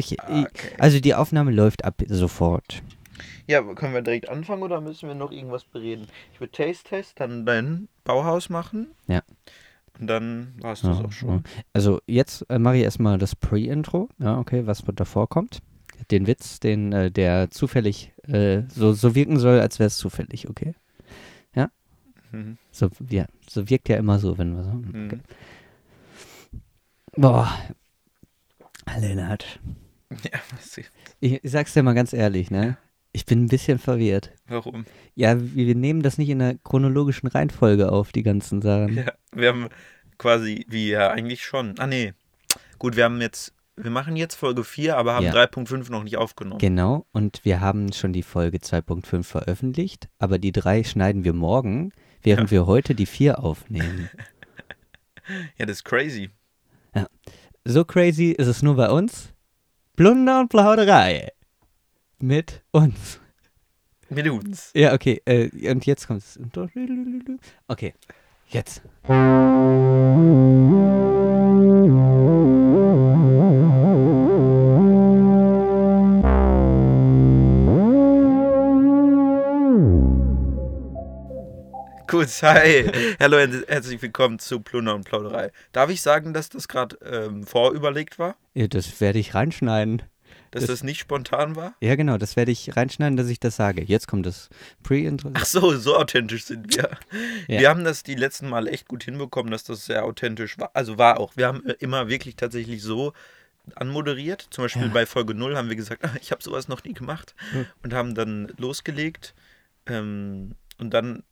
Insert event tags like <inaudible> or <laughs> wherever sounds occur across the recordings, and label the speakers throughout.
Speaker 1: Ich,
Speaker 2: Ah,
Speaker 1: ich, also die Aufnahme läuft ab sofort.
Speaker 2: Ja, aber können wir direkt anfangen oder müssen wir noch irgendwas bereden? Ich würde Taste Test, dann dein Bauhaus machen.
Speaker 1: Ja.
Speaker 2: Und dann war es das
Speaker 1: Ja,
Speaker 2: auch schon.
Speaker 1: ja. Also jetzt äh, mache ich erstmal das Pre-Intro. Ja, okay, was davor kommt. Den Witz, den äh, der zufällig äh, so, so wirken soll, als wäre es zufällig, okay?
Speaker 2: Mhm.
Speaker 1: So, ja, so wirkt ja immer so, wenn wir so.
Speaker 2: Mhm. <laughs>
Speaker 1: Okay. Boah. Lennart.
Speaker 2: Ja, was ich-
Speaker 1: Ich, ich sag's dir mal ganz ehrlich, ne? Ich bin ein bisschen verwirrt.
Speaker 2: warum?
Speaker 1: Ja, wir wir nehmen das nicht in der chronologischen Reihenfolge auf, die ganzen
Speaker 2: <laughs>
Speaker 1: Sachen.
Speaker 2: Ja, wir haben quasi, wie ja, eigentlich schon. Ah, nee. Gut, wir haben jetzt, wir machen jetzt Folge 4, aber haben
Speaker 1: Ja.
Speaker 2: 3.5 noch nicht aufgenommen.
Speaker 1: Genau, und wir haben schon die Folge 2.5 veröffentlicht, aber die drei schneiden wir morgen, während wir heute die vier aufnehmen.
Speaker 2: Ja, das ist crazy.
Speaker 1: So crazy ist es nur bei uns. Blunder und Plauderei. Mit uns.
Speaker 2: Mit uns.
Speaker 1: Ja, okay, äh, und jetzt kommt es. Okay, jetzt. <laughs>
Speaker 2: Gut, hi. Hallo und herzlich willkommen zu Plunder und Plauderei. Darf ich sagen, dass das gerade ähm, vorüberlegt war?
Speaker 1: Ja, das werde ich reinschneiden.
Speaker 2: Dass
Speaker 1: Das-
Speaker 2: das, nicht spontan war?
Speaker 1: Ja, genau, das werde ich reinschneiden, dass ich das sage. Jetzt kommt das Pre-Intro.
Speaker 2: Ach so, so authentisch sind wir.
Speaker 1: Ja.
Speaker 2: Wir haben das die letzten Mal echt gut hinbekommen, dass das sehr authentisch war. Also war auch. Wir haben immer wirklich tatsächlich so anmoderiert. Zum Beispiel bei Folge 0 haben wir gesagt, <laughs> "Ah, ich habe sowas noch nie gemacht.
Speaker 1: Hm.
Speaker 2: Und haben dann losgelegt. Ähm, und dann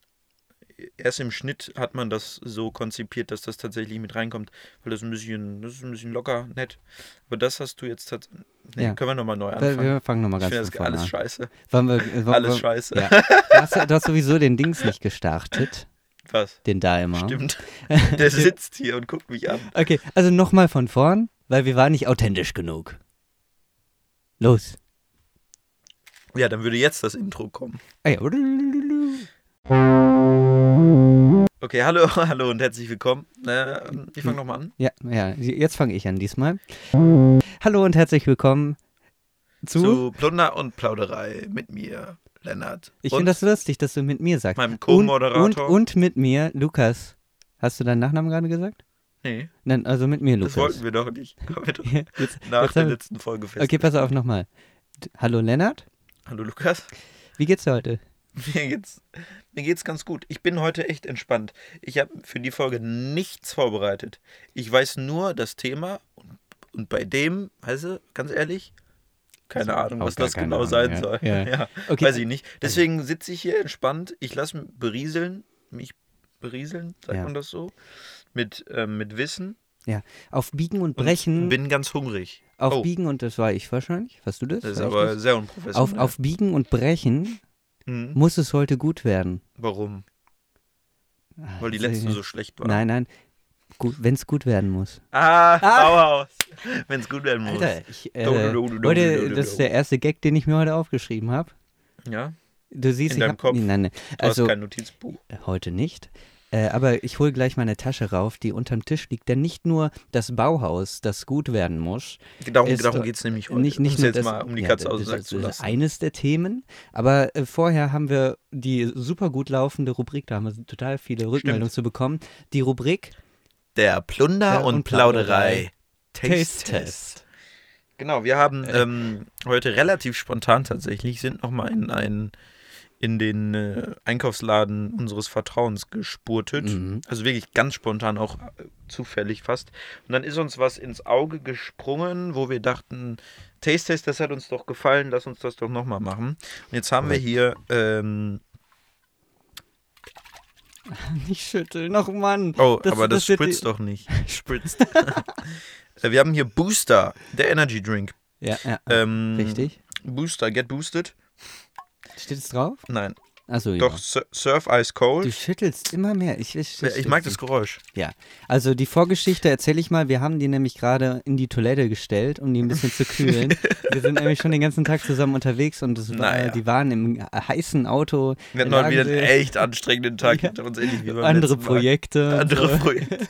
Speaker 2: äh, erst im Schnitt hat man das so konzipiert, dass das tatsächlich mit reinkommt. Weil das ein bisschen, das ist ein bisschen locker, nett. Aber das hast du jetzt tatsächlich. Nee,
Speaker 1: Ja.
Speaker 2: Können wir nochmal neu
Speaker 1: Wir,
Speaker 2: anfangen.
Speaker 1: Äh, wir fangen nochmal
Speaker 2: Ich
Speaker 1: ganz
Speaker 2: finde
Speaker 1: von vorne
Speaker 2: das alles
Speaker 1: an.
Speaker 2: scheiße.
Speaker 1: Wollen wir, äh, wollen,
Speaker 2: Alles
Speaker 1: wollen-
Speaker 2: scheiße.
Speaker 1: Ja. Du, hast, du hast sowieso den Dings nicht gestartet,
Speaker 2: Was?
Speaker 1: den Daimar. <laughs>
Speaker 2: Stimmt. Der sitzt hier und guckt mich an.
Speaker 1: Okay, also nochmal von vorn, weil wir waren nicht authentisch genug. Los.
Speaker 2: Ja, dann würde jetzt das Intro kommen.
Speaker 1: Ah ja.
Speaker 2: Okay, hallo, <laughs> hallo und herzlich willkommen. Äh, ich fange nochmal an.
Speaker 1: Ja, ja, jetzt fange ich an diesmal. Hallo und herzlich willkommen zu.
Speaker 2: Zu Plunder und Plauderei mit mir, Lennart.
Speaker 1: ich
Speaker 2: und
Speaker 1: finde das lustig, dass du mit mir sagst.
Speaker 2: meinem
Speaker 1: Und, und,
Speaker 2: Co-Moderator.
Speaker 1: und mit mir, Lukas. Hast du deinen Nachnamen gerade gesagt?
Speaker 2: Nee,
Speaker 1: Nein, also mit mir, Lukas. <laughs>
Speaker 2: das wollten wir doch nicht. Haben wir doch
Speaker 1: Jetzt,
Speaker 2: nach
Speaker 1: jetzt
Speaker 2: der
Speaker 1: haben, wir-
Speaker 2: letzten Folge fest.
Speaker 1: okay, pass auf nochmal. D- Hallo Lennart,
Speaker 2: Hallo Lukas.
Speaker 1: wie geht's dir heute?
Speaker 2: <laughs> Mir geht's, mir geht's ganz gut. Ich bin heute echt entspannt. Ich habe für die Folge nichts vorbereitet. Ich weiß nur das Thema und, und bei dem, also ganz ehrlich, keine
Speaker 1: Also,
Speaker 2: Ahnung,
Speaker 1: auch
Speaker 2: was
Speaker 1: gar
Speaker 2: das
Speaker 1: keine
Speaker 2: genau
Speaker 1: Ahnung,
Speaker 2: sein
Speaker 1: ja.
Speaker 2: soll. <laughs>
Speaker 1: Ja. Okay. Also
Speaker 2: Weiß ich nicht. Deswegen sitze ich hier entspannt. Ich lasse mich berieseln, mich berieseln, sagt
Speaker 1: Ja.
Speaker 2: man das so, mit, ähm, mit Wissen.
Speaker 1: Ja, auf Biegen und
Speaker 2: Und
Speaker 1: Brechen.
Speaker 2: Bin ganz hungrig.
Speaker 1: auf
Speaker 2: oh,
Speaker 1: Biegen und das war ich wahrscheinlich. Warst du das?
Speaker 2: das ist
Speaker 1: War ich
Speaker 2: aber
Speaker 1: das?
Speaker 2: sehr
Speaker 1: auf,
Speaker 2: unprofessionell.
Speaker 1: auf Biegen und Brechen
Speaker 2: Mhm.
Speaker 1: muss es heute gut werden.
Speaker 2: Warum?
Speaker 1: Ah,
Speaker 2: Weil die
Speaker 1: jetzt-
Speaker 2: letzte so schlecht war.
Speaker 1: Nein, nein. Wenn es gut werden muss.
Speaker 2: Ah,
Speaker 1: Ah.
Speaker 2: Bauhaus. Wenn es gut werden muss.
Speaker 1: Alter, ich, äh,
Speaker 2: Do, do, do, do, do, do,
Speaker 1: heute,
Speaker 2: do,
Speaker 1: das
Speaker 2: do.
Speaker 1: ist der erste Gag, den ich mir heute aufgeschrieben habe.
Speaker 2: Ja,
Speaker 1: Du siehst,
Speaker 2: In
Speaker 1: ich
Speaker 2: deinem
Speaker 1: hab,
Speaker 2: Kopf.
Speaker 1: Nein, nein.
Speaker 2: du
Speaker 1: Also
Speaker 2: hast kein Notizbuch.
Speaker 1: heute nicht. Äh, aber ich hole gleich meine Tasche rauf, die unterm Tisch liegt. Denn nicht nur das Bauhaus, das gut werden muss,
Speaker 2: Darum,
Speaker 1: ist
Speaker 2: darum
Speaker 1: doch-
Speaker 2: geht es nämlich heute.
Speaker 1: nicht, nicht
Speaker 2: um
Speaker 1: nur
Speaker 2: jetzt
Speaker 1: das,
Speaker 2: mal um die
Speaker 1: ja,
Speaker 2: Katze
Speaker 1: das,
Speaker 2: aus dem Sack
Speaker 1: das,
Speaker 2: zu
Speaker 1: das ist
Speaker 2: lassen.
Speaker 1: eines der Themen, aber äh, vorher haben wir die super gut laufende Rubrik, da haben wir total viele Rückmeldungen zu bekommen, die Rubrik
Speaker 2: Der Plunder
Speaker 1: Ja, und
Speaker 2: und Plauderei.
Speaker 1: Taste
Speaker 2: Taste-Test.
Speaker 1: Test.
Speaker 2: Genau, wir haben
Speaker 1: Äh.
Speaker 2: ähm, heute relativ spontan tatsächlich, sind nochmal in einen in den äh, Einkaufsladen unseres Vertrauens gespurtet.
Speaker 1: Mhm.
Speaker 2: Also wirklich ganz spontan, auch äh, zufällig fast. Und dann ist uns was ins Auge gesprungen, wo wir dachten, Taste Test, das hat uns doch gefallen, lass uns das doch nochmal machen. Und jetzt haben wir hier ähm,
Speaker 1: <laughs> Ich schüttel noch, Mann.
Speaker 2: Oh, aber das,
Speaker 1: wird
Speaker 2: spritzt
Speaker 1: die- <laughs>
Speaker 2: doch nicht. Spritzt. <laughs> Äh, Wir haben hier Booster, der Energy Drink.
Speaker 1: Ja, ja.
Speaker 2: Ähm,
Speaker 1: richtig.
Speaker 2: Booster, get boosted.
Speaker 1: Steht es drauf?
Speaker 2: Nein,
Speaker 1: Also ja.
Speaker 2: doch Sur- Surf Ice
Speaker 1: Du
Speaker 2: Cold.
Speaker 1: schüttelst immer mehr. Ich, ich,
Speaker 2: Äh, Ich mag das Geräusch.
Speaker 1: Ja. Also die Vorgeschichte erzähle ich mal. Wir haben die nämlich gerade in die Toilette gestellt, um die ein bisschen zu kühlen. Wir sind nämlich schon den ganzen Tag zusammen unterwegs und das war,
Speaker 2: Naja.
Speaker 1: die waren im heißen Auto.
Speaker 2: Wir hatten
Speaker 1: in
Speaker 2: heute wieder einen
Speaker 1: Agernsee, <laughs>
Speaker 2: echt anstrengenden Tag hinter uns, ähnlich wie beim
Speaker 1: andere
Speaker 2: letzten Mal.
Speaker 1: Projekte. und
Speaker 2: Andere
Speaker 1: so.
Speaker 2: Projekte.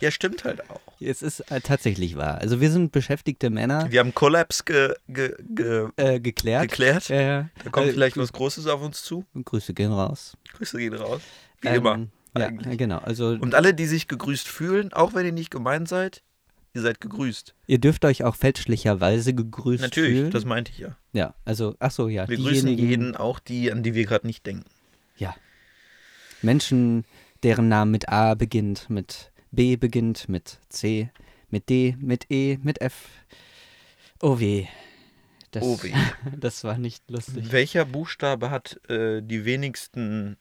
Speaker 2: Ja, stimmt halt auch.
Speaker 1: Es ist äh, tatsächlich wahr. Also wir sind beschäftigte Männer.
Speaker 2: Wir haben Collapse ge, ge, ge,
Speaker 1: Äh, geklärt.
Speaker 2: geklärt.
Speaker 1: Ja, ja.
Speaker 2: Da kommt
Speaker 1: Äh,
Speaker 2: vielleicht was Großes auf uns zu.
Speaker 1: Grüße gehen raus.
Speaker 2: Grüße gehen raus. Wie
Speaker 1: Ähm,
Speaker 2: immer.
Speaker 1: Ja,
Speaker 2: eigentlich.
Speaker 1: genau. Also
Speaker 2: Und alle, die sich gegrüßt fühlen, auch wenn ihr nicht gemeint seid, ihr seid gegrüßt.
Speaker 1: ihr dürft euch auch fälschlicherweise gegrüßt
Speaker 2: Natürlich,
Speaker 1: fühlen.
Speaker 2: das meinte ich ja.
Speaker 1: ja, also, ach so, ja.
Speaker 2: Wir grüßen
Speaker 1: diejenigen-
Speaker 2: jeden, auch die, an die wir gerade nicht denken.
Speaker 1: Ja. Menschen, deren Namen mit A beginnt, mit B beginnt, mit C, mit D, mit E, mit F. Oh weh. Das,
Speaker 2: Oh weh.
Speaker 1: <laughs> Das war nicht lustig.
Speaker 2: Welcher Buchstabe hat äh, die wenigsten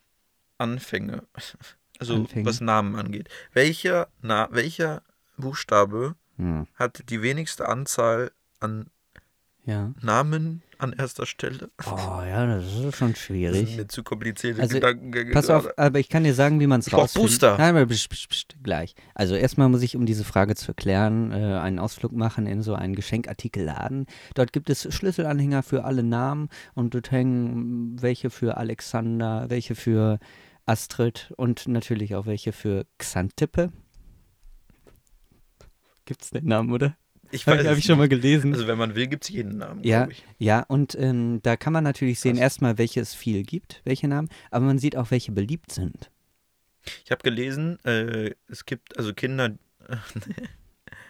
Speaker 2: Anfänge? <laughs> Also
Speaker 1: Anfänge.
Speaker 2: was Namen angeht. Welcher, na, welcher Buchstabe
Speaker 1: Hm.
Speaker 2: hat die wenigste Anzahl an
Speaker 1: Ja.
Speaker 2: Namen an erster Stelle?
Speaker 1: Oh ja, das ist schon
Speaker 2: Das sind
Speaker 1: schwierig.
Speaker 2: mir zu komplizierte
Speaker 1: Also,
Speaker 2: Gedankengänge.
Speaker 1: Pass auf,
Speaker 2: gerade.
Speaker 1: aber ich kann dir sagen, wie man es
Speaker 2: brauch
Speaker 1: rausfindet.
Speaker 2: Genau. Booster.
Speaker 1: Nein, aber pst, pst, pst, gleich. Also erstmal muss ich, um diese Frage zu klären, äh, einen Ausflug machen in so einen Geschenkartikelladen. Dort gibt es Schlüsselanhänger für alle Namen und dort hängen welche für Alexander, welche für Astrid und natürlich auch welche für Xantippe. Gibt's den Namen, oder?
Speaker 2: Ich
Speaker 1: Habe
Speaker 2: weiß
Speaker 1: ich,
Speaker 2: es
Speaker 1: hab ich schon
Speaker 2: nicht.
Speaker 1: mal gelesen.
Speaker 2: Also wenn man will, gibt es jeden Namen,
Speaker 1: Ja,
Speaker 2: glaube ich.
Speaker 1: ja, und ähm, da kann man natürlich sehen,
Speaker 2: Krass.
Speaker 1: erstmal, welche es viel gibt, welche Namen, aber man sieht auch, welche beliebt sind.
Speaker 2: Ich habe gelesen, äh, es gibt also Kinder.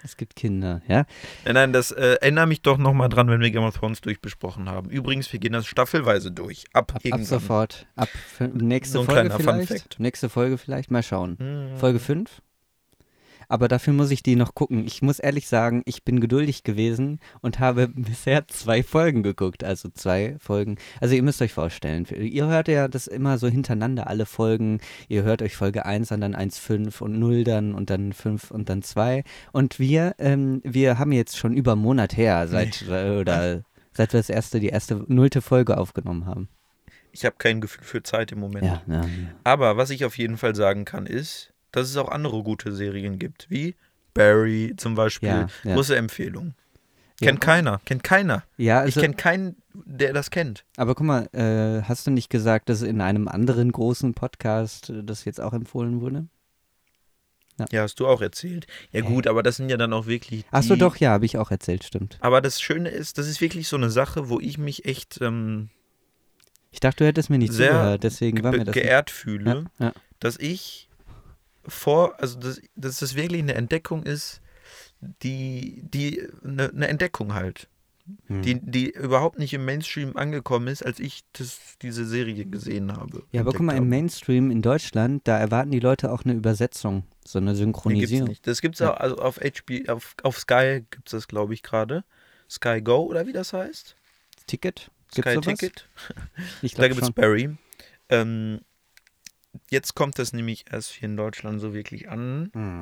Speaker 1: Es gibt Kinder, ja.
Speaker 2: Nein, nein, das äh, erinnere mich doch nochmal dran, wenn wir Game of Thrones durchbesprochen haben. Übrigens, wir gehen das staffelweise durch. Ab,
Speaker 1: Ab, ab
Speaker 2: irgendwann.
Speaker 1: sofort. Ab f- nächste
Speaker 2: So ein
Speaker 1: Folge
Speaker 2: kleiner Fun
Speaker 1: vielleicht.
Speaker 2: Fact.
Speaker 1: Nächste Folge vielleicht. Mal schauen.
Speaker 2: Hm.
Speaker 1: Folge 5. Aber dafür muss ich die noch gucken. Ich muss ehrlich sagen, ich bin geduldig gewesen und habe <laughs> bisher zwei Folgen geguckt. Also zwei Folgen. Also ihr müsst euch vorstellen, ihr hört ja das immer so hintereinander, alle Folgen. Ihr hört euch Folge 1 an, dann 1,5 und 0 dann und dann 5 und dann 2. Und wir, ähm, wir haben jetzt schon über einen Monat her, seit, äh, oder, seit wir das erste, die erste nullte Folge aufgenommen haben.
Speaker 2: Ich habe kein Gefühl für Zeit im Moment.
Speaker 1: Ja, ja.
Speaker 2: Aber was ich auf jeden Fall sagen kann, ist, dass es auch andere gute Serien gibt, wie Barry zum Beispiel.
Speaker 1: Ja, ja.
Speaker 2: Große Empfehlung.
Speaker 1: Ja.
Speaker 2: Kennt keiner, kennt keiner.
Speaker 1: ja also,
Speaker 2: ich kenne keinen, der das kennt.
Speaker 1: aber guck mal, äh, hast du nicht gesagt, dass in einem anderen großen Podcast äh, das jetzt auch empfohlen wurde?
Speaker 2: Ja, hast du auch erzählt. Ja
Speaker 1: Hä?
Speaker 2: gut, aber das sind ja dann auch wirklich
Speaker 1: Ach so,
Speaker 2: die-
Speaker 1: doch, ja, habe ich auch erzählt, stimmt.
Speaker 2: Aber das Schöne ist, das ist wirklich so eine Sache, wo ich mich echt ähm,
Speaker 1: Ich dachte, du hättest mir nicht
Speaker 2: Sehr
Speaker 1: zugehört, deswegen war mir
Speaker 2: be-
Speaker 1: das
Speaker 2: geehrt
Speaker 1: nicht.
Speaker 2: fühle,
Speaker 1: Ja, ja.
Speaker 2: dass ich vor, also dass, dass das wirklich eine Entdeckung ist, die, die, eine, eine Entdeckung halt,
Speaker 1: Hm.
Speaker 2: die, die überhaupt nicht im Mainstream angekommen ist, als ich das, diese Serie gesehen habe.
Speaker 1: ja, aber guck mal, im
Speaker 2: entdeckt
Speaker 1: Mainstream in Deutschland, da erwarten die Leute auch eine Übersetzung, so eine
Speaker 2: habe. Nee, gibt's
Speaker 1: Synchronisierung.
Speaker 2: nicht. Das gibt's
Speaker 1: Ja.
Speaker 2: auch, also auf HBO, auf, auf Sky gibt's das, glaube ich, gerade. Sky Go oder wie das heißt?
Speaker 1: Ticket? Gibt's
Speaker 2: Sky
Speaker 1: sowas?
Speaker 2: Ticket.
Speaker 1: Ich
Speaker 2: Da
Speaker 1: glaube
Speaker 2: gibt es
Speaker 1: schon.
Speaker 2: Barry. Ähm, jetzt kommt das nämlich erst hier in Deutschland so wirklich an.
Speaker 1: Hm.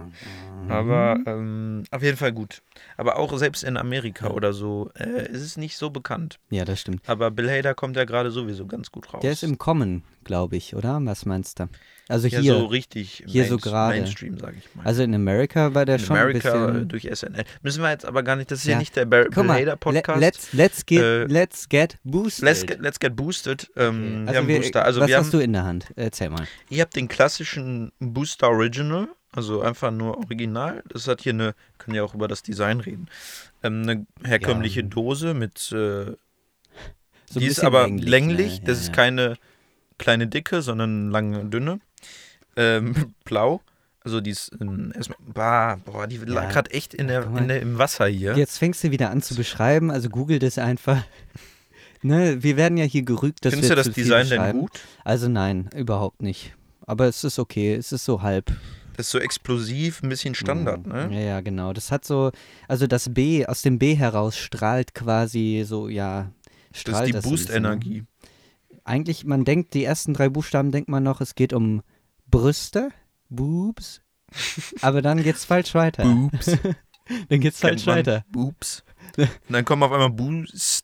Speaker 1: Mhm.
Speaker 2: Aber ähm, auf jeden Fall gut. Aber auch selbst in Amerika oder so äh, ist es nicht so bekannt.
Speaker 1: Ja, das stimmt.
Speaker 2: Aber Bill Hader kommt ja gerade sowieso ganz gut raus.
Speaker 1: Der ist im Kommen, glaube ich, oder? Was meinst du? Also
Speaker 2: ja,
Speaker 1: hier,
Speaker 2: so richtig
Speaker 1: hier so
Speaker 2: Mainst-
Speaker 1: gerade.
Speaker 2: Mainstream, sage ich mal.
Speaker 1: also in Amerika war der
Speaker 2: in
Speaker 1: schon ein
Speaker 2: Amerika
Speaker 1: bisschen...
Speaker 2: äh, durch SNL. Müssen wir jetzt aber gar nicht, das ist ja,
Speaker 1: Ja.
Speaker 2: nicht der Bar
Speaker 1: Guck
Speaker 2: Bill
Speaker 1: mal,
Speaker 2: Hader äh, Podcast.
Speaker 1: le- let's, let's, get,
Speaker 2: Äh,
Speaker 1: let's get boosted.
Speaker 2: Let's get, let's get boosted. Ähm, wir
Speaker 1: also
Speaker 2: haben
Speaker 1: wir,
Speaker 2: Booster. Also
Speaker 1: was
Speaker 2: wir haben,
Speaker 1: hast du in der Hand? Erzähl mal.
Speaker 2: Ihr habt den klassischen Booster Original, also einfach nur Original. Das hat hier eine, können ja auch über das Design reden, ähm, eine herkömmliche
Speaker 1: Ja.
Speaker 2: Dose mit, äh,
Speaker 1: So ein
Speaker 2: die ist
Speaker 1: bisschen
Speaker 2: aber länglich,
Speaker 1: länglich, ne?
Speaker 2: das
Speaker 1: Ja,
Speaker 2: ist
Speaker 1: ja.
Speaker 2: keine kleine dicke, sondern lange dünne, ähm, <laughs> blau. Also die ist ähm, erstmal, bah, boah, die lag gerade echt in der,
Speaker 1: guck mal.
Speaker 2: in der, im Wasser hier.
Speaker 1: Jetzt fängst du wieder an zu beschreiben, also google das einfach. <laughs> ne, wir werden ja hier gerügt, dass
Speaker 2: Findest
Speaker 1: wir
Speaker 2: du das
Speaker 1: zu viel
Speaker 2: Design denn
Speaker 1: beschreiben.
Speaker 2: gut?
Speaker 1: Also nein, überhaupt nicht. Aber es ist okay, es ist so halb.
Speaker 2: Das ist so explosiv, ein bisschen Standard,
Speaker 1: Mm,
Speaker 2: ne?
Speaker 1: Ja, ja, genau. Das hat so, also das B, aus dem B heraus strahlt quasi so, ja,
Speaker 2: Das ist
Speaker 1: strahlt
Speaker 2: die
Speaker 1: so ein bisschen, ne?
Speaker 2: Boost-Energie.
Speaker 1: <laughs> eigentlich, man denkt, die ersten drei Buchstaben denkt man noch, es geht um Brüste,
Speaker 2: <laughs>
Speaker 1: Boobs, aber dann geht's falsch weiter. halt
Speaker 2: Boobs.
Speaker 1: Dann geht's falsch
Speaker 2: Kennt man.
Speaker 1: weiter. <laughs>
Speaker 2: Boops. Und dann kommen auf einmal Booster.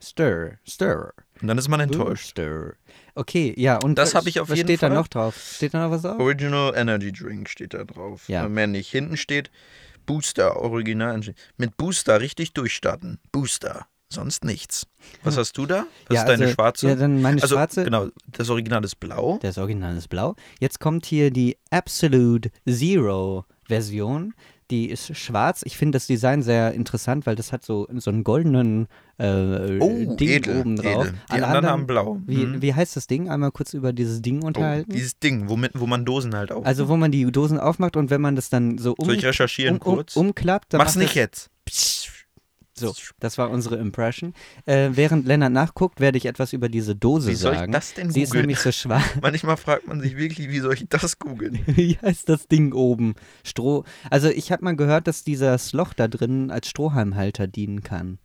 Speaker 1: Stir, stir,
Speaker 2: Und dann ist man enttäuscht.
Speaker 1: Booster. Okay, ja, und
Speaker 2: Das
Speaker 1: was-
Speaker 2: hab ich auf
Speaker 1: was
Speaker 2: jeden
Speaker 1: steht da
Speaker 2: Fall.
Speaker 1: noch drauf? Steht da noch was drauf?
Speaker 2: Original Energy Drink steht da drauf.
Speaker 1: Ja.
Speaker 2: Äh, Mehr nicht. Hinten steht Booster, Original Energy. Mit Booster richtig durchstarten. Booster. sonst nichts. Was hast du da? Das
Speaker 1: ja,
Speaker 2: ist deine
Speaker 1: also,
Speaker 2: schwarze.
Speaker 1: Ja, dann meine
Speaker 2: also,
Speaker 1: schwarze.
Speaker 2: genau, das Original ist blau.
Speaker 1: Das Original ist blau. Jetzt kommt hier die Absolute Zero Version. Die ist schwarz. Ich finde das Design sehr interessant, weil das hat so, so einen goldenen äh,
Speaker 2: Oh,
Speaker 1: Ding
Speaker 2: edel,
Speaker 1: oben drauf.
Speaker 2: edel. Die
Speaker 1: Alle
Speaker 2: anderen haben blau.
Speaker 1: Wie,
Speaker 2: Mhm.
Speaker 1: wie heißt das Ding? Einmal kurz über dieses Ding
Speaker 2: oh,
Speaker 1: unterhalten.
Speaker 2: dieses Ding, womit, wo man Dosen halt auch.
Speaker 1: also wo man die Dosen aufmacht und wenn man das dann so um,
Speaker 2: Soll ich recherchieren
Speaker 1: um, um,
Speaker 2: kurz?
Speaker 1: umklappt, dann
Speaker 2: Mach's
Speaker 1: macht
Speaker 2: nicht jetzt.
Speaker 1: Das, so, das war unsere Impression. Äh, während Lennart nachguckt, werde ich etwas über diese Dose
Speaker 2: Wie soll ich
Speaker 1: sagen.
Speaker 2: das denn
Speaker 1: Sie ist
Speaker 2: googeln?
Speaker 1: nämlich so schwarz.
Speaker 2: Manchmal fragt man sich wirklich, wie soll ich das googeln?
Speaker 1: <laughs> Wie heißt das Ding oben? Stroh. Also ich habe mal gehört, dass dieses Loch da drin als Strohhalmhalter dienen kann.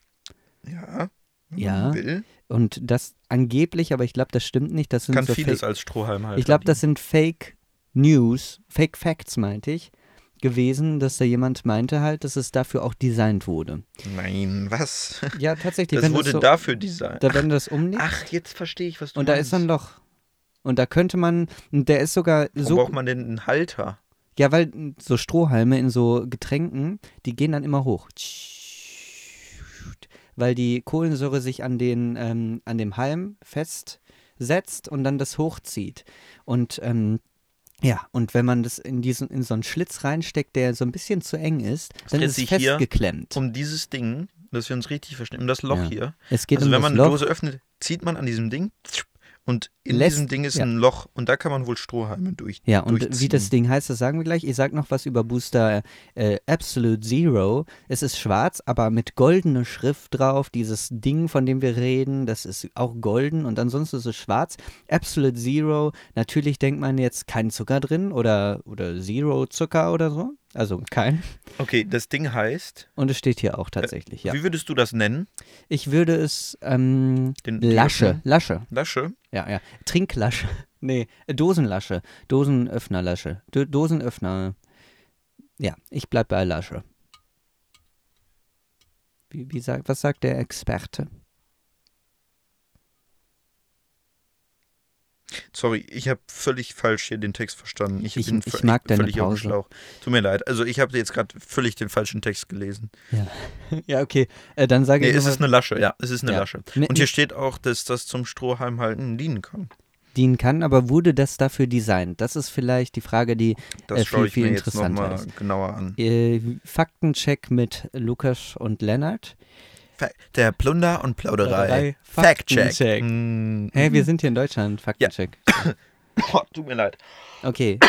Speaker 2: Ja. wenn
Speaker 1: Ja.
Speaker 2: man Will.
Speaker 1: Und das angeblich, aber ich glaube, das stimmt nicht. Das sind
Speaker 2: Kann
Speaker 1: so
Speaker 2: vieles
Speaker 1: Fake,
Speaker 2: als Strohhalm halten.
Speaker 1: ich glaube, das sind Fake News, Fake Facts meinte ich, gewesen, dass da jemand meinte halt, dass es dafür auch designt wurde.
Speaker 2: Nein, was?
Speaker 1: Ja, tatsächlich.
Speaker 2: Das
Speaker 1: wenn
Speaker 2: wurde
Speaker 1: das so,
Speaker 2: dafür designt.
Speaker 1: da, wenn du das umlegst
Speaker 2: Ach, jetzt verstehe ich, was du
Speaker 1: und da
Speaker 2: meinst.
Speaker 1: ist so ein Loch. Und da könnte man, und der ist sogar
Speaker 2: Warum
Speaker 1: so,
Speaker 2: braucht man denn einen Halter?
Speaker 1: ja, weil mm, so Strohhalme in so Getränken, die gehen dann immer hoch. Weil die Kohlensäure sich an, den, ähm, an dem Halm festsetzt und dann das hochzieht. Und ähm, ja, und wenn man das in, diesen, in so einen Schlitz reinsteckt, der so ein bisschen zu eng ist, dann
Speaker 2: dreht
Speaker 1: ist es
Speaker 2: sich hier
Speaker 1: festgeklemmt.
Speaker 2: Um dieses Ding, dass wir uns richtig verstehen, um das Loch
Speaker 1: Ja.
Speaker 2: hier.
Speaker 1: es geht
Speaker 2: also
Speaker 1: um das
Speaker 2: wenn man eine
Speaker 1: Loch.
Speaker 2: Dose öffnet, zieht man an diesem Ding und in
Speaker 1: Lässt-
Speaker 2: diesem Ding ist
Speaker 1: ja.
Speaker 2: ein Loch und da kann man wohl Strohhalme durch.
Speaker 1: Ja, und wie
Speaker 2: durchziehen.
Speaker 1: das Ding heißt, das sagen wir gleich. Ich sag noch was über Booster äh, Absolute Zero. Es ist schwarz, aber mit goldener Schrift drauf. Dieses Ding, von dem wir reden, das ist auch golden und ansonsten ist es schwarz. Absolute Zero, natürlich denkt man jetzt kein Zucker drin oder, oder Zero Zucker oder so. Also kein.
Speaker 2: Okay, das Ding heißt,
Speaker 1: Und es steht hier auch tatsächlich, ja.
Speaker 2: wie würdest du das nennen?
Speaker 1: Ich würde es ähm,
Speaker 2: Den- die
Speaker 1: Lasche,
Speaker 2: Öffnung?
Speaker 1: Lasche,
Speaker 2: Lasche?
Speaker 1: ja, ja. Trinklasche. <laughs> Nee, äh, Dosenlasche. Dosenöffnerlasche. Do Dosenöffner. Ja, ich bleib bei Lasche. Wie, wie sagt, was sagt der Experte? <laughs>
Speaker 2: Sorry, ich habe völlig falsch hier den Text verstanden. Ich,
Speaker 1: Ich-
Speaker 2: bin
Speaker 1: ich
Speaker 2: völ-
Speaker 1: mag deine
Speaker 2: völlig auf dem
Speaker 1: Pause.
Speaker 2: Schlauch. Tut mir leid. Also ich habe jetzt gerade völlig den falschen Text gelesen.
Speaker 1: ja, okay. Äh, dann sage
Speaker 2: Nee,
Speaker 1: ich,
Speaker 2: es
Speaker 1: nur
Speaker 2: ist
Speaker 1: mal,
Speaker 2: eine Lasche, ja, es ist eine
Speaker 1: Ja.
Speaker 2: Lasche.
Speaker 1: Ne-
Speaker 2: Und hier steht auch, dass das zum Strohhalmhalten dienen kann.
Speaker 1: dienen kann, aber wurde das dafür designt? Das ist vielleicht die Frage, die
Speaker 2: Das
Speaker 1: äh,
Speaker 2: schaue
Speaker 1: viel,
Speaker 2: ich
Speaker 1: viel
Speaker 2: mir jetzt
Speaker 1: interessanter
Speaker 2: nochmal
Speaker 1: ist.
Speaker 2: genauer an.
Speaker 1: Äh, Faktencheck mit Lukas und Lennart.
Speaker 2: Fa- Der Plunder und Plauderei.
Speaker 1: Plauderei.
Speaker 2: Fact-Check.
Speaker 1: Faktencheck.
Speaker 2: <laughs> Mm.
Speaker 1: Hey, wir sind hier in Deutschland.
Speaker 2: <coughs>
Speaker 1: Faktencheck.
Speaker 2: Boah, Oh, tut mir leid.
Speaker 1: Okay.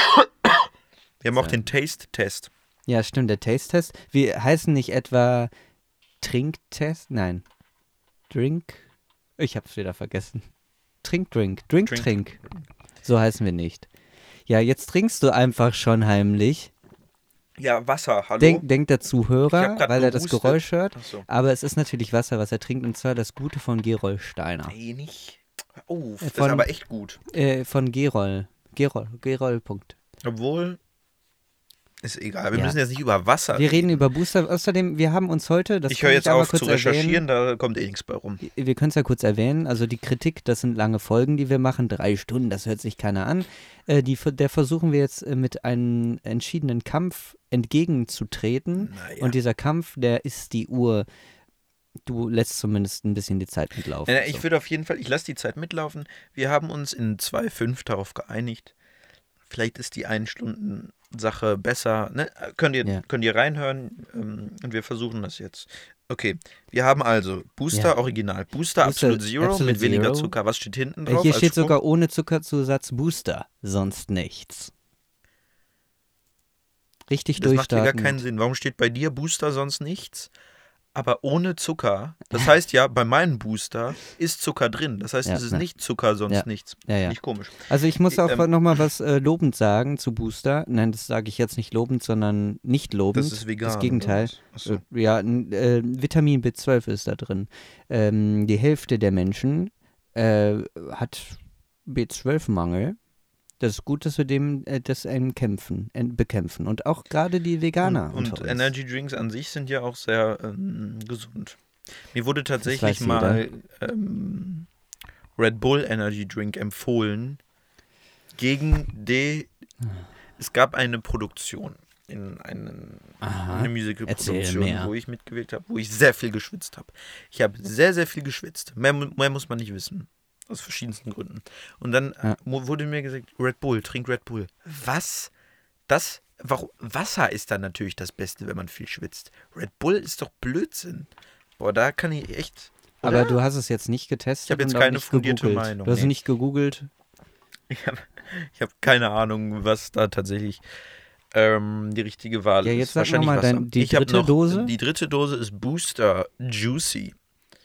Speaker 2: Wir haben auch
Speaker 1: Ja.
Speaker 2: den Taste-Test.
Speaker 1: Ja, stimmt, der Taste-Test. Wir heißen nicht etwa Trinktest? Nein. Drink? Ich hab's wieder vergessen. Trink, Drink. Drink,
Speaker 2: Drink.
Speaker 1: Trink. So heißen wir nicht. Ja, jetzt trinkst du einfach schon heimlich.
Speaker 2: Ja, Wasser, hallo.
Speaker 1: Denk, denkt der Zuhörer,
Speaker 2: hab grad
Speaker 1: weil er das
Speaker 2: gehustet.
Speaker 1: Geräusch hört.
Speaker 2: Achso.
Speaker 1: Aber es ist natürlich Wasser, was er trinkt, und zwar das Gute von Gerol Steiner.
Speaker 2: Nee, nicht. Oh, das
Speaker 1: Von-
Speaker 2: ist aber echt gut.
Speaker 1: Äh, von Gerol. Gerol, Gerol. Punkt.
Speaker 2: Obwohl, ist egal. Wir
Speaker 1: Ja.
Speaker 2: müssen jetzt nicht über Wasser
Speaker 1: Wir reden über Booster. Außerdem, wir haben uns heute, das
Speaker 2: Ich
Speaker 1: kann
Speaker 2: höre jetzt
Speaker 1: einmal
Speaker 2: auf
Speaker 1: kurz
Speaker 2: zu
Speaker 1: erwähnen,
Speaker 2: recherchieren, da kommt eh nichts bei rum.
Speaker 1: wir können es ja kurz erwähnen, also die Kritik, das sind lange Folgen, die wir machen, drei Stunden, das hört sich keiner an. Äh, die, der versuchen wir jetzt äh, mit einem entschiedenen Kampf entgegenzutreten.
Speaker 2: Naja.
Speaker 1: Und dieser Kampf, der ist die Uhr. Du lässt zumindest ein bisschen die Zeit mitlaufen.
Speaker 2: Naja, Äh, ich
Speaker 1: so.
Speaker 2: würde auf jeden Fall, ich lasse die Zeit mitlaufen. Wir haben uns in 2,5 darauf geeinigt. Vielleicht ist die 1-Stunden-Sache besser. Ne? Könnt, ihr,
Speaker 1: Ja.
Speaker 2: könnt ihr reinhören ähm, und wir versuchen das jetzt. Okay, wir haben also Booster
Speaker 1: Ja.
Speaker 2: Original,
Speaker 1: Booster
Speaker 2: Booster, Absolute Zero
Speaker 1: Absolute
Speaker 2: mit weniger
Speaker 1: Zero.
Speaker 2: Zucker. Was steht hinten
Speaker 1: Äh,
Speaker 2: drauf?
Speaker 1: Hier
Speaker 2: als
Speaker 1: steht
Speaker 2: Spruch?
Speaker 1: sogar ohne Zuckerzusatz Booster, sonst nichts. Richtig
Speaker 2: Das macht hier gar
Speaker 1: durchstarten.
Speaker 2: keinen Sinn. Warum steht bei dir Booster sonst nichts? Aber ohne Zucker. Das heißt ja, bei meinem Booster ist Zucker drin. Das heißt,
Speaker 1: Ja,
Speaker 2: es ist
Speaker 1: ne.
Speaker 2: nicht Zucker, sonst
Speaker 1: Ja.
Speaker 2: nichts.
Speaker 1: Ja, ja.
Speaker 2: Nicht komisch.
Speaker 1: Also ich muss auch
Speaker 2: Ähm,
Speaker 1: nochmal was äh, lobend sagen zu Booster. Nein, das sage ich jetzt nicht lobend, sondern nicht lobend.
Speaker 2: Das ist vegan.
Speaker 1: Das Gegenteil.
Speaker 2: oder was? Ach so.
Speaker 1: Äh, Ja, n- äh, Vitamin B12 ist da drin. Ähm, die Hälfte der Menschen äh, hat B12-Mangel. Das ist gut, dass wir dem äh, das ähm, kämpfen, en- bekämpfen. Und auch gerade die Veganer.
Speaker 2: Und,
Speaker 1: unter
Speaker 2: und
Speaker 1: uns.
Speaker 2: Energy Drinks an sich sind ja auch sehr ähm, gesund. Mir wurde tatsächlich
Speaker 1: weiß
Speaker 2: mal ähm, Red Bull Energy Drink
Speaker 1: Ah.
Speaker 2: empfohlen gegen D. Es gab eine Produktion in einen,
Speaker 1: Aha.
Speaker 2: eine
Speaker 1: Erzähl
Speaker 2: Musicalproduktion,
Speaker 1: mehr.
Speaker 2: wo ich mitgewirkt habe, wo ich sehr viel geschwitzt habe. Ich habe sehr, sehr viel geschwitzt. Mehr, mu- mehr muss man nicht wissen. Aus verschiedensten Gründen. Und dann äh,
Speaker 1: Ja.
Speaker 2: mu- wurde mir gesagt, Red Bull, trink Red Bull. Was? Das, warum? Wasser ist dann natürlich das Beste, wenn man viel schwitzt. Red Bull ist doch Blödsinn. Boah, da kann ich echt.
Speaker 1: Aber du hast es jetzt nicht getestet.
Speaker 2: Ich hab jetzt
Speaker 1: und auch
Speaker 2: keine
Speaker 1: nicht
Speaker 2: fundierte
Speaker 1: gegoogelt.
Speaker 2: Meinung,
Speaker 1: Du hast
Speaker 2: nee.
Speaker 1: nicht gegoogelt.
Speaker 2: Ich habe ich hab keine Ahnung, was da tatsächlich ähm, die richtige Wahl
Speaker 1: Ja,
Speaker 2: ist.
Speaker 1: jetzt sag noch mal
Speaker 2: Wasser.
Speaker 1: dein- die
Speaker 2: Ich hab
Speaker 1: dritte
Speaker 2: noch,
Speaker 1: Dose?
Speaker 2: Die dritte Dose ist Booster Juicy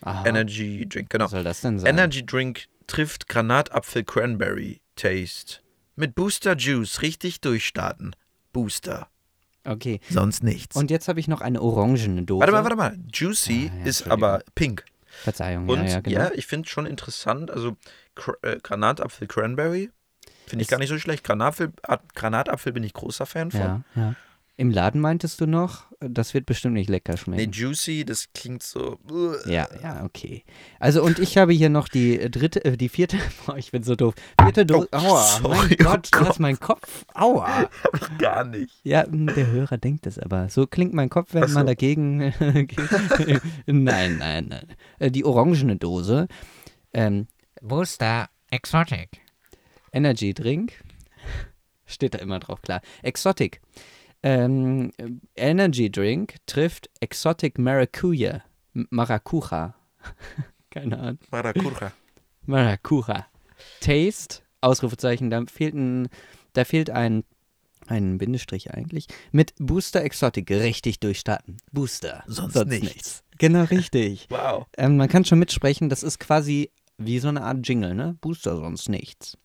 Speaker 1: Aha, Also
Speaker 2: Energy Drink, genau.
Speaker 1: was soll das denn sein?
Speaker 2: Energy Drink trifft Granatapfel Cranberry Taste. Mit Booster Juice richtig durchstarten. Booster,
Speaker 1: okay.
Speaker 2: sonst nichts.
Speaker 1: Und jetzt habe ich noch eine orangene Dose.
Speaker 2: warte mal, warte mal. Juicy
Speaker 1: Ah, ja,
Speaker 2: ist
Speaker 1: Entschuldigung.
Speaker 2: aber pink.
Speaker 1: Verzeihung.
Speaker 2: Und
Speaker 1: ja, ja,
Speaker 2: ja,
Speaker 1: genau.
Speaker 2: ich finde es schon interessant. Also Kr äh, Granatapfel Cranberry finde ich
Speaker 1: Ist-
Speaker 2: gar nicht so schlecht. Granatapfel, Granatapfel bin ich großer Fan von.
Speaker 1: ja, ja. Im Laden meintest du noch, das wird bestimmt nicht lecker
Speaker 2: Nee,
Speaker 1: schmecken.
Speaker 2: Juicy, das klingt so.
Speaker 1: ja, ja, okay. Also und ich habe hier noch die dritte, äh, die vierte, <laughs> boah, ich bin so doof. Vierte Dose.
Speaker 2: Oh,
Speaker 1: aua,
Speaker 2: sorry,
Speaker 1: mein
Speaker 2: oh
Speaker 1: Gott, du hast
Speaker 2: Gott.
Speaker 1: mein Kopf. Aua.
Speaker 2: Gar nicht.
Speaker 1: Ja, mh, der Hörer denkt es aber. So klingt mein Kopf, wenn
Speaker 2: Ach so.
Speaker 1: man dagegen. <laughs> geht. nein, nein, nein. Äh, Die orangene Dose. Ähm,
Speaker 3: Booster Exotic.
Speaker 1: Energy Drink. Steht da immer drauf, klar. Exotic. Ähm, äh, Energy Drink trifft Exotic Maracuja. M- Maracuja. <laughs> Keine Ahnung.
Speaker 2: Maracuja.
Speaker 1: Maracuja. Taste, Ausrufezeichen, da fehlt ein, da fehlt ein, ein Bindestrich eigentlich. Mit Booster Exotic richtig durchstarten. Booster.
Speaker 2: Sonst nichts.
Speaker 1: Genau,
Speaker 2: <laughs>
Speaker 1: richtig.
Speaker 2: Wow.
Speaker 1: ähm, man kann schon mitsprechen, das ist quasi wie so eine Art Jingle, ne? Booster sonst nichts.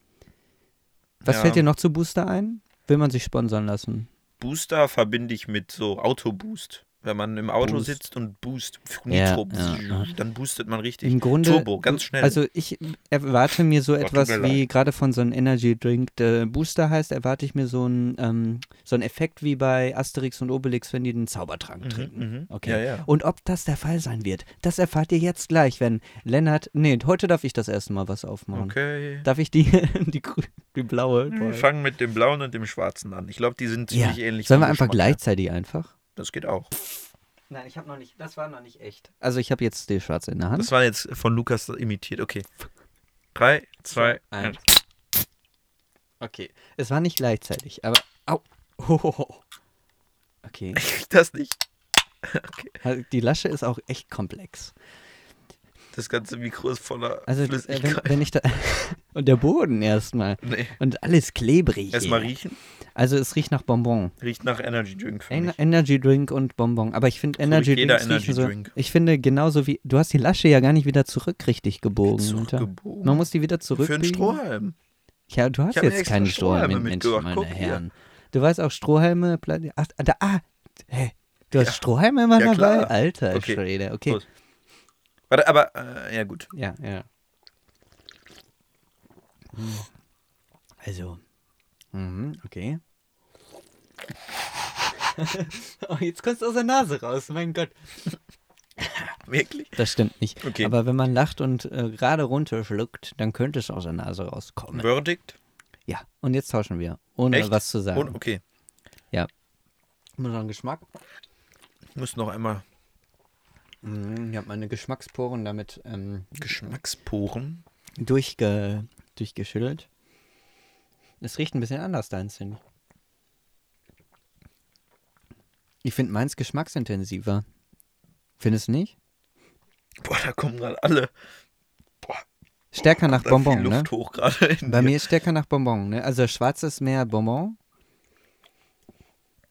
Speaker 1: Was
Speaker 2: Ja.
Speaker 1: fällt dir noch zu Booster ein? Will man sich sponsern lassen?
Speaker 2: Booster verbinde ich mit so Autoboost. Wenn man im Auto
Speaker 1: Boost.
Speaker 2: sitzt und boost, pf,
Speaker 1: Ja,
Speaker 2: Nitro,
Speaker 1: ja, ja.
Speaker 2: dann boostet man richtig.
Speaker 1: Im Grunde.
Speaker 2: Turbo, ganz schnell. Oh,
Speaker 1: Also ich erwarte mir so
Speaker 2: tut
Speaker 1: etwas
Speaker 2: mir
Speaker 1: wie gerade von so einem Energy Drink, der Booster heißt, erwarte ich mir so einen, ähm, so einen Effekt wie bei Asterix und Obelix, wenn die den Zaubertrank trinken.
Speaker 2: mhm.
Speaker 1: Okay.
Speaker 2: Ja, ja.
Speaker 1: Und ob das der Fall sein wird, das erfahrt ihr jetzt gleich, wenn Lennart. Nee, heute darf ich das erste Mal was aufmachen.
Speaker 2: Okay.
Speaker 1: Darf ich die, <laughs> die, grü- die blaue?
Speaker 2: Wir fangen mit dem blauen und dem schwarzen an. Ich glaube, die sind
Speaker 1: Ja.
Speaker 2: ziemlich ähnlich.
Speaker 1: Sollen wir
Speaker 2: vom
Speaker 1: einfach
Speaker 2: Geschmack her.
Speaker 1: gleichzeitig einfach?
Speaker 2: Das geht auch.
Speaker 1: Nein, ich habe noch nicht. Das war noch nicht echt. Also ich habe jetzt die schwarze in der Hand.
Speaker 2: Das war jetzt von Lukas imitiert. Okay. Drei, zwei, eins. <laughs>
Speaker 1: Okay. Es war nicht gleichzeitig, aber. Au! Hohoho.
Speaker 2: <laughs>
Speaker 1: Okay.
Speaker 2: Das nicht.
Speaker 1: Also Die Lasche ist auch echt komplex.
Speaker 2: Das ganze Mikro ist voller
Speaker 1: Also, äh, wenn,
Speaker 2: Flüssigkeit.
Speaker 1: wenn ich da. <laughs> Und der Boden erstmal.
Speaker 2: <laughs> nee.
Speaker 1: Und alles klebrig.
Speaker 2: Erstmal
Speaker 1: hier.
Speaker 2: riechen.
Speaker 1: Also, es riecht nach Bonbon.
Speaker 2: Riecht nach Energy Drink für
Speaker 1: En
Speaker 2: mich.
Speaker 1: Energy Drink und Bonbon. Aber ich finde Energy
Speaker 2: jeder
Speaker 1: Drinks riechen
Speaker 2: Energy
Speaker 1: so.
Speaker 2: Drink.
Speaker 1: Ich finde genauso wie. Du hast die Lasche ja gar nicht wieder zurück richtig gebogen. Alter.
Speaker 2: Zurückgebogen.
Speaker 1: Man muss die wieder
Speaker 2: Für
Speaker 1: zurückbiegen.
Speaker 2: einen Strohhalm.
Speaker 1: Ja, du hast
Speaker 2: hab mir
Speaker 1: jetzt
Speaker 2: extra
Speaker 1: keinen
Speaker 2: Strohhalme
Speaker 1: Strohhalm mit Menschen,
Speaker 2: mitgebracht.
Speaker 1: meine
Speaker 2: Guck hier.
Speaker 1: Herren. Du weißt auch Strohhalme, Pla- ach, da, ah, hä, du hast Strohhalme immer
Speaker 2: Ja,
Speaker 1: dabei?
Speaker 2: klar.
Speaker 1: Alter
Speaker 2: Okay.
Speaker 1: Schwede, okay.
Speaker 2: Prost. Warte, aber, äh, ja gut.
Speaker 1: Ja, ja. Hm. Also, mhm, okay. <laughs> oh, jetzt kommst du aus der Nase raus, mein Gott.
Speaker 2: Wirklich?
Speaker 1: Das stimmt nicht.
Speaker 2: Okay.
Speaker 1: Aber wenn man lacht und äh, gerade runterschluckt, dann könnte es aus der Nase rauskommen.
Speaker 2: Verdict?
Speaker 1: Ja, und jetzt tauschen wir, ohne
Speaker 2: Echt?
Speaker 1: was zu sagen.
Speaker 2: Und, okay.
Speaker 1: Immer noch einen Geschmack.
Speaker 2: Ich muss noch einmal
Speaker 1: Mm, Ich habe meine Geschmacksporen damit ähm,
Speaker 2: Geschmacksporen.
Speaker 1: durchge durchgeschüttelt. Es riecht ein bisschen anders, deins, finde ich. Ich finde meins geschmacksintensiver. Findest du nicht?
Speaker 2: Boah, da kommen gerade alle.
Speaker 1: Stärker nach
Speaker 2: Oh, da
Speaker 1: Bonbon,
Speaker 2: viel
Speaker 1: ne?
Speaker 2: Luft hoch gerade. in
Speaker 1: Bei
Speaker 2: dir.
Speaker 1: mir ist stärker nach Bonbon, ne? Also schwarz ist mehr Bonbon.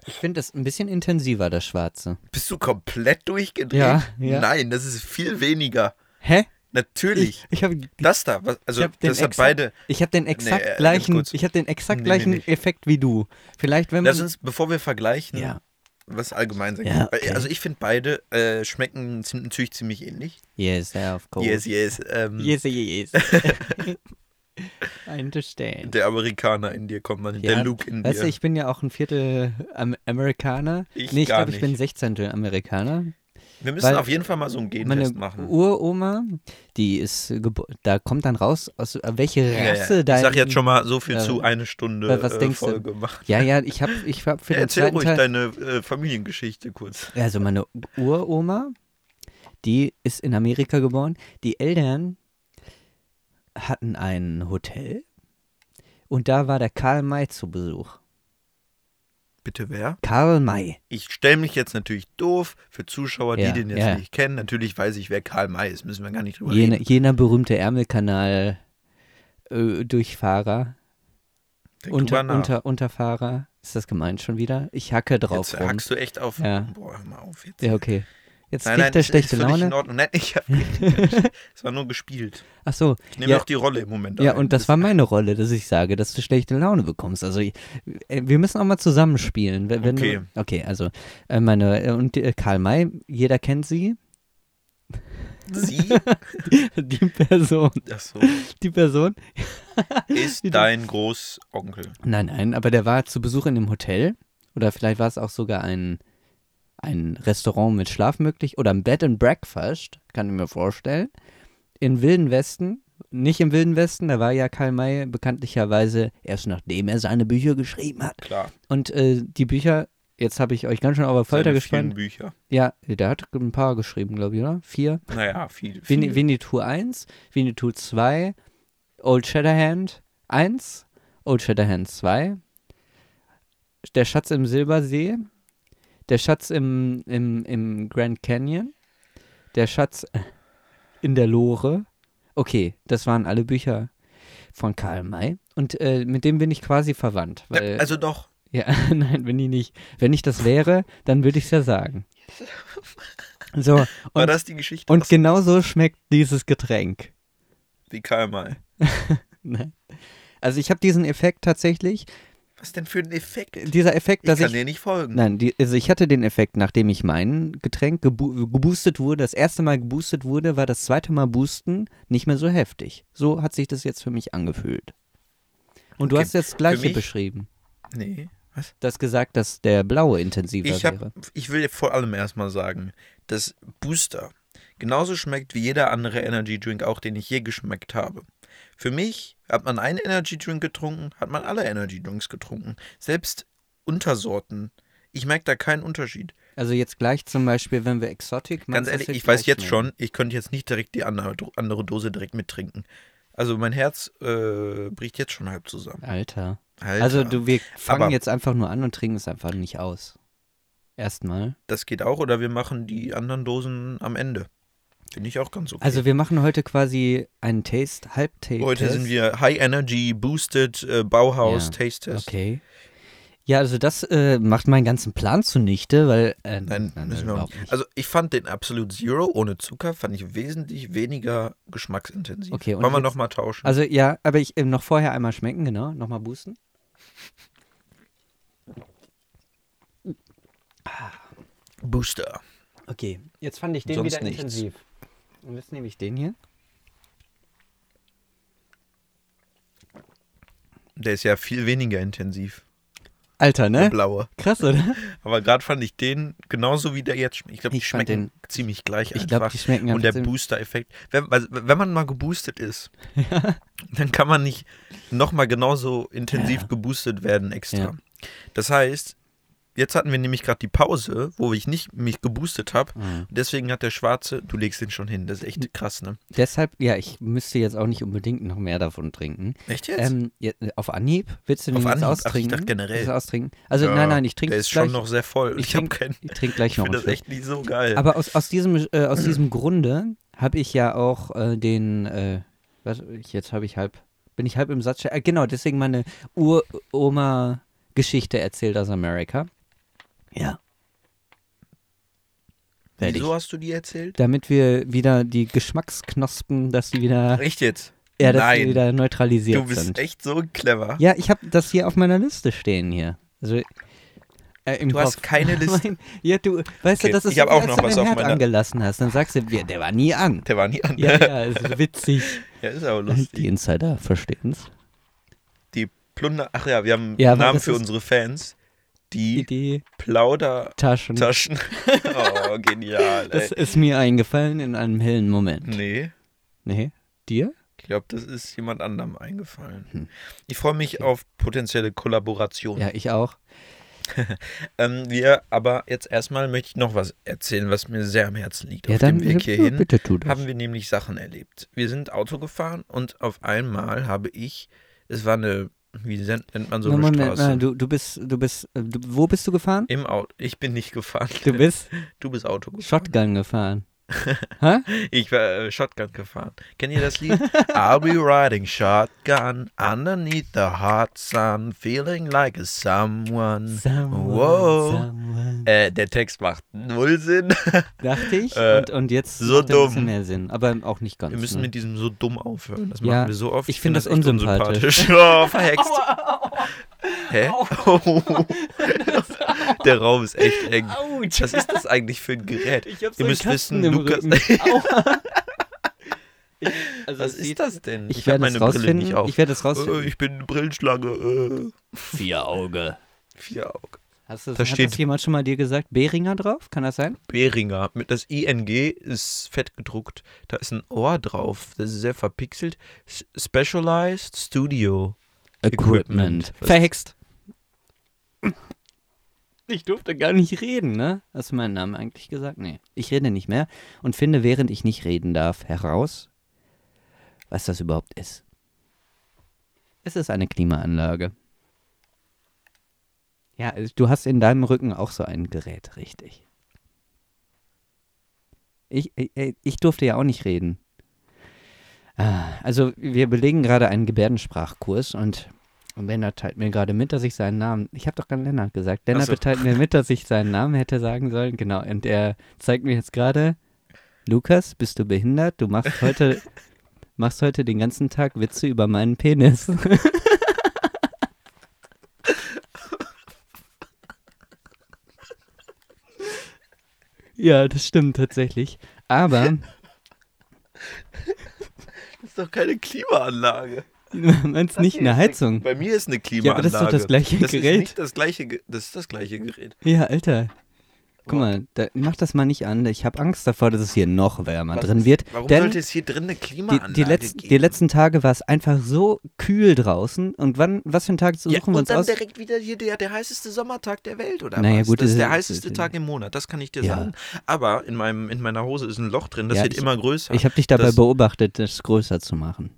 Speaker 1: Ich finde das ein bisschen intensiver, das Schwarze.
Speaker 2: Bist du komplett durchgedreht?
Speaker 1: Ja, ja.
Speaker 2: Nein, das ist viel weniger.
Speaker 1: Hä?
Speaker 2: Natürlich.
Speaker 1: Ich, ich habe
Speaker 2: das da, was, also
Speaker 1: Ich hab den
Speaker 2: das hat
Speaker 1: exakt- Hm.
Speaker 2: beide.
Speaker 1: ich hab den exakt
Speaker 2: äh, ganz
Speaker 1: gleichen,
Speaker 2: kurz.
Speaker 1: ich hab den exakt
Speaker 2: Nee, nee,
Speaker 1: gleichen
Speaker 2: nicht.
Speaker 1: Effekt wie du. Vielleicht wenn man
Speaker 2: Lass uns, bevor wir vergleichen,
Speaker 1: Ja.
Speaker 2: was allgemein sein
Speaker 1: Ja,
Speaker 2: kann. Weil-
Speaker 1: okay.
Speaker 2: Also ich finde beide äh, schmecken ziem- natürlich ziemlich ähnlich.
Speaker 1: Yes, yeah, of course.
Speaker 2: Yes, yes. Ähm,
Speaker 1: Yes, yes.
Speaker 2: <laughs>
Speaker 1: Understand.
Speaker 2: Der Amerikaner in dir kommt man,
Speaker 1: Ja,
Speaker 2: der Luke in
Speaker 1: Weißt
Speaker 2: dir.
Speaker 1: du, ich bin ja auch ein Viertel Am Amerikaner.
Speaker 2: Ich
Speaker 1: nee, ich
Speaker 2: gar
Speaker 1: glaube, ich bin
Speaker 2: nicht.
Speaker 1: Sechzehntel Amerikaner.
Speaker 2: Wir müssen
Speaker 1: Weil
Speaker 2: auf jeden Fall mal so einen
Speaker 1: Meine
Speaker 2: Gentest machen.
Speaker 1: Uroma, die ist, gebo- da kommt dann raus, aus welche
Speaker 2: Ja,
Speaker 1: Rasse
Speaker 2: ja. Ich
Speaker 1: dein...
Speaker 2: sag jetzt schon mal so viel
Speaker 1: Ja.
Speaker 2: zu eine Stunde
Speaker 1: äh, Wa- was
Speaker 2: äh,
Speaker 1: denkst du?
Speaker 2: Folge machen.
Speaker 1: Ja, ja, ich habe ich hab für
Speaker 2: Ja,
Speaker 1: den
Speaker 2: erzähl
Speaker 1: zweiten
Speaker 2: ruhig
Speaker 1: Teil...
Speaker 2: deine äh, Familiengeschichte kurz.
Speaker 1: Also meine Uroma, die ist in Amerika geboren. Die Eltern hatten ein Hotel und da war der Karl May zu Besuch.
Speaker 2: Bitte wer?
Speaker 1: Karl May.
Speaker 2: Ich stelle mich jetzt natürlich doof für Zuschauer,
Speaker 1: Ja,
Speaker 2: die den jetzt
Speaker 1: ja.
Speaker 2: nicht kennen. Natürlich weiß ich, wer Karl May ist. Müssen wir gar nicht drüber
Speaker 1: Jene,
Speaker 2: reden.
Speaker 1: jener berühmte Ärmelkanal äh, Durchfahrer,
Speaker 2: Denk drüber
Speaker 1: unter,
Speaker 2: nach.
Speaker 1: unter, Unterfahrer. Ist das gemeint schon wieder? Ich hacke drauf
Speaker 2: jetzt
Speaker 1: rum.
Speaker 2: hackst du echt auf.
Speaker 1: Ja.
Speaker 2: Boah, hör mal auf jetzt.
Speaker 1: Ja, okay. Jetzt
Speaker 2: Nein,
Speaker 1: kriegt
Speaker 2: nein,
Speaker 1: er
Speaker 2: ist-
Speaker 1: schlechte
Speaker 2: ist völlig In
Speaker 1: Laune.
Speaker 2: Ordnung. Nein,
Speaker 1: <laughs>
Speaker 2: ich habe Es war nur gespielt.
Speaker 1: Ach so.
Speaker 2: Ich nehme
Speaker 1: ja,
Speaker 2: auch die Rolle im Moment.
Speaker 1: Ja,
Speaker 2: ein.
Speaker 1: und das war meine Rolle, dass ich sage, dass du schlechte Laune bekommst. Also äh, wir müssen auch mal zusammenspielen. Wenn, wenn
Speaker 2: Okay.
Speaker 1: Du, okay, also äh, meine äh, und äh, Karl May, jeder kennt sie,
Speaker 2: Sie,
Speaker 1: <laughs> die Person, <laughs>
Speaker 2: ach so,
Speaker 1: die Person.
Speaker 2: ist dein Großonkel.
Speaker 1: Nein, nein, aber der war zu Besuch in dem Hotel oder vielleicht war es auch sogar ein ein Restaurant mit Schlaf möglich oder ein Bed and Breakfast, kann ich mir vorstellen. Im Wilden Westen, nicht im Wilden Westen, da war ja Karl May bekanntlicherweise erst nachdem er seine Bücher geschrieben hat.
Speaker 2: Klar.
Speaker 1: Und äh, die Bücher, jetzt habe ich euch ganz schön auf der Folter
Speaker 2: seine
Speaker 1: gespannt.
Speaker 2: vielen Bücher.
Speaker 1: Ja, der hat ein paar geschrieben, glaube ich, oder? Vier.
Speaker 2: Naja, viel.
Speaker 1: Vin
Speaker 2: viel.
Speaker 1: Winnetou 1, Winnetou 2, Old Shatterhand 1, Old Shatterhand 2, Der Schatz im Silbersee, Der Schatz im, im, im Grand Canyon, Der Schatz <laughs> in der Lore. Okay, das waren alle Bücher von Karl May. Und äh, mit dem bin ich quasi verwandt.
Speaker 2: Ja,
Speaker 1: Weil,
Speaker 2: also doch.
Speaker 1: ja, <laughs> nein, bin ich nicht. Wenn ich das wäre, dann würde ich es ja
Speaker 2: <laughs>
Speaker 1: sagen. So,
Speaker 2: War
Speaker 1: und,
Speaker 2: das die Geschichte?
Speaker 1: und
Speaker 2: Ach,
Speaker 1: genau so schmeckt dieses Getränk.
Speaker 2: wie Karl May.
Speaker 1: Ne? Also ich habe diesen Effekt tatsächlich,
Speaker 2: Was denn für ein Effekt? Ich
Speaker 1: dieser Effekt, dass
Speaker 2: kann
Speaker 1: ich...
Speaker 2: dir nicht folgen.
Speaker 1: Nein, die, also ich hatte den Effekt, nachdem ich mein Getränk gebu geboostet wurde, das erste Mal geboostet wurde, war das zweite Mal boosten nicht mehr so heftig. So hat sich das jetzt für mich angefühlt. Und du
Speaker 2: Okay,
Speaker 1: hast jetzt das Gleiche
Speaker 2: mich-
Speaker 1: beschrieben.
Speaker 2: Nee. Was?
Speaker 1: Du hast gesagt, dass der blaue intensiver
Speaker 2: Ich,
Speaker 1: wäre.
Speaker 2: hab, ich will vor allem erstmal sagen, dass Booster genauso schmeckt wie jeder andere Energy Drink, auch den ich je geschmeckt habe. Für mich hat man einen Energy Drink getrunken, hat man alle Energy Drinks getrunken. Selbst Untersorten. Ich merke da keinen Unterschied.
Speaker 1: Also jetzt gleich zum Beispiel, wenn wir Exotic machen.
Speaker 2: Ganz ehrlich, ich weiß jetzt schon, ich könnte jetzt nicht direkt die andere andere Dose direkt mittrinken. Also mein Herz äh, bricht jetzt schon halb zusammen.
Speaker 1: Alter.
Speaker 2: Alter,
Speaker 1: Also du, wir fangen
Speaker 2: Aber-
Speaker 1: jetzt einfach nur an und trinken es einfach nicht aus. Erstmal.
Speaker 2: das geht auch, oder wir machen die anderen Dosen am Ende. Finde ich auch ganz okay.
Speaker 1: Also wir machen heute quasi einen Taste, Halbtaste.
Speaker 2: Heute sind wir High Energy, Boosted, äh, Bauhaus,
Speaker 1: Ja,
Speaker 2: Taste Test.
Speaker 1: Okay. Ja, also das äh, macht meinen ganzen Plan zunichte, weil äh,
Speaker 2: Nein, müssen wir
Speaker 1: überhaupt
Speaker 2: nicht. Also ich fand den Absolute Zero ohne Zucker, fand ich wesentlich weniger geschmacksintensiv.
Speaker 1: Okay, und
Speaker 2: Wollen wir
Speaker 1: jetzt-
Speaker 2: nochmal tauschen?
Speaker 1: Also ja, aber ich ähm, noch vorher einmal schmecken, genau, nochmal boosten.
Speaker 2: Booster.
Speaker 1: Okay, jetzt fand ich den
Speaker 2: Sonst
Speaker 1: wieder
Speaker 2: nichts.
Speaker 1: intensiv. Und jetzt nehme ich den hier.
Speaker 2: Der ist ja viel weniger intensiv,
Speaker 1: Alter,
Speaker 2: der
Speaker 1: ne?
Speaker 2: blaue.
Speaker 1: Krass, oder? <laughs>
Speaker 2: Aber gerade fand ich den genauso wie der jetzt schmeckt. Ich glaube, die
Speaker 1: Ich fand
Speaker 2: schmecken ziemlich gleich
Speaker 1: Ich
Speaker 2: einfach.
Speaker 1: glaube, die schmecken
Speaker 2: und der
Speaker 1: ziemlich-
Speaker 2: Booster-Effekt. Wenn, also, wenn man mal geboostet ist, <laughs> dann kann man nicht nochmal genauso intensiv geboostet werden extra.
Speaker 1: Ja.
Speaker 2: Das heißt, jetzt hatten wir nämlich gerade die Pause, wo ich nicht mich geboostet habe.
Speaker 1: Mhm.
Speaker 2: Deswegen hat der Schwarze, du legst den schon hin. Das ist echt krass, ne?
Speaker 1: Deshalb, ja, ich müsste jetzt auch nicht unbedingt noch mehr davon trinken.
Speaker 2: Echt jetzt?
Speaker 1: Ähm, ja, auf Anhieb? Willst du den
Speaker 2: Auf
Speaker 1: jetzt
Speaker 2: Anhieb? Ach, ich
Speaker 1: austrinken?
Speaker 2: dachte generell.
Speaker 1: Willst du austrinken? Also
Speaker 2: Ja,
Speaker 1: nein, nein, ich trinke
Speaker 2: Der ist
Speaker 1: gleich.
Speaker 2: schon noch sehr voll.
Speaker 1: ich
Speaker 2: Ich, hab
Speaker 1: trinke
Speaker 2: habe keinen.
Speaker 1: <laughs> ich trink gleich
Speaker 2: Ich
Speaker 1: noch
Speaker 2: finde das
Speaker 1: einen Schluck.
Speaker 2: echt nicht so geil.
Speaker 1: Aber aus, aus, diesem, äh,
Speaker 2: <clears throat>
Speaker 1: aus diesem Grunde habe ich ja auch äh, den, äh, was, ich- jetzt habe ich halb, bin ich halb im Satz, äh, genau, deswegen meine Uroma-Geschichte erzählt aus Amerika. Ja. Fertig.
Speaker 2: Wieso hast du die erzählt?
Speaker 1: Damit wir wieder die Geschmacksknospen, dass die wieder,
Speaker 2: Echt jetzt?
Speaker 1: ja, dass die
Speaker 2: Nein.
Speaker 1: wieder neutralisiert
Speaker 2: Du bist
Speaker 1: sind.
Speaker 2: echt so clever.
Speaker 1: Ja, ich habe das hier auf meiner Liste stehen hier. Also, äh, im
Speaker 2: Du hast
Speaker 1: Kopf. <laughs>
Speaker 2: keine Liste.
Speaker 1: Nein, ja, du, weißt
Speaker 2: Okay,
Speaker 1: du, das ist
Speaker 2: ich hab
Speaker 1: so, wie
Speaker 2: auch
Speaker 1: als
Speaker 2: noch
Speaker 1: du
Speaker 2: was
Speaker 1: deinen
Speaker 2: auf
Speaker 1: Herd
Speaker 2: meiner-
Speaker 1: angelassen hast, dann sagst du, wir- der war nie an.
Speaker 2: <laughs> Der war nie an.
Speaker 1: Ja, ja, es ist witzig.
Speaker 2: Ja, ist aber
Speaker 1: Die
Speaker 2: lustig.
Speaker 1: Insider verstehen's.
Speaker 2: Die Plunder. Ach ja, wir haben
Speaker 1: Ja,
Speaker 2: einen
Speaker 1: weil
Speaker 2: Namen
Speaker 1: das
Speaker 2: für
Speaker 1: ist-
Speaker 2: unsere Fans. die
Speaker 1: Die <laughs>
Speaker 2: Plaudertaschen.
Speaker 1: Taschen.
Speaker 2: Oh, genial.
Speaker 1: Das
Speaker 2: Ey. Hm.
Speaker 1: ist mir eingefallen in einem hellen Moment.
Speaker 2: Nee,
Speaker 1: Nee, dir?
Speaker 2: ich glaube, das ist jemand anderem eingefallen. Ich freue mich auf potenzielle Kollaborationen.
Speaker 1: Hm. Ja, ich auch.
Speaker 2: Ähm, wir aber jetzt erstmal möchte ich noch was erzählen, was mir sehr am Herzen liegt.
Speaker 1: Ja,
Speaker 2: auf
Speaker 1: dann
Speaker 2: dem Weg hierhin
Speaker 1: bitte tu das.
Speaker 2: haben wir nämlich Sachen erlebt. Wir sind Auto gefahren und auf einmal habe ich, es war eine, wie nennt nennt man so eine
Speaker 1: Moment,
Speaker 2: Straße?
Speaker 1: mal, du, du bist, du bist, äh, du, wo bist du gefahren?
Speaker 2: Im Auto. Ich bin nicht gefahren.
Speaker 1: Du bist
Speaker 2: Du bist Auto gefahren.
Speaker 1: Shotgun gefahren. Hä?
Speaker 2: Ich war äh, Shotgun gefahren. Kennt ihr das Lied? I'll be riding shotgun underneath the hot sun, feeling like a someone.
Speaker 1: Someone,
Speaker 2: Wow.
Speaker 1: someone.
Speaker 2: Äh, der Text macht null Sinn. <laughs>
Speaker 1: Dachte ich.
Speaker 2: Äh,
Speaker 1: und, und jetzt
Speaker 2: so
Speaker 1: macht er ein bisschen
Speaker 2: dumm.
Speaker 1: mehr Sinn. Aber auch nicht ganz.
Speaker 2: Wir müssen
Speaker 1: ne?
Speaker 2: mit diesem so dumm aufhören. Das
Speaker 1: Ja,
Speaker 2: machen wir so oft.
Speaker 1: ich find das
Speaker 2: echt
Speaker 1: unsympathisch.
Speaker 2: unsympathisch. <laughs> Oh, verhext. Hä? <laughs> Der Raum ist echt eng.
Speaker 1: Autsch.
Speaker 2: Was ist das eigentlich für ein Gerät?
Speaker 1: Ich hab so
Speaker 2: Ihr
Speaker 1: einen
Speaker 2: müsst
Speaker 1: Kasten im
Speaker 2: wissen, Lukas. <laughs>
Speaker 1: Rücken. Aua. Ich- also
Speaker 2: Was
Speaker 1: es
Speaker 2: ist
Speaker 1: sieht-
Speaker 2: das denn?
Speaker 1: Ich,
Speaker 2: hab
Speaker 1: werde es rausfinden. Ich werde es
Speaker 2: Äh,
Speaker 1: rausfinden.
Speaker 2: ich bin eine Brillenschlange. Äh.
Speaker 1: Vier Auge.
Speaker 2: Vier Augen.
Speaker 1: Hast du,
Speaker 2: Da
Speaker 1: das hat
Speaker 2: steht-
Speaker 1: das jemand schon mal dir gesagt? Beringer drauf? Kann das sein?
Speaker 2: Beringer. Mit das ING ist fett gedruckt. Da ist ein Ohr drauf. Das ist sehr verpixelt. S Specialized Studio. Equipment.
Speaker 1: Verhext. Ich durfte gar nicht reden, ne? Hast du meinen Namen eigentlich gesagt? Nee. Ich rede nicht mehr und finde, während ich nicht reden darf, heraus, was das überhaupt ist. Es ist eine Klimaanlage. Ja, also du hast in deinem Rücken auch so ein Gerät, richtig. Ich, ich, ich durfte ja auch nicht reden. Ah, Also, wir belegen gerade einen Gebärdensprachkurs und und Lennart teilt mir gerade mit, dass ich seinen Namen. Ich habe doch gerade Lennart gesagt. Lennart
Speaker 2: Ach so.
Speaker 1: teilt mir mit, dass ich seinen Namen hätte sagen sollen. Genau. Und er zeigt mir jetzt gerade: Lukas, bist du behindert? Du machst
Speaker 2: <laughs>
Speaker 1: heute, machst heute den ganzen Tag Witze über meinen Penis. <laughs> ja, das stimmt tatsächlich. Aber
Speaker 2: Das ist doch keine Klimaanlage.
Speaker 1: <laughs> meinst nicht eine Heizung?
Speaker 2: Bei mir ist eine Klimaanlage.
Speaker 1: Ja, aber das ist doch das gleiche
Speaker 2: das
Speaker 1: Gerät.
Speaker 2: Ist nicht das, gleiche, Ge- das ist das gleiche Gerät.
Speaker 1: Ja, Alter. Guck
Speaker 2: Wow.
Speaker 1: mal, da, mach das mal nicht an. Ich habe Angst davor, dass es hier noch wärmer
Speaker 2: Was
Speaker 1: drin
Speaker 2: ist-
Speaker 1: wird.
Speaker 2: Warum
Speaker 1: denn
Speaker 2: sollte es hier drin eine
Speaker 1: die,
Speaker 2: Klimaanlage
Speaker 1: die, letzten,
Speaker 2: geben?
Speaker 1: die letzten Tage war es einfach so kühl draußen. Und wann, was für einen Tag suchen
Speaker 2: ja,
Speaker 1: wir
Speaker 2: und
Speaker 1: uns
Speaker 2: dann
Speaker 1: aus?
Speaker 2: direkt wieder hier der, der heißeste Sommertag der Welt, oder
Speaker 1: Naja,
Speaker 2: was?
Speaker 1: gut,
Speaker 2: das
Speaker 1: es
Speaker 2: ist der
Speaker 1: ist-
Speaker 2: heißeste
Speaker 1: es-
Speaker 2: Tag im Monat, das kann ich dir
Speaker 1: Ja.
Speaker 2: sagen. Aber in, meinem, in meiner Hose ist ein Loch drin, das
Speaker 1: Ja,
Speaker 2: wird
Speaker 1: ich-
Speaker 2: immer größer.
Speaker 1: Ich habe dich dabei
Speaker 2: Das-
Speaker 1: beobachtet, das größer zu machen.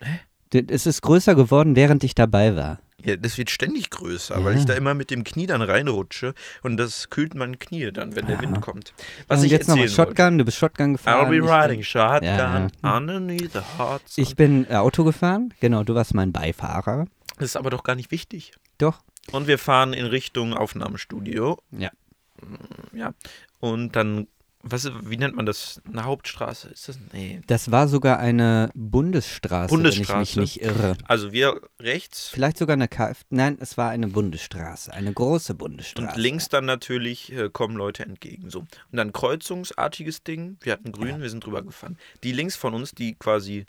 Speaker 1: Hä? Es ist größer geworden, während ich dabei war.
Speaker 2: ja, das wird ständig größer,
Speaker 1: Ja.
Speaker 2: weil ich da immer mit dem Knie dann reinrutsche und das kühlt mein Knie dann, wenn der Wind kommt. Was
Speaker 1: und
Speaker 2: ich
Speaker 1: jetzt nochmal
Speaker 2: erzählen wollte.
Speaker 1: Shotgun, du bist Shotgun gefahren.
Speaker 2: I'll be
Speaker 1: ich bin-
Speaker 2: riding shotgun
Speaker 1: Ja. Mhm.
Speaker 2: underneath the hot sun.
Speaker 1: Ich bin äh, Auto gefahren, genau, du warst mein Beifahrer.
Speaker 2: das ist aber doch gar nicht wichtig.
Speaker 1: Doch.
Speaker 2: Und wir fahren in Richtung Aufnahmestudio.
Speaker 1: Ja.
Speaker 2: Ja. Und dann, was, wie nennt man das? Eine Hauptstraße? Ist das? Nee.
Speaker 1: Das war sogar eine Bundesstraße, wenn ich
Speaker 2: Bundesstraße.
Speaker 1: mich nicht irre.
Speaker 2: Also wir rechts
Speaker 1: Vielleicht sogar eine Kf. Nein, es war eine Bundesstraße, eine große Bundesstraße.
Speaker 2: und links dann natürlich äh, kommen Leute entgegen. So. Und dann kreuzungsartiges Ding. Wir hatten grün, wir sind drüber gefahren. Die links von uns, die quasi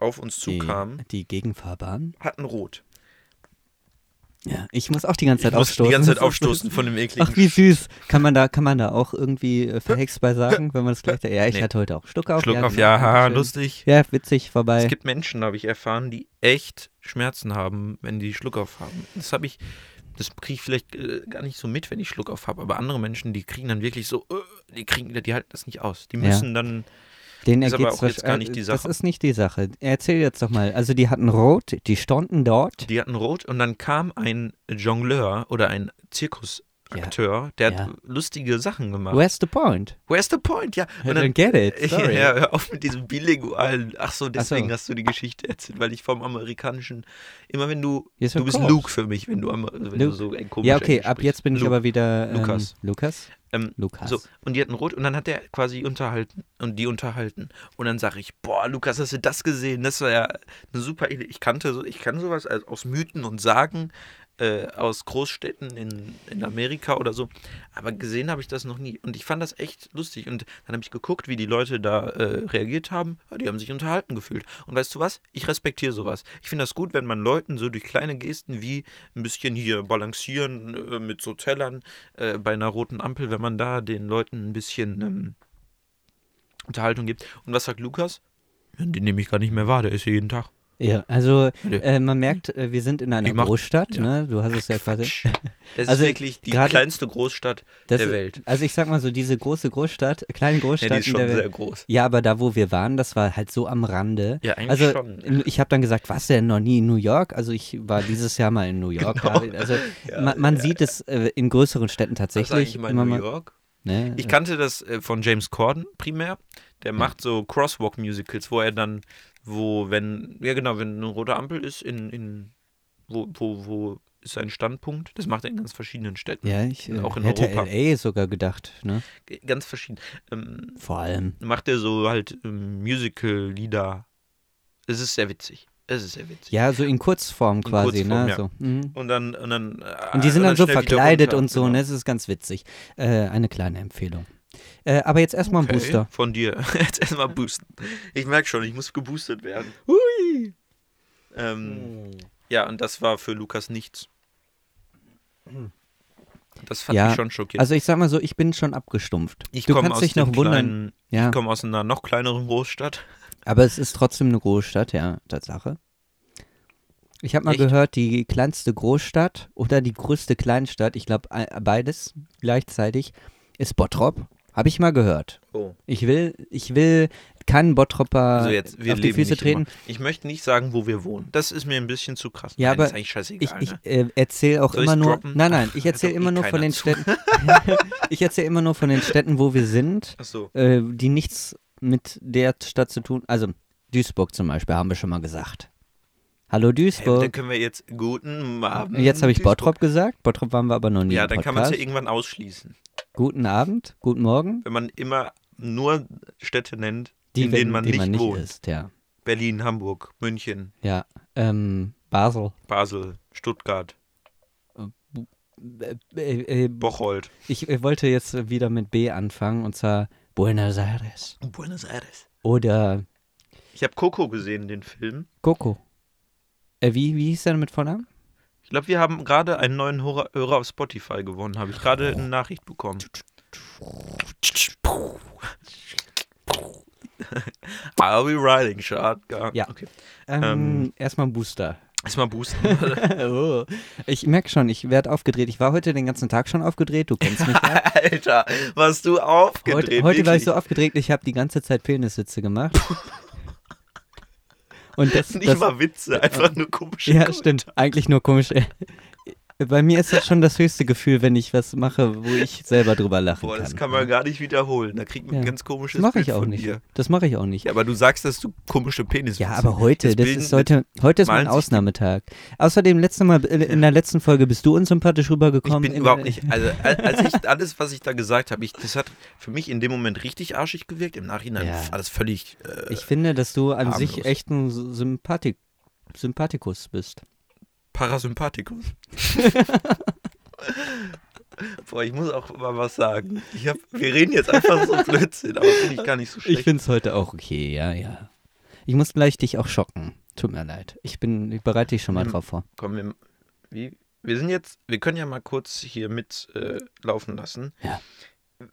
Speaker 2: auf uns
Speaker 1: die,
Speaker 2: zukamen,
Speaker 1: die Gegenfahrbahn.
Speaker 2: hatten rot.
Speaker 1: Ja, ich muss auch die ganze
Speaker 2: Ich
Speaker 1: Zeit
Speaker 2: musste
Speaker 1: halt aufstoßen.
Speaker 2: die ganze Zeit
Speaker 1: Das ist- <laughs>
Speaker 2: aufstoßen von dem ekligen
Speaker 1: Ach, wie süß. Kann man da, kann man da auch irgendwie
Speaker 2: <laughs>
Speaker 1: äh, verhext bei sagen, wenn man das gleich. Ja, ich
Speaker 2: Nee.
Speaker 1: hatte heute auch Schluck auf.
Speaker 2: Schluck auf,
Speaker 1: genau,
Speaker 2: ja, haha,
Speaker 1: schön.
Speaker 2: lustig.
Speaker 1: Ja, witzig, vorbei.
Speaker 2: Es gibt Menschen, habe ich erfahren, die echt Schmerzen haben, wenn die Schluckauf haben. Das habe ich, das kriege ich vielleicht äh, gar nicht so mit, wenn ich Schluckauf habe, aber andere Menschen, die kriegen dann wirklich so, äh, die kriegen, die halten das nicht aus. Die
Speaker 1: Ja.
Speaker 2: müssen dann,
Speaker 1: Den
Speaker 2: Ist aber
Speaker 1: ergeht's
Speaker 2: auch jetzt
Speaker 1: wahrscheinlich-
Speaker 2: gar nicht die
Speaker 1: Das
Speaker 2: Sache.
Speaker 1: ist nicht die Sache. Erzähl jetzt doch mal. Also, die hatten rot, die standen dort.
Speaker 2: die hatten rot und dann kam ein Jongleur oder ein Zirkusakteur, der hat
Speaker 1: Ja.
Speaker 2: lustige Sachen gemacht.
Speaker 1: Where's the point?
Speaker 2: Where's the point? Ja.
Speaker 1: I don't get it.
Speaker 2: <laughs> ja,
Speaker 1: Sorry.
Speaker 2: hör auf mit diesem bilingualen. Ach so, deswegen
Speaker 1: so.
Speaker 2: hast du die Geschichte erzählt, weil ich vom amerikanischen. Immer wenn du.
Speaker 1: Yes,
Speaker 2: du
Speaker 1: of
Speaker 2: bist
Speaker 1: course.
Speaker 2: Luke für mich, wenn du, am, wenn du
Speaker 1: Luke.
Speaker 2: so ein komisch
Speaker 1: Ja, okay,
Speaker 2: Englisch
Speaker 1: ab
Speaker 2: sprichst.
Speaker 1: jetzt bin ich
Speaker 2: Luke.
Speaker 1: aber wieder. Ähm,
Speaker 2: Lukas.
Speaker 1: Lukas?
Speaker 2: Ähm,
Speaker 1: Lukas.
Speaker 2: So, und die hatten rot und dann hat der quasi unterhalten und die unterhalten. Und dann sage ich, boah, Lukas, hast du das gesehen? Das war ja eine super Idee. Ich kannte so, ich kann sowas als, aus Mythen und Sagen. äh, aus Großstädten in, in Amerika oder so. Aber gesehen habe ich das noch nie. Und ich fand das echt lustig. Und dann habe ich geguckt, wie die Leute da äh, reagiert haben. Ja, die haben sich unterhalten gefühlt. Und weißt du was? Ich respektiere sowas. Ich finde das gut, wenn man Leuten so durch kleine Gesten wie ein bisschen hier balancieren äh, mit so Tellern äh, bei einer roten Ampel, wenn man da den Leuten ein bisschen ähm, Unterhaltung gibt. Und was sagt Lukas? Ja, Den nehme ich gar nicht mehr wahr, der ist hier
Speaker 1: <laughs>
Speaker 2: jeden Tag.
Speaker 1: Ja, also
Speaker 2: Nö.
Speaker 1: äh, man merkt, äh, wir sind in einer
Speaker 2: Die macht-
Speaker 1: Großstadt,
Speaker 2: ja.
Speaker 1: ne? Du hast es ja quasi.
Speaker 2: Quatsch. Das
Speaker 1: Also
Speaker 2: ist wirklich die
Speaker 1: gerade-
Speaker 2: kleinste Großstadt
Speaker 1: Das
Speaker 2: der
Speaker 1: ist-
Speaker 2: Welt.
Speaker 1: Also ich sag mal so, diese große Großstadt, äh, kleine
Speaker 2: Ja,
Speaker 1: Großstadt
Speaker 2: die ist
Speaker 1: in
Speaker 2: schon
Speaker 1: der Welt.
Speaker 2: sehr groß.
Speaker 1: Ja, aber da, wo wir waren, das war halt so am Rande.
Speaker 2: Ja, eigentlich
Speaker 1: also
Speaker 2: schon.
Speaker 1: ich habe dann gesagt, was denn noch nie in New York? Also ich war dieses Jahr mal in New York.
Speaker 2: Genau.
Speaker 1: David. Also
Speaker 2: <laughs> Ja,
Speaker 1: man, man sieht es äh, in größeren Städten
Speaker 2: Was ist eigentlich
Speaker 1: tatsächlich
Speaker 2: mal
Speaker 1: immer
Speaker 2: New
Speaker 1: mal.
Speaker 2: York?
Speaker 1: Ne?
Speaker 2: Ich kannte das äh, von James Corden primär. Der
Speaker 1: Mhm.
Speaker 2: macht so Crosswalk-Musicals, wo er dann, wo, wenn, ja genau, wenn eine rote Ampel ist, in, in wo, wo, wo ist sein Standpunkt? Das macht er in ganz verschiedenen Städten.
Speaker 1: ja, ich äh,
Speaker 2: auch in
Speaker 1: hätte
Speaker 2: Europa.
Speaker 1: LA sogar gedacht, ne?
Speaker 2: G- Ganz verschieden. Ähm,
Speaker 1: Vor allem.
Speaker 2: macht er so halt ähm, Musical-Lieder. Es ist sehr witzig. Es ist sehr witzig.
Speaker 1: Ja, so in Kurzform quasi,
Speaker 2: Kurzform,
Speaker 1: ne?
Speaker 2: ja.
Speaker 1: So. Mhm.
Speaker 2: Und dann, und dann. äh,
Speaker 1: Und die sind dann so
Speaker 2: schnell wieder
Speaker 1: verkleidet
Speaker 2: runter,
Speaker 1: und so,
Speaker 2: genau.
Speaker 1: ne? Es ist ganz witzig. Äh, eine kleine Empfehlung. Äh, aber jetzt erstmal ein
Speaker 2: Okay,
Speaker 1: Booster.
Speaker 2: Von dir. <laughs> Jetzt erstmal boosten. Ich merke schon, ich muss geboostet werden.
Speaker 1: Oh.
Speaker 2: Ähm, Ja, und das war für Lukas nichts. Das fand
Speaker 1: Ja,
Speaker 2: ich schon schockierend.
Speaker 1: Also ich sag mal so, ich bin schon abgestumpft.
Speaker 2: ich
Speaker 1: du
Speaker 2: komme
Speaker 1: kannst
Speaker 2: aus
Speaker 1: dich noch
Speaker 2: dem
Speaker 1: wundern.
Speaker 2: Kleinen,
Speaker 1: Ja,
Speaker 2: Ich komme aus einer noch kleineren Großstadt.
Speaker 1: aber es ist trotzdem eine Großstadt, ja, Tatsache. Ich habe mal
Speaker 2: Echt?
Speaker 1: gehört, die kleinste Großstadt oder die größte Kleinstadt, ich glaube beides gleichzeitig, ist Bottrop. Habe ich mal gehört.
Speaker 2: Oh.
Speaker 1: Ich will, ich will keinen Bottropper
Speaker 2: Also jetzt, wir
Speaker 1: Äh, auf die
Speaker 2: leben
Speaker 1: Füße
Speaker 2: nicht
Speaker 1: treten.
Speaker 2: Immer. Ich möchte nicht sagen, wo wir wohnen. Das ist mir ein bisschen zu krass.
Speaker 1: Ja,
Speaker 2: Nein,
Speaker 1: aber
Speaker 2: ist eigentlich
Speaker 1: Ich,
Speaker 2: scheißegal.
Speaker 1: ich
Speaker 2: ne?
Speaker 1: äh, erzähle auch
Speaker 2: Soll
Speaker 1: immer
Speaker 2: ich's
Speaker 1: nur.
Speaker 2: droppen?
Speaker 1: Nein, nein, ich
Speaker 2: Hört
Speaker 1: erzähle
Speaker 2: doch eh
Speaker 1: immer nur von
Speaker 2: keiner
Speaker 1: den
Speaker 2: zu.
Speaker 1: Städten. <laughs> ich erzähle immer nur von den Städten, wo wir sind,
Speaker 2: Ach so.
Speaker 1: äh, die nichts mit der Stadt zu tun. Also Duisburg zum Beispiel haben wir schon mal gesagt. Hallo
Speaker 2: Hä, dann
Speaker 1: Duisburg.
Speaker 2: können wir jetzt guten Abend.
Speaker 1: Jetzt habe ich
Speaker 2: Duisburg.
Speaker 1: Bottrop gesagt. Bottrop waren wir aber noch nie.
Speaker 2: Ja,
Speaker 1: im
Speaker 2: dann kann man es
Speaker 1: Podcast.
Speaker 2: ja eh- irgendwann ausschließen.
Speaker 1: Guten Abend, guten Morgen.
Speaker 2: Wenn man immer nur Städte nennt,
Speaker 1: Die,
Speaker 2: in
Speaker 1: wenn-
Speaker 2: denen man
Speaker 1: die
Speaker 2: nicht wohnt.
Speaker 1: ist, ja.
Speaker 2: Berlin, Hamburg, München,
Speaker 1: Ja. Ähm, Basel.
Speaker 2: Basel, Stuttgart,
Speaker 1: Äh, äh, äh,
Speaker 2: Bocholt.
Speaker 1: Ich äh, wollte jetzt wieder mit B anfangen und zwar Buenos Aires
Speaker 2: Buenos Aires.
Speaker 1: oder
Speaker 2: Ich habe Coco gesehen, den Film.
Speaker 1: Coco. Äh, wie, wie hieß der mit Vornamen?
Speaker 2: Ich glaube, wir haben gerade einen neuen Hora- Hörer auf Spotify gewonnen. Habe ich gerade eine Nachricht <laughs> bekommen. I'll be riding shotgun.
Speaker 1: Ja.
Speaker 2: Okay.
Speaker 1: Ähm,
Speaker 2: Ähm.
Speaker 1: Erstmal
Speaker 2: <laughs>
Speaker 1: Booster.
Speaker 2: Erstmal <laughs> boosten.
Speaker 1: oh. Ich merke schon, ich werde aufgedreht. Ich war heute den ganzen Tag schon aufgedreht. Du
Speaker 2: <laughs>
Speaker 1: kennst mich ja.
Speaker 2: Alter, warst du
Speaker 1: Heute,
Speaker 2: aufgedreht?
Speaker 1: heute war ich
Speaker 2: wirklich.
Speaker 1: so aufgedreht, ich habe die ganze Zeit Peniswitze
Speaker 2: <laughs>
Speaker 1: gemacht. Und das,
Speaker 2: Nicht
Speaker 1: das
Speaker 2: mal Witze, einfach nur komische
Speaker 1: ja,
Speaker 2: Kommentare.
Speaker 1: stimmt. Eigentlich nur komisch. Äh, Bei mir ist das schon das höchste Gefühl, wenn ich was mache, wo ich selber drüber lachen
Speaker 2: Boah,
Speaker 1: kann.
Speaker 2: das kann man gar nicht wiederholen. Da kriegt man
Speaker 1: Ja.
Speaker 2: ein ganz
Speaker 1: das
Speaker 2: komisches
Speaker 1: mache
Speaker 2: Bild
Speaker 1: ich auch
Speaker 2: von
Speaker 1: nicht.
Speaker 2: Dir.
Speaker 1: Das mache ich auch nicht.
Speaker 2: Ja, aber du sagst, dass du komische Penis
Speaker 1: Ja, aber heute,
Speaker 2: Jetzt
Speaker 1: das
Speaker 2: bilden
Speaker 1: ist heute, heute ist mein
Speaker 2: malen sich die-
Speaker 1: Ausnahmetag. Außerdem, letzte Mal, äh, in der letzten Folge bist du unsympathisch
Speaker 2: Ich
Speaker 1: rübergekommen.
Speaker 2: bin
Speaker 1: In-
Speaker 2: überhaupt nicht, also al-
Speaker 1: <laughs>
Speaker 2: als ich alles, was ich da gesagt habe, ich, das hat für mich in dem Moment richtig arschig gewirkt, im Nachhinein
Speaker 1: Ja.
Speaker 2: f- alles völlig, äh,
Speaker 1: Ich finde, dass du an sich
Speaker 2: harmlos.
Speaker 1: echt ein Sympathik Sympathikus bist. <laughs>
Speaker 2: Parasympathikus. Boah, ich muss auch mal was sagen. Ich hab, wir reden jetzt einfach so Blödsinn, aber finde ich gar nicht so schlecht.
Speaker 1: Ich finde es heute auch okay, ja, ja. Ich muss gleich dich auch schocken. Tut mir leid. Ich bin, ich bereite dich schon mal
Speaker 2: Hm.
Speaker 1: drauf vor.
Speaker 2: Komm, wir, wie, wir sind jetzt, wir können ja mal kurz hier mit äh, laufen lassen.
Speaker 1: Ja.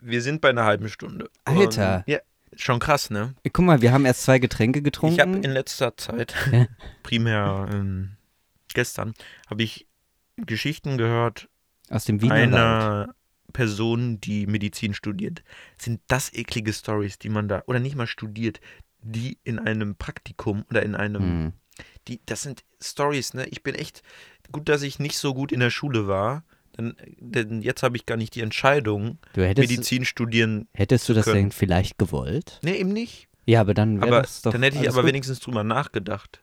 Speaker 2: Wir sind bei einer halben Stunde.
Speaker 1: Alter.
Speaker 2: Und, ja, schon krass, ne?
Speaker 1: Äh, Guck mal, wir haben erst zwei Getränke
Speaker 2: Ich habe
Speaker 1: getrunken.
Speaker 2: in letzter Zeit,
Speaker 1: <laughs> Ja.
Speaker 2: primär ähm, gestern, habe ich Geschichten gehört
Speaker 1: aus dem Wienerwald.
Speaker 2: einer Person, die Medizin studiert. Sind das eklige Stories, die man da, oder nicht mal studiert, die in einem Praktikum oder in einem
Speaker 1: Hm.
Speaker 2: die, das sind Stories, ne? Ich bin echt gut, dass ich nicht so gut in der Schule war, denn, denn jetzt habe ich gar nicht die Entscheidung,
Speaker 1: Du hättest,
Speaker 2: ähm, Medizin studieren.
Speaker 1: hättest du das
Speaker 2: können.
Speaker 1: denn vielleicht gewollt?
Speaker 2: Ne, eben nicht.
Speaker 1: Ja, aber dann wäre
Speaker 2: Aber
Speaker 1: das doch
Speaker 2: dann hätte ich
Speaker 1: alles
Speaker 2: aber
Speaker 1: gut.
Speaker 2: wenigstens drüber nachgedacht.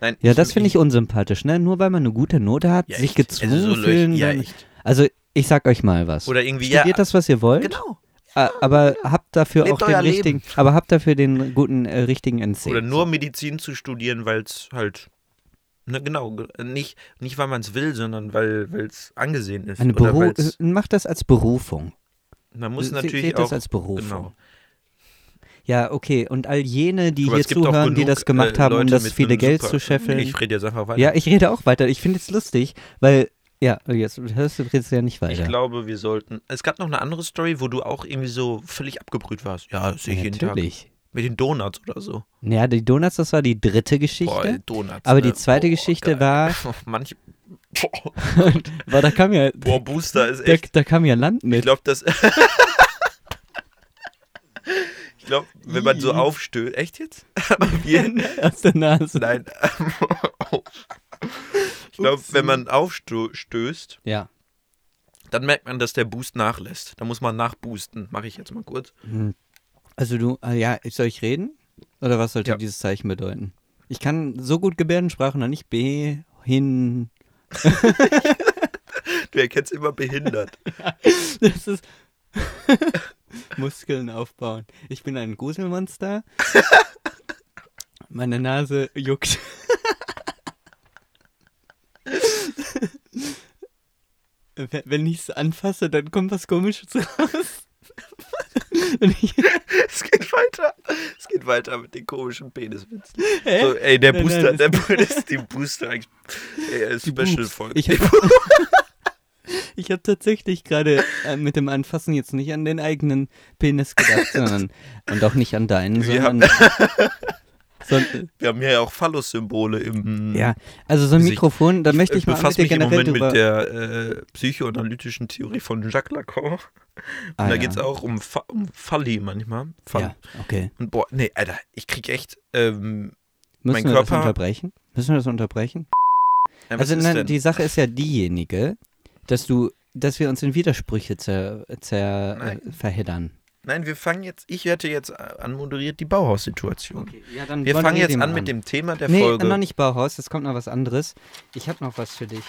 Speaker 2: Nein,
Speaker 1: Ja, das finde ich unsympathisch, ne? Nur weil man eine gute Note hat,
Speaker 2: Ja,
Speaker 1: sich
Speaker 2: echt.
Speaker 1: gezwungen
Speaker 2: Also so leucht-
Speaker 1: fühlen.
Speaker 2: ja,
Speaker 1: dann-
Speaker 2: echt.
Speaker 1: Also, ich sag euch mal was.
Speaker 2: Oder irgendwie, ja.
Speaker 1: Studiert das, halt? was ihr wollt,
Speaker 2: genau.
Speaker 1: a- aber habt dafür
Speaker 2: Lebt
Speaker 1: auch den
Speaker 2: euer Leben.
Speaker 1: richtigen, aber habt dafür den guten, äh, richtigen NC.
Speaker 2: Oder nur Medizin zu studieren, weil es halt Ne, genau, ge- nicht, nicht weil man es will, sondern weil es angesehen ist.
Speaker 1: Eine
Speaker 2: oder
Speaker 1: Beru
Speaker 2: weil's-
Speaker 1: Mach das als Berufung.
Speaker 2: man muss
Speaker 1: Se-
Speaker 2: natürlich
Speaker 1: seht
Speaker 2: auch.
Speaker 1: das als Berufung.
Speaker 2: genau.
Speaker 1: Ja, okay. Und all jene, die
Speaker 2: Aber
Speaker 1: hier
Speaker 2: es gibt auch
Speaker 1: zuhören, die
Speaker 2: genug,
Speaker 1: das gemacht
Speaker 2: äh,
Speaker 1: haben, um
Speaker 2: Leute
Speaker 1: das
Speaker 2: mit
Speaker 1: viele
Speaker 2: einem
Speaker 1: Geld
Speaker 2: super-
Speaker 1: zu scheffeln.
Speaker 2: Ich rede jetzt einfach weiter.
Speaker 1: ja, ich rede auch weiter. Ich finde es lustig, weil, ja, jetzt hörst du, redest du ja nicht
Speaker 2: Ich
Speaker 1: weiter.
Speaker 2: glaube, wir sollten. Es gab noch eine andere Story, wo du auch irgendwie so völlig abgebrüht warst. Ja, das sehe ich
Speaker 1: ja,
Speaker 2: jeden Tag.
Speaker 1: natürlich.
Speaker 2: Mit den Donuts oder so.
Speaker 1: Ja, die Donuts, das war die dritte Geschichte.
Speaker 2: Boah, ey, Donuts.
Speaker 1: Aber die
Speaker 2: ne?
Speaker 1: zweite
Speaker 2: <laughs> Boah,
Speaker 1: Geschichte
Speaker 2: geil.
Speaker 1: war-
Speaker 2: Manch. Boah,
Speaker 1: Boah, da kam ja,
Speaker 2: boah,
Speaker 1: <laughs>
Speaker 2: Booster ist
Speaker 1: da,
Speaker 2: echt.
Speaker 1: da kam ja Land
Speaker 2: Ich
Speaker 1: mit.
Speaker 2: glaube,
Speaker 1: <laughs>
Speaker 2: das. ich glaube, wenn man so
Speaker 1: Ih.
Speaker 2: aufstößt. Echt jetzt? <laughs>
Speaker 1: <laughs>
Speaker 2: Wir,
Speaker 1: aus der Nase.
Speaker 2: nein. ich glaube, wenn man aufstößt,
Speaker 1: Ja.
Speaker 2: dann merkt man, dass der Boost nachlässt. Da muss man nachboosten. Mache ich jetzt mal kurz.
Speaker 1: Also du, ah ja, soll ich reden? Oder was sollte
Speaker 2: Ja.
Speaker 1: dieses Zeichen bedeuten? Ich kann so gut Gebärdensprache noch nicht B hin.
Speaker 2: Du erkennst immer behindert.
Speaker 1: <laughs> Das ist <laughs> Muskeln aufbauen. Ich bin ein Gruselmonster. Meine Nase juckt. Wenn- Wenn ich es anfasse, dann kommt was Komisches raus. <laughs> Wenn ich,
Speaker 2: Es geht weiter. Es geht weiter mit den komischen Peniswitzen.
Speaker 1: Hä?
Speaker 2: So, ey, der
Speaker 1: Nein,
Speaker 2: Booster,
Speaker 1: nein,
Speaker 2: der
Speaker 1: <laughs>
Speaker 2: Booster, die Booster äh,
Speaker 1: Die Boobs.
Speaker 2: Special-Folge.
Speaker 1: Ich hab, <laughs> ich hab tatsächlich gerade äh, mit dem Anfassen jetzt nicht an den eigenen Penis
Speaker 2: <laughs>
Speaker 1: gedacht, sondern und auch nicht an deinen,
Speaker 2: Wir
Speaker 1: sondern. <laughs>
Speaker 2: <laughs>
Speaker 1: son-
Speaker 2: Wir haben ja auch Phallus-Symbole im.
Speaker 1: ja, also so ein
Speaker 2: Gesicht.
Speaker 1: Mikrofon, da möchte ich mal mit
Speaker 2: befasse
Speaker 1: dir
Speaker 2: mich im
Speaker 1: generell
Speaker 2: Moment
Speaker 1: drüber.
Speaker 2: mit der äh, psychoanalytischen Theorie von Jacques Lacan. Und
Speaker 1: Ah,
Speaker 2: da
Speaker 1: ja.
Speaker 2: geht es auch um, Fa um Falli manchmal. Fall.
Speaker 1: Ja, okay.
Speaker 2: Und boah, nee, Alter, ich krieg echt. Ähm,
Speaker 1: Müssen
Speaker 2: Mein
Speaker 1: wir das
Speaker 2: Körper-
Speaker 1: unterbrechen? Müssen wir das unterbrechen?
Speaker 2: ja, was
Speaker 1: Also
Speaker 2: ist
Speaker 1: nein,
Speaker 2: denn?
Speaker 1: die Sache ist ja diejenige, dass du, dass wir uns in Widersprüche zer, zer, äh,
Speaker 2: Nein.
Speaker 1: verheddern.
Speaker 2: nein, wir fangen jetzt. Ich hätte jetzt äh, anmoderiert die Bauhaus-Situation.
Speaker 1: ja, dann
Speaker 2: Wir fangen jetzt an mit dem Thema der
Speaker 1: nee,
Speaker 2: Folge.
Speaker 1: noch nicht Bauhaus, jetzt kommt noch was anderes. Ich habe noch was für dich.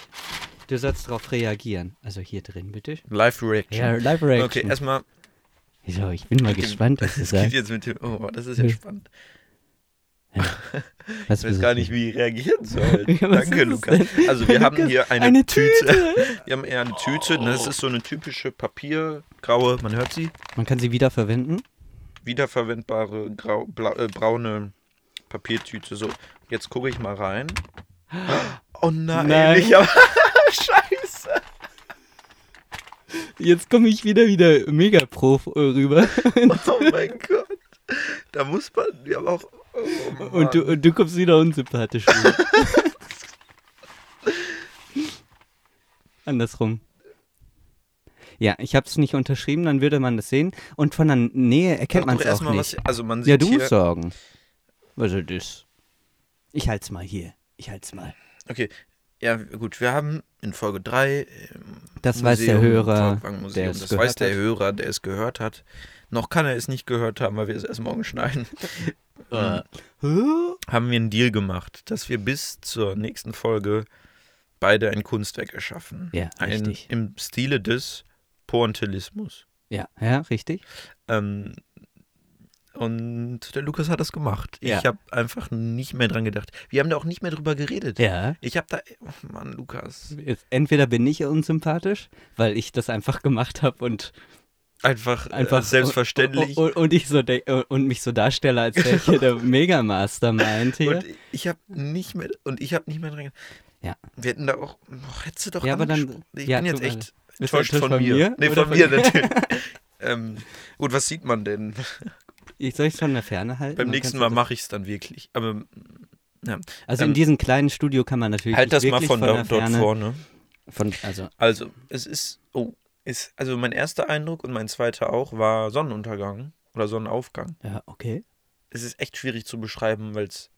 Speaker 1: Du sollst darauf reagieren. Also hier drin, bitte.
Speaker 2: Live-Reaction.
Speaker 1: live
Speaker 2: Okay, erstmal
Speaker 1: so, ich
Speaker 2: <laughs>
Speaker 1: bin mal
Speaker 2: dem-
Speaker 1: gespannt, was du
Speaker 2: Es geht
Speaker 1: sagst.
Speaker 2: jetzt mit dem. Oh, das ist ja
Speaker 1: Ja.
Speaker 2: spannend.
Speaker 1: Was
Speaker 2: Ich weiß gar nicht, wie ich reagieren soll.
Speaker 1: <laughs> Ja, was ist
Speaker 2: Danke,
Speaker 1: das
Speaker 2: Lukas.
Speaker 1: denn?
Speaker 2: Also, wir haben hier eine,
Speaker 1: Eine
Speaker 2: Tüte.
Speaker 1: Tüte.
Speaker 2: <laughs> Wir haben eher eine Tüte. ne, Das ist so eine typische papiergraue, man hört sie,
Speaker 1: Man kann sie wiederverwenden.
Speaker 2: wiederverwendbare grau, bla, äh, braune Papiertüte. So, jetzt gucke ich mal
Speaker 1: <gasps>
Speaker 2: rein. Oh nein,
Speaker 1: Nein.
Speaker 2: ich hab, <laughs> Scheiße.
Speaker 1: Jetzt komme ich wieder wieder Megaprof äh, rüber.
Speaker 2: Oh mein Gott. Da muss man, wir haben auch. Oh
Speaker 1: Und du, und du kommst wieder unsympathisch rüber. Andersrum. Ja, ich habe es nicht unterschrieben, dann würde man das sehen. Und von der Nähe erkennt man es auch nicht.
Speaker 2: Was, also, man sieht
Speaker 1: Ja, du
Speaker 2: hier,
Speaker 1: musst sagen. Also das. Ich halt's mal hier. Ich halt's mal.
Speaker 2: Okay, ja gut, wir haben in Folge 3
Speaker 1: Das weiß der Hörer,
Speaker 2: der
Speaker 1: der es
Speaker 2: das
Speaker 1: gehört
Speaker 2: weiß der
Speaker 1: hat.
Speaker 2: Hörer, der es gehört hat. Noch kann er es nicht gehört haben, weil wir es erst morgen <laughs> schneiden.
Speaker 1: Äh.
Speaker 2: haben wir einen Deal gemacht, dass wir bis zur nächsten Folge beide ein Kunstwerk erschaffen.
Speaker 1: Ja,
Speaker 2: ein,
Speaker 1: richtig.
Speaker 2: Im Stile des Pointillismus.
Speaker 1: Ja, ja, richtig.
Speaker 2: Ähm, und der Lukas hat das gemacht.
Speaker 1: Ja.
Speaker 2: Ich habe einfach nicht mehr dran gedacht. Wir haben da auch nicht mehr drüber geredet.
Speaker 1: Ja.
Speaker 2: Ich habe da, oh Mann, Lukas,
Speaker 1: Jetzt, entweder bin ich unsympathisch, weil ich das einfach gemacht habe und
Speaker 2: einfach,
Speaker 1: einfach Oh,
Speaker 2: äh, <laughs> selbstverständlich. Genau.
Speaker 1: und, und ich so denk- und mich so darstelle, als wäre ich hier der Megamastermind hier.
Speaker 2: Und ich habe nicht mehr und ich habe nicht mehr dran. ge-
Speaker 1: Ja.
Speaker 2: Wir hätten da auch oh, hättest du doch
Speaker 1: Ja, aber dann-
Speaker 2: angesprochen. ich
Speaker 1: ja,
Speaker 2: bin jetzt
Speaker 1: tut mir
Speaker 2: echt
Speaker 1: du enttäuscht
Speaker 2: enttäuscht von,
Speaker 1: von
Speaker 2: mir.
Speaker 1: mir
Speaker 2: Nee,
Speaker 1: oder
Speaker 2: von
Speaker 1: von-
Speaker 2: mir natürlich.
Speaker 1: <laughs>
Speaker 2: ähm, gut, was sieht man denn?
Speaker 1: Ich soll ich von der Ferne halten?
Speaker 2: Beim
Speaker 1: Man
Speaker 2: nächsten Mal
Speaker 1: kann's-
Speaker 2: mache ich es dann wirklich. Aber mm, ja.
Speaker 1: Also
Speaker 2: ähm,
Speaker 1: in diesem kleinen Studio kann man natürlich
Speaker 2: halt das
Speaker 1: nicht
Speaker 2: mal
Speaker 1: wirklich
Speaker 2: von, da,
Speaker 1: der
Speaker 2: dort ne?
Speaker 1: Ferne,
Speaker 2: vorne.
Speaker 1: Von, also
Speaker 2: Also, es ist oh, ist also mein erster Eindruck und mein zweiter auch war Sonnenuntergang oder Sonnenaufgang.
Speaker 1: ja, okay.
Speaker 2: Es ist echt schwierig zu beschreiben, weil es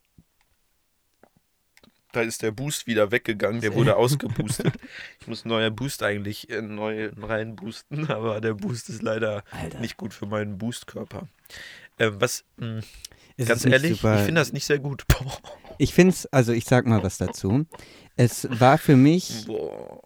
Speaker 2: da ist der Boost wieder weggegangen, der <laughs> wurde ausgeboostet. Ich muss einen neuen Boost eigentlich äh, neu reinboosten, <laughs> aber der Boost ist leider
Speaker 1: Alter.
Speaker 2: nicht gut für meinen Boostkörper. Ähm, was, mh,
Speaker 1: Es
Speaker 2: ganz
Speaker 1: ist nicht
Speaker 2: ehrlich, ich
Speaker 1: super-
Speaker 2: finde das nicht sehr gut. <laughs> Boah.
Speaker 1: Ich finde es, also ich sag mal was dazu. Es war für mich,
Speaker 2: Boah.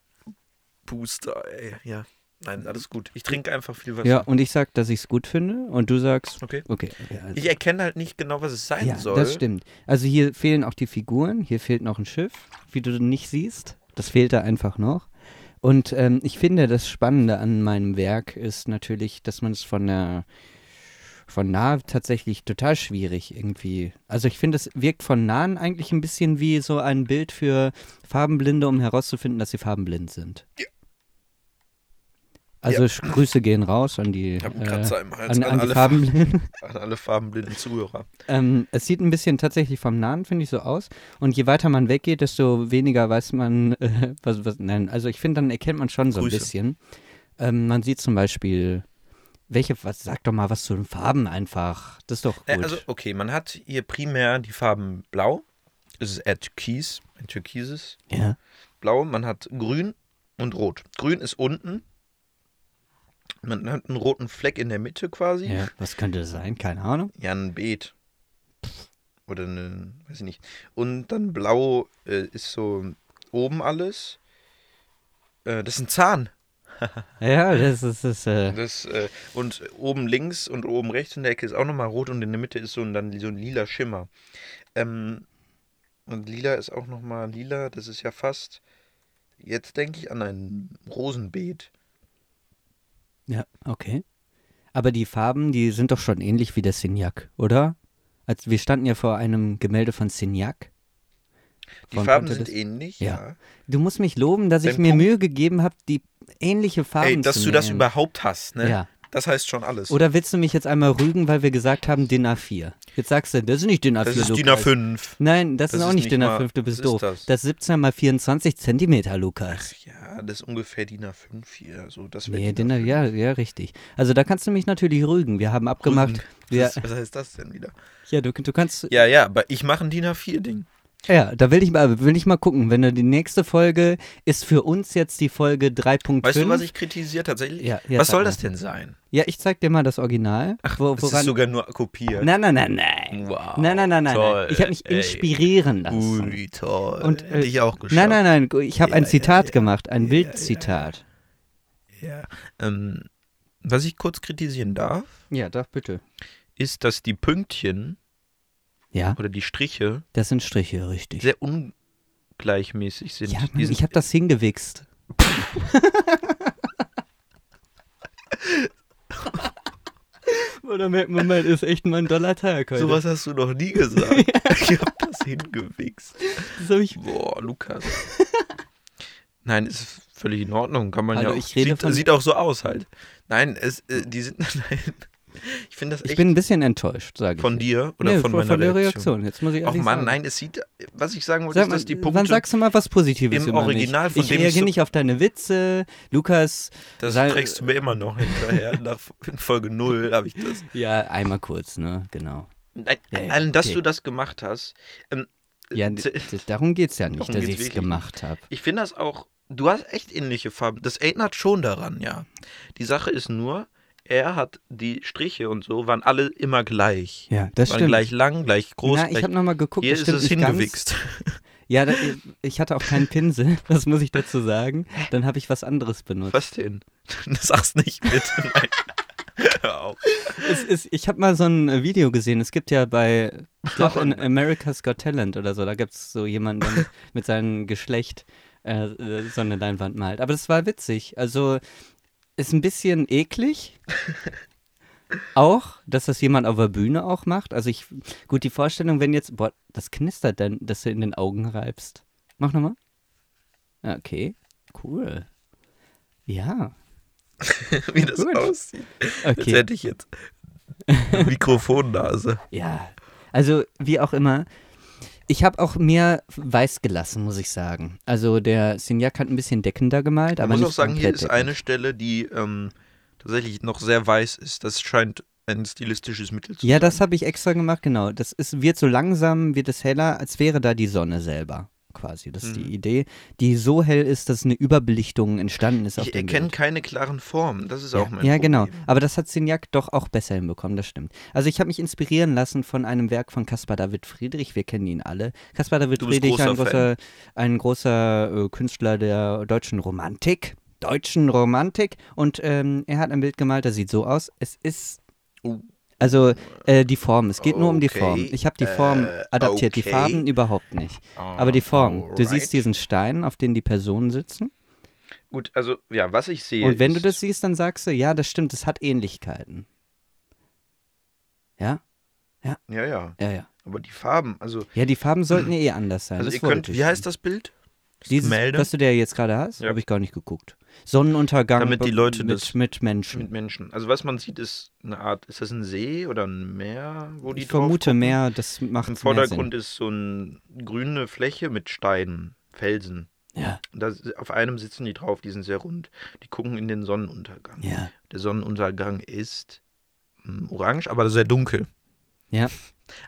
Speaker 2: Booster, ey, ja. Nein, alles gut. Ich trinke einfach viel Wasser.
Speaker 1: Ja, und ich sag, dass ich es gut finde und du sagst,
Speaker 2: Mhm. Okay.
Speaker 1: okay. ja, also-
Speaker 2: Ich erkenne halt nicht genau, was es sein
Speaker 1: ja,
Speaker 2: soll.
Speaker 1: das stimmt. Also hier fehlen auch die Figuren, hier fehlt noch ein Schiff, wie du nicht siehst. Das fehlt da einfach noch. Und ähm, ich finde, das Spannende an meinem Werk ist natürlich, dass man es von der von nah tatsächlich total schwierig irgendwie. Also ich finde, es wirkt von nahen eigentlich ein bisschen wie so ein Bild für Farbenblinde, um herauszufinden, dass sie farbenblind sind. Also Sch- Grüße gehen raus an die,
Speaker 2: Ich habe einen
Speaker 1: äh,
Speaker 2: Kratzer im Hals.
Speaker 1: an, an die
Speaker 2: alle,
Speaker 1: Farbenblinden.
Speaker 2: an alle farbenblinden Zuhörer.
Speaker 1: Ähm, es sieht ein bisschen tatsächlich vom Nahen, finde ich, so aus. Und je weiter man weggeht, desto weniger weiß man, <laughs> äh, was, was, nein, also ich finde, dann erkennt man schon so
Speaker 2: Grüße.
Speaker 1: ein bisschen. Ähm, man sieht zum Beispiel, welche, was, sag doch mal was zu den Farben einfach. Das ist doch gut.
Speaker 2: Ja, also, okay, man hat hier primär die Farben Blau. Es ist eher Türkis, ein türkises
Speaker 1: ja.
Speaker 2: Blau. Man hat Grün und Rot. Grün ist unten. Man hat einen roten Fleck in der Mitte quasi.
Speaker 1: ja, was könnte das sein? Keine Ahnung.
Speaker 2: Ja, ein Beet. Oder eine, weiß ich nicht. Und dann blau äh, ist so oben alles. Äh, das ist ein Zahn.
Speaker 1: Ja, das ist, das ist äh,
Speaker 2: Das, äh, und oben links und oben rechts in der Ecke ist auch nochmal rot und in der Mitte ist so ein, dann so ein lila Schimmer. Ähm, und lila ist auch nochmal lila. Das ist ja fast. Jetzt denke ich an ein Rosenbeet.
Speaker 1: ja, okay. Aber die Farben, die sind doch schon ähnlich wie der Signac, oder? Also wir standen ja vor einem Gemälde von Signac.
Speaker 2: Die
Speaker 1: Von
Speaker 2: Farben
Speaker 1: Ponte
Speaker 2: sind
Speaker 1: des-
Speaker 2: ähnlich,
Speaker 1: Ja.
Speaker 2: ja.
Speaker 1: Du musst mich loben, dass ich
Speaker 2: Dein
Speaker 1: mir
Speaker 2: Punkt-
Speaker 1: Mühe gegeben habe, die ähnliche Farben
Speaker 2: Ey, dass
Speaker 1: zu
Speaker 2: du das
Speaker 1: nehmen.
Speaker 2: überhaupt hast, ne?
Speaker 1: Ja.
Speaker 2: Das heißt schon alles.
Speaker 1: Oder willst du mich jetzt einmal rügen, weil wir gesagt haben DIN A4? Jetzt sagst du, das ist nicht DIN A4.
Speaker 2: das ist DIN
Speaker 1: Lukas.
Speaker 2: A5.
Speaker 1: Nein, das,
Speaker 2: Das
Speaker 1: ist auch
Speaker 2: ist
Speaker 1: nicht
Speaker 2: nicht
Speaker 1: DIN
Speaker 2: mal-
Speaker 1: A5, du
Speaker 2: was
Speaker 1: bist
Speaker 2: ist
Speaker 1: dooch. Das?
Speaker 2: das?
Speaker 1: 17 mal 24 Zentimeter, Lukas.
Speaker 2: Ja, das ist ungefähr DIN A5 hier. So, das wär
Speaker 1: Nee,
Speaker 2: DIN
Speaker 1: DIN A4, ja, ja, richtig. Also da kannst du mich natürlich rügen. Wir haben abgemacht. Wir, <laughs>
Speaker 2: Was, was heißt das denn wieder?
Speaker 1: ja, du, du kannst.
Speaker 2: Ja, ja, aber ich mache ein DIN A4-Ding.
Speaker 1: Ja, da will ich, mal, will ich mal gucken. Wenn du die nächste Folge ist für uns jetzt die Folge 3.5.
Speaker 2: Weißt du, was ich kritisiere tatsächlich?
Speaker 1: Ja, ja,
Speaker 2: was
Speaker 1: sag
Speaker 2: soll
Speaker 1: mal.
Speaker 2: das denn sein?
Speaker 1: Ja, ich zeig dir mal das Original. Ach, wo,
Speaker 2: Es ist sogar nur kopiert.
Speaker 1: nein, nein, nein, nein.
Speaker 2: Wow.
Speaker 1: Nein, nein, nein, nein.
Speaker 2: toll,
Speaker 1: nein. Ich habe mich
Speaker 2: ey.
Speaker 1: inspirieren lassen.
Speaker 2: Ui, toll.
Speaker 1: Und, äh,
Speaker 2: Hätte ich auch geschafft.
Speaker 1: Nein, nein, nein, gu- ich habe
Speaker 2: Ja,
Speaker 1: ein
Speaker 2: ja,
Speaker 1: Zitat
Speaker 2: ja.
Speaker 1: gemacht, ein
Speaker 2: Ja,
Speaker 1: Bildzitat.
Speaker 2: Ja. Ähm, was ich kurz kritisieren darf,
Speaker 1: Ja, doch, bitte.
Speaker 2: ist, dass die Pünktchen
Speaker 1: Ja,
Speaker 2: oder die Striche
Speaker 1: das sind Striche, richtig.
Speaker 2: sehr ungleichmäßig sind.
Speaker 1: ja,
Speaker 2: Die
Speaker 1: Mann,
Speaker 2: sind-
Speaker 1: ich habe das
Speaker 2: <laughs>
Speaker 1: hingewichst. Oder merkt man, man ist echt mal ein doller Tag heute.
Speaker 2: Sowas hast du noch
Speaker 1: <laughs>
Speaker 2: nie gesagt. ich hab das hingewichst.
Speaker 1: Das hab ich,
Speaker 2: Boah, Lukas. Nein, ist völlig in Ordnung. Kann man
Speaker 1: Hallo,
Speaker 2: ja auch.
Speaker 1: ich rede
Speaker 2: sieht,
Speaker 1: von-
Speaker 2: sieht auch so aus halt. Nein, es, äh, die sind. <laughs> Nein. Ich finde das
Speaker 1: ich
Speaker 2: echt
Speaker 1: bin ein bisschen enttäuscht, sage ich.
Speaker 2: von dir oder
Speaker 1: Nee,
Speaker 2: von
Speaker 1: von,
Speaker 2: meiner
Speaker 1: der
Speaker 2: Reaktion.
Speaker 1: Reaktion. Jetzt muss ich
Speaker 2: Ach
Speaker 1: ehrlich
Speaker 2: Mann,
Speaker 1: sagen.
Speaker 2: nein, es sieht. Was ich sagen wollte,
Speaker 1: Sag
Speaker 2: ist,
Speaker 1: mal,
Speaker 2: dass die
Speaker 1: wann
Speaker 2: Punkte.
Speaker 1: sagst du mal was Positives
Speaker 2: im
Speaker 1: über mich?
Speaker 2: Original, von
Speaker 1: ich
Speaker 2: dem ich
Speaker 1: reagiere
Speaker 2: so-
Speaker 1: nicht auf deine Witze. Lukas,
Speaker 2: Das
Speaker 1: sei-
Speaker 2: trägst du mir immer
Speaker 1: <laughs>
Speaker 2: noch hinterher. Nach in Folge 0 habe ich das.
Speaker 1: ja, einmal kurz, ne? Genau.
Speaker 2: Nein,
Speaker 1: Ja, ja,
Speaker 2: allein, dass
Speaker 1: okay.
Speaker 2: du das gemacht hast. Ähm,
Speaker 1: Ja,
Speaker 2: z-
Speaker 1: d- d- darum geht es ja nicht,
Speaker 2: <laughs> Darum
Speaker 1: dass ich
Speaker 2: geht's
Speaker 1: es
Speaker 2: wirklich
Speaker 1: gemacht habe.
Speaker 2: Ich finde das auch. Du hast echt ähnliche Farben. Das erinnert schon daran, ja. Die Sache ist nur, er hat die Striche und so, waren alle immer gleich.
Speaker 1: Ja, das
Speaker 2: waren
Speaker 1: stimmt.
Speaker 2: gleich lang, gleich groß.
Speaker 1: Na, ich
Speaker 2: gleich,
Speaker 1: habe nochmal geguckt,
Speaker 2: hier
Speaker 1: das
Speaker 2: ist
Speaker 1: stimmt
Speaker 2: es
Speaker 1: nicht ganz.
Speaker 2: hingewichst. <laughs>
Speaker 1: Ja, da, ich hatte auch keinen Pinsel, <laughs> das muss ich dazu sagen. Dann habe ich was anderes benutzt.
Speaker 2: Was denn? <laughs> Das sag's nicht bitte. <laughs> Nein. Hör auf.
Speaker 1: Es ist, ich habe mal so ein äh, Video gesehen, es gibt ja bei,
Speaker 2: <laughs>
Speaker 1: ich glaube in America's Got Talent oder so, da gibt es so jemanden
Speaker 2: <laughs>
Speaker 1: der mit- mit seinem Geschlecht äh, äh, so eine Leinwand malt. Aber das war witzig, also ist ein bisschen
Speaker 2: <laughs>
Speaker 1: eklig. Auch, dass das jemand auf der Bühne auch macht. Also ich, gut, die Vorstellung, wenn jetzt, boah, das knistert dann, dass du in den Augen reibst. Mach nochmal. Okay, cool. Ja,
Speaker 2: Wie das
Speaker 1: Gut.
Speaker 2: aussieht. Als
Speaker 1: okay.
Speaker 2: hätte ich jetzt eine
Speaker 1: <laughs>
Speaker 2: Mikrofonnase.
Speaker 1: Ja, also wie auch immer. Ich habe auch mehr weiß gelassen, muss ich sagen. Also der Signac hat ein bisschen deckender gemalt,
Speaker 2: Ich
Speaker 1: aber
Speaker 2: muss
Speaker 1: nicht
Speaker 2: auch sagen, hier
Speaker 1: komplett
Speaker 2: ist
Speaker 1: deckend.
Speaker 2: eine Stelle, die ähm, tatsächlich noch sehr weiß ist. Das scheint ein stilistisches Mittel zu
Speaker 1: Ja, das habe ich extra gemacht, genau. Das ist, wird so langsam, wird es heller, als wäre da die Sonne selber quasi. Das ist
Speaker 2: Mhm.
Speaker 1: die Idee, die so hell ist, dass eine Überbelichtung entstanden ist auf
Speaker 2: Ich
Speaker 1: dem
Speaker 2: erkenne
Speaker 1: Bild.
Speaker 2: keine klaren Formen. Das ist
Speaker 1: Ja,
Speaker 2: auch mein
Speaker 1: ja
Speaker 2: Problem.
Speaker 1: genau. Aber das hat Signac doch auch besser hinbekommen, das stimmt. Also ich habe mich inspirieren lassen von einem Werk von Caspar David Friedrich, wir kennen ihn alle. Caspar David
Speaker 2: Du bist
Speaker 1: Friedrich,
Speaker 2: großer
Speaker 1: ein großer, ein großer äh, Künstler der deutschen Romantik. deutschen Romantik. Und ähm, er hat ein Bild gemalt, das sieht so aus. Es ist.
Speaker 2: Oh.
Speaker 1: Also äh, die Form, es geht nur um die
Speaker 2: Okay,
Speaker 1: Form. Ich habe die Form
Speaker 2: äh,
Speaker 1: adaptiert, die
Speaker 2: okay.
Speaker 1: Farben überhaupt nicht. Aber die Form, du
Speaker 2: alright.
Speaker 1: siehst diesen Stein, auf den die Personen sitzen.
Speaker 2: Gut, also ja, was ich sehe.
Speaker 1: Und wenn du
Speaker 2: ist-
Speaker 1: das siehst, dann sagst du, ja, das stimmt, das hat Ähnlichkeiten. Ja,
Speaker 2: Ja, ja.
Speaker 1: ja, ja.
Speaker 2: Aber die Farben, also,
Speaker 1: Ja, die Farben sollten eh anders sein.
Speaker 2: also
Speaker 1: das
Speaker 2: ihr könnt, wie heißt das Bild? Das
Speaker 1: Dieses,
Speaker 2: Gemälde
Speaker 1: was du dir jetzt gerade hast,
Speaker 2: Ja.
Speaker 1: habe ich gar nicht geguckt. Sonnenuntergang
Speaker 2: Damit die
Speaker 1: be-
Speaker 2: Leute
Speaker 1: mit,
Speaker 2: das-
Speaker 1: mit Menschen.
Speaker 2: mit Menschen. Also was man sieht, ist eine Art, ist das ein See oder ein Meer, wo die
Speaker 1: ich vermute
Speaker 2: drauf gucken?
Speaker 1: mehr, das macht
Speaker 2: Im
Speaker 1: mehr
Speaker 2: Vordergrund ist so eine grüne Fläche mit Steinen, Felsen.
Speaker 1: Sinn. Ja,
Speaker 2: Und Da, auf einem sitzen die drauf, die sind sehr rund. Die gucken in den Sonnenuntergang.
Speaker 1: ja,
Speaker 2: Der Sonnenuntergang ist mm, orange, aber sehr dunkel.
Speaker 1: ja.
Speaker 2: <laughs>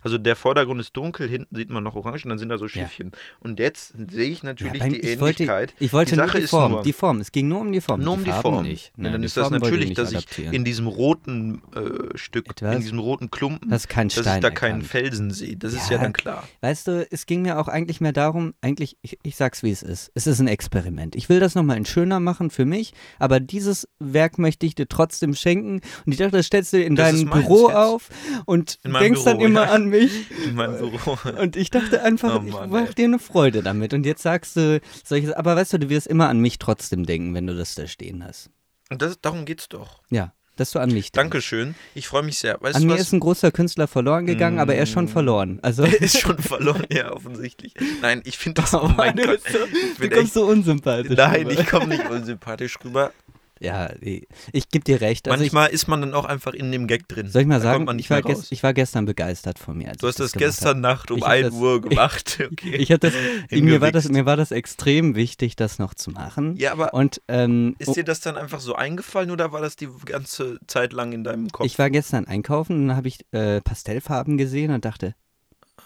Speaker 2: Also der Vordergrund ist dunkel, hinten sieht man noch orange und dann sind da so Schiffchen. Und jetzt sehe ich
Speaker 1: ja
Speaker 2: natürlich
Speaker 1: beim-
Speaker 2: die
Speaker 1: ich
Speaker 2: Ähnlichkeit.
Speaker 1: wollte, ich wollte
Speaker 2: die
Speaker 1: nur
Speaker 2: Sache
Speaker 1: die
Speaker 2: ist
Speaker 1: Form,
Speaker 2: nur,
Speaker 1: die Form. Es ging nur um die Form.
Speaker 2: nur um die
Speaker 1: Farben
Speaker 2: Form.
Speaker 1: Nicht.
Speaker 2: Ja,
Speaker 1: Nein,
Speaker 2: dann
Speaker 1: die
Speaker 2: ist das
Speaker 1: Farben wollte
Speaker 2: natürlich,
Speaker 1: nicht
Speaker 2: dass ich
Speaker 1: adaptieren.
Speaker 2: in diesem roten äh, Stück,
Speaker 1: Etwas?
Speaker 2: in diesem roten Klumpen,
Speaker 1: Das ist kein
Speaker 2: dass ich
Speaker 1: Stein
Speaker 2: da keinen
Speaker 1: erkannt.
Speaker 2: Felsen sehe. Das ist ja
Speaker 1: Ja.
Speaker 2: dann klar.
Speaker 1: Weißt du, es ging mir auch eigentlich mehr darum, eigentlich, ich, ich sag's wie es ist. Es ist ein Experiment. Ich will das nochmal in schöner machen für mich, aber dieses Werk möchte ich dir trotzdem schenken. Und ich dachte, das stellst du in
Speaker 2: Das ist
Speaker 1: deinem
Speaker 2: meins
Speaker 1: Büro
Speaker 2: jetzt.
Speaker 1: auf und
Speaker 2: In meinem
Speaker 1: denkst dann
Speaker 2: Büro,
Speaker 1: immer
Speaker 2: ja.
Speaker 1: an mich.
Speaker 2: In meinem
Speaker 1: <laughs>
Speaker 2: Büro.
Speaker 1: Und ich dachte einfach,
Speaker 2: Oh
Speaker 1: ich
Speaker 2: Mann,
Speaker 1: mach
Speaker 2: ey.
Speaker 1: dir eine Freude damit. Und jetzt sagst du solches, aber weißt du, du wirst immer an mich trotzdem denken, wenn du das da stehen hast.
Speaker 2: Und <laughs> das, darum geht's doch.
Speaker 1: Ja, dass du an mich denkst.
Speaker 2: Dankeschön. Ich freue mich sehr. Weißt
Speaker 1: An
Speaker 2: du
Speaker 1: mir
Speaker 2: was? Mm. Oh
Speaker 1: ist ein großer Künstler verloren gegangen, aber er ist schon verloren.
Speaker 2: <laughs>
Speaker 1: Also,
Speaker 2: Er ist schon verloren, ja, offensichtlich. Nein, ich finde das. Oh
Speaker 1: <laughs>
Speaker 2: mein
Speaker 1: du,
Speaker 2: Gott.
Speaker 1: bist so,
Speaker 2: Ich
Speaker 1: du
Speaker 2: bin
Speaker 1: kommst
Speaker 2: echt,
Speaker 1: so unsympathisch.
Speaker 2: nein,
Speaker 1: rüber.
Speaker 2: ich komme nicht unsympathisch
Speaker 1: <laughs>
Speaker 2: rüber.
Speaker 1: Ja, ich, ich gebe dir recht. Also ich,
Speaker 2: Manchmal ist man dann auch einfach in dem Gag drin.
Speaker 1: soll ich mal
Speaker 2: da
Speaker 1: sagen,
Speaker 2: kommt man nicht
Speaker 1: ich, war
Speaker 2: mehr
Speaker 1: gest,
Speaker 2: raus.
Speaker 1: ich war gestern begeistert von mir. Als
Speaker 2: Du
Speaker 1: ich
Speaker 2: hast das
Speaker 1: gemacht
Speaker 2: gestern Nacht
Speaker 1: <laughs>
Speaker 2: um
Speaker 1: Ich hab
Speaker 2: 1
Speaker 1: das-
Speaker 2: Uhr gemacht. Okay.
Speaker 1: Hab. Ich hab das, mir, war das,
Speaker 2: Hingewichst.
Speaker 1: mir war das extrem wichtig, das noch zu machen.
Speaker 2: Ja, aber
Speaker 1: Und ähm,
Speaker 2: ist dir das dann einfach so eingefallen oder war das die ganze Zeit lang in deinem Kopf?
Speaker 1: ich war gestern einkaufen und dann habe ich äh, Pastellfarben gesehen und dachte,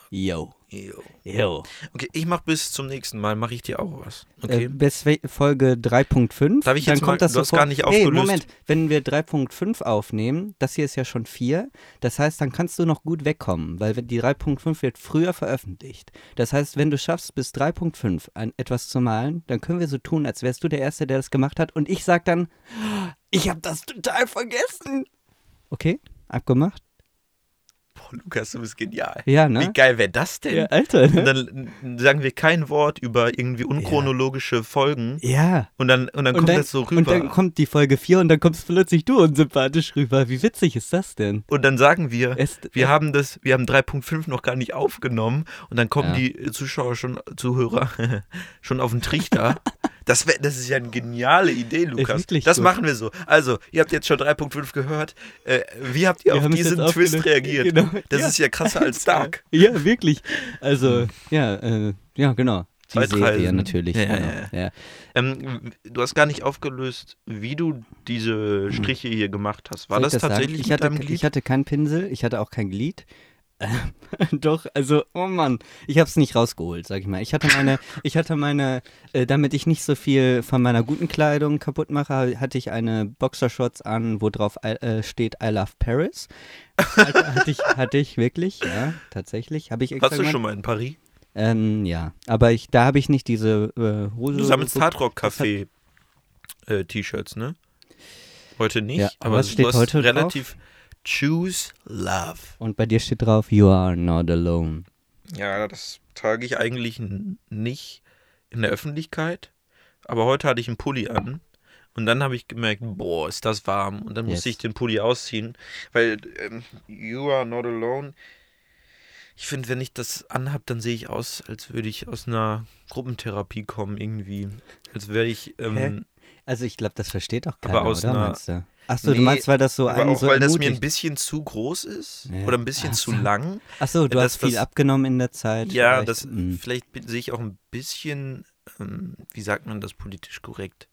Speaker 1: yo,
Speaker 2: Jo.
Speaker 1: yo.
Speaker 2: okay, ich mach bis zum nächsten Mal, mache ich dir auch was. Okay.
Speaker 1: Äh, bis we- Folge 3.5.
Speaker 2: Darf ich
Speaker 1: dann
Speaker 2: jetzt
Speaker 1: kommt
Speaker 2: mal-
Speaker 1: das
Speaker 2: du hast
Speaker 1: sofort-
Speaker 2: gar nicht
Speaker 1: Hey,
Speaker 2: aufgelöst.
Speaker 1: Moment, wenn wir 3.5 aufnehmen, das hier ist ja schon 4, das heißt, dann kannst du noch gut wegkommen, weil wenn- die 3.5 wird früher veröffentlicht. Das heißt, wenn du schaffst, bis 3.5 an etwas zu malen, dann können wir so tun, als wärst du der Erste, der das gemacht hat und ich sag dann, ich habe das total vergessen. Okay, abgemacht?
Speaker 2: Boah, Lukas, du bist genial.
Speaker 1: Ja, ne?
Speaker 2: Wie geil wäre das denn?
Speaker 1: Ja, Alter.
Speaker 2: Und
Speaker 1: Ne?
Speaker 2: dann sagen wir kein Wort über irgendwie unchronologische Folgen.
Speaker 1: Ja.
Speaker 2: Und dann, und dann kommt das so rüber.
Speaker 1: und dann kommt die Folge 4 und dann kommst plötzlich du unsympathisch rüber. Wie witzig ist das denn?
Speaker 2: sagen wir, <laughs>
Speaker 1: Es-
Speaker 2: wir haben das, wir haben 3.5 noch gar nicht aufgenommen. Und dann kommen
Speaker 1: Ja.
Speaker 2: die Zuschauer schon, Zuhörer <laughs> schon auf den
Speaker 1: <laughs>
Speaker 2: Trichter. Das, wär, das ist ja eine geniale Idee, Lukas.
Speaker 1: wirklich
Speaker 2: Das
Speaker 1: gut.
Speaker 2: machen wir so. Also, ihr habt jetzt schon 3.5 gehört. Äh, wie habt ihr
Speaker 1: Wir
Speaker 2: auf
Speaker 1: haben es
Speaker 2: diesen
Speaker 1: jetzt
Speaker 2: Twist
Speaker 1: aufgelöst.
Speaker 2: reagiert?
Speaker 1: Genau,
Speaker 2: Das
Speaker 1: ja.
Speaker 2: ist ja krasser als Dark.
Speaker 1: Ja, wirklich. Also, ja, äh, ja, genau. Die
Speaker 2: Zeitreisen.
Speaker 1: Serie natürlich.
Speaker 2: Ja,
Speaker 1: genau.
Speaker 2: ja,
Speaker 1: ja.
Speaker 2: Ähm, du hast gar nicht aufgelöst, wie du diese Striche hier gemacht hast. War
Speaker 1: Soll
Speaker 2: das,
Speaker 1: ich das sagen?
Speaker 2: tatsächlich
Speaker 1: ich
Speaker 2: mit
Speaker 1: hatte,
Speaker 2: deinem Glied?
Speaker 1: Ich hatte keinen Pinsel, ich hatte auch kein Glied. Ähm, <laughs> Doch, also, oh Mann, ich habe es nicht rausgeholt, sag ich mal. Ich hatte
Speaker 2: <laughs>
Speaker 1: meine, ich hatte meine, äh, damit ich nicht so viel von meiner guten Kleidung kaputt mache, ha- hatte ich eine Boxershorts an, wo drauf I, äh, steht I love Paris. hatte, hatte ich, hatte ich wirklich, ja, tatsächlich. Habe ich extra
Speaker 2: Warst du
Speaker 1: gemacht.
Speaker 2: schon mal in Paris?
Speaker 1: Ähm, ja, aber ich, da habe ich nicht diese äh, Hose.
Speaker 2: Du sammelst
Speaker 1: geguckt.
Speaker 2: Hardrock-Café-T-Shirts, ne? Heute nicht,
Speaker 1: Ja,
Speaker 2: aber
Speaker 1: was
Speaker 2: du
Speaker 1: steht
Speaker 2: hast
Speaker 1: heute drauf?
Speaker 2: relativ Choose Love.
Speaker 1: Und bei dir steht drauf, you are not alone.
Speaker 2: Ja, das trage ich eigentlich n- nicht in der Öffentlichkeit. Aber heute hatte ich einen Pulli an. Und dann habe ich gemerkt, boah, ist das warm. Und dann musste
Speaker 1: Jetzt.
Speaker 2: ich den Pulli ausziehen. Weil ähm, You Are Not Alone. Ich finde, wenn ich das anhab, dann sehe ich aus, als würde ich aus einer Gruppentherapie kommen, irgendwie. Als wäre ich. Ähm,
Speaker 1: Also ich glaube, das versteht auch
Speaker 2: Aber
Speaker 1: keiner,
Speaker 2: aus
Speaker 1: oder
Speaker 2: einer-
Speaker 1: meinst du? Achso,
Speaker 2: Nee,
Speaker 1: du meinst, weil das so
Speaker 2: aber
Speaker 1: einen
Speaker 2: auch,
Speaker 1: so
Speaker 2: weil das mir ein
Speaker 1: ermutigt.
Speaker 2: bisschen zu groß ist.
Speaker 1: Ja.
Speaker 2: Oder ein bisschen
Speaker 1: Ach
Speaker 2: zu
Speaker 1: so.
Speaker 2: lang.
Speaker 1: Achso, du
Speaker 2: dass
Speaker 1: hast viel
Speaker 2: das-
Speaker 1: abgenommen in der Zeit.
Speaker 2: Ja,
Speaker 1: vielleicht.
Speaker 2: das
Speaker 1: Mm.
Speaker 2: vielleicht bin- sehe ich auch ein bisschen, ähm, wie sagt man das politisch korrekt,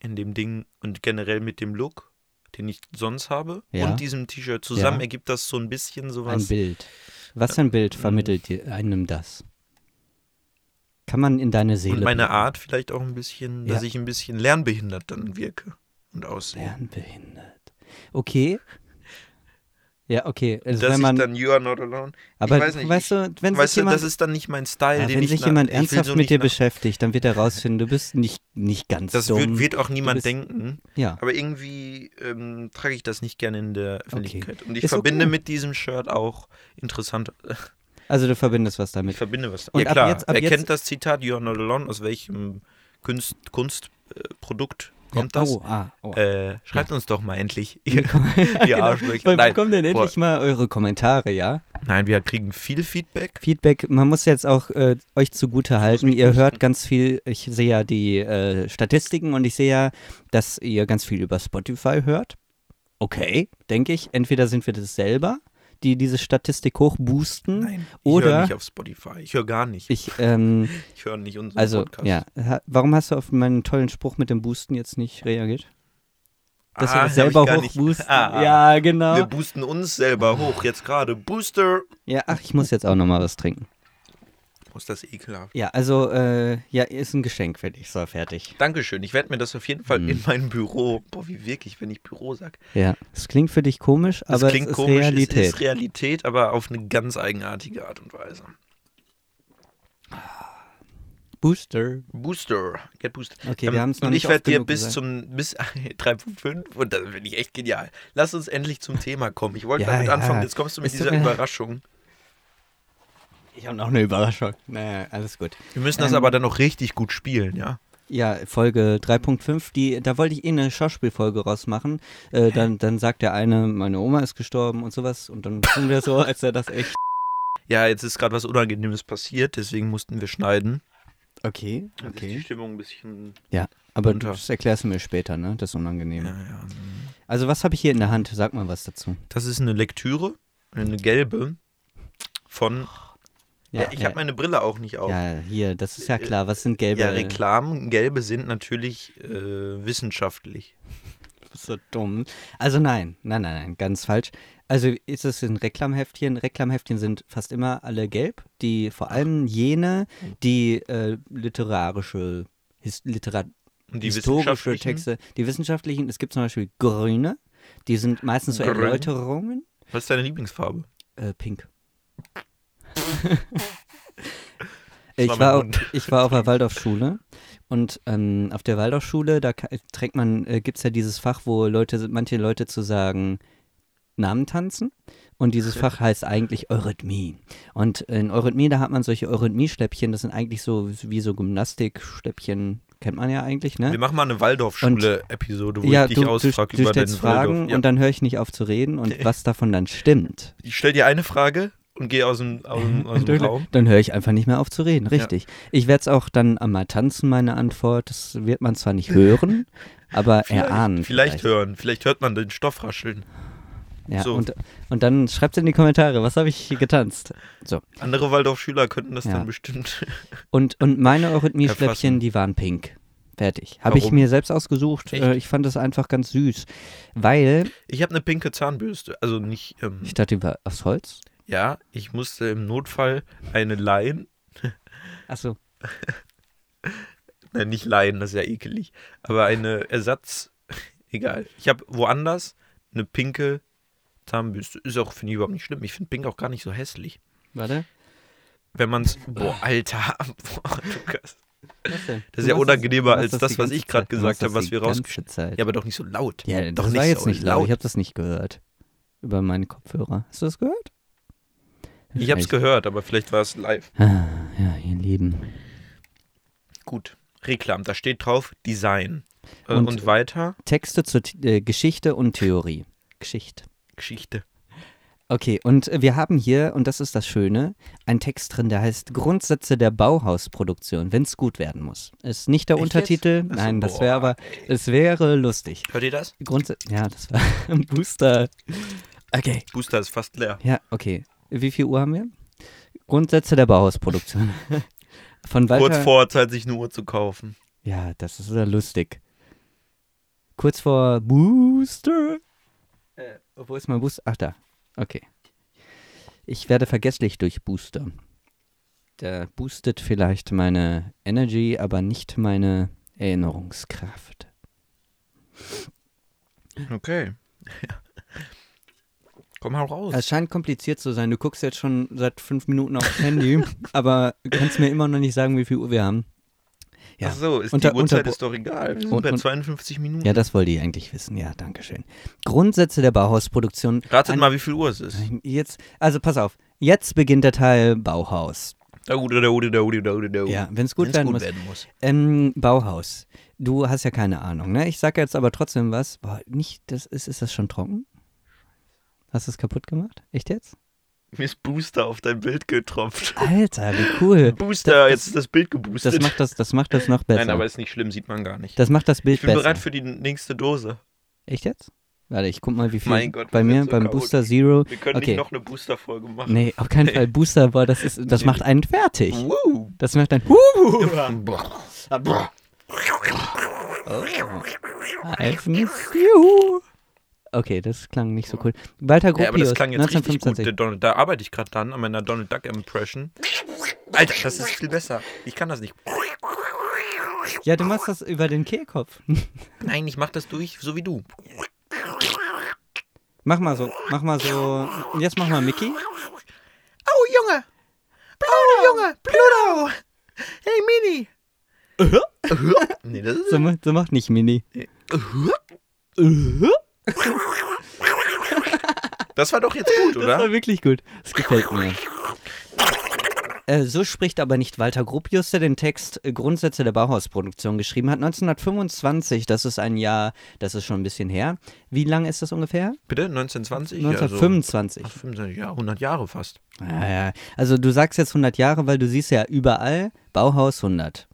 Speaker 2: in dem Ding und generell mit dem Look, den ich sonst habe
Speaker 1: Ja.
Speaker 2: und diesem T-Shirt zusammen
Speaker 1: Ja.
Speaker 2: ergibt das so ein bisschen
Speaker 1: ein
Speaker 2: sowas.
Speaker 1: Bild. Was für ein Bild vermittelt dir einem das? Kann man in deine Seele
Speaker 2: und meine
Speaker 1: blicken?
Speaker 2: Art vielleicht auch ein bisschen,
Speaker 1: Ja.
Speaker 2: dass ich ein bisschen lernbehindert dann wirke und aussehe.
Speaker 1: Lernbehindert. Okay. Ja, okay. Also
Speaker 2: das
Speaker 1: wenn
Speaker 2: ist
Speaker 1: man,
Speaker 2: dann You Are Not Alone.
Speaker 1: aber
Speaker 2: ich weiß nicht,
Speaker 1: weißt du, wenn sich
Speaker 2: weißt du,
Speaker 1: jemand,
Speaker 2: das ist dann nicht mein Style,
Speaker 1: ja,
Speaker 2: den
Speaker 1: wenn
Speaker 2: ich
Speaker 1: sich
Speaker 2: nach-
Speaker 1: jemand
Speaker 2: ich will
Speaker 1: ernsthaft
Speaker 2: so
Speaker 1: mit
Speaker 2: nicht
Speaker 1: dir
Speaker 2: nach-
Speaker 1: beschäftigt, dann wird er rausfinden, du bist nicht, nicht ganz
Speaker 2: Das
Speaker 1: dumm.
Speaker 2: wird, wird auch niemand
Speaker 1: bist-
Speaker 2: denken.
Speaker 1: ja.
Speaker 2: Aber irgendwie ähm, trage ich das nicht gerne in der Öffentlichkeit. Und ich
Speaker 1: Ist
Speaker 2: verbinde
Speaker 1: okay.
Speaker 2: mit diesem Shirt auch interessant. äh,
Speaker 1: Also du verbindest was
Speaker 2: Ich
Speaker 1: damit.
Speaker 2: verbinde was.
Speaker 1: Und
Speaker 2: ja
Speaker 1: ab
Speaker 2: klar,
Speaker 1: jetzt- ab
Speaker 2: er
Speaker 1: jetzt-
Speaker 2: kennt das Zitat You Are Not Alone, aus welchem Kunst, Kunstprodukt äh, Produkt kommt das?
Speaker 1: Oh, ah, oh.
Speaker 2: Äh, schreibt uns doch
Speaker 1: <laughs>
Speaker 2: mal endlich.
Speaker 1: Wie kommen-
Speaker 2: Ihr
Speaker 1: genau.
Speaker 2: Arschlöcher.
Speaker 1: Wann
Speaker 2: Nein.
Speaker 1: bekommen denn
Speaker 2: Boah.
Speaker 1: endlich mal eure Kommentare, ja?
Speaker 2: Nein, wir kriegen viel Feedback.
Speaker 1: Feedback, man muss jetzt auch äh, euch zugute halten.
Speaker 2: mich
Speaker 1: Ihr
Speaker 2: husten.
Speaker 1: hört ganz viel, ich sehe ja die äh, Statistiken und ich sehe ja, dass ihr ganz viel über Spotify hört. Okay, denke ich. Entweder sind wir das selber, die diese Statistik hochboosten.
Speaker 2: Nein, ich höre
Speaker 1: Oder-
Speaker 2: nicht auf Spotify. Ich höre gar nicht.
Speaker 1: Ich,
Speaker 2: <laughs>
Speaker 1: ähm,
Speaker 2: Ich höre nicht unseren
Speaker 1: also,
Speaker 2: Podcast.
Speaker 1: ja. Ha- Warum hast du auf meinen tollen Spruch mit dem Boosten jetzt nicht reagiert? Dass wir
Speaker 2: Ah, hab
Speaker 1: das
Speaker 2: ich
Speaker 1: selber
Speaker 2: gar nicht-
Speaker 1: hochboosten.
Speaker 2: <laughs> Ah,
Speaker 1: ja, genau.
Speaker 2: Wir boosten uns selber hoch. Jetzt gerade Booster.
Speaker 1: Ja, ach, ich muss jetzt auch nochmal was trinken.
Speaker 2: Muss das ekelhaft.
Speaker 1: Ja, also, äh, ja, ist ein Geschenk für dich. So, fertig.
Speaker 2: Dankeschön. Ich werde mir das auf jeden Fall
Speaker 1: Mhm.
Speaker 2: in meinem Büro. Boah, wie wirklich, wenn ich Büro sag.
Speaker 1: Ja, es klingt für dich komisch,
Speaker 2: Das
Speaker 1: aber
Speaker 2: klingt
Speaker 1: es ist
Speaker 2: komisch,
Speaker 1: Realität.
Speaker 2: es ist Realität, aber auf eine ganz eigenartige Art und Weise.
Speaker 1: Booster.
Speaker 2: Booster, get boosted.
Speaker 1: Okay, wir haben's noch
Speaker 2: und
Speaker 1: nicht
Speaker 2: ich werd
Speaker 1: oft
Speaker 2: dir
Speaker 1: genug
Speaker 2: bis
Speaker 1: gesagt.
Speaker 2: zum bis <laughs> 3.5 und das finde ich echt genial. Lass uns endlich zum Thema kommen. Ich wollte
Speaker 1: Ja,
Speaker 2: damit
Speaker 1: ja.
Speaker 2: anfangen. Jetzt kommst du mit
Speaker 1: Es tut
Speaker 2: dieser
Speaker 1: mir leid.
Speaker 2: Überraschung.
Speaker 1: Ich habe noch eine Überraschung. Naja, alles gut.
Speaker 2: Wir müssen das
Speaker 1: Ähm,
Speaker 2: aber dann noch richtig gut spielen, ja.
Speaker 1: Ja, Folge 3.5, die, da wollte ich eh eine Schauspielfolge rausmachen. Äh, dann, dann sagt der eine, meine Oma ist gestorben und sowas. Und dann tun <laughs> wir so, als wäre das echt.
Speaker 2: Ja, jetzt ist gerade was Unangenehmes passiert, deswegen mussten wir schneiden.
Speaker 1: Okay, äh,
Speaker 2: Jetzt ist die Stimmung ein bisschen.
Speaker 1: Aber
Speaker 2: runter.
Speaker 1: das erklärst du mir später, ne? Das
Speaker 2: Ja,
Speaker 1: Unangenehme.
Speaker 2: ja.
Speaker 1: Also, was habe ich hier in der Hand? Sag mal was dazu.
Speaker 2: Das ist eine Lektüre, eine gelbe von. Ja, ich habe meine Brille auch nicht auf.
Speaker 1: Ja, hier, das ist ja klar. Was sind gelbe?
Speaker 2: Ja, Reklamen, gelbe sind natürlich äh, wissenschaftlich.
Speaker 1: So dumm. Also nein, nein, nein, nein, ganz falsch. Also ist es in Reklamheftchen? Reklamheftchen sind fast immer alle gelb, die vor allem jene,
Speaker 2: Hm.
Speaker 1: die äh, literarische, his, literat,
Speaker 2: Und
Speaker 1: historische
Speaker 2: wissenschaftlichen-
Speaker 1: Texte, die wissenschaftlichen, es gibt zum Beispiel grüne, die sind meistens so
Speaker 2: Grün.
Speaker 1: Erläuterungen,
Speaker 2: Was ist deine Lieblingsfarbe?
Speaker 1: äh,
Speaker 2: <laughs>
Speaker 1: pink.
Speaker 2: war
Speaker 1: ich,
Speaker 2: mein
Speaker 1: war, au-
Speaker 2: Hund.
Speaker 1: ich war auf der Waldorfschule und ähm, auf der Waldorfschule, da ka- trägt man, äh, gibt es ja dieses Fach, wo Leute, manche Leute zu sagen, Namen tanzen. Und dieses Fach heißt eigentlich Eurythmie. Und in Eurythmie, da hat man solche Eurythmie-Schläppchen, das sind eigentlich so wie so Gymnastik-Schläppchen, kennt man ja eigentlich, ne?
Speaker 2: Wir machen mal eine Waldorfschule-Episode, wo
Speaker 1: ja,
Speaker 2: ich dich
Speaker 1: du, du,
Speaker 2: ausfrage
Speaker 1: du
Speaker 2: über
Speaker 1: stellst
Speaker 2: den Waldorf.
Speaker 1: Fragen
Speaker 2: ja.
Speaker 1: und dann höre ich nicht auf zu reden
Speaker 2: <laughs>
Speaker 1: und was davon dann stimmt.
Speaker 2: Ich stell dir eine Frage und gehe aus dem, aus dem, aus dem
Speaker 1: Natürlich.
Speaker 2: Raum.
Speaker 1: Dann höre ich einfach nicht mehr auf zu reden, richtig. Ich werde es auch dann einmal tanzen, meine Antwort. Das wird man zwar nicht
Speaker 2: <laughs>
Speaker 1: hören, aber erahnen.
Speaker 2: vielleicht hören, vielleicht hört man den Stoff rascheln.
Speaker 1: Ja,
Speaker 2: so.
Speaker 1: und, und dann schreibt in die Kommentare, was habe ich hier getanzt. So.
Speaker 2: Andere Waldorfschüler könnten das
Speaker 1: Ja.
Speaker 2: dann bestimmt. <laughs>
Speaker 1: Und, und meine Eurythmie-Schläppchen,
Speaker 2: Erfassen.
Speaker 1: die waren pink. Fertig. Habe ich
Speaker 2: Warum?
Speaker 1: mir selbst ausgesucht.
Speaker 2: Echt?
Speaker 1: Äh, Ich fand das einfach ganz süß. Weil,
Speaker 2: Ich habe eine pinke Zahnbürste, also nicht, ähm,
Speaker 1: ich dachte, die war aus Holz.
Speaker 2: ja, ich musste im Notfall eine leihen.
Speaker 1: Achso.
Speaker 2: Nein, nicht leihen, das ist ja ekelig. Aber eine Ersatz, <laughs> egal. Ich habe woanders eine pinke Zahnbürste. Ist auch, finde ich, überhaupt nicht schlimm. Ich finde pink auch gar nicht so hässlich.
Speaker 1: Warte.
Speaker 2: Wenn man es, boah, Alter, <laughs> boah, Lukas.
Speaker 1: Was denn?
Speaker 2: Das
Speaker 1: Du
Speaker 2: ist ja
Speaker 1: machst
Speaker 2: unangenehmer
Speaker 1: du machst
Speaker 2: als
Speaker 1: die
Speaker 2: das, was
Speaker 1: ganze
Speaker 2: ich gerade
Speaker 1: Zeit. Du
Speaker 2: gesagt
Speaker 1: machst
Speaker 2: habe,
Speaker 1: das
Speaker 2: was
Speaker 1: die
Speaker 2: wir
Speaker 1: ganze
Speaker 2: rausgeschnitten-
Speaker 1: Zeit.
Speaker 2: Ja, aber doch nicht so laut.
Speaker 1: Ja,
Speaker 2: doch
Speaker 1: das war jetzt
Speaker 2: so
Speaker 1: nicht laut. Ich habe das nicht gehört. Über meine Kopfhörer. Hast du das gehört?
Speaker 2: Ich habe es gehört, aber vielleicht war es live.
Speaker 1: Ah, ja, ihr Lieben.
Speaker 2: Gut. Reklam, da steht drauf Design. Äh,
Speaker 1: Und-
Speaker 2: Und, weiter
Speaker 1: Texte zur T- äh, Geschichte und Theorie. Geschichte.
Speaker 2: Geschichte.
Speaker 1: Okay, und äh, wir haben hier, und das ist das Schöne, einen Text drin, der heißt Grundsätze der Bauhausproduktion, wenn es gut werden muss. Ist nicht der
Speaker 2: Echt jetzt?
Speaker 1: Untertitel,
Speaker 2: Ach so,
Speaker 1: nein, das
Speaker 2: boah,
Speaker 1: wäre aber, es wäre lustig.
Speaker 2: Hört ihr das?
Speaker 1: Grundsätze, ja, das war <laughs> ein Booster. Okay.
Speaker 2: Booster ist fast leer.
Speaker 1: Ja, okay. Wie viel Uhr haben wir? Grundsätze der
Speaker 2: <laughs>
Speaker 1: Bauhausproduktion. Von Walter.
Speaker 2: Kurz vor Zeit, sich eine Uhr zu kaufen.
Speaker 1: Ja, das ist ja lustig. Kurz vor Booster. Äh, wo ist mein Booster? Ach, da. Okay. Ich werde vergesslich durch Booster. Der boostet vielleicht meine Energy, aber nicht meine Erinnerungskraft.
Speaker 2: Okay. <laughs> Komm mal raus.
Speaker 1: Es scheint kompliziert zu sein. Du guckst jetzt schon seit fünf Minuten aufs
Speaker 2: <laughs>
Speaker 1: Handy, aber kannst mir immer noch nicht sagen, wie viel Uhr wir haben. ja.
Speaker 2: Ach so, ist
Speaker 1: Unter-
Speaker 2: die Uhrzeit
Speaker 1: unter-
Speaker 2: ist doch egal. Wir sind
Speaker 1: Und-
Speaker 2: bei
Speaker 1: und-
Speaker 2: 52 Minuten.
Speaker 1: Ja, das wollte ich eigentlich wissen. Ja, danke schön. Grundsätze der Bauhausproduktion.
Speaker 2: Ratet
Speaker 1: Ein-
Speaker 2: mal, wie viel Uhr es ist.
Speaker 1: Jetzt, also pass auf. Jetzt beginnt der Teil Bauhaus.
Speaker 2: Da gute, da gute, da gute, da gute, da gute.
Speaker 1: Ja, wenn es gut
Speaker 2: Oh, Wenn's
Speaker 1: werden muss. Ähm, Bauhaus. Du hast ja keine Ahnung, ne? Ich sag jetzt aber trotzdem was. Boah, nicht, das ist, ist das schon trocken? Hast du es kaputt gemacht? Echt jetzt?
Speaker 2: Mir ist Booster auf dein Bild getropft.
Speaker 1: Alter, wie
Speaker 2: <laughs>
Speaker 1: cool.
Speaker 2: Booster,
Speaker 1: das-
Speaker 2: jetzt ist das Bild
Speaker 1: Das
Speaker 2: geboostet.
Speaker 1: macht das, das macht das noch besser.
Speaker 2: <laughs> Nein, aber ist nicht schlimm, sieht man gar nicht.
Speaker 1: das macht das Bild
Speaker 2: ich bin
Speaker 1: besser.
Speaker 2: bereit für die nächste Dose.
Speaker 1: Echt jetzt? Warte, ich guck mal, wie viel.
Speaker 2: Mein Gott,
Speaker 1: bei
Speaker 2: wir
Speaker 1: mir,
Speaker 2: sind so
Speaker 1: beim
Speaker 2: chaotisch.
Speaker 1: Booster Zero.
Speaker 2: Wir können
Speaker 1: Okay.
Speaker 2: nicht noch eine Booster-Folge machen.
Speaker 1: Nee, auf keinen Fall. Booster, boah, das, ist, das
Speaker 2: Nee.
Speaker 1: macht einen fertig.
Speaker 2: Wow.
Speaker 1: Das macht einen. Eifens. Juhu. Okay, das klang nicht so cool. Walter Gropius,
Speaker 2: Ja, aber das klang jetzt richtig gut.
Speaker 1: 1925.
Speaker 2: Der Donald, da arbeite ich gerade dran an meiner Donald Duck Impression. Alter, das ist viel besser. Ich kann das nicht.
Speaker 1: Ja, du machst das über den Kehlkopf. <laughs>
Speaker 2: Nein, ich mach das durch, so wie du.
Speaker 1: mach mal so, mach mal so. Jetzt mach mal Mickey.
Speaker 2: Oh, Junge!
Speaker 1: Ah,
Speaker 2: Pluto, Junge! Pluto! Hey, Mini! nee, das ist
Speaker 1: So, ma- so macht nicht Mini.
Speaker 2: Das war doch jetzt gut,
Speaker 1: Das
Speaker 2: oder?
Speaker 1: war wirklich gut. Das gefällt mir. Äh, So spricht aber nicht Walter Gropius, der den Text äh, Grundsätze der Bauhausproduktion geschrieben hat. 1925, das ist ein Jahr, das ist schon ein bisschen her. Wie lang ist das ungefähr?
Speaker 2: Bitte? 1920? Ja, so.
Speaker 1: 1925.
Speaker 2: Ach, 25, ja, 100 Jahre fast.
Speaker 1: Ja, ja. Also du sagst jetzt 100 Jahre, weil du siehst ja überall Bauhaus 100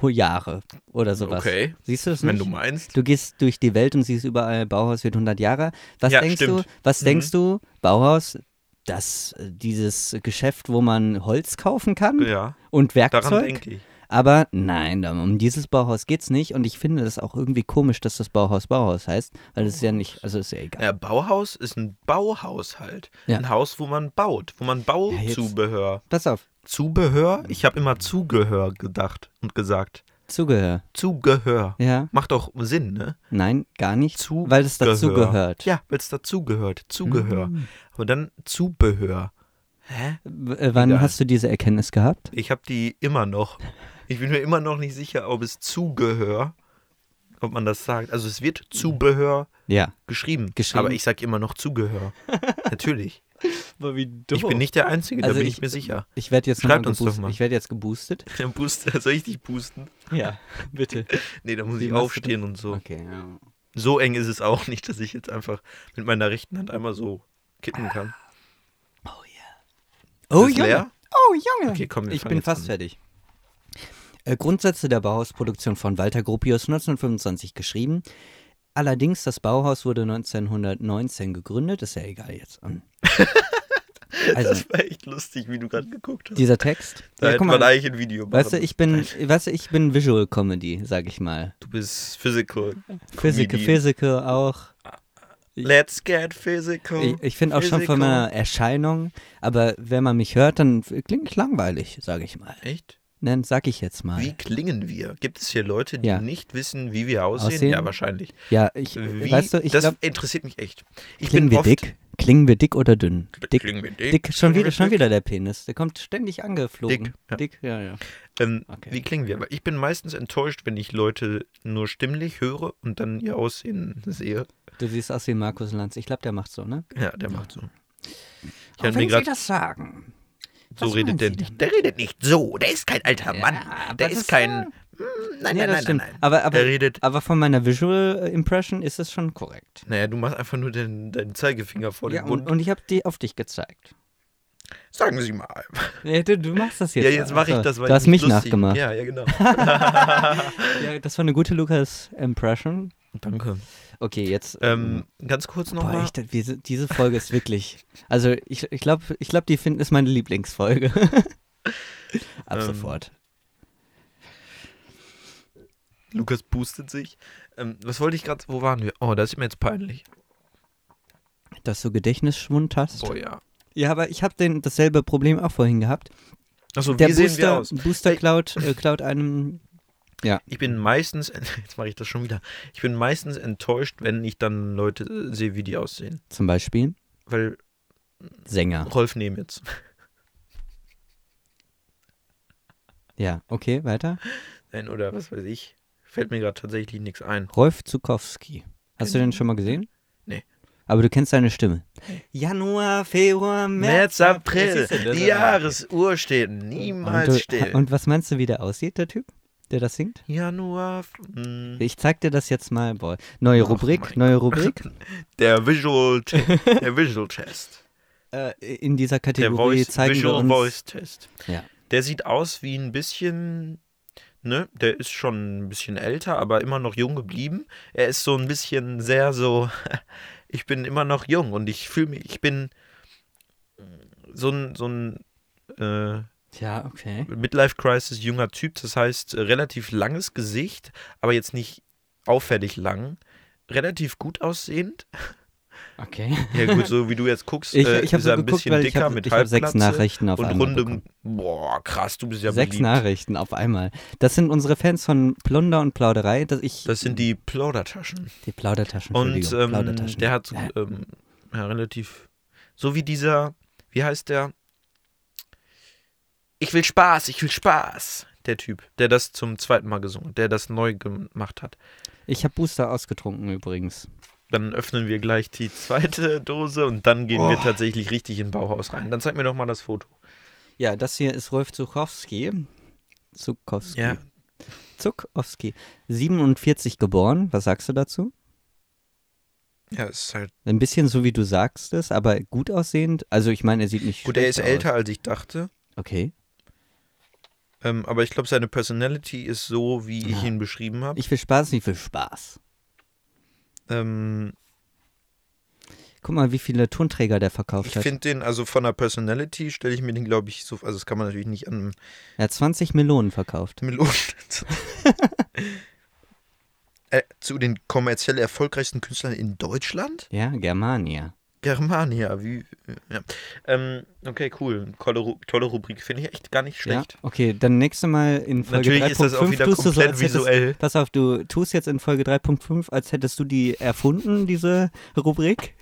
Speaker 1: Hu- Jahre oder sowas.
Speaker 2: Okay.
Speaker 1: Siehst du das
Speaker 2: Wenn
Speaker 1: nicht?
Speaker 2: du meinst.
Speaker 1: Du gehst durch die Welt und siehst überall Bauhaus wird 100 Jahre. Was
Speaker 2: Ja,
Speaker 1: denkst du?
Speaker 2: stimmt.
Speaker 1: Was
Speaker 2: Mhm.
Speaker 1: denkst du? Bauhaus, das äh, dieses Geschäft, wo man Holz kaufen kann
Speaker 2: Ja,
Speaker 1: und
Speaker 2: daran
Speaker 1: Werkzeug.
Speaker 2: denke ich.
Speaker 1: Aber nein, da- um dieses Bauhaus geht's nicht und ich finde das auch irgendwie komisch, dass das Bauhaus Bauhaus heißt, weil es ist ja nicht, also ist ja egal.
Speaker 2: Ja, Bauhaus ist ein Bauhaushalt.
Speaker 1: Ja.
Speaker 2: Ein Haus, wo man baut, wo man
Speaker 1: jetzt-
Speaker 2: Bauzubehör.
Speaker 1: Pass auf,
Speaker 2: Zubehör? Ich habe immer Zugehör gedacht und gesagt.
Speaker 1: Zugehör.
Speaker 2: Zugehör.
Speaker 1: Ja,
Speaker 2: Macht doch Sinn, ne?
Speaker 1: nein, gar nicht,
Speaker 2: Zugehör.
Speaker 1: weil es Mhm. dazu gehört.
Speaker 2: Ja, weil es dazugehört. Zugehör. Aber dann Zubehör. Hä?
Speaker 1: W- äh, wann
Speaker 2: Egal.
Speaker 1: hast du diese Erkenntnis gehabt?
Speaker 2: Ich habe die immer noch. Ich bin mir immer noch nicht sicher, ob es Zugehör, ob man das sagt. Also es wird Zubehör
Speaker 1: Ja.
Speaker 2: geschrieben.
Speaker 1: Geschrieben.
Speaker 2: Aber ich sage immer
Speaker 1: <laughs>
Speaker 2: noch Zugehör. Natürlich. Ich bin nicht der Einzige, da
Speaker 1: Also
Speaker 2: bin ich,
Speaker 1: ich- <laughs>
Speaker 2: mir sicher.
Speaker 1: Ich werde jetzt noch
Speaker 2: Schreibt
Speaker 1: mal
Speaker 2: uns doch
Speaker 1: geboostet.
Speaker 2: mal.
Speaker 1: Ich werde jetzt geboostet.
Speaker 2: Dann boost, soll ich dich boosten?
Speaker 1: Ja, bitte.
Speaker 2: Nee, da muss
Speaker 1: Wie
Speaker 2: ich
Speaker 1: machst du
Speaker 2: aufstehen und so.
Speaker 1: <laughs> Okay. ja.
Speaker 2: So eng ist es auch nicht, dass ich jetzt einfach mit meiner rechten Hand einmal so kippen kann.
Speaker 1: Oh
Speaker 2: Ist leer?
Speaker 1: Junge. Oh Junge.
Speaker 2: Okay, komm, wir
Speaker 1: ich
Speaker 2: fangen
Speaker 1: bin
Speaker 2: jetzt
Speaker 1: fast
Speaker 2: an.
Speaker 1: fertig. Äh, Grundsätze der Bauhausproduktion von Walter Gropius 1925 geschrieben. Allerdings, das Bauhaus wurde 1919 gegründet, ist ja egal
Speaker 2: <laughs>
Speaker 1: jetzt. Ähm. Also,
Speaker 2: Das war echt lustig, wie du gerade geguckt hast.
Speaker 1: dieser Text.
Speaker 2: da
Speaker 1: ja,
Speaker 2: hätte
Speaker 1: guck
Speaker 2: man
Speaker 1: mal,
Speaker 2: eigentlich ein Video machen.
Speaker 1: weißt du, ich bin, weißt du, ich bin Visual Comedy, sag ich mal.
Speaker 2: du bist physical.
Speaker 1: Physical,
Speaker 2: Comedian.
Speaker 1: Physical auch.
Speaker 2: Let's get physical.
Speaker 1: Ich, ich finde auch schon von
Speaker 2: Physical.
Speaker 1: meiner Erscheinung, aber wenn man mich hört, dann klingt ich langweilig, sage ich mal.
Speaker 2: Echt?
Speaker 1: Nein, sag ich jetzt mal.
Speaker 2: Wie klingen wir? Gibt es hier Leute, die
Speaker 1: Ja.
Speaker 2: nicht wissen, wie wir aussehen?
Speaker 1: Aussehen?
Speaker 2: Ja, wahrscheinlich.
Speaker 1: Ja, ich,
Speaker 2: Wie,
Speaker 1: weißt du, ich
Speaker 2: das
Speaker 1: glaube,
Speaker 2: interessiert mich echt. Ich
Speaker 1: klingen
Speaker 2: bin
Speaker 1: wir
Speaker 2: oft,
Speaker 1: dick? Klingen wir dick oder dünn? Dick,
Speaker 2: Klingen wir dick?
Speaker 1: dick, schon
Speaker 2: Klingen wir
Speaker 1: wieder, schon
Speaker 2: dick?
Speaker 1: wieder der Penis. Der kommt ständig angeflogen.
Speaker 2: Dick, ja.
Speaker 1: dick ja, ja.
Speaker 2: Ähm,
Speaker 1: Okay.
Speaker 2: Wie klingen wir? Aber ich bin meistens enttäuscht, wenn ich Leute nur stimmlich höre und dann ihr Aussehen sehe.
Speaker 1: Du siehst aus wie Markus Lanz. Ich glaube, der macht so, ne?
Speaker 2: Ja, der macht so. Ich
Speaker 1: Auch
Speaker 2: hab mir
Speaker 1: wenn Sie
Speaker 2: gerade
Speaker 1: das sagen.
Speaker 2: so
Speaker 1: was meinen
Speaker 2: redet der
Speaker 1: Sie
Speaker 2: nicht. Der redet nicht so. Der ist kein alter Mann. Der
Speaker 1: aber das-
Speaker 2: ist kein. Mm, Nein,
Speaker 1: Nee, das
Speaker 2: nein, nein, nein,
Speaker 1: stimmt.
Speaker 2: nein.
Speaker 1: Aber, aber,
Speaker 2: der redet.
Speaker 1: aber von meiner Visual äh, Impression ist es schon korrekt.
Speaker 2: Naja, du machst einfach nur den, deinen Zeigefinger vor
Speaker 1: Ja,
Speaker 2: den Mund.
Speaker 1: und, und ich habe die auf dich gezeigt.
Speaker 2: Sagen Sie mal.
Speaker 1: Ja, du, du machst das jetzt.
Speaker 2: Ja, jetzt mache ich
Speaker 1: Also,
Speaker 2: das, weil
Speaker 1: Du
Speaker 2: ich
Speaker 1: hast mich
Speaker 2: lustig-
Speaker 1: nachgemacht.
Speaker 2: Ja,
Speaker 1: <laughs>
Speaker 2: ja, genau.
Speaker 1: Ja, das war eine gute Lukas-Impression.
Speaker 2: Danke.
Speaker 1: Okay, jetzt.
Speaker 2: Ähm, ganz kurz
Speaker 1: boah,
Speaker 2: nochmal.
Speaker 1: echt, wir sind- diese Folge ist wirklich. Also, ich, ich glaube, ich glaub, die finden ist meine
Speaker 2: <laughs>
Speaker 1: Lieblingsfolge. Ab
Speaker 2: Ähm.
Speaker 1: sofort.
Speaker 2: Lukas boostet sich. Ähm, was wollte ich gerade? Wo waren wir? Oh, das ist mir jetzt peinlich.
Speaker 1: Dass du Gedächtnisschwund hast.
Speaker 2: Oh ja.
Speaker 1: Ja, aber ich habe dasselbe Problem auch vorhin gehabt.
Speaker 2: Achso,
Speaker 1: Der
Speaker 2: Also, wie
Speaker 1: Booster,
Speaker 2: sehen wir aus?
Speaker 1: Booster klaut, äh, klaut einem.
Speaker 2: Ich bin meistens, <laughs> jetzt mache ich das schon wieder, ich bin meistens enttäuscht, wenn ich dann Leute äh, sehe, wie die aussehen.
Speaker 1: Zum Beispiel.
Speaker 2: weil
Speaker 1: Sänger.
Speaker 2: Rolf <laughs> Nemitz.
Speaker 1: Ja, okay, weiter.
Speaker 2: Nein, oder was weiß ich. Fällt mir gerade tatsächlich nichts ein.
Speaker 1: Rolf Zukowski. Hast du den schon mal gesehen?
Speaker 2: Nee.
Speaker 1: Aber du kennst seine Stimme. Januar, Februar, März,
Speaker 2: März, April,
Speaker 1: Siehst du, das
Speaker 2: die
Speaker 1: ist-
Speaker 2: Jahresuhr steht
Speaker 1: Und,
Speaker 2: niemals
Speaker 1: du,
Speaker 2: still.
Speaker 1: und was meinst du, wie der aussieht, der Typ, der das singt?
Speaker 2: Januar. mm,
Speaker 1: Ich zeig dir das jetzt mal. Boah. Neue
Speaker 2: Ach,
Speaker 1: Rubrik,
Speaker 2: mein Also,
Speaker 1: neue Rubrik.
Speaker 2: Der Visual, Te-
Speaker 1: <laughs>
Speaker 2: der Visual Test.
Speaker 1: äh, in dieser
Speaker 2: Der
Speaker 1: Kategorie
Speaker 2: Voice,
Speaker 1: zeigen wir
Speaker 2: Visual
Speaker 1: uns.
Speaker 2: Voice Test.
Speaker 1: Ja.
Speaker 2: Der sieht aus wie ein bisschen, ne, der ist schon ein bisschen älter, aber immer noch jung geblieben. Er ist so ein bisschen sehr so, <laughs> ich bin immer noch jung und ich fühle mich, ich bin so ein, so ein äh,
Speaker 1: Tja, okay.
Speaker 2: Midlife-Crisis junger Typ, das heißt äh, relativ langes Gesicht, aber jetzt nicht auffällig lang, relativ gut aussehend.
Speaker 1: Okay.
Speaker 2: Ja gut, so wie du jetzt guckst,
Speaker 1: Ich,
Speaker 2: äh,
Speaker 1: ich habe
Speaker 2: ist
Speaker 1: so
Speaker 2: er ein
Speaker 1: geguckt,
Speaker 2: bisschen
Speaker 1: weil ich
Speaker 2: dicker
Speaker 1: habe
Speaker 2: mit
Speaker 1: hab sechs
Speaker 2: Halbglatze
Speaker 1: Nachrichten auf
Speaker 2: und
Speaker 1: einmal
Speaker 2: rundem.
Speaker 1: bekommen.
Speaker 2: Boah, krass, du bist ja
Speaker 1: Sechs
Speaker 2: beliebt.
Speaker 1: Nachrichten auf einmal. Das sind unsere Fans von Plunder und Plauderei. Dass ich,
Speaker 2: Das sind die Plaudertaschen.
Speaker 1: die Plaudertaschen.
Speaker 2: Und
Speaker 1: Entschuldigung,
Speaker 2: ähm,
Speaker 1: Plaudertaschen. Äh,
Speaker 2: der hat
Speaker 1: Ja.
Speaker 2: ähm, ja, relativ. So wie dieser. Wie heißt der? Ich will Spaß, ich will Spaß. Der Typ, der das zum zweiten Mal gesungen hat, der das neu gemacht hat.
Speaker 1: ich habe Booster ausgetrunken übrigens.
Speaker 2: Dann öffnen wir gleich die zweite Dose und dann gehen
Speaker 1: Oh.
Speaker 2: wir tatsächlich richtig in Bauhaus rein. Dann zeig mir doch mal das Foto.
Speaker 1: Ja, das hier ist Rolf Zukowski. Zukowski.
Speaker 2: Ja.
Speaker 1: Zukowski. 47 geboren. Was sagst du dazu?
Speaker 2: Ja, ist halt.
Speaker 1: Ein bisschen so, wie du sagst es, aber gut aussehend. Also ich meine, er sieht nicht
Speaker 2: Gut, er ist
Speaker 1: schlecht
Speaker 2: älter, als ich dachte.
Speaker 1: Aus. Okay.
Speaker 2: Ähm, aber ich glaube, seine Personality ist so, wie ich
Speaker 1: Ja.
Speaker 2: ihn beschrieben habe.
Speaker 1: Ich will Spaß, ich will Spaß.
Speaker 2: Ähm,
Speaker 1: Guck mal, wie viele Tonträger der verkauft
Speaker 2: ich
Speaker 1: hat.
Speaker 2: finde den, also von der Personality stelle ich mir den, glaube ich, so, also das kann man natürlich nicht an
Speaker 1: <laughs> Er hat 20 Melonen verkauft.
Speaker 2: Melonen. äh, zu den kommerziell erfolgreichsten Künstlern in Deutschland?
Speaker 1: Ja, Germania.
Speaker 2: Germania, wie. Ja. Ähm, okay, cool. Tolle, Ru- tolle Rubrik, finde ich echt gar nicht schlecht.
Speaker 1: Ja, okay, dann nächste Mal in Folge
Speaker 2: Natürlich ist das auch
Speaker 1: 3.5
Speaker 2: wieder
Speaker 1: tust du so,
Speaker 2: komplett
Speaker 1: als hättest,
Speaker 2: visuell.
Speaker 1: Pass auf, du tust jetzt in Folge 3.5, als hättest du die erfunden, diese Rubrik,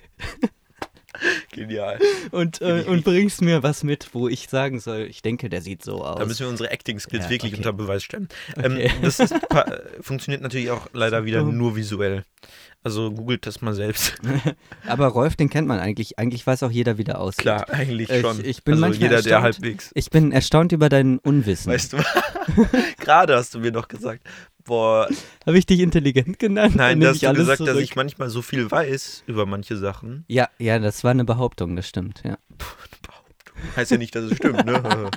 Speaker 2: Genial.
Speaker 1: und,
Speaker 2: Finde
Speaker 1: äh,
Speaker 2: ich
Speaker 1: und bringst mir was mit, wo ich sagen soll, ich denke, der sieht so aus.
Speaker 2: Da müssen wir unsere Acting-Skills
Speaker 1: Ja,
Speaker 2: wirklich
Speaker 1: okay.
Speaker 2: unter Beweis stellen.
Speaker 1: Okay. <laughs>
Speaker 2: Ähm, das ist, pa- äh, funktioniert natürlich auch leider wieder
Speaker 1: dumm.
Speaker 2: nur visuell. Also googelt das mal selbst.
Speaker 1: Aber Rolf, den kennt man eigentlich. Eigentlich weiß auch jeder, wie der aussieht.
Speaker 2: Klar, eigentlich
Speaker 1: Ich-
Speaker 2: schon.
Speaker 1: ich bin
Speaker 2: also
Speaker 1: manchmal
Speaker 2: jeder, der
Speaker 1: erstaunt.
Speaker 2: halbwegs.
Speaker 1: Ich bin erstaunt über dein Unwissen.
Speaker 2: Weißt du, <laughs> gerade hast du mir noch gesagt, boah,
Speaker 1: Habe ich dich intelligent genannt? Dann
Speaker 2: nein, da
Speaker 1: nehm
Speaker 2: hast
Speaker 1: ich
Speaker 2: du
Speaker 1: alles
Speaker 2: gesagt,
Speaker 1: zurück.
Speaker 2: dass ich manchmal so viel weiß über manche Sachen.
Speaker 1: Ja, ja, das war eine Behauptung, das stimmt, ja.
Speaker 2: Heißt ja nicht, dass es
Speaker 1: <laughs>
Speaker 2: stimmt, ne?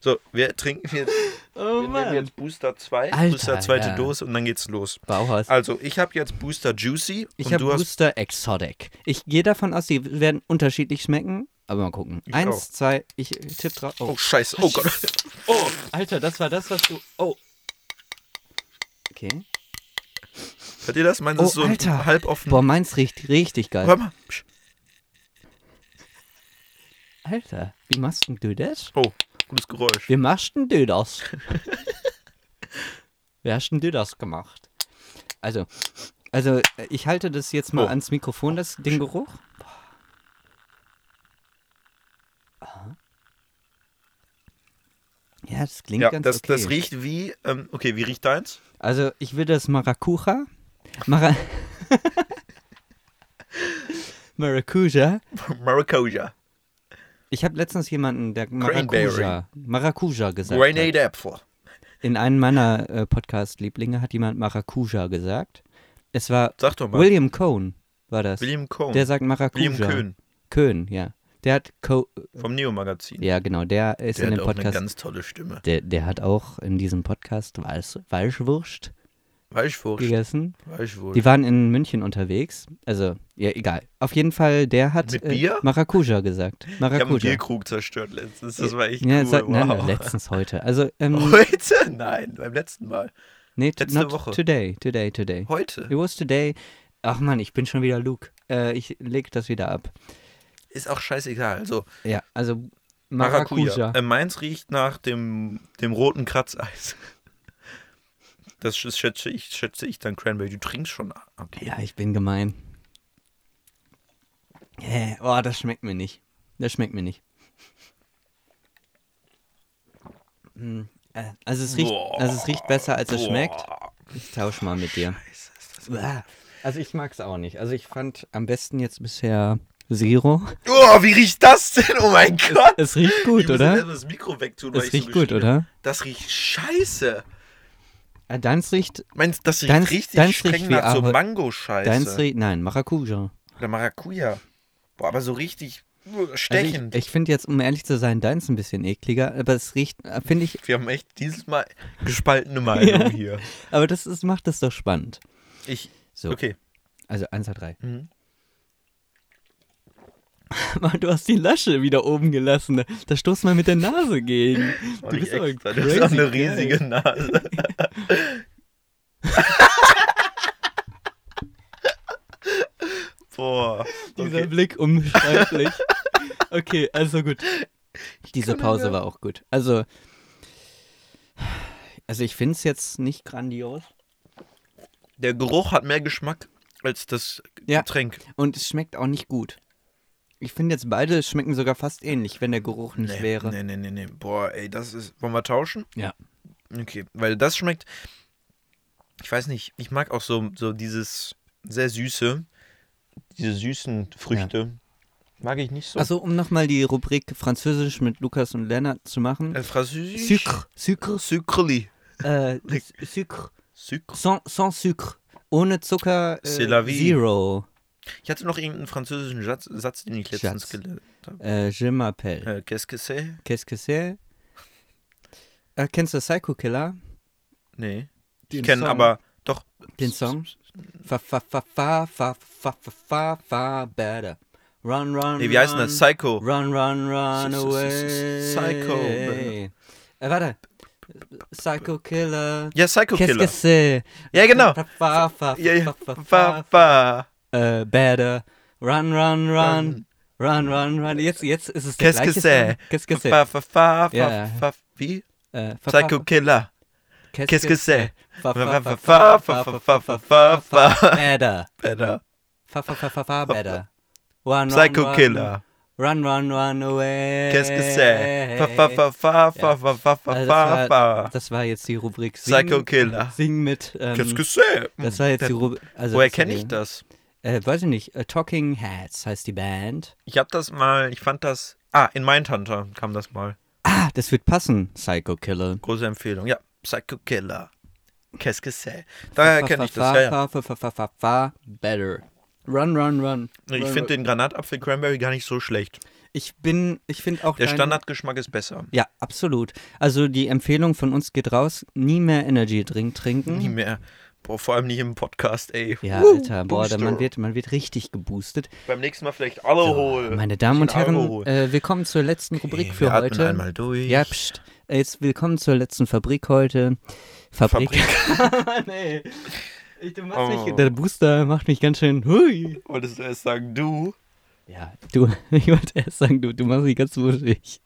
Speaker 2: So, wir trinken jetzt,
Speaker 1: Oh
Speaker 2: wir nehmen jetzt Booster 2,
Speaker 1: Alter,
Speaker 2: Booster zweite
Speaker 1: ja.
Speaker 2: Dose und dann geht's los.
Speaker 1: Bauhaus.
Speaker 2: Also, ich habe jetzt Booster Juicy
Speaker 1: Ich
Speaker 2: und
Speaker 1: habe
Speaker 2: du hast
Speaker 1: Booster Exotic. Ich gehe davon aus, die werden unterschiedlich schmecken, aber mal gucken.
Speaker 2: Ich
Speaker 1: Eins,
Speaker 2: auch.
Speaker 1: zwei, ich tippe drauf. Oh,
Speaker 2: Oh Scheiße, oh Gott. Oh,
Speaker 1: Alter, das war das, was du. Oh. Okay.
Speaker 2: <laughs> hört ihr das? Meins
Speaker 1: Oh,
Speaker 2: ist so
Speaker 1: Alter.
Speaker 2: halb offen.
Speaker 1: Boah, meins riecht richtig geil.
Speaker 2: Hör mal. Psch.
Speaker 1: Alter, wie machst denn du das?
Speaker 2: Oh, gutes Geräusch.
Speaker 1: Wie machst denn du das? Wie hast denn du das gemacht? Also, also ich halte das jetzt mal
Speaker 2: Oh.
Speaker 1: ans Mikrofon, das, den Geruch. Aha. Ja, das klingt
Speaker 2: Ja,
Speaker 1: ganz
Speaker 2: das,
Speaker 1: okay.
Speaker 2: das riecht wie, ähm, okay, wie riecht deins? <laughs>
Speaker 1: Also, ich will das Maracuja. Mara Maracuja.
Speaker 2: Maracuja.
Speaker 1: Ich habe letztens jemanden, der
Speaker 2: Cranberry.
Speaker 1: Maracuja, Maracuja gesagt hat.
Speaker 2: Grenade Apfel.
Speaker 1: In einem meiner äh, Podcast-Lieblinge hat jemand Maracuja gesagt. Es war
Speaker 2: Sag doch mal. William,
Speaker 1: William Cohn, war das.
Speaker 2: Cohn.
Speaker 1: der sagt Maracuja.
Speaker 2: William Köhn
Speaker 1: Köhn, ja. Der hat Co
Speaker 2: vom Neo-Magazin.
Speaker 1: Ja, genau, der ist
Speaker 2: der
Speaker 1: in
Speaker 2: hat
Speaker 1: dem
Speaker 2: auch eine
Speaker 1: Podcast.
Speaker 2: ganz tolle Stimme.
Speaker 1: Der, der hat auch in diesem Podcast Weiß, Weißwurst
Speaker 2: Weichwurst.
Speaker 1: gegessen. Die
Speaker 2: Weichwurst.
Speaker 1: waren in München unterwegs. Also, ja, egal. Auf jeden Fall, der hat äh,
Speaker 2: Mit Bier?
Speaker 1: Maracuja gesagt.
Speaker 2: Ich habe einen
Speaker 1: Maracuja.
Speaker 2: Bierkrug zerstört letztens. Das war echt
Speaker 1: ja,
Speaker 2: cool.
Speaker 1: seit- nein, nein,
Speaker 2: wow. <laughs>
Speaker 1: letztens heute. Also, ähm,
Speaker 2: Heute? Nein, beim letzten Mal.
Speaker 1: nee, t-
Speaker 2: letzte
Speaker 1: not
Speaker 2: Woche.
Speaker 1: today, today, today.
Speaker 2: Heute.
Speaker 1: It was today. Ach man, ich bin schon wieder Luke. Äh, ich leg das wieder ab.
Speaker 2: Ist auch scheißegal. Also,
Speaker 1: Ja, also
Speaker 2: Maracuja.
Speaker 1: Maracuja.
Speaker 2: Äh, meins riecht nach dem, dem roten Kratzeis. <laughs> Das sch- schätze ich, schätze ich dann Cranberry. Du trinkst schon. Okay.
Speaker 1: Ja, ich bin gemein. Äh, oh, das schmeckt mir nicht. Das schmeckt mir nicht. Hm, äh, Also es, riecht,
Speaker 2: Boah.
Speaker 1: also es riecht besser, als es
Speaker 2: Boah.
Speaker 1: schmeckt. Ich tausch mal mit dir.
Speaker 2: Scheiße, ist das-
Speaker 1: Uah. Also ich mag es auch nicht. Also ich fand am besten jetzt bisher Zero.
Speaker 2: Oh, wie riecht das denn? Oh mein Gott.
Speaker 1: Es
Speaker 2: <laughs>
Speaker 1: riecht gut,
Speaker 2: ich muss jetzt
Speaker 1: oder?
Speaker 2: erst mal das Mikro wegtun, weil
Speaker 1: Es
Speaker 2: ich so
Speaker 1: riecht gut,
Speaker 2: geschrien
Speaker 1: oder?
Speaker 2: hab. Das riecht scheiße.
Speaker 1: Äh, Deins riecht,
Speaker 2: Meinst du, das riecht
Speaker 1: Deins-
Speaker 2: richtig
Speaker 1: deins riecht
Speaker 2: streng
Speaker 1: wie
Speaker 2: nach so
Speaker 1: Ahorn.
Speaker 2: Mango-Scheiße?
Speaker 1: deins riecht, nein, Maracuja.
Speaker 2: Oder Maracuja. Boah, aber so richtig uh,
Speaker 1: Also
Speaker 2: stechend.
Speaker 1: ich ich finde jetzt, um ehrlich zu sein, deins ein bisschen ekliger, aber es riecht, äh, finde ich,
Speaker 2: Wir haben echt dieses Mal
Speaker 1: <laughs>
Speaker 2: gespaltene Meinung hier.
Speaker 1: aber das ist, macht es doch spannend.
Speaker 2: Ich,
Speaker 1: So,
Speaker 2: okay.
Speaker 1: also 1, 2, 3.
Speaker 2: Mhm.
Speaker 1: <laughs> Mann, du hast die Lasche wieder oben gelassen. Da stoß mal mit der Nase
Speaker 2: <laughs>
Speaker 1: gegen.
Speaker 2: War
Speaker 1: Du
Speaker 2: nicht
Speaker 1: bist aber
Speaker 2: extra. Das ist auch
Speaker 1: crazy
Speaker 2: eine
Speaker 1: geil.
Speaker 2: riesige Nase.
Speaker 1: <laughs>
Speaker 2: <laughs> Boah.
Speaker 1: Dieser
Speaker 2: Okay.
Speaker 1: Blick
Speaker 2: <laughs>
Speaker 1: unbeschreiblich. okay, also gut. Diese
Speaker 2: kann
Speaker 1: Pause
Speaker 2: ja-
Speaker 1: war auch gut. Also, also ich finde es jetzt nicht grandios.
Speaker 2: Der Geruch hat mehr Geschmack als das
Speaker 1: Ja.
Speaker 2: Getränk.
Speaker 1: Und es schmeckt auch nicht gut. Ich finde jetzt beide schmecken sogar fast ähnlich, wenn der Geruch nicht
Speaker 2: Nee,
Speaker 1: wäre.
Speaker 2: nee, nee, nee, nee. Boah, ey, das ist. Wollen wir tauschen?
Speaker 1: Ja.
Speaker 2: Okay, weil das schmeckt. Ich weiß nicht, ich mag auch so, so dieses sehr süße, diese süßen Früchte. Mag ich nicht so.
Speaker 1: Also um nochmal die Rubrik Französisch mit Lukas und Lennart zu machen.
Speaker 2: Äh, Französisch.
Speaker 1: Sucre, Sucre,
Speaker 2: Sucreli.
Speaker 1: äh, Sucre,
Speaker 2: Sucre.
Speaker 1: sans, sans Sucre, ohne Zucker, äh,
Speaker 2: C'est la vie.
Speaker 1: Zero.
Speaker 2: Ich hatte noch irgendeinen französischen Satz, Satz den ich letztens
Speaker 1: Schatz.
Speaker 2: gelernt habe.
Speaker 1: Äh, je m'appelle.
Speaker 2: Äh, Qu'est-ce que c'est?
Speaker 1: Qu'est-ce que c'est? Äh, kennst du Psycho Killer?
Speaker 2: Nee. Ich
Speaker 1: Den
Speaker 2: kenne
Speaker 1: Song.
Speaker 2: aber doch.
Speaker 1: Den Song? Fa fa fa fa fa fa fa fa fa better. Run run.
Speaker 2: Nee, wie heißt denn das?
Speaker 1: run.
Speaker 2: Psycho.
Speaker 1: Run run run
Speaker 2: S- s- s- s-
Speaker 1: away.
Speaker 2: Psycho.
Speaker 1: Äh, warte. Psycho Killer.
Speaker 2: Ja, Psycho
Speaker 1: Qu'est-ce que
Speaker 2: Killer.
Speaker 1: c'est?
Speaker 2: Ja, genau.
Speaker 1: Fa fa fa
Speaker 2: Ja, ja.
Speaker 1: fa fa
Speaker 2: Fa,
Speaker 1: fa.
Speaker 2: fa.
Speaker 1: Äh, better. Run run run.
Speaker 2: Run.
Speaker 1: Run run run. Jetzt jetzt ist es der
Speaker 2: Qu'est-ce que
Speaker 1: gleiche.
Speaker 2: c'est?
Speaker 1: Song. Qu'est-ce que c'est?
Speaker 2: Fa, fa, fa,
Speaker 1: Ja,
Speaker 2: fa,
Speaker 1: ja.
Speaker 2: fa. Wie?
Speaker 1: Äh, fa- fa-
Speaker 2: Psycho Killer. Qu'est-ce que c'est?
Speaker 1: Fa fa fa fa fa fa fa fa fa.
Speaker 2: Psycho
Speaker 1: Better. Fa fa fa fa fa better. Run, run, run.
Speaker 2: Killer.
Speaker 1: Run, run, run away.
Speaker 2: Qu'est-ce que c'est? Fa, fa, fa, fa, fa, fa, fa, fa,
Speaker 1: Also das, war,
Speaker 2: fa, fa.
Speaker 1: das war jetzt die Rubrik Sing,
Speaker 2: Psycho Killer.
Speaker 1: Sing mit. Ähm,
Speaker 2: Qu'est-ce que c'est?
Speaker 1: das war jetzt die Rubrik. Also
Speaker 2: Woher
Speaker 1: das-
Speaker 2: kenne ich das?
Speaker 1: Äh, weiß ich nicht. Äh, Talking Heads heißt die Band.
Speaker 2: Ich habe das mal, ich fand das. Ah, in Mindhunter kam das mal.
Speaker 1: Ah, das wird passen. Psycho Killer.
Speaker 2: Große Empfehlung. Ja, Psycho Killer. Qu'est-ce que c'est? Daher
Speaker 1: Fa,
Speaker 2: kenne
Speaker 1: fa,
Speaker 2: ich das.
Speaker 1: fa,
Speaker 2: Ja,
Speaker 1: fa,
Speaker 2: ja.
Speaker 1: fa, fa, fa, fa, fa, Better. Run, run, run.
Speaker 2: Ich
Speaker 1: Run,
Speaker 2: finde
Speaker 1: run.
Speaker 2: den Granatapfel Cranberry gar nicht so schlecht.
Speaker 1: Ich bin. Ich finde auch.
Speaker 2: Der
Speaker 1: dein-
Speaker 2: Standardgeschmack ist besser.
Speaker 1: Ja, absolut. Also die Empfehlung von uns geht raus: nie mehr Energy Drink trinken.
Speaker 2: Nie mehr. Boah, vor allem nicht im Podcast, ey.
Speaker 1: Ja,
Speaker 2: Woo,
Speaker 1: Alter, boah, da,
Speaker 2: Booster.
Speaker 1: man, wird, man wird richtig geboostet.
Speaker 2: Beim nächsten Mal vielleicht Alkohol.
Speaker 1: Meine Damen und
Speaker 2: Bisschen
Speaker 1: Herren,
Speaker 2: Äh, Alkohol.
Speaker 1: äh, willkommen zur letzten Rubrik für
Speaker 2: wir atmen
Speaker 1: heute.
Speaker 2: einmal durch.
Speaker 1: Ja, pst. Äh, Jetzt willkommen zur letzten Fabrik heute. Fabrik. <laughs> nee. Ich, du machst
Speaker 2: Oh.
Speaker 1: mich, der Booster macht mich ganz schön. Hui.
Speaker 2: <laughs> Wolltest du erst sagen, du?
Speaker 1: Ja, du, <laughs> ich wollte erst sagen, du, du machst mich ganz wuschig.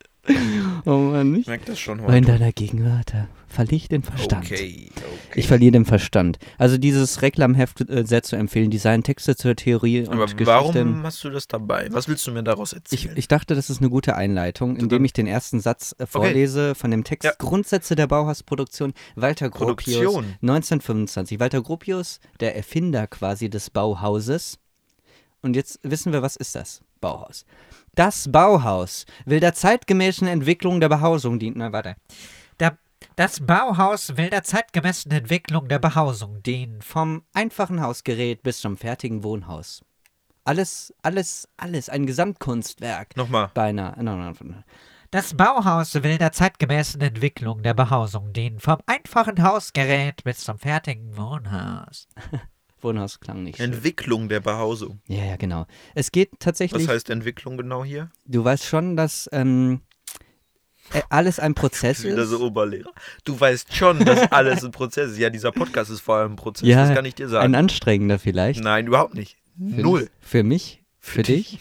Speaker 1: Oh Mann,
Speaker 2: Ich
Speaker 1: nicht.
Speaker 2: merke das schon
Speaker 1: Aber in
Speaker 2: heute.
Speaker 1: deiner Gegenwart, da verliere ich den Verstand.
Speaker 2: Okay, okay.
Speaker 1: Ich verliere den Verstand. Also dieses Reklamheft äh, sehr zu empfehlen. Design, Texte zur Theorie und
Speaker 2: Aber
Speaker 1: Geschichte.
Speaker 2: warum hast du das dabei? Was willst du mir daraus
Speaker 1: Ich,
Speaker 2: erzählen?
Speaker 1: ich dachte, das ist eine gute Einleitung, indem ich den ersten Satz äh, vorlese von dem Text
Speaker 2: Ja.
Speaker 1: Grundsätze der Bauhausproduktion Walter Gropius
Speaker 2: Produktion.
Speaker 1: 1925. Walter Gropius, der Erfinder quasi des Bauhauses. Und jetzt wissen wir, was ist das Bauhaus? Das Bauhaus will der zeitgemäßen Entwicklung der Behausung dienen. Na, warte.
Speaker 3: Da, das Bauhaus will der zeitgemäßen Entwicklung der Behausung dienen.
Speaker 1: Vom einfachen Hausgerät bis zum fertigen Wohnhaus. Alles, alles, alles. Ein Gesamtkunstwerk.
Speaker 2: Nochmal.
Speaker 1: Beinahe. Nein, nein, nein.
Speaker 3: Das Bauhaus will der zeitgemäßen Entwicklung der Behausung dienen. Vom einfachen Hausgerät bis zum fertigen Wohnhaus.
Speaker 1: Wohnhaus klang nicht. schön.
Speaker 2: Entwicklung der Behausung.
Speaker 1: Ja, ja, genau. Es geht
Speaker 2: Was
Speaker 1: tatsächlich,
Speaker 2: heißt Entwicklung genau hier?
Speaker 1: du weißt schon, dass ähm, äh, alles ein Prozess
Speaker 2: Ist <laughs> wieder
Speaker 1: ist.
Speaker 2: so Oberlehrer. Du weißt schon, dass alles ein Prozess ist. Ja, dieser Podcast ist vor allem ein Prozess.
Speaker 1: ja,
Speaker 2: das kann ich dir
Speaker 1: Ein
Speaker 2: sagen.
Speaker 1: anstrengender vielleicht.
Speaker 2: Nein, überhaupt nicht.
Speaker 1: Für-
Speaker 2: Null.
Speaker 1: Für mich, für dich.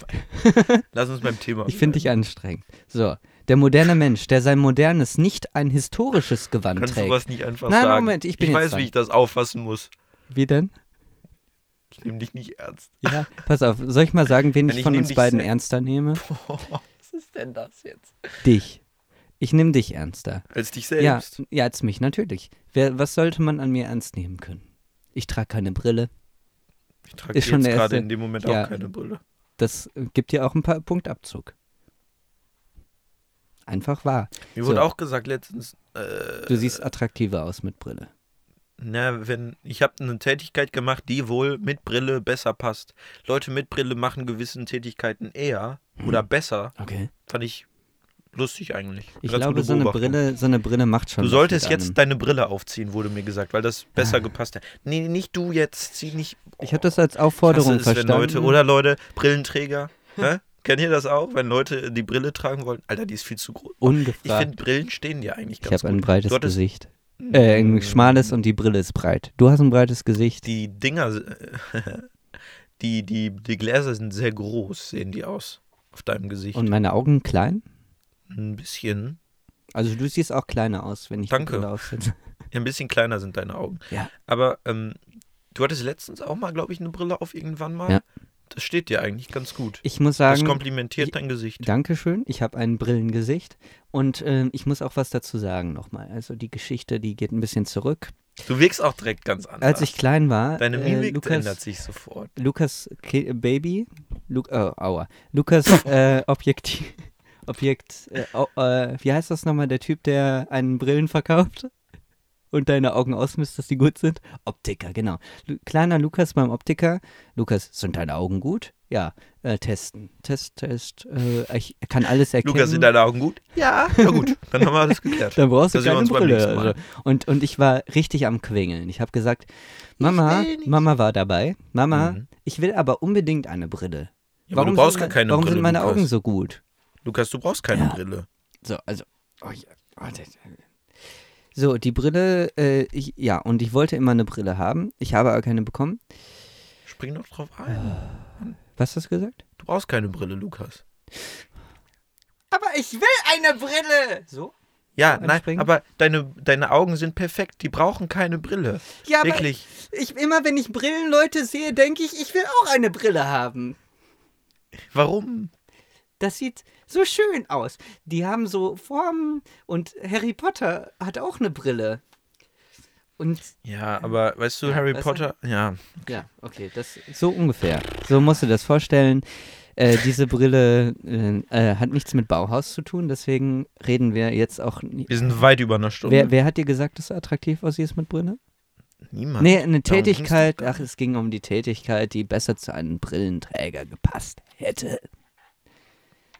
Speaker 2: Lass uns beim Thema.
Speaker 1: Ich finde dich anstrengend. So, der moderne Mensch, der sein modernes, nicht ein historisches Gewand
Speaker 2: Kannst du
Speaker 1: trägt.
Speaker 2: was nicht einfach
Speaker 1: Nein,
Speaker 2: sagen?
Speaker 1: Moment, ich bin
Speaker 2: ich
Speaker 1: jetzt
Speaker 2: weiß,
Speaker 1: dran.
Speaker 2: wie ich das auffassen muss.
Speaker 1: Wie denn?
Speaker 2: Ich nehme dich nicht ernst.
Speaker 1: Ja, pass auf, soll ich mal sagen, wen
Speaker 2: Wenn
Speaker 1: ich
Speaker 2: ich
Speaker 1: von
Speaker 2: nehm
Speaker 1: uns
Speaker 2: dich
Speaker 1: beiden
Speaker 2: sehr-
Speaker 1: ernster nehme?
Speaker 2: <laughs> was ist denn das jetzt?
Speaker 1: Dich. Ich nehme dich ernster.
Speaker 2: Als dich
Speaker 1: Ja,
Speaker 2: selbst.
Speaker 1: ja, als mich natürlich. Wer, was sollte man an mir ernst nehmen können? Ich trage keine Brille.
Speaker 2: Ich trage
Speaker 1: Ist schon
Speaker 2: jetzt
Speaker 1: der erste-
Speaker 2: gerade in dem Moment
Speaker 1: Ja.
Speaker 2: auch keine Brille.
Speaker 1: Das äh, gibt dir auch ein paar Punktabzug. Einfach wahr.
Speaker 2: Mir
Speaker 1: So.
Speaker 2: wurde auch gesagt letztens, äh,
Speaker 1: Du siehst attraktiver aus mit Brille.
Speaker 2: na, wenn ich habe eine Tätigkeit gemacht, die wohl mit Brille besser passt. Leute mit Brille machen gewissen Tätigkeiten eher
Speaker 1: Hm.
Speaker 2: oder besser.
Speaker 1: Okay.
Speaker 2: Fand ich lustig eigentlich.
Speaker 1: Ich
Speaker 2: Ganz
Speaker 1: glaube,
Speaker 2: gute
Speaker 1: so eine,
Speaker 2: Beobachtung.
Speaker 1: Brille, so eine Brille macht schon.
Speaker 2: Du
Speaker 1: was
Speaker 2: solltest
Speaker 1: mit
Speaker 2: jetzt
Speaker 1: einem. Ah.
Speaker 2: deine Brille aufziehen, wurde mir gesagt, weil das besser gepasst hat. Nee, nicht du jetzt, zieh nicht.
Speaker 1: Ich habe das als Aufforderung
Speaker 2: Hasse es,
Speaker 1: verstanden.
Speaker 2: Wenn Leute, oder Leute, Brillenträger. <laughs> Hä? Kennt ihr das auch, wenn Leute die Brille tragen wollen? Alter, die ist viel zu groß. Ich
Speaker 1: Ungefragt.
Speaker 2: finde, Brillen stehen dir
Speaker 1: Ich,
Speaker 2: eigentlich ganz
Speaker 1: habe ein
Speaker 2: gut.
Speaker 1: breites
Speaker 2: Du hattest- Mm.
Speaker 1: Gesicht. Äh, ein schmales und die Brille ist breit. Du hast ein breites Gesicht.
Speaker 2: Die Dinger, <laughs> die, die, die Gläser sind sehr groß, sehen die aus. Auf deinem Gesicht.
Speaker 1: Und meine Augen klein?
Speaker 2: ein bisschen.
Speaker 1: Also du siehst auch kleiner aus, wenn ich
Speaker 2: Danke.
Speaker 1: die Brille aufsetze.
Speaker 2: Ja, ein bisschen kleiner sind deine Augen.
Speaker 1: Ja.
Speaker 2: Aber ähm, du hattest letztens auch mal, glaube ich, eine Brille auf irgendwann mal.
Speaker 1: Ja.
Speaker 2: Das steht dir eigentlich ganz gut.
Speaker 1: Ich muss
Speaker 2: Das
Speaker 1: sagen,
Speaker 2: komplimentiert
Speaker 1: ich-
Speaker 2: dein Gesicht.
Speaker 1: Dankeschön, ich habe ein Brillengesicht. Und ähm, ich muss auch was dazu sagen nochmal. Also die Geschichte, die geht ein bisschen zurück.
Speaker 2: Du wirkst auch direkt ganz anders.
Speaker 1: Als ich klein war,
Speaker 2: Deine
Speaker 1: äh,
Speaker 2: Mimik ändert
Speaker 1: Lukas,
Speaker 2: sich sofort.
Speaker 1: Lukas Ki Baby, Lu oh, aua.
Speaker 2: <laughs>
Speaker 1: Lukas äh, Objektiv, <laughs> Objekt, äh, au- äh, wie heißt das nochmal, der Typ, der einen Brillen verkauft und deine Augen ausmisst, dass die gut sind? Optiker, genau. Lu kleiner Lukas beim Optiker. Lukas, sind deine Augen gut? Ja, äh, testen. Test, Test. Äh, ich kann alles erkennen.
Speaker 2: Lukas, sind deine Augen gut? Ja. Na gut, dann haben wir das geklärt.
Speaker 1: Dann brauchst du
Speaker 2: Da sehen wir
Speaker 1: keine
Speaker 2: uns beim
Speaker 1: Brille.
Speaker 2: nächsten Mal.
Speaker 1: Also. Und, und ich war richtig am Quengeln. Ich habe gesagt, Mama,
Speaker 2: will nicht.
Speaker 1: Mama war dabei. Mama,
Speaker 2: Mhm.
Speaker 1: ich will aber unbedingt eine Brille.
Speaker 2: Ja, aber du brauchst
Speaker 1: sind
Speaker 2: gar
Speaker 1: me-
Speaker 2: keine
Speaker 1: warum
Speaker 2: Brille,
Speaker 1: sind meine
Speaker 2: Lukas.
Speaker 1: Augen so gut?
Speaker 2: Lukas, du brauchst keine
Speaker 1: Ja.
Speaker 2: Brille.
Speaker 1: So, also. Oh, ja. oh, das, so, die Brille, äh, ich, ja, und ich wollte immer eine Brille haben. Ich habe aber keine bekommen.
Speaker 2: Spring doch drauf
Speaker 1: Ah.
Speaker 2: ein.
Speaker 1: Was hast du gesagt?
Speaker 2: Du brauchst keine Brille, Lukas.
Speaker 1: Aber ich will eine Brille! So?
Speaker 2: Ja, nein,
Speaker 1: Einspringen?
Speaker 2: aber deine, deine Augen sind perfekt. Die brauchen keine Brille.
Speaker 1: Ja, aber
Speaker 2: Wirklich.
Speaker 1: ich, immer wenn ich Brillenleute sehe, denke ich, ich will auch eine Brille haben.
Speaker 2: Warum?
Speaker 1: Das sieht so schön aus. Die haben so Formen und Harry Potter hat auch eine Brille. Und
Speaker 2: Ja, aber weißt du, Harry
Speaker 1: weißt du?
Speaker 2: Potter, ja.
Speaker 1: ja, okay, das so ungefähr. So musst du das vorstellen. Äh, diese Brille äh, äh, hat nichts mit Bauhaus zu tun, deswegen reden wir jetzt auch. nie-
Speaker 2: Wir sind weit über einer Stunde.
Speaker 1: Wer, wer hat dir gesagt, dass du attraktiv aussiehst mit Brille?
Speaker 2: Niemand.
Speaker 1: Nee, eine
Speaker 2: darum ging's doch
Speaker 1: Tätigkeit.
Speaker 2: gar
Speaker 1: Ach, es ging um die Tätigkeit, die besser zu einem Brillenträger gepasst hätte.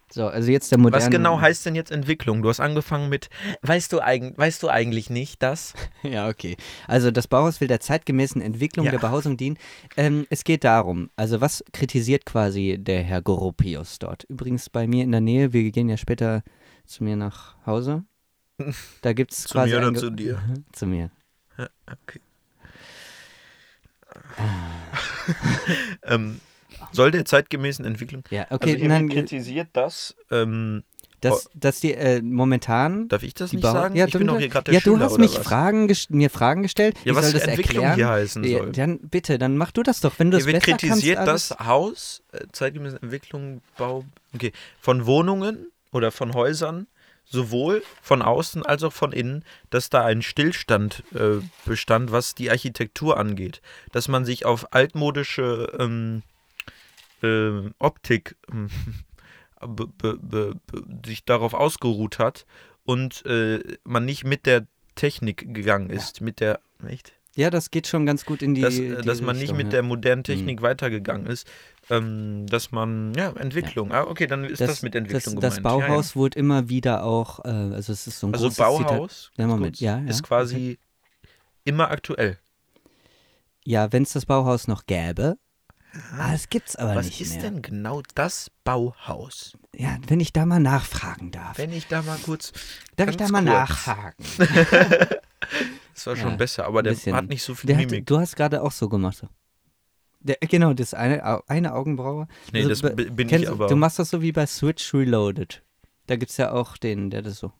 Speaker 1: So, also jetzt der moderne.
Speaker 2: Was genau heißt denn jetzt Entwicklung? Du hast angefangen mit, weißt du, eigen, weißt du eigentlich nicht, dass
Speaker 1: <laughs> Ja, okay. Also das Bauhaus will der zeitgemäßen Entwicklung
Speaker 2: Ja.
Speaker 1: der Behausung dienen. Ähm, es geht darum, also was kritisiert quasi der Herr Goropius dort? Übrigens bei mir in der Nähe, wir gehen ja später zu mir nach
Speaker 2: <laughs>
Speaker 1: Hause. Da gibt es quasi... ein Ge-
Speaker 2: dir?
Speaker 1: <laughs> zu mir.
Speaker 2: Ähm, soll der zeitgemäßen Entwicklung.
Speaker 1: Ja, okay,
Speaker 2: also hier wird
Speaker 1: nein,
Speaker 2: kritisiert das. Ähm,
Speaker 1: dass, dass die äh, momentan...
Speaker 2: darf ich das
Speaker 1: die
Speaker 2: nicht
Speaker 1: Bau-
Speaker 2: sagen?
Speaker 1: Ja,
Speaker 2: ich
Speaker 1: du,
Speaker 2: bin doch hier gerade der
Speaker 1: ja,
Speaker 2: Schüler
Speaker 1: du hast
Speaker 2: oder
Speaker 1: mich
Speaker 2: was?
Speaker 1: Fragen gest- mir Fragen gestellt.
Speaker 2: Ja,
Speaker 1: ich
Speaker 2: was
Speaker 1: soll das
Speaker 2: die Entwicklung
Speaker 1: erklären?
Speaker 2: hier heißen
Speaker 1: Ja,
Speaker 2: soll.
Speaker 1: Dann bitte, dann mach du das doch. Wenn du es
Speaker 2: Hier wird
Speaker 1: besser
Speaker 2: kritisiert,
Speaker 1: kannst, alles-
Speaker 2: dass Haus, äh, zeitgemäße Entwicklung, Bau, okay, von Wohnungen oder von Häusern, sowohl von außen als auch von innen, dass da ein Stillstand äh, bestand, was die Architektur angeht. Dass man sich auf altmodische ähm, ähm, Optik ähm, <laughs> be, be, be, be, sich darauf ausgeruht hat und äh, man nicht mit der Technik gegangen ist, mit der, echt?
Speaker 1: Ja, das geht schon ganz gut in die
Speaker 2: dass,
Speaker 1: die
Speaker 2: äh, dass man nicht
Speaker 1: Richtung,
Speaker 2: mit
Speaker 1: ja. Mhm.
Speaker 2: der modernen Technik weitergegangen ist. Ähm, dass man, ja, Entwicklung. Ah, okay, dann ist das, mit Entwicklung
Speaker 1: das, das
Speaker 2: gemeint. Ja,
Speaker 1: Bauhaus wurde immer wieder auch, äh, also es ist so ein
Speaker 2: Ja, Also
Speaker 1: großes Zitat-
Speaker 2: Bauhaus
Speaker 1: Ja, Moment,
Speaker 2: kurz,
Speaker 1: ja, ja,
Speaker 2: ist quasi immer aktuell.
Speaker 1: Ja, wenn es das Bauhaus noch gäbe. Ah, es gibt's aber
Speaker 2: Was
Speaker 1: nicht
Speaker 2: ist
Speaker 1: mehr.
Speaker 2: denn genau das Bauhaus?
Speaker 1: Ja, wenn ich da mal nachfragen darf.
Speaker 2: Wenn ich da mal kurz.
Speaker 1: darf ich da
Speaker 2: ganz
Speaker 1: mal
Speaker 2: kurz. <laughs>
Speaker 1: nachhaken?
Speaker 2: Das war schon
Speaker 1: Ja,
Speaker 2: besser, aber der
Speaker 1: bisschen.
Speaker 2: hat nicht so viel
Speaker 1: Der hat,
Speaker 2: Mimik.
Speaker 1: du hast gerade auch so gemacht. So. Der, genau, das eine, Au- eine Augenbraue.
Speaker 2: Nee, das
Speaker 1: be-
Speaker 2: bi- bin
Speaker 1: kennst
Speaker 2: ich
Speaker 1: du-
Speaker 2: aber
Speaker 1: Du
Speaker 2: auch.
Speaker 1: machst das so wie bei Switch Reloaded. Da gibt's ja auch den, der das so.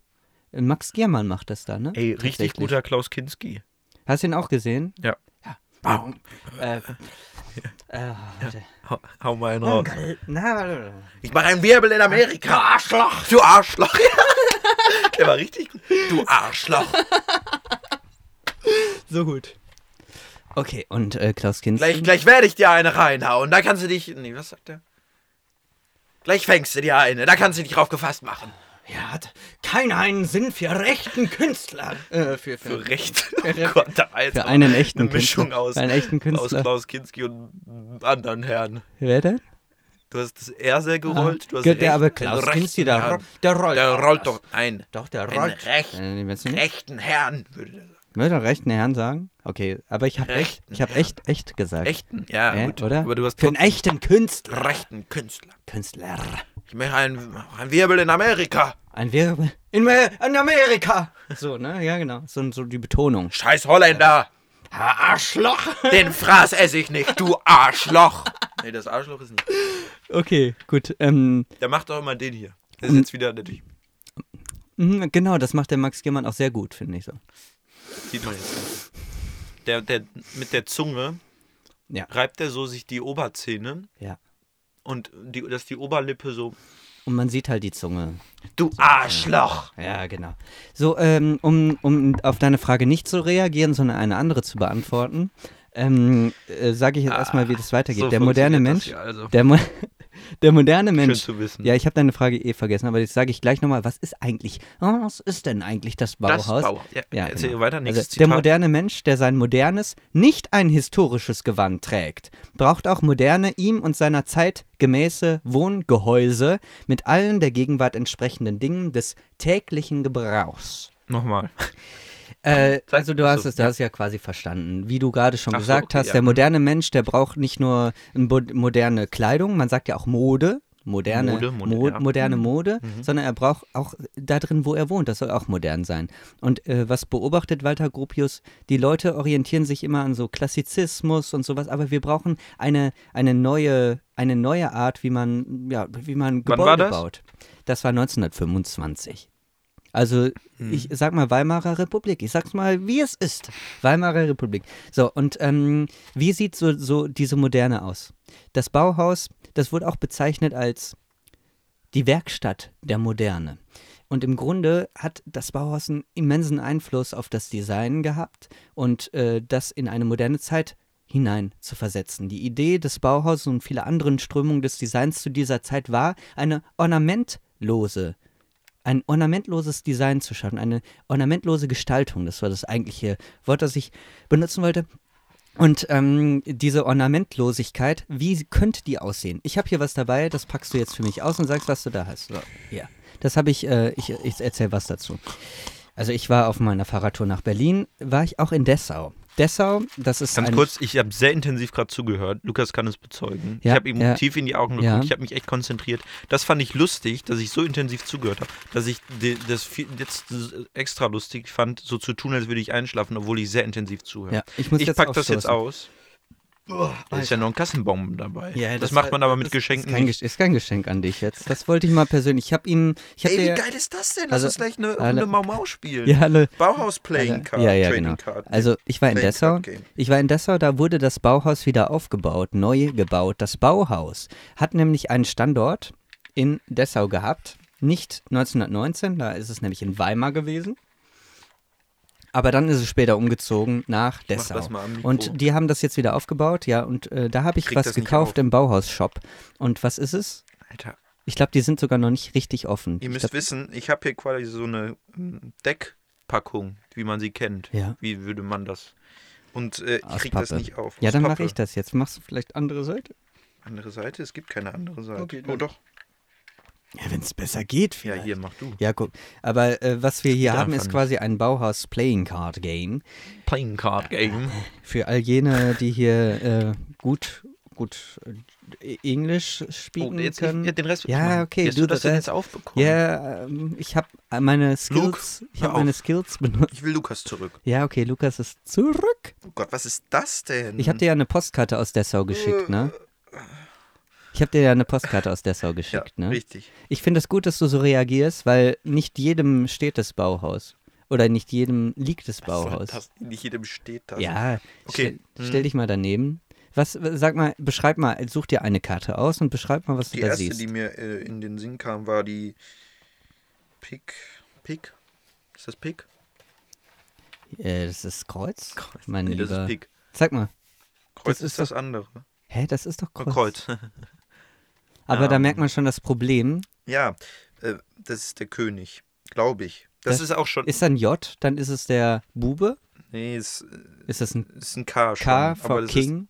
Speaker 1: Äh, Max Giermann macht das da, ne?
Speaker 2: Ey, richtig
Speaker 1: Tatsächlich.
Speaker 2: guter Klaus Kinski.
Speaker 1: Hast du ihn auch gesehen?
Speaker 2: Ja.
Speaker 1: Ja. Wow.
Speaker 2: <laughs>
Speaker 1: Äh, äh, warte.
Speaker 2: Hau, hau mal einen
Speaker 1: Oh.
Speaker 2: raus.
Speaker 1: Na, warte, warte.
Speaker 2: Ich mache einen Wirbel in Amerika. Arschloch. Du Arschloch. <laughs> Der war richtig gut. Du Arschloch.
Speaker 1: So gut. Okay, und äh, Klaus Kinski.
Speaker 2: Gleich, gleich werde ich dir eine reinhauen. Da kannst du dich. Nee, was sagt er? Gleich fängst du dir eine. Da kannst du dich drauf gefasst machen.
Speaker 1: Er hat keinen Sinn für rechten Künstler. Äh, für, für, <laughs>
Speaker 2: Für Recht. Oh Gott, da war jetzt
Speaker 1: Für
Speaker 2: aber
Speaker 1: einen echten
Speaker 2: eine Mischung
Speaker 1: Künstler.
Speaker 2: aus,
Speaker 1: Für einen echten
Speaker 2: aus
Speaker 1: Künstler.
Speaker 2: Klaus Kinski und anderen Herren.
Speaker 1: Wer denn?
Speaker 2: Du hast das R sehr gerollt. Du hast
Speaker 1: Ja,
Speaker 2: recht,
Speaker 1: der aber
Speaker 2: den
Speaker 1: Klaus
Speaker 2: rechten
Speaker 1: Kinski, der,
Speaker 2: Herrn.
Speaker 1: ro- der rollt.
Speaker 2: Der
Speaker 1: doch
Speaker 2: rollt
Speaker 1: was.
Speaker 2: doch ein.
Speaker 1: Doch, der
Speaker 2: Einen
Speaker 1: rollt.
Speaker 2: rechten,
Speaker 1: Äh, willst du nicht?
Speaker 2: rechten Herrn, würde der sagen.
Speaker 1: Würde doch rechten Herrn sagen? Okay, aber ich habe echt,
Speaker 2: Rechten
Speaker 1: ich habe echt, echt gesagt.
Speaker 2: Echten, ja,
Speaker 1: Äh,
Speaker 2: gut.
Speaker 1: oder?
Speaker 2: Aber du hast
Speaker 1: Für einen
Speaker 2: trotzdem
Speaker 1: echten Künstler.
Speaker 2: rechten Künstler.
Speaker 1: Künstler.
Speaker 2: Ich mache einen, einen Wirbel in Amerika.
Speaker 1: Ein Wirbel. In, Me- in Amerika. So, ne? Ja, genau. So, so die Betonung.
Speaker 2: Scheiß Holländer.
Speaker 1: Arschloch.
Speaker 2: Den Fraß esse ich nicht, du Arschloch. Nee, das Arschloch ist nicht.
Speaker 1: Okay, gut. Ähm,
Speaker 2: Der macht doch immer den hier. Das ist jetzt wieder natürlich.
Speaker 1: mhm, genau, das macht der Max Giermann auch sehr gut, finde ich so.
Speaker 2: Sieht man jetzt. Der, der, mit der Zunge
Speaker 1: Ja.
Speaker 2: reibt er so sich die Oberzähne
Speaker 1: Ja.
Speaker 2: und die, dass die Oberlippe so.
Speaker 1: Und man sieht halt die Zunge.
Speaker 2: Du Arschloch!
Speaker 1: Ja, genau. So, ähm, um, um auf deine Frage nicht zu reagieren, sondern eine andere zu beantworten, ähm, äh, sage ich jetzt erstmal, wie das weitergeht.
Speaker 2: Ah, so
Speaker 1: der moderne
Speaker 2: funktioniert
Speaker 1: Mensch.
Speaker 2: das hier also.
Speaker 1: Der, Mo <laughs> der moderne
Speaker 2: Schön
Speaker 1: Mensch.
Speaker 2: zu wissen.
Speaker 1: Ja, ich habe deine Frage eh vergessen, aber jetzt sage ich gleich nochmal, was ist eigentlich, oh, was ist denn eigentlich das Bauhaus? genau. Also,
Speaker 2: Bauhaus. Ja, erzähl weiter, nächstes
Speaker 1: der
Speaker 2: Zitat.
Speaker 1: moderne Mensch, der sein modernes, nicht ein historisches Gewand trägt, braucht auch moderne, ihm und seiner Zeit gemäße Wohngehäuse mit allen der Gegenwart entsprechenden Dingen des täglichen Gebrauchs.
Speaker 2: Nochmal.
Speaker 1: Äh,
Speaker 2: Sag-
Speaker 1: also du hast
Speaker 2: so,
Speaker 1: es, du hast es ja quasi verstanden. Wie du gerade schon
Speaker 2: Ach so,
Speaker 1: gesagt
Speaker 2: okay,
Speaker 1: hast,
Speaker 2: ja.
Speaker 1: der moderne Mensch, der braucht nicht nur ein bo- moderne Kleidung, man sagt ja auch Mode, moderne
Speaker 2: Mode,
Speaker 1: Mode,
Speaker 2: Mode,
Speaker 1: Mo
Speaker 2: ja.
Speaker 1: moderne Mode,
Speaker 2: Mhm.
Speaker 1: sondern er braucht auch da drin, wo er wohnt, das soll auch modern sein. Und äh, was beobachtet Walter Gropius? Die Leute orientieren sich immer an so Klassizismus und sowas, aber wir brauchen eine, eine neue eine neue Art, wie man ja, wie man
Speaker 2: Wann
Speaker 1: Gebäude
Speaker 2: war das?
Speaker 1: baut. Das war 1925. Also,
Speaker 2: Mhm.
Speaker 1: ich sag mal Weimarer Republik. Ich sag's mal, wie es ist. Weimarer Republik. So, und ähm, wie sieht so, so diese Moderne aus? Das Bauhaus, das wurde auch bezeichnet als die Werkstatt der Moderne. Und im Grunde hat das Bauhaus einen immensen Einfluss auf das Design gehabt und äh, das in eine moderne Zeit hinein zu versetzen. Die Idee des Bauhaus und vieler anderen Strömungen des Designs zu dieser Zeit war, eine ornamentlose ein ornamentloses Design zu schaffen, eine ornamentlose Gestaltung. Das war das eigentliche Wort, das ich benutzen wollte. Und ähm, diese Ornamentlosigkeit, wie könnte die aussehen? Ich habe hier was dabei, das packst du jetzt für mich aus und sagst, was du da hast. So, hier. Das habe ich, äh, ich, ich erzähle was dazu. Also ich war auf meiner Fahrradtour nach Berlin, war ich auch in Dessau. Dessau, das ist
Speaker 2: Ganz
Speaker 1: ein...
Speaker 2: kurz, ich habe sehr intensiv gerade zugehört. Lukas kann es bezeugen. ich
Speaker 1: Ja,
Speaker 2: habe ihm
Speaker 1: ja.
Speaker 2: tief in die Augen geguckt.
Speaker 1: Ja.
Speaker 2: Ich habe mich echt konzentriert. Das fand ich lustig, dass ich so intensiv zugehört habe, dass ich de- das viel- jetzt extra lustig fand, so zu tun, als würde ich einschlafen, obwohl ich sehr intensiv zuhöre.
Speaker 1: Ja, ich muss
Speaker 2: ich
Speaker 1: jetzt
Speaker 2: pack das jetzt
Speaker 1: aufstoßen.
Speaker 2: aus. Da ist ja noch ein Kassenbon dabei.
Speaker 1: Ja,
Speaker 2: das,
Speaker 1: das
Speaker 2: macht
Speaker 1: war-
Speaker 2: man aber mit
Speaker 1: ist
Speaker 2: Geschenken
Speaker 1: kein,
Speaker 2: nicht.
Speaker 1: Gesch- ist kein Geschenk an dich jetzt. Das wollte ich mal persönlich. Ich habe ihm... Ich hab
Speaker 2: Ey, wie
Speaker 1: dir-
Speaker 2: geil ist das denn? Lass
Speaker 1: Also,
Speaker 2: uns gleich eine
Speaker 1: alle-
Speaker 2: Runde Mau Mau spielen.
Speaker 1: Ja, hallo.
Speaker 2: Bauhaus Playing
Speaker 1: Ja,
Speaker 2: Card,
Speaker 1: ja, ja,
Speaker 2: Trading
Speaker 1: genau.
Speaker 2: Card.
Speaker 1: Also ich war in
Speaker 2: Trading
Speaker 1: Dessau.
Speaker 2: Card Game.
Speaker 1: Ich war in Dessau, da wurde das Bauhaus wieder aufgebaut, neu gebaut. Das Bauhaus hat nämlich einen Standort in Dessau gehabt. Nicht 1919, da ist es nämlich in Weimar gewesen. Aber dann ist es später umgezogen nach Dessau.
Speaker 2: das mal am Mikro.
Speaker 1: und die haben das jetzt wieder aufgebaut, ja. Und äh, da habe ich
Speaker 2: Krieg
Speaker 1: was
Speaker 2: das nicht auf.
Speaker 1: gekauft im Bauhaus-Shop. Und was ist es?
Speaker 2: Alter,
Speaker 1: Ich glaube, die sind sogar noch nicht richtig offen.
Speaker 2: Ihr
Speaker 1: Ich
Speaker 2: müsst
Speaker 1: glaub,
Speaker 2: wissen, ich habe hier quasi so eine ähm, Deckpackung, wie man sie kennt.
Speaker 1: Ja.
Speaker 2: Wie würde man das? Und äh, ich
Speaker 1: Aus
Speaker 2: krieg das
Speaker 1: Pappe.
Speaker 2: nicht auf.
Speaker 1: ja,
Speaker 2: Aus
Speaker 1: dann mache
Speaker 2: Pappe.
Speaker 1: ich das jetzt. Machst du vielleicht andere Seite?
Speaker 2: Andere Seite? Es gibt keine andere Seite.
Speaker 1: Okay,
Speaker 2: oh
Speaker 1: dann-
Speaker 2: doch.
Speaker 1: Ja, wenn es besser geht,
Speaker 2: Ja, hier, mach du.
Speaker 1: Ja, guck. Aber äh, was wir hier
Speaker 2: Da
Speaker 1: haben, ist
Speaker 2: fand
Speaker 1: quasi ein Bauhaus Playing Card Game.
Speaker 2: Playing Card Game.
Speaker 1: Für all jene, die hier äh, gut, gut äh, Englisch
Speaker 2: Oh,
Speaker 1: spielen
Speaker 2: jetzt, ich,
Speaker 1: können.
Speaker 2: ja, den Rest
Speaker 1: Ja, okay,
Speaker 2: Wie hast du
Speaker 1: du
Speaker 2: das
Speaker 1: den
Speaker 2: denn
Speaker 1: Rest.
Speaker 2: jetzt aufbekommen?
Speaker 1: ja, ähm, ich habe meine
Speaker 2: Luke,
Speaker 1: Skills, ich
Speaker 2: hör
Speaker 1: habe meine
Speaker 2: auf.
Speaker 1: Skills benutzt.
Speaker 2: Ich will Lukas zurück.
Speaker 1: Ja, okay, Lukas ist zurück.
Speaker 2: Oh Gott, was ist das denn?
Speaker 1: Ich habe dir ja eine Postkarte aus Dessau geschickt, ne? Ich habe dir ja eine Postkarte aus Dessau
Speaker 2: ja,
Speaker 1: geschickt, ne?
Speaker 2: richtig.
Speaker 1: Ich finde es gut, dass du so reagierst, weil nicht jedem steht das Bauhaus. Oder nicht jedem liegt das
Speaker 2: Soll
Speaker 1: Bauhaus.
Speaker 2: Das, nicht jedem steht das.
Speaker 1: ja,
Speaker 2: also Okay. hm.
Speaker 1: stell, stell dich mal daneben. Was, sag mal, beschreib mal, such dir eine Karte aus und beschreib mal, was
Speaker 2: Die
Speaker 1: du da
Speaker 2: erste,
Speaker 1: siehst.
Speaker 2: die mir äh, in den Sinn kam, war die Pick. Pick? Ist das Pick?
Speaker 1: äh, das ist Kreuz, mein
Speaker 2: nee, das
Speaker 1: Lieber.
Speaker 2: ist Pick.
Speaker 1: Sag mal.
Speaker 2: Kreuz
Speaker 1: Das
Speaker 2: ist,
Speaker 1: ist
Speaker 2: das andere.
Speaker 1: Hä, das ist doch
Speaker 2: Oh,
Speaker 1: Kreuz.
Speaker 2: Kreuz.
Speaker 1: Aber da
Speaker 2: Ähm.
Speaker 1: merkt man schon das Problem.
Speaker 2: <laughs> ja, äh, das ist der König, glaube ich. Das,
Speaker 1: Das
Speaker 2: ist auch schon.
Speaker 1: Ist da ein J, dann ist es der Bube.
Speaker 2: nee, es ist,
Speaker 1: Ist das ein
Speaker 2: ist ein K schon.
Speaker 1: K
Speaker 2: aber
Speaker 1: von
Speaker 2: das
Speaker 1: King?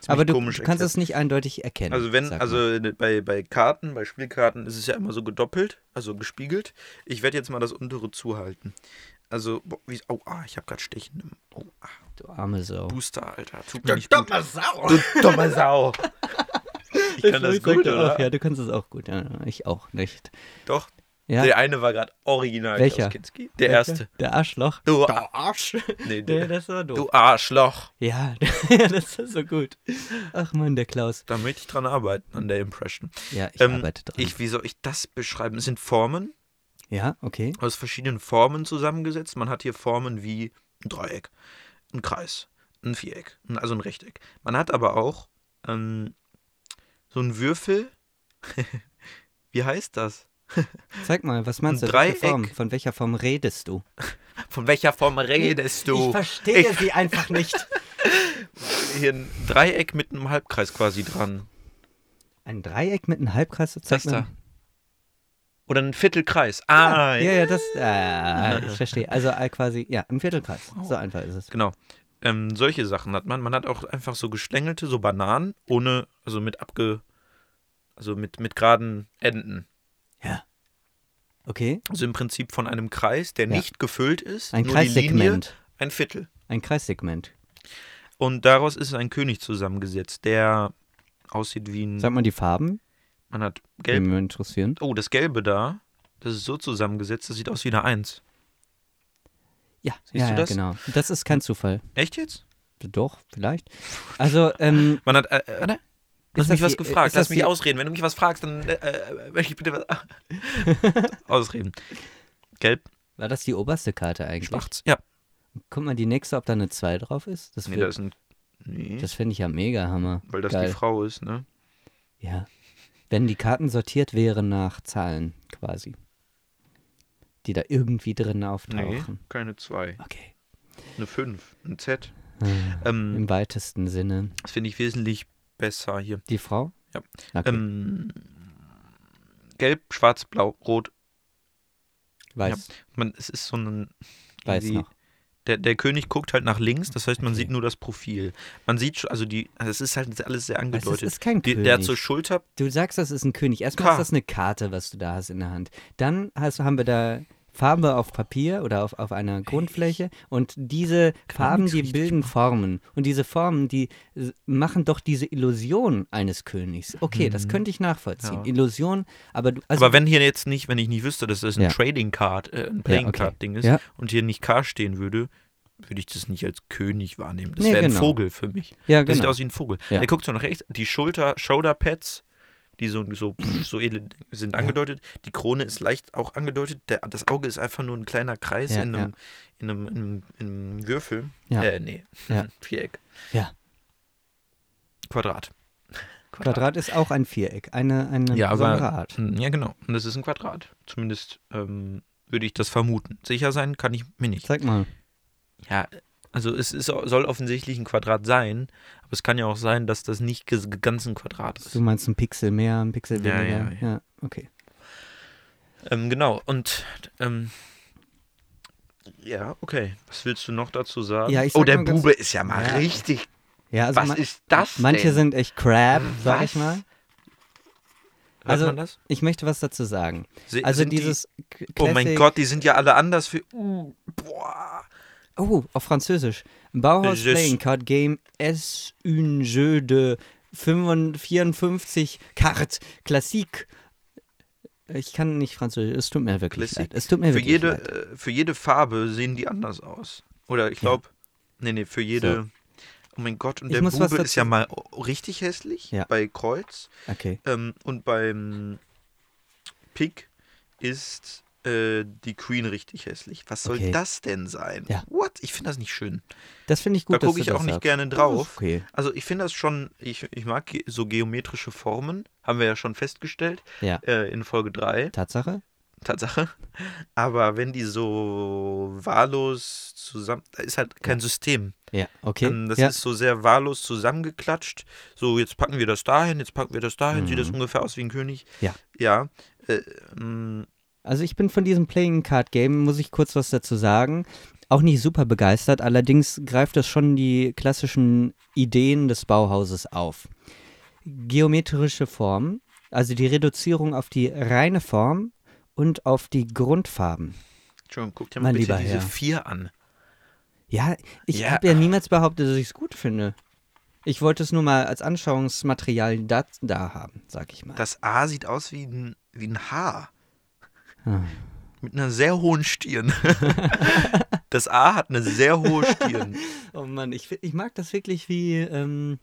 Speaker 2: Ist
Speaker 1: Aber
Speaker 2: aber
Speaker 1: du,
Speaker 2: komisch
Speaker 1: du kannst
Speaker 2: erklärt.
Speaker 1: es nicht eindeutig erkennen.
Speaker 2: Also wenn,
Speaker 1: sag mal.
Speaker 2: also bei, bei Karten, bei Spielkarten ist es ja immer so gedoppelt, also gespiegelt. Ich werde jetzt mal das untere zuhalten. Also, boah, wie, oh, ah, ich habe gerade Stechen im oh, ah,
Speaker 1: Du arme Sau.
Speaker 2: Booster, Alter. Tut mir
Speaker 3: Du
Speaker 2: nicht gut.
Speaker 3: dumme Sau!
Speaker 2: Du dumme Sau. <laughs> Ich kann das
Speaker 1: Florian
Speaker 2: gut,
Speaker 1: sagte
Speaker 2: oder?
Speaker 1: auch, ja, du kannst es auch gut. Ja, ich auch nicht.
Speaker 2: Doch,
Speaker 1: Ja,
Speaker 2: der eine war gerade original
Speaker 1: Welcher?
Speaker 2: Klaus Kinski. Der
Speaker 1: Welcher?
Speaker 2: erste.
Speaker 1: Der Arschloch.
Speaker 2: Du,
Speaker 3: Du Arsch!
Speaker 2: nee,
Speaker 1: Der,
Speaker 2: der,
Speaker 1: das war doof.
Speaker 2: du Arschloch.
Speaker 1: Ja, <laughs> das ist so gut. Ach man, der Klaus.
Speaker 2: Da möchte ich dran arbeiten, an der Impression.
Speaker 1: Ja, ich
Speaker 2: Ähm,
Speaker 1: arbeite dran.
Speaker 2: Ich, wie soll ich das beschreiben? Es sind Formen,
Speaker 1: ja, okay.
Speaker 2: aus verschiedenen Formen zusammengesetzt. Man hat hier Formen wie ein Dreieck, ein Kreis, ein Viereck, ein- also ein Rechteck. Man hat aber auch ähm, so einen Würfel. <laughs> wie heißt das?
Speaker 1: Zeig mal, was meinst
Speaker 2: Ein
Speaker 1: du? Welche
Speaker 2: Dreieck.
Speaker 1: Form? Von welcher Form redest du?
Speaker 2: Von welcher Form redest du?
Speaker 1: verstehe sie einfach nicht. <laughs>
Speaker 2: Hier ein Dreieck mit einem Halbkreis quasi dran.
Speaker 1: Ein Dreieck mit einem Halbkreis? Zeig
Speaker 2: Das
Speaker 1: mal.
Speaker 2: da. Oder ein Viertelkreis. Ah,
Speaker 1: Ja, ja, das. Ah, ich verstehe. Also äh, quasi, ja, im Viertelkreis. So einfach ist es.
Speaker 2: Genau. Ähm, solche Sachen hat man. Man hat auch einfach so geschlängelte, so Bananen, ohne, also mit abge, also mit, mit geraden Enden.
Speaker 1: Okay,
Speaker 2: Also im Prinzip von einem Kreis, der
Speaker 1: Ja.
Speaker 2: nicht gefüllt ist,
Speaker 1: ein
Speaker 2: nur die Linie,
Speaker 1: Kreissegment.
Speaker 2: ein Viertel.
Speaker 1: Ein Kreissegment.
Speaker 2: Und daraus ist ein König zusammengesetzt, der aussieht wie ein.
Speaker 1: Sag mal die Farben,
Speaker 2: Man hat
Speaker 1: die
Speaker 2: gelb.
Speaker 1: mich interessieren.
Speaker 2: Oh, das Gelbe da, das ist so zusammengesetzt, das sieht aus wie eine Eins.
Speaker 1: Ja,
Speaker 2: Siehst
Speaker 1: ja,
Speaker 2: du
Speaker 1: ja,
Speaker 2: das?
Speaker 1: genau. Das ist kein Zufall.
Speaker 2: Echt jetzt?
Speaker 1: Doch, vielleicht. Also,
Speaker 2: <laughs>
Speaker 1: ähm,
Speaker 2: Man hat. Äh, äh, warte. Du
Speaker 1: Ist
Speaker 2: hast mich
Speaker 1: das
Speaker 2: was
Speaker 1: die-
Speaker 2: gefragt,
Speaker 1: ist das
Speaker 2: lass mich
Speaker 1: die-
Speaker 2: ausreden. Wenn du mich was fragst, dann äh, äh, möchte ich bitte was
Speaker 1: <laughs>
Speaker 2: ausreden. Gelb,
Speaker 1: war das die oberste Karte eigentlich?
Speaker 2: schwarz, ja.
Speaker 1: Guck mal, die nächste, ob da eine 2 drauf ist. Das,
Speaker 2: Nee,
Speaker 1: wär-
Speaker 2: da ist ein. Nee,
Speaker 1: das finde ich ja mega Hammer.
Speaker 2: weil das
Speaker 1: Geil.
Speaker 2: die Frau ist, ne?
Speaker 1: Ja. Wenn die Karten sortiert wären nach Zahlen quasi, die da irgendwie drin
Speaker 2: Nee,
Speaker 1: auftauchen.
Speaker 2: keine zwei.
Speaker 1: Okay.
Speaker 2: Eine fünf, ein Z.
Speaker 1: Ah,
Speaker 2: Ähm,
Speaker 1: Im weitesten Sinne.
Speaker 2: Das finde ich wesentlich besser hier.
Speaker 1: Die Frau?
Speaker 2: Ja.
Speaker 1: Okay.
Speaker 2: Ähm, gelb, schwarz, blau, rot.
Speaker 1: Weiß.
Speaker 2: Man, es ist so ein.
Speaker 1: Weiß
Speaker 2: irgendwie-
Speaker 1: noch.
Speaker 2: Der, der König guckt halt nach links, das heißt, man
Speaker 1: Okay.
Speaker 2: sieht nur das Profil. Man sieht schon, also die, also es ist halt alles sehr
Speaker 1: Es ist,
Speaker 2: angedeutet.
Speaker 1: ist kein
Speaker 2: die,
Speaker 1: König.
Speaker 2: der hat so Schulter,
Speaker 1: Du sagst, das ist ein König. Erstmal
Speaker 2: Ka-
Speaker 1: ist das eine Karte, was du da hast in der Hand. Dann hast, haben wir da Farbe auf Papier oder auf, auf einer Grundfläche und diese Farben,
Speaker 2: nix
Speaker 1: die
Speaker 2: richtig
Speaker 1: bilden Formen. Und diese Formen, die äh, machen doch diese Illusion eines Königs. Okay, das könnte ich nachvollziehen.
Speaker 2: Mhm. Ja.
Speaker 1: Illusion, aber du, also
Speaker 2: aber wenn hier jetzt nicht, wenn ich nicht wüsste, dass das ein
Speaker 1: Ja.
Speaker 2: Trading Card, äh, ein Playing
Speaker 1: Ja, okay.
Speaker 2: Card Ding ist
Speaker 1: Ja.
Speaker 2: und hier nicht K stehen würde, würde ich das nicht als König wahrnehmen. Das
Speaker 1: Nee,
Speaker 2: wäre
Speaker 1: genau.
Speaker 2: ein Vogel für mich.
Speaker 1: ja,
Speaker 2: Der sieht
Speaker 1: genau.
Speaker 2: aus wie ein Vogel.
Speaker 1: Ja.
Speaker 2: Der guckt so nach rechts. Die Schulter, Shoulder Pads, die so, so, so edel sind angedeutet. Die Krone ist leicht auch angedeutet. Der, das Auge ist einfach nur ein kleiner Kreis
Speaker 1: Ja,
Speaker 2: in,
Speaker 1: ja.
Speaker 2: einem, in, einem, in, einem, in einem Würfel.
Speaker 1: Ja.
Speaker 2: Äh, nee.
Speaker 1: Ja.
Speaker 2: <laughs> Viereck.
Speaker 1: Ja.
Speaker 2: Quadrat.
Speaker 1: Quadrat ist auch ein Viereck, eine, eine
Speaker 2: Ja, aber-
Speaker 1: besondere Art.
Speaker 2: Hm, Ja, genau. Und das ist ein Quadrat. Zumindest ähm, würde ich das vermuten. Sicher sein kann ich mir nicht.
Speaker 1: Zeig mal.
Speaker 2: Ja, also es ist, soll offensichtlich ein Quadrat sein, aber es kann ja auch sein, dass das nicht ges- ganz ein Quadrat ist.
Speaker 1: Du meinst ein Pixel mehr, ein Pixel
Speaker 2: Ja,
Speaker 1: weniger.
Speaker 2: ja,
Speaker 1: Ja, okay.
Speaker 2: Ähm, genau, und ähm, ja, okay. Was willst du noch dazu sagen?
Speaker 1: Ja, ich
Speaker 2: oh,
Speaker 1: sag
Speaker 2: der
Speaker 1: mal ganz-
Speaker 2: Bube ist ja mal
Speaker 1: Ja.
Speaker 2: richtig.
Speaker 1: Ja, also
Speaker 2: was
Speaker 1: ma-
Speaker 2: ist das?
Speaker 1: manche
Speaker 2: denn?
Speaker 1: sind echt crap, sag
Speaker 2: Was?
Speaker 1: ich mal.
Speaker 2: Hört
Speaker 1: also-
Speaker 2: man das?
Speaker 1: Ich möchte was dazu sagen.
Speaker 2: Se-
Speaker 1: Also
Speaker 2: sind
Speaker 1: dieses K-
Speaker 2: Die, oh mein
Speaker 1: Classic-
Speaker 2: Gott, die sind ja alle anders. Für, uh, boah.
Speaker 1: Oh, auf Französisch. Bauhaus
Speaker 2: Je-
Speaker 1: Playing Card Game est un jeu de 54 Cartes Classique. Ich kann nicht Französisch. Es tut mir wirklich
Speaker 2: Classique.
Speaker 1: leid. Es tut mir
Speaker 2: Für
Speaker 1: wirklich
Speaker 2: jede,
Speaker 1: leid.
Speaker 2: äh, für jede Farbe sehen die anders aus. Oder ich glaube, nee, nee, für jede. Oh mein Gott, und
Speaker 1: Ich
Speaker 2: der
Speaker 1: muss was
Speaker 2: Bube ist
Speaker 1: dazu-
Speaker 2: ja mal o- richtig hässlich
Speaker 1: Ja.
Speaker 2: bei Kreuz.
Speaker 1: Okay.
Speaker 2: Ähm, und beim Pick ist äh, die Queen richtig hässlich. Was soll
Speaker 1: Okay.
Speaker 2: das denn sein?
Speaker 1: Ja.
Speaker 2: What? Ich finde das nicht schön.
Speaker 1: Das finde ich gut.
Speaker 2: da
Speaker 1: dass
Speaker 2: gucke
Speaker 1: du
Speaker 2: ich auch
Speaker 1: das
Speaker 2: nicht
Speaker 1: sagst.
Speaker 2: gerne
Speaker 1: Das ist
Speaker 2: drauf.
Speaker 1: Okay.
Speaker 2: Also ich finde das schon, ich, ich mag ge- so geometrische Formen, haben wir ja schon festgestellt
Speaker 1: Ja.
Speaker 2: äh, in Folge 3,
Speaker 1: Tatsache?
Speaker 2: Tatsache. Aber wenn die so wahllos zusammen, da ist halt kein System.
Speaker 1: Ja, okay.
Speaker 2: Ähm, das
Speaker 1: ja.
Speaker 2: ist so sehr wahllos zusammengeklatscht. So, jetzt packen wir das dahin, jetzt packen wir das dahin, sieht das
Speaker 1: Mhm.
Speaker 2: ungefähr aus wie ein König.
Speaker 1: Ja.
Speaker 2: Ja. Äh, mh,
Speaker 1: Also ich bin von diesem Playing Card Game, muss ich kurz was dazu sagen, auch nicht super begeistert. Allerdings greift das schon die klassischen Ideen des Bauhauses auf. Geometrische Formen, also die Reduzierung auf die reine Form und auf die Grundfarben.
Speaker 2: Entschuldigung, guck dir mal
Speaker 1: Mein
Speaker 2: bitte
Speaker 1: lieber
Speaker 2: diese
Speaker 1: Herr.
Speaker 2: vier an.
Speaker 1: Ja, ich
Speaker 2: Ja.
Speaker 1: habe ja niemals behauptet, dass ich es gut finde. Ich wollte es nur mal als Anschauungsmaterial da, da haben, sag ich mal.
Speaker 2: Das A sieht aus wie ein, wie ein Haar.
Speaker 1: Ah.
Speaker 2: Mit einer sehr
Speaker 1: <laughs>
Speaker 2: hohen Stirn. das A hat eine sehr hohe Stirn.
Speaker 1: Oh Mann, ich, fi- ich mag das wirklich, wie, ähm,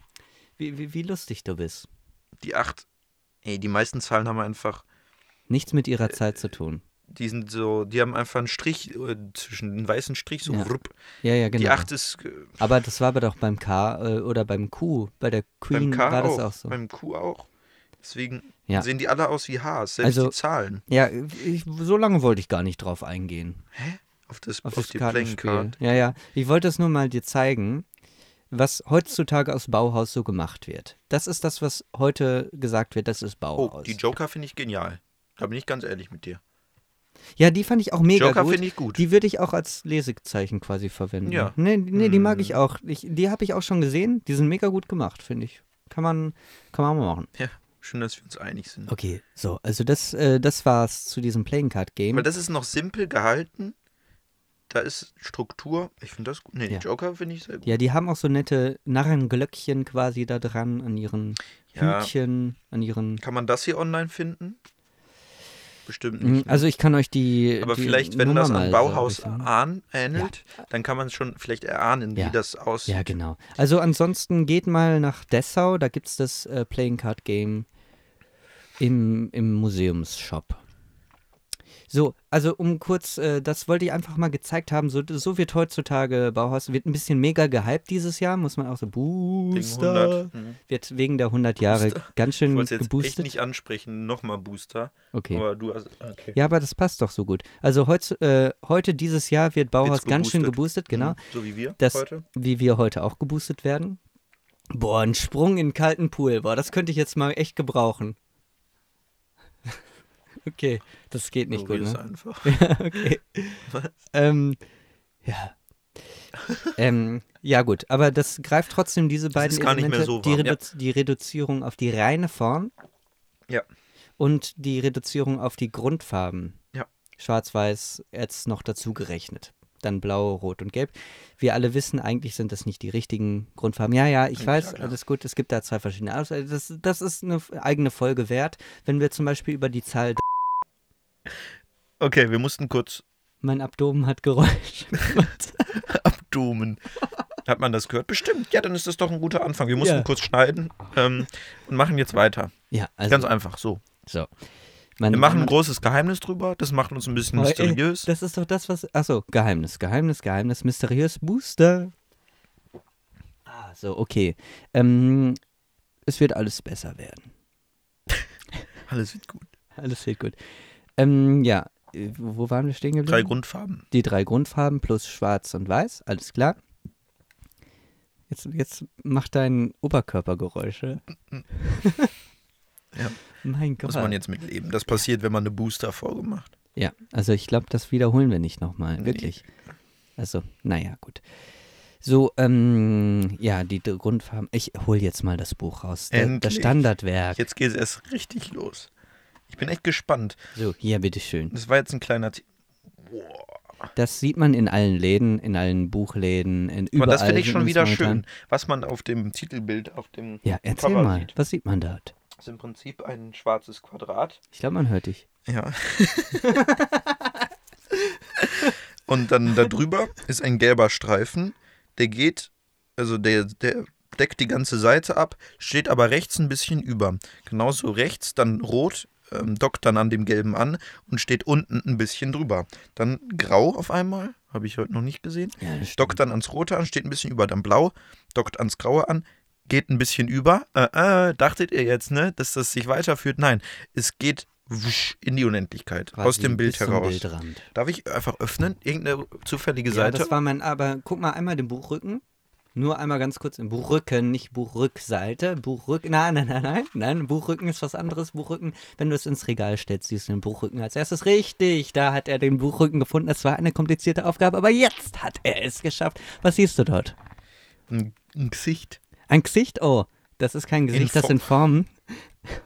Speaker 1: wie, wie, wie lustig du bist.
Speaker 2: Die 8. Ey, die meisten Zahlen haben einfach,
Speaker 1: Nichts mit ihrer Zeit zu tun.
Speaker 2: die sind so, die haben einfach einen Strich äh, zwischen einen weißen Strich, so
Speaker 1: Ja,
Speaker 2: wrupp.
Speaker 1: Ja, ja, genau.
Speaker 2: Die 8 ist äh,
Speaker 1: Aber das war aber doch beim K äh, oder beim Q, bei der Queen
Speaker 2: beim K
Speaker 1: war das
Speaker 2: auch,
Speaker 1: auch so.
Speaker 2: beim Q auch. Deswegen
Speaker 1: Ja.
Speaker 2: sehen die alle aus wie Haars, selbst
Speaker 1: Also-
Speaker 2: die Zahlen.
Speaker 1: Ja, ich, so lange wollte ich gar nicht drauf eingehen.
Speaker 2: Auf, das,
Speaker 1: Auf,
Speaker 2: auf,
Speaker 1: das
Speaker 2: die Playing
Speaker 1: Kartenspiel.
Speaker 2: Card.
Speaker 1: Ja, ja. Ich wollte es nur mal dir zeigen, was heutzutage aus Bauhaus so gemacht wird. Das ist das, was heute gesagt wird, das ist Bauhaus.
Speaker 2: Oh, die Joker finde ich genial. Da bin ich ganz ehrlich mit dir.
Speaker 1: ja, die fand ich auch mega
Speaker 2: Joker
Speaker 1: gut.
Speaker 2: finde ich gut.
Speaker 1: Die würde ich auch als Lesezeichen quasi verwenden.
Speaker 2: Ja.
Speaker 1: Nee, nee die mag
Speaker 2: Hm.
Speaker 1: ich auch. Ich, die habe ich auch schon gesehen. Die sind mega gut gemacht, finde ich. Kann man, kann man mal machen.
Speaker 2: Ja, schön, dass wir uns einig sind.
Speaker 1: Okay, so, also das, äh, das war's zu diesem Playing Card Game.
Speaker 2: Weil das ist noch simpel gehalten. Da ist Struktur. Ich finde das gut. Nee,
Speaker 1: Ja.
Speaker 2: den Joker finde ich sehr gut.
Speaker 1: Ja, die haben auch so nette Narrenglöckchen quasi da dran an ihren
Speaker 2: Ja.
Speaker 1: Hütchen, an ihren.
Speaker 2: Kann man das hier online finden? Bestimmt
Speaker 1: Mm,
Speaker 2: nicht. ne?
Speaker 1: Also ich kann euch die.
Speaker 2: Aber
Speaker 1: die
Speaker 2: vielleicht, wenn
Speaker 1: Nummer
Speaker 2: das
Speaker 1: mal
Speaker 2: an
Speaker 1: so
Speaker 2: Bauhaus
Speaker 1: bisschen-
Speaker 2: ahn, ähnelt, dann kann man es schon vielleicht erahnen,
Speaker 1: Ja.
Speaker 2: wie das aussieht.
Speaker 1: ja, genau. Also ansonsten geht mal nach Dessau, da gibt's das äh, Playing Card Game im, im Museumsshop. So, also um kurz, äh, das wollte ich einfach mal gezeigt haben, so, so wird heutzutage Bauhaus, wird ein bisschen mega gehypt dieses Jahr, muss man auch so
Speaker 2: Wegen
Speaker 1: Booster,
Speaker 2: 100. Mhm.
Speaker 1: wird wegen der 100 Jahre
Speaker 2: Booster.
Speaker 1: ganz
Speaker 2: Ich
Speaker 1: schön
Speaker 2: wollte es jetzt echt
Speaker 1: geboostet.
Speaker 2: nicht ansprechen. Nochmal Booster.
Speaker 1: Okay.
Speaker 2: Aber du hast. Okay.
Speaker 1: Ja, aber das passt doch so gut. Also heutz, äh, heute, dieses Jahr wird Bauhaus
Speaker 2: Wird's
Speaker 1: ganz schön geboostet, genau.
Speaker 2: Mhm. So wie wir
Speaker 1: Das,
Speaker 2: heute.
Speaker 1: wie wir heute auch geboostet werden. Boah, ein Sprung in den kalten Pool. Boah, das könnte ich jetzt mal echt gebrauchen. <laughs> okay, das geht nicht
Speaker 2: so
Speaker 1: gut,
Speaker 2: wie es
Speaker 1: ne?
Speaker 2: einfach.
Speaker 1: <laughs> okay. Ähm, ja. <laughs> ähm, ja gut, aber das greift trotzdem diese beiden
Speaker 2: ist gar nicht
Speaker 1: Elemente,
Speaker 2: mehr so
Speaker 1: die,
Speaker 2: warm, ja.
Speaker 1: Redu- die Reduzierung auf die reine Form
Speaker 2: Ja.
Speaker 1: und die Reduzierung auf die Grundfarben.
Speaker 2: Ja.
Speaker 1: Schwarz-Weiß jetzt noch dazu gerechnet. Dann blau, rot und gelb. Wir alle wissen, eigentlich sind das nicht die richtigen Grundfarben. Ja, ja, ich
Speaker 2: Ja,
Speaker 1: weiß,
Speaker 2: klar, klar.
Speaker 1: alles gut. Es gibt da zwei verschiedene Aus- also Das, das ist eine eigene Folge wert, wenn wir zum Beispiel über die Zahl.
Speaker 2: Okay, wir mussten kurz
Speaker 1: Mein Abdomen hat
Speaker 2: <laughs>
Speaker 1: Geräusch.
Speaker 2: abdomen. Hat man das gehört? Bestimmt. Ja, dann ist das doch ein guter Anfang. Wir mussten
Speaker 1: Ja.
Speaker 2: kurz schneiden ähm, und machen jetzt weiter.
Speaker 1: <laughs> ja, also.
Speaker 2: Ganz einfach so.
Speaker 1: So.
Speaker 2: Wir machen ein großes Geheimnis drüber. Das macht uns ein bisschen
Speaker 1: Aber, ey,
Speaker 2: mysteriös.
Speaker 1: Das ist doch das, was. Achso, Geheimnis, Geheimnis, Geheimnis, mysteriös Booster. Ah, so, okay. Ähm, es wird alles besser werden.
Speaker 2: Alles wird gut.
Speaker 1: Alles wird gut. Ähm, ja, äh, wo waren wir stehen geblieben?
Speaker 2: Drei Grundfarben.
Speaker 1: Die drei Grundfarben plus schwarz und weiß, alles klar. Jetzt, jetzt macht dein Oberkörper Geräusche.
Speaker 2: Mm,
Speaker 1: <laughs>
Speaker 2: Ja.
Speaker 1: Mein Gott.
Speaker 2: Muss man jetzt mitleben. Das passiert, wenn man eine Booster-Folge macht.
Speaker 1: Ja, also ich glaube, das wiederholen wir nicht nochmal,
Speaker 2: Nee.
Speaker 1: wirklich. Also, naja, gut. So, ähm, ja, die d- Grundfarben. Ich hol jetzt mal das Buch raus. Da, das
Speaker 2: Endlich.
Speaker 1: Standardwerk.
Speaker 2: Jetzt geht es erst richtig los. Ich bin echt gespannt.
Speaker 1: So, hier, bitteschön.
Speaker 2: Das war jetzt ein kleiner. T Boah.
Speaker 1: Das sieht man in allen Läden, in allen Buchläden, in überall.
Speaker 2: Aber das finde ich
Speaker 1: sieht
Speaker 2: schon
Speaker 1: man's
Speaker 2: wieder
Speaker 1: momentan.
Speaker 2: schön, was man auf dem Titelbild, auf dem
Speaker 1: Ja, erzähl
Speaker 2: Cover
Speaker 1: mal,
Speaker 2: sieht.
Speaker 1: was sieht man dort?
Speaker 2: ist im Prinzip ein schwarzes Quadrat.
Speaker 1: Ich glaube, man hört dich.
Speaker 2: Ja. Und dann darüber ist ein gelber Streifen, der geht, also der, der deckt die ganze Seite ab, steht aber rechts ein bisschen über. Genauso rechts, dann rot, ähm, dockt dann an dem Gelben an und steht unten ein bisschen drüber. Dann grau auf einmal, habe ich heute noch nicht gesehen.
Speaker 1: Ja, das
Speaker 2: Dockt dann ans Rote an, steht ein bisschen über, dann blau, dockt ans Graue an, geht ein bisschen über. Äh, äh, dachtet ihr jetzt, ne, dass das sich weiterführt? Nein, es geht wusch in die Unendlichkeit,
Speaker 1: quasi
Speaker 2: aus dem Bild
Speaker 1: bis zum
Speaker 2: heraus.
Speaker 1: Bildrand.
Speaker 2: Darf ich einfach öffnen? Irgendeine zufällige
Speaker 1: Ja,
Speaker 2: Seite?
Speaker 1: das war mein, aber guck mal einmal den Buchrücken. Nur einmal ganz kurz im Buchrücken, nicht Buchrückseite. Buchrücken, nein, nein, nein, nein, nein. Buchrücken ist was anderes. Buchrücken, wenn du es ins Regal stellst, siehst du den Buchrücken als erstes richtig. Da hat er den Buchrücken gefunden. Das war eine komplizierte Aufgabe, aber jetzt hat er es geschafft. Was siehst du dort?
Speaker 2: ein, ein Gesicht.
Speaker 1: Ein Gesicht? Oh, das ist kein Gesicht, das
Speaker 2: Form.
Speaker 1: sind Formen. <laughs>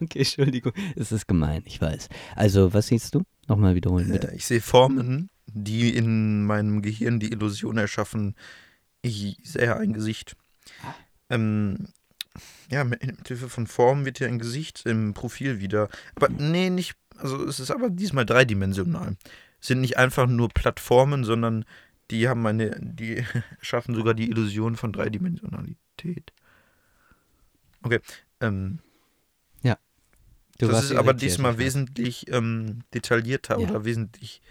Speaker 1: Okay, Entschuldigung. Es ist gemein, ich weiß. Also, was siehst du? Nochmal wiederholen, bitte.
Speaker 2: Äh, Ich sehe
Speaker 1: Mhm.
Speaker 2: Formen, die in meinem Gehirn die Illusion erschaffen. Ich sehe ein Gesicht.
Speaker 1: Ah.
Speaker 2: Ähm, ja, mit, mit Hilfe von Formen wird hier ein Gesicht im Profil wieder. Aber nee, nicht. Also es ist aber diesmal dreidimensional. Es sind nicht einfach nur Plattformen, sondern die haben eine, die <laughs> schaffen sogar die Illusion von Dreidimensionalität. Okay. Ähm,
Speaker 1: Du
Speaker 2: das
Speaker 1: warst
Speaker 2: ist aber
Speaker 1: irritiert,
Speaker 2: diesmal
Speaker 1: ich weiß.
Speaker 2: wesentlich ähm, detaillierter
Speaker 1: Ja.
Speaker 2: oder wesentlich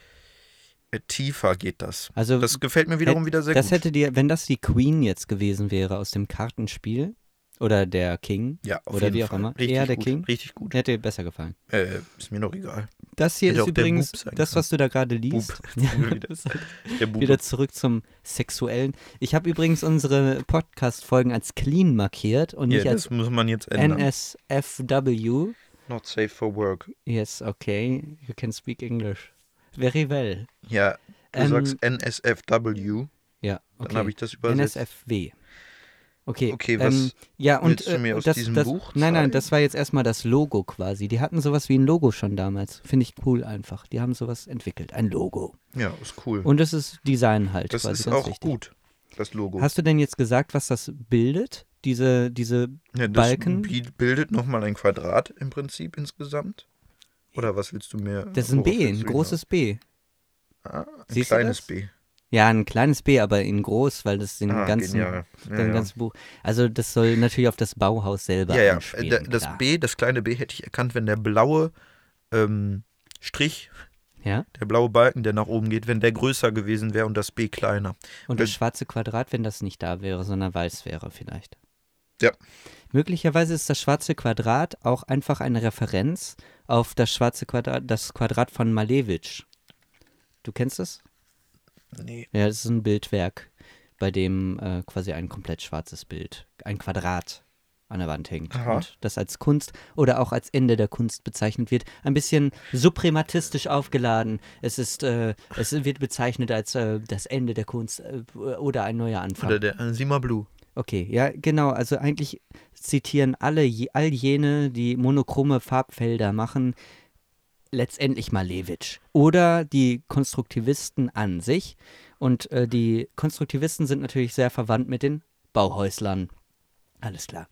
Speaker 2: äh, tiefer geht das.
Speaker 1: Also,
Speaker 2: Das gefällt mir wiederum wieder sehr
Speaker 1: das
Speaker 2: gut.
Speaker 1: hätte dir, wenn das die Queen jetzt gewesen wäre aus dem Kartenspiel oder der King,
Speaker 2: ja, auf
Speaker 1: oder
Speaker 2: jeden
Speaker 1: wie auch
Speaker 2: Fall.
Speaker 1: immer.
Speaker 2: Richtig
Speaker 1: Er, der
Speaker 2: gut.
Speaker 1: King?
Speaker 2: Richtig gut.
Speaker 1: hätte dir besser gefallen.
Speaker 2: Äh, ist mir noch egal.
Speaker 1: <laughs> Das hier
Speaker 2: Hätte
Speaker 1: ist
Speaker 2: auch der
Speaker 1: übrigens
Speaker 2: Bub sein
Speaker 1: das, was du da gerade
Speaker 2: <laughs>
Speaker 1: liest. <laughs> Ja,
Speaker 2: Wieder-
Speaker 1: das ist
Speaker 2: Der Bube.
Speaker 1: wieder zurück zum Sexuellen. Ich habe übrigens unsere Podcast-Folgen als clean markiert und
Speaker 2: ja,
Speaker 1: nicht als
Speaker 2: das muss man jetzt ändern.
Speaker 1: NSFW.
Speaker 2: Not safe for work.
Speaker 1: Yes, okay. You can speak English. Very well.
Speaker 2: Ja, du
Speaker 1: Ähm,
Speaker 2: sagst NSFW,
Speaker 1: Ja,
Speaker 2: dann
Speaker 1: okay.
Speaker 2: habe ich das übersetzt.
Speaker 1: NSFW. Okay,
Speaker 2: Okay,
Speaker 1: ähm,
Speaker 2: was
Speaker 1: ja, und
Speaker 2: willst du mir
Speaker 1: äh,
Speaker 2: aus
Speaker 1: das,
Speaker 2: diesem
Speaker 1: das,
Speaker 2: Buch
Speaker 1: Nein, nein,
Speaker 2: zeigen?
Speaker 1: das war jetzt erstmal das Logo quasi. Die hatten sowas wie ein Logo schon damals. Finde ich cool einfach. Die haben sowas entwickelt, ein Logo.
Speaker 2: ja, ist cool.
Speaker 1: Und es ist Design halt.
Speaker 2: das
Speaker 1: quasi
Speaker 2: ist
Speaker 1: ganz
Speaker 2: auch
Speaker 1: wichtig.
Speaker 2: gut, das Logo.
Speaker 1: Hast du denn jetzt gesagt, was das bildet? Diese, diese,
Speaker 2: ja, das
Speaker 1: Balken?
Speaker 2: bi- bildet nochmal ein Quadrat im Prinzip insgesamt. Oder was willst du mir?
Speaker 1: das ist ein
Speaker 2: worauf
Speaker 1: B,
Speaker 2: willst
Speaker 1: ein
Speaker 2: du hinaus?
Speaker 1: großes B.
Speaker 2: Ah, ein
Speaker 1: Siehst du
Speaker 2: kleines
Speaker 1: das?
Speaker 2: B.
Speaker 1: Ja, ein kleines B, aber in groß, weil das den
Speaker 2: Ah,
Speaker 1: ganzen,
Speaker 2: genial. Ja,
Speaker 1: den
Speaker 2: ja.
Speaker 1: ganzen Buch. Also das soll natürlich auf das Bauhaus selber
Speaker 2: ja, ja.
Speaker 1: anspielen,
Speaker 2: Äh, da- Das
Speaker 1: klar.
Speaker 2: B, das kleine B hätte ich erkannt, wenn der blaue ähm, Strich,
Speaker 1: Ja.
Speaker 2: der blaue Balken, der nach oben geht, wenn der größer gewesen wäre und das B kleiner.
Speaker 1: Und das
Speaker 2: Wenn-
Speaker 1: schwarze Quadrat, wenn das nicht da wäre, sondern weiß wäre vielleicht.
Speaker 2: Ja.
Speaker 1: Möglicherweise ist das schwarze Quadrat auch einfach eine Referenz auf das schwarze Quadrat, das Quadrat von Malevich. Du kennst es?
Speaker 2: Nee.
Speaker 1: Ja, das ist ein Bildwerk, bei dem äh, quasi ein komplett schwarzes Bild, ein Quadrat an der Wand hängt
Speaker 2: Aha.
Speaker 1: und das als Kunst oder auch als Ende der Kunst bezeichnet wird. Ein bisschen suprematistisch aufgeladen. Es ist, äh, es wird bezeichnet als äh, das Ende der Kunst äh, oder ein neuer Anfang.
Speaker 2: Oder der äh, Sima Blue.
Speaker 1: Okay, ja, genau. Also eigentlich zitieren alle, je- all jene, die monochrome Farbfelder machen, letztendlich Malevich oder die Konstruktivisten an sich. Und äh, die Konstruktivisten sind natürlich sehr verwandt mit den Bauhäuslern. Alles klar.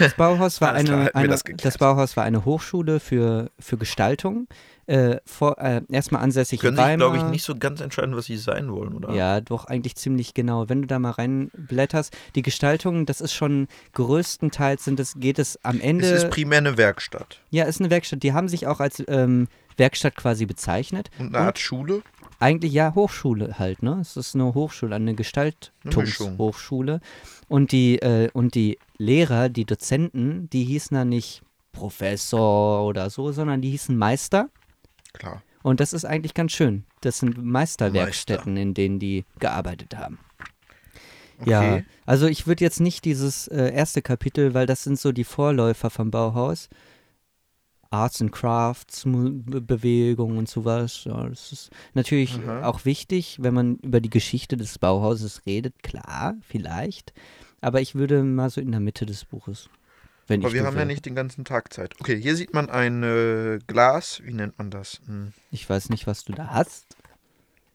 Speaker 1: Das
Speaker 2: <laughs>
Speaker 1: Bauhaus war
Speaker 2: Alles klar,
Speaker 1: eine,
Speaker 2: hätten wir
Speaker 1: eine
Speaker 2: das
Speaker 1: das,
Speaker 2: geklärt.
Speaker 1: Bauhaus war eine Hochschule für, für Gestaltung. Äh, vor, äh, erstmal ansässig
Speaker 2: Können
Speaker 1: in
Speaker 2: sich, glaube ich,
Speaker 1: Weimar.
Speaker 2: nicht so ganz entscheiden, was sie sein wollen, oder?
Speaker 1: Ja, doch eigentlich ziemlich genau. Wenn du da mal reinblätterst, die Gestaltung, das ist schon größtenteils sind es, geht es am Ende.
Speaker 2: Es ist primär eine Werkstatt
Speaker 1: ja, ist eine Werkstatt. Die haben sich auch als ähm, Werkstatt quasi bezeichnet.
Speaker 2: und eine Art Schule.
Speaker 1: Eigentlich ja Hochschule halt, ne? Es ist eine Hochschule, eine
Speaker 2: Mischung.
Speaker 1: Gestaltungshochschule. Und die äh, und die Lehrer, die Dozenten, die hießen dann nicht Professor oder so, sondern die hießen Meister.
Speaker 2: Klar.
Speaker 1: Und das ist eigentlich ganz schön. Das sind Meisterwerkstätten, in denen die gearbeitet haben. Ja,
Speaker 2: Okay.
Speaker 1: also ich würde jetzt nicht dieses äh, erste Kapitel, weil das sind so die Vorläufer vom Bauhaus. Arts and Crafts, Mu- Be- Bewegung und sowas. Ja, das ist natürlich
Speaker 2: Aha.
Speaker 1: auch wichtig, wenn man über die Geschichte des Bauhauses redet. Klar, vielleicht. Aber ich würde mal so in der Mitte des Buches. Wenn
Speaker 2: Aber
Speaker 1: ich
Speaker 2: wir
Speaker 1: so
Speaker 2: haben ja
Speaker 1: wäre.
Speaker 2: nicht den ganzen Tag Zeit. Okay, hier sieht man ein äh, Glas. Wie nennt man das? Hm.
Speaker 1: Ich weiß nicht, was du da hast.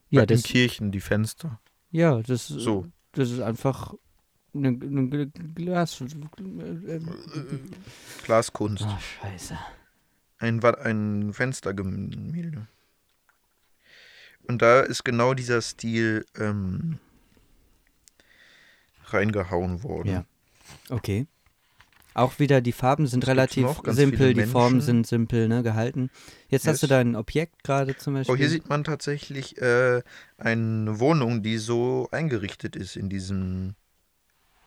Speaker 1: Ja,
Speaker 2: Bei den
Speaker 1: das,
Speaker 2: Kirchen, die Fenster.
Speaker 1: ja, das
Speaker 2: So.
Speaker 1: Das ist einfach eine, eine Gl- Glas. äh,
Speaker 2: Glaskunst.
Speaker 1: Ah, scheiße.
Speaker 2: Ein, Wa- ein Fenstergemälde. Und da ist genau dieser Stil ähm, reingehauen worden.
Speaker 1: Ja. Okay. Auch wieder, die Farben sind relativ
Speaker 2: noch ganz viele
Speaker 1: simpel, die Formen
Speaker 2: Menschen.
Speaker 1: sind simpel ne, gehalten. Jetzt hast du
Speaker 2: Yes.
Speaker 1: dein Objekt gerade zum Beispiel.
Speaker 2: Oh, hier sieht man tatsächlich äh, eine Wohnung, die so eingerichtet ist in diesem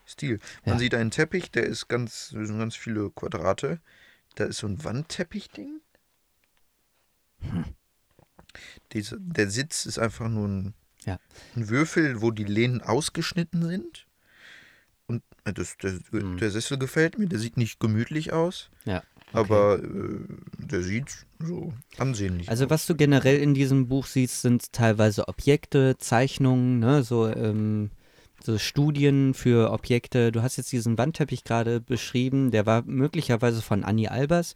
Speaker 2: Stil. Man
Speaker 1: Ja.
Speaker 2: sieht einen Teppich, der ist ganz, da sind ganz viele Quadrate. Da ist so ein Wandteppich-Ding.
Speaker 1: Hm.
Speaker 2: Diese, der Sitz ist einfach nur ein,
Speaker 1: Ja.
Speaker 2: ein Würfel, wo die Lehnen ausgeschnitten sind. Und äh, das, der,
Speaker 1: Hm.
Speaker 2: der Sessel gefällt mir, der sieht nicht gemütlich aus,
Speaker 1: ja.
Speaker 2: aber äh, der sieht so ansehnlich
Speaker 1: Also was du generell in diesem Buch siehst, sind teilweise Objekte, Zeichnungen, ne, so, ähm, so Studien für Objekte. Du hast jetzt diesen Wandteppich gerade beschrieben, der war möglicherweise von Annie Albers.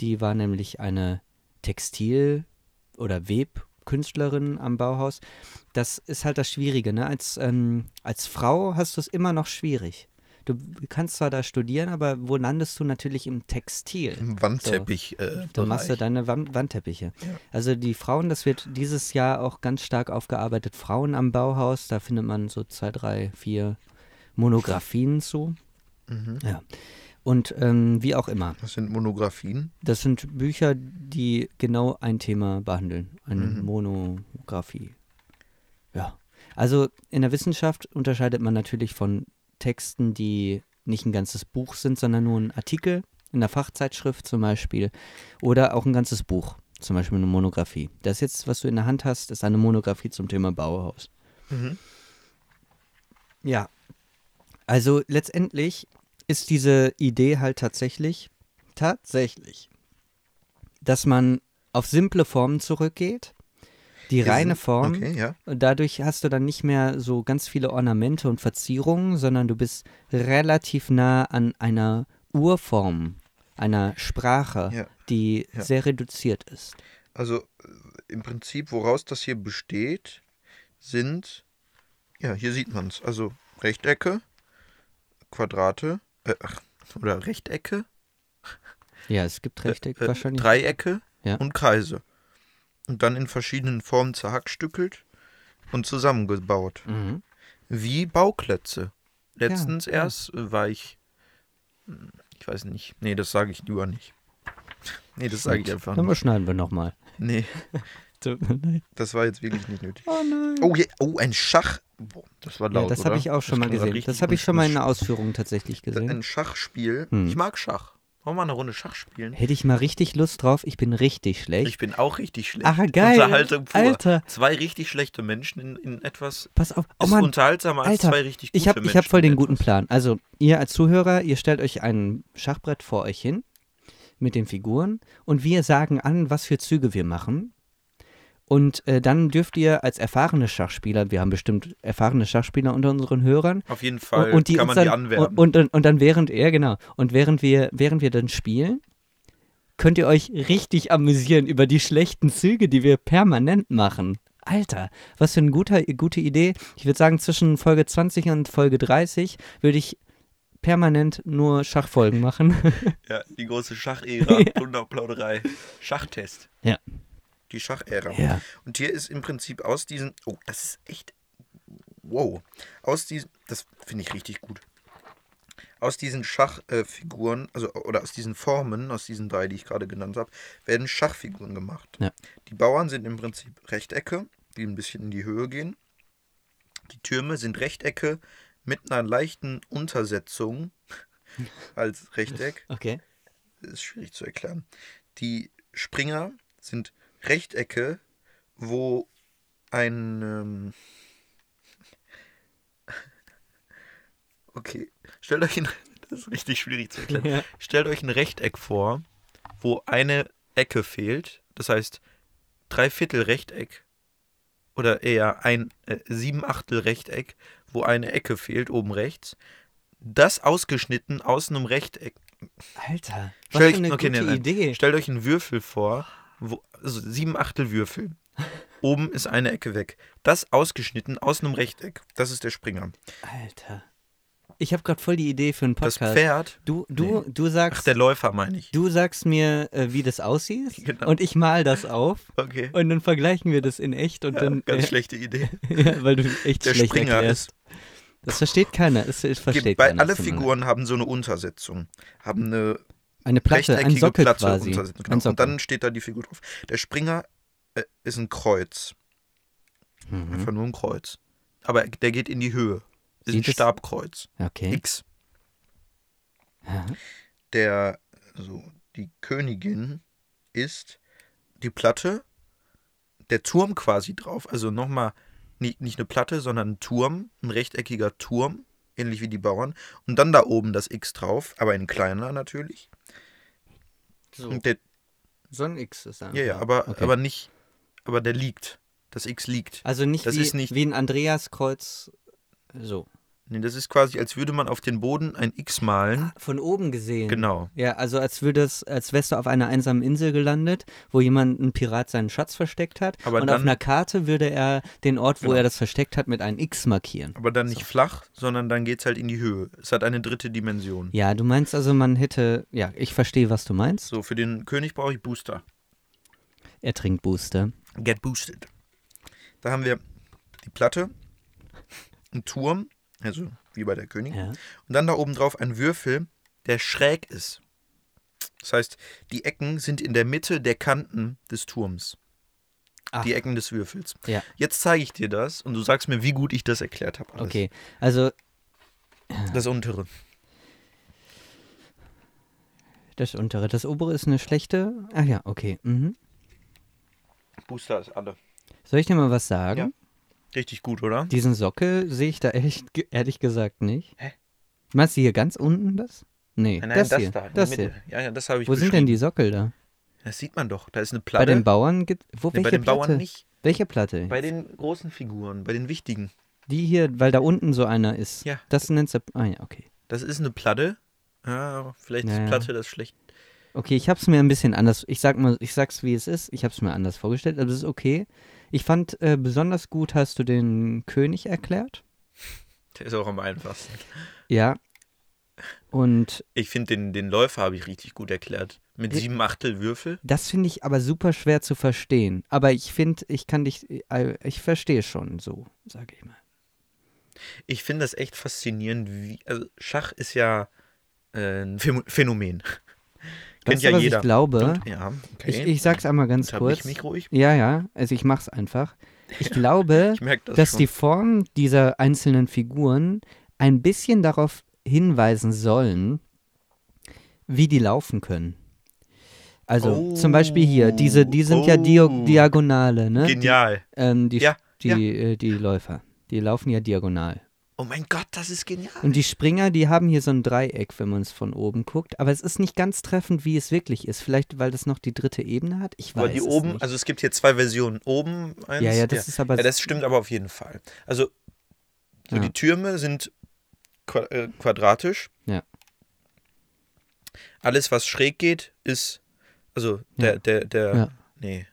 Speaker 1: Die war nämlich eine Textil- oder Webkünstlerin am Bauhaus. Das ist halt das Schwierige. Ne? Als, ähm, als Frau hast du es immer noch schwierig. Du kannst zwar da studieren, aber wo landest du natürlich im Textil?
Speaker 2: Im Wandteppich. Äh,
Speaker 1: Du machst ja
Speaker 2: Bereich.
Speaker 1: deine Wand Wandteppiche. Also die Frauen, das wird dieses Jahr auch ganz stark aufgearbeitet. Frauen am Bauhaus, da findet man so zwei, drei, vier Monographien zu. Ja. Und ähm, wie auch immer.
Speaker 2: das sind Monografien.
Speaker 1: Das sind Bücher, die genau ein Thema behandeln. Eine Monographie. Ja. Also in der Wissenschaft unterscheidet man natürlich von Texten, die nicht ein ganzes Buch sind, sondern nur ein Artikel in der Fachzeitschrift zum Beispiel oder auch ein ganzes Buch, zum Beispiel eine Monographie. Das jetzt, was du in der Hand hast, ist eine Monographie zum Thema Bauhaus. Mhm. Ja. Also letztendlich ist diese Idee halt tatsächlich, tatsächlich, dass man auf simple Formen zurückgeht, die
Speaker 2: Hier
Speaker 1: reine
Speaker 2: sind-
Speaker 1: Form.
Speaker 2: Okay, ja.
Speaker 1: Und dadurch hast du dann nicht mehr so ganz viele Ornamente und Verzierungen, sondern du bist relativ nah an einer Urform, einer Sprache,
Speaker 2: Ja.
Speaker 1: die
Speaker 2: Ja.
Speaker 1: sehr reduziert ist.
Speaker 2: Also äh, im Prinzip, woraus das hier besteht, sind, ja, hier sieht man es. Also Rechtecke, Quadrate, äh, ach, oder Rechtecke,
Speaker 1: Ja, es gibt Rechteck
Speaker 2: äh,
Speaker 1: wahrscheinlich.
Speaker 2: Dreiecke
Speaker 1: Ja.
Speaker 2: und Kreise. Und dann in verschiedenen Formen zerhackstückelt und zusammengebaut.
Speaker 1: Mhm.
Speaker 2: Wie Bauklötze. Letztens
Speaker 1: ja.
Speaker 2: erst äh, war ich. hm, Ich weiß nicht. Nee, das sage ich lieber nicht. Nee, das sage ich einfach
Speaker 1: Dann
Speaker 2: nicht.
Speaker 1: schneiden wir <laughs> nochmal.
Speaker 2: Nee,
Speaker 1: Oh nein.
Speaker 2: das war jetzt wirklich nicht nötig.
Speaker 1: Oh nein.
Speaker 2: Oh, je, oh ein Schach. Boah, das war laut.
Speaker 1: ja, das
Speaker 2: oder?
Speaker 1: habe ich auch schon mal
Speaker 2: kann grad
Speaker 1: gesehen.
Speaker 2: richtig
Speaker 1: Das habe ich schon mal in einer
Speaker 2: unschön-
Speaker 1: Ausführung tatsächlich gesehen.
Speaker 2: Ein Schachspiel.
Speaker 1: Hm.
Speaker 2: Ich mag Schach. Wollen wir mal eine Runde Schach spielen?
Speaker 1: Hätte ich mal richtig Lust drauf, ich bin richtig schlecht.
Speaker 2: Ich bin auch richtig schlecht.
Speaker 1: Ach, geil.
Speaker 2: Unterhaltung pur.
Speaker 1: Alter.
Speaker 2: Zwei richtig schlechte Menschen in, in etwas
Speaker 1: Pass auf. Oh
Speaker 2: ist
Speaker 1: Mann,
Speaker 2: unterhaltsamer als
Speaker 1: Alter,
Speaker 2: zwei richtig gute
Speaker 1: ich habe ich
Speaker 2: Menschen
Speaker 1: hab voll
Speaker 2: in
Speaker 1: den guten
Speaker 2: etwas.
Speaker 1: Plan. Also, ihr als Zuhörer, ihr stellt euch ein Schachbrett vor euch hin mit den Figuren und wir sagen an, was für Züge wir machen. Und äh, dann dürft ihr als erfahrene Schachspieler, wir haben bestimmt erfahrene Schachspieler unter unseren Hörern,
Speaker 2: Auf jeden Fall
Speaker 1: und die
Speaker 2: kann
Speaker 1: uns
Speaker 2: man
Speaker 1: dann,
Speaker 2: die anwerben.
Speaker 1: Und, und, und dann während, ja genau, und während wir, während wir dann spielen, könnt ihr euch richtig amüsieren über die schlechten Züge, die wir permanent machen. Alter, was für eine gute, gute Idee. Ich würde sagen, zwischen Folge 20 und Folge 30 würde ich permanent nur Schachfolgen machen.
Speaker 2: Ja, die große Schachära,
Speaker 1: <laughs>
Speaker 2: Plunderplauderei, Schachtest.
Speaker 1: Ja.
Speaker 2: Die Schachära.
Speaker 1: Ja.
Speaker 2: Und hier ist im Prinzip aus diesen, oh, das ist echt, wow, aus diesen, das finde ich richtig gut. Aus diesen Schachfiguren, äh, Figuren, also oder aus diesen Formen, aus diesen drei, die ich gerade genannt habe, werden Schachfiguren gemacht.
Speaker 1: Ja.
Speaker 2: Die Bauern sind im Prinzip Rechtecke, die ein bisschen in die Höhe gehen. Die Türme sind Rechtecke mit einer leichten
Speaker 1: <laughs>
Speaker 2: Untersetzung als Rechteck
Speaker 1: Okay.
Speaker 2: ist schwierig zu erklären. Die Springer sind Rechtecke, wo ein. Ähm <laughs> okay, stellt euch ein. <laughs> Das ist richtig schwierig
Speaker 1: <laughs>
Speaker 2: zu erklären.
Speaker 1: Ja.
Speaker 2: Stellt euch ein Rechteck vor, wo eine Ecke fehlt. Das heißt, Dreiviertel Rechteck. Oder eher ein äh, Siebenachtel Rechteck, wo eine Ecke fehlt, oben rechts. Das ausgeschnitten aus einem Rechteck.
Speaker 1: Alter, was
Speaker 2: Stellt
Speaker 1: für
Speaker 2: euch-
Speaker 1: eine
Speaker 2: okay,
Speaker 1: gute
Speaker 2: nein, nein.
Speaker 1: Idee.
Speaker 2: Stellt euch einen Würfel vor, wo, also sieben Achtel Würfel. Oben ist eine Ecke weg. Das ausgeschnitten aus einem Rechteck. Das ist der Springer.
Speaker 1: Alter. Ich habe gerade voll die Idee für einen
Speaker 2: Das
Speaker 1: Podcast.
Speaker 2: Pferd,
Speaker 1: Du, du, du sagst,
Speaker 2: ach, der Läufer meine ich.
Speaker 1: Du sagst mir, äh, wie das aussieht
Speaker 2: Genau.
Speaker 1: und ich mal das auf
Speaker 2: Okay.
Speaker 1: und dann vergleichen wir das in echt und
Speaker 2: Ja,
Speaker 1: dann,
Speaker 2: ganz
Speaker 1: äh, <laughs>
Speaker 2: schlechte Idee.
Speaker 1: ja, weil du echt
Speaker 2: Der
Speaker 1: schlecht
Speaker 2: Springer
Speaker 1: erklärst.
Speaker 2: ist
Speaker 1: Das versteht keiner. Das versteht
Speaker 2: Bei
Speaker 1: keiner
Speaker 2: alle
Speaker 1: zum-
Speaker 2: Figuren haben so eine Untersetzung, haben eine
Speaker 1: Eine Platte, ein
Speaker 2: rechteckige
Speaker 1: Sockel
Speaker 2: Platte
Speaker 1: quasi.
Speaker 2: Untersetzung. Genau.
Speaker 1: Ein Sockel.
Speaker 2: Und dann steht da die Figur drauf. Der Springer äh, ist ein Kreuz,
Speaker 1: Mhm.
Speaker 2: einfach nur ein Kreuz. Aber der geht in die Höhe. Ist
Speaker 1: Sieht
Speaker 2: ein
Speaker 1: es-
Speaker 2: Stabkreuz.
Speaker 1: Okay.
Speaker 2: X.
Speaker 1: Aha.
Speaker 2: der so die Königin ist die Platte, der Turm quasi drauf, also nochmal nicht, nicht eine Platte, sondern ein Turm, ein rechteckiger Turm, ähnlich wie die Bauern. Und dann da oben das X drauf, aber in kleiner natürlich.
Speaker 1: So,
Speaker 2: Und der,
Speaker 1: so ein X ist einfach.
Speaker 2: ja, ja, aber,
Speaker 1: Okay.
Speaker 2: aber nicht, aber der liegt. Das X liegt.
Speaker 1: Also nicht,
Speaker 2: Das
Speaker 1: wie,
Speaker 2: ist nicht-
Speaker 1: wie ein Andreaskreuz. So.
Speaker 2: Nee, das ist quasi, als würde man auf den Boden ein X malen.
Speaker 1: Von oben gesehen.
Speaker 2: Genau.
Speaker 1: Ja, also als würde es, als wärst du auf einer einsamen Insel gelandet, wo jemand, ein Pirat, seinen Schatz versteckt hat.
Speaker 2: Aber
Speaker 1: und
Speaker 2: dann-
Speaker 1: auf einer Karte würde er den Ort, wo
Speaker 2: Genau.
Speaker 1: er das versteckt hat, mit einem X markieren.
Speaker 2: Aber dann nicht flach, sondern dann geht es halt in die Höhe. Es hat eine dritte Dimension.
Speaker 1: Ja, du meinst also, man hätte. Ja, ich verstehe, was du meinst.
Speaker 2: So, für den König brauche ich Booster.
Speaker 1: Er trinkt Booster.
Speaker 2: Get Boosted. Da haben wir die Platte, einen Turm, also wie bei der Königin,
Speaker 1: Ja.
Speaker 2: und dann da oben drauf ein Würfel, der schräg ist. Das heißt, die Ecken sind in der Mitte der Kanten des Turms.
Speaker 1: Ach.
Speaker 2: Die Ecken des Würfels.
Speaker 1: Ja.
Speaker 2: Jetzt zeige ich dir das und du sagst mir, wie gut ich das erklärt habe. alles.
Speaker 1: Okay. Also,
Speaker 2: Das untere.
Speaker 1: das untere. Das obere ist eine schlechte. Ah ja, okay. Mhm.
Speaker 2: Booster ist alle.
Speaker 1: Soll ich dir mal was sagen?
Speaker 2: Ja. Richtig gut, oder?
Speaker 1: Diesen Sockel sehe ich da echt, ge- ehrlich gesagt nicht.
Speaker 2: Hä?
Speaker 1: Meinst du hier ganz unten das? Nee, das, hier. das hier.
Speaker 2: Ja, ja, das habe ich
Speaker 1: Wo sind denn die Sockel da?
Speaker 2: Das sieht man doch. Da ist eine
Speaker 1: Bei
Speaker 2: Platte.
Speaker 1: den Bauern gibt wo
Speaker 2: nee,
Speaker 1: welche
Speaker 2: bei den
Speaker 1: Platte?
Speaker 2: Bauern nicht.
Speaker 1: Welche Platte?
Speaker 2: Bei den großen Figuren, bei den wichtigen.
Speaker 1: die hier, weil da unten so einer ist.
Speaker 2: Ja.
Speaker 1: Das nennt sie. Ah ja, okay.
Speaker 2: Das ist eine Platte. Ah, vielleicht
Speaker 1: Ja, ja.
Speaker 2: ist Platte das schlecht.
Speaker 1: Okay, ich habe es mir ein bisschen anders. Ich sag mal, ich sag's wie es ist. Ich habe es mir anders vorgestellt, aber es ist okay. Ich fand äh, besonders gut hast du den König erklärt.
Speaker 2: Der ist auch am einfachsten.
Speaker 1: Ja. Und
Speaker 2: Ich finde, den, den Läufer habe ich richtig gut erklärt. Mit
Speaker 1: Ja.
Speaker 2: sieben Achtel Würfel.
Speaker 1: Das finde ich aber super schwer zu verstehen. Aber ich finde, ich kann dich, äh, ich verstehe schon so, sage ich mal.
Speaker 2: Ich finde das echt faszinierend. Wie, also Schach ist ja äh, ein Phän- Phänomen. Kennt
Speaker 1: Weißt
Speaker 2: ja
Speaker 1: du, was
Speaker 2: jeder.
Speaker 1: Ich glaube,
Speaker 2: Und, ja, okay.
Speaker 1: ich, ich sag's einmal ganz
Speaker 2: Jetzt hab
Speaker 1: kurz.
Speaker 2: ich mich ruhig.
Speaker 1: Ja, ja, also ich mach's einfach.
Speaker 2: <laughs>
Speaker 1: Ich glaube,
Speaker 2: Ich merke das
Speaker 1: dass
Speaker 2: schon.
Speaker 1: die Form dieser einzelnen Figuren ein bisschen darauf hinweisen sollen, wie die laufen können. Also zum Beispiel hier, diese, die sind ja Dio
Speaker 2: Oh.
Speaker 1: Diagonale, ne?
Speaker 2: Genial.
Speaker 1: Die, ähm, die,
Speaker 2: Ja,
Speaker 1: die,
Speaker 2: ja.
Speaker 1: Äh, die Läufer. Die laufen ja diagonal.
Speaker 2: Oh mein Gott, das ist genial.
Speaker 1: Und die Springer, die haben hier so ein Dreieck, wenn man es von oben guckt. Aber es ist nicht ganz treffend, wie es wirklich ist. Vielleicht, weil das noch die dritte Ebene hat. Ich weiß
Speaker 2: Aber die
Speaker 1: es
Speaker 2: oben,
Speaker 1: nicht.
Speaker 2: also es gibt hier zwei Versionen. Oben eins.
Speaker 1: ja, ja, das ist aber
Speaker 2: Ja, das stimmt aber auf jeden Fall. Also, so
Speaker 1: Ja.
Speaker 2: die Türme sind qua äh, quadratisch.
Speaker 1: Ja.
Speaker 2: Alles, was schräg geht, ist. Also, der.
Speaker 1: Ja.
Speaker 2: der, der
Speaker 1: Ja.
Speaker 2: Nee.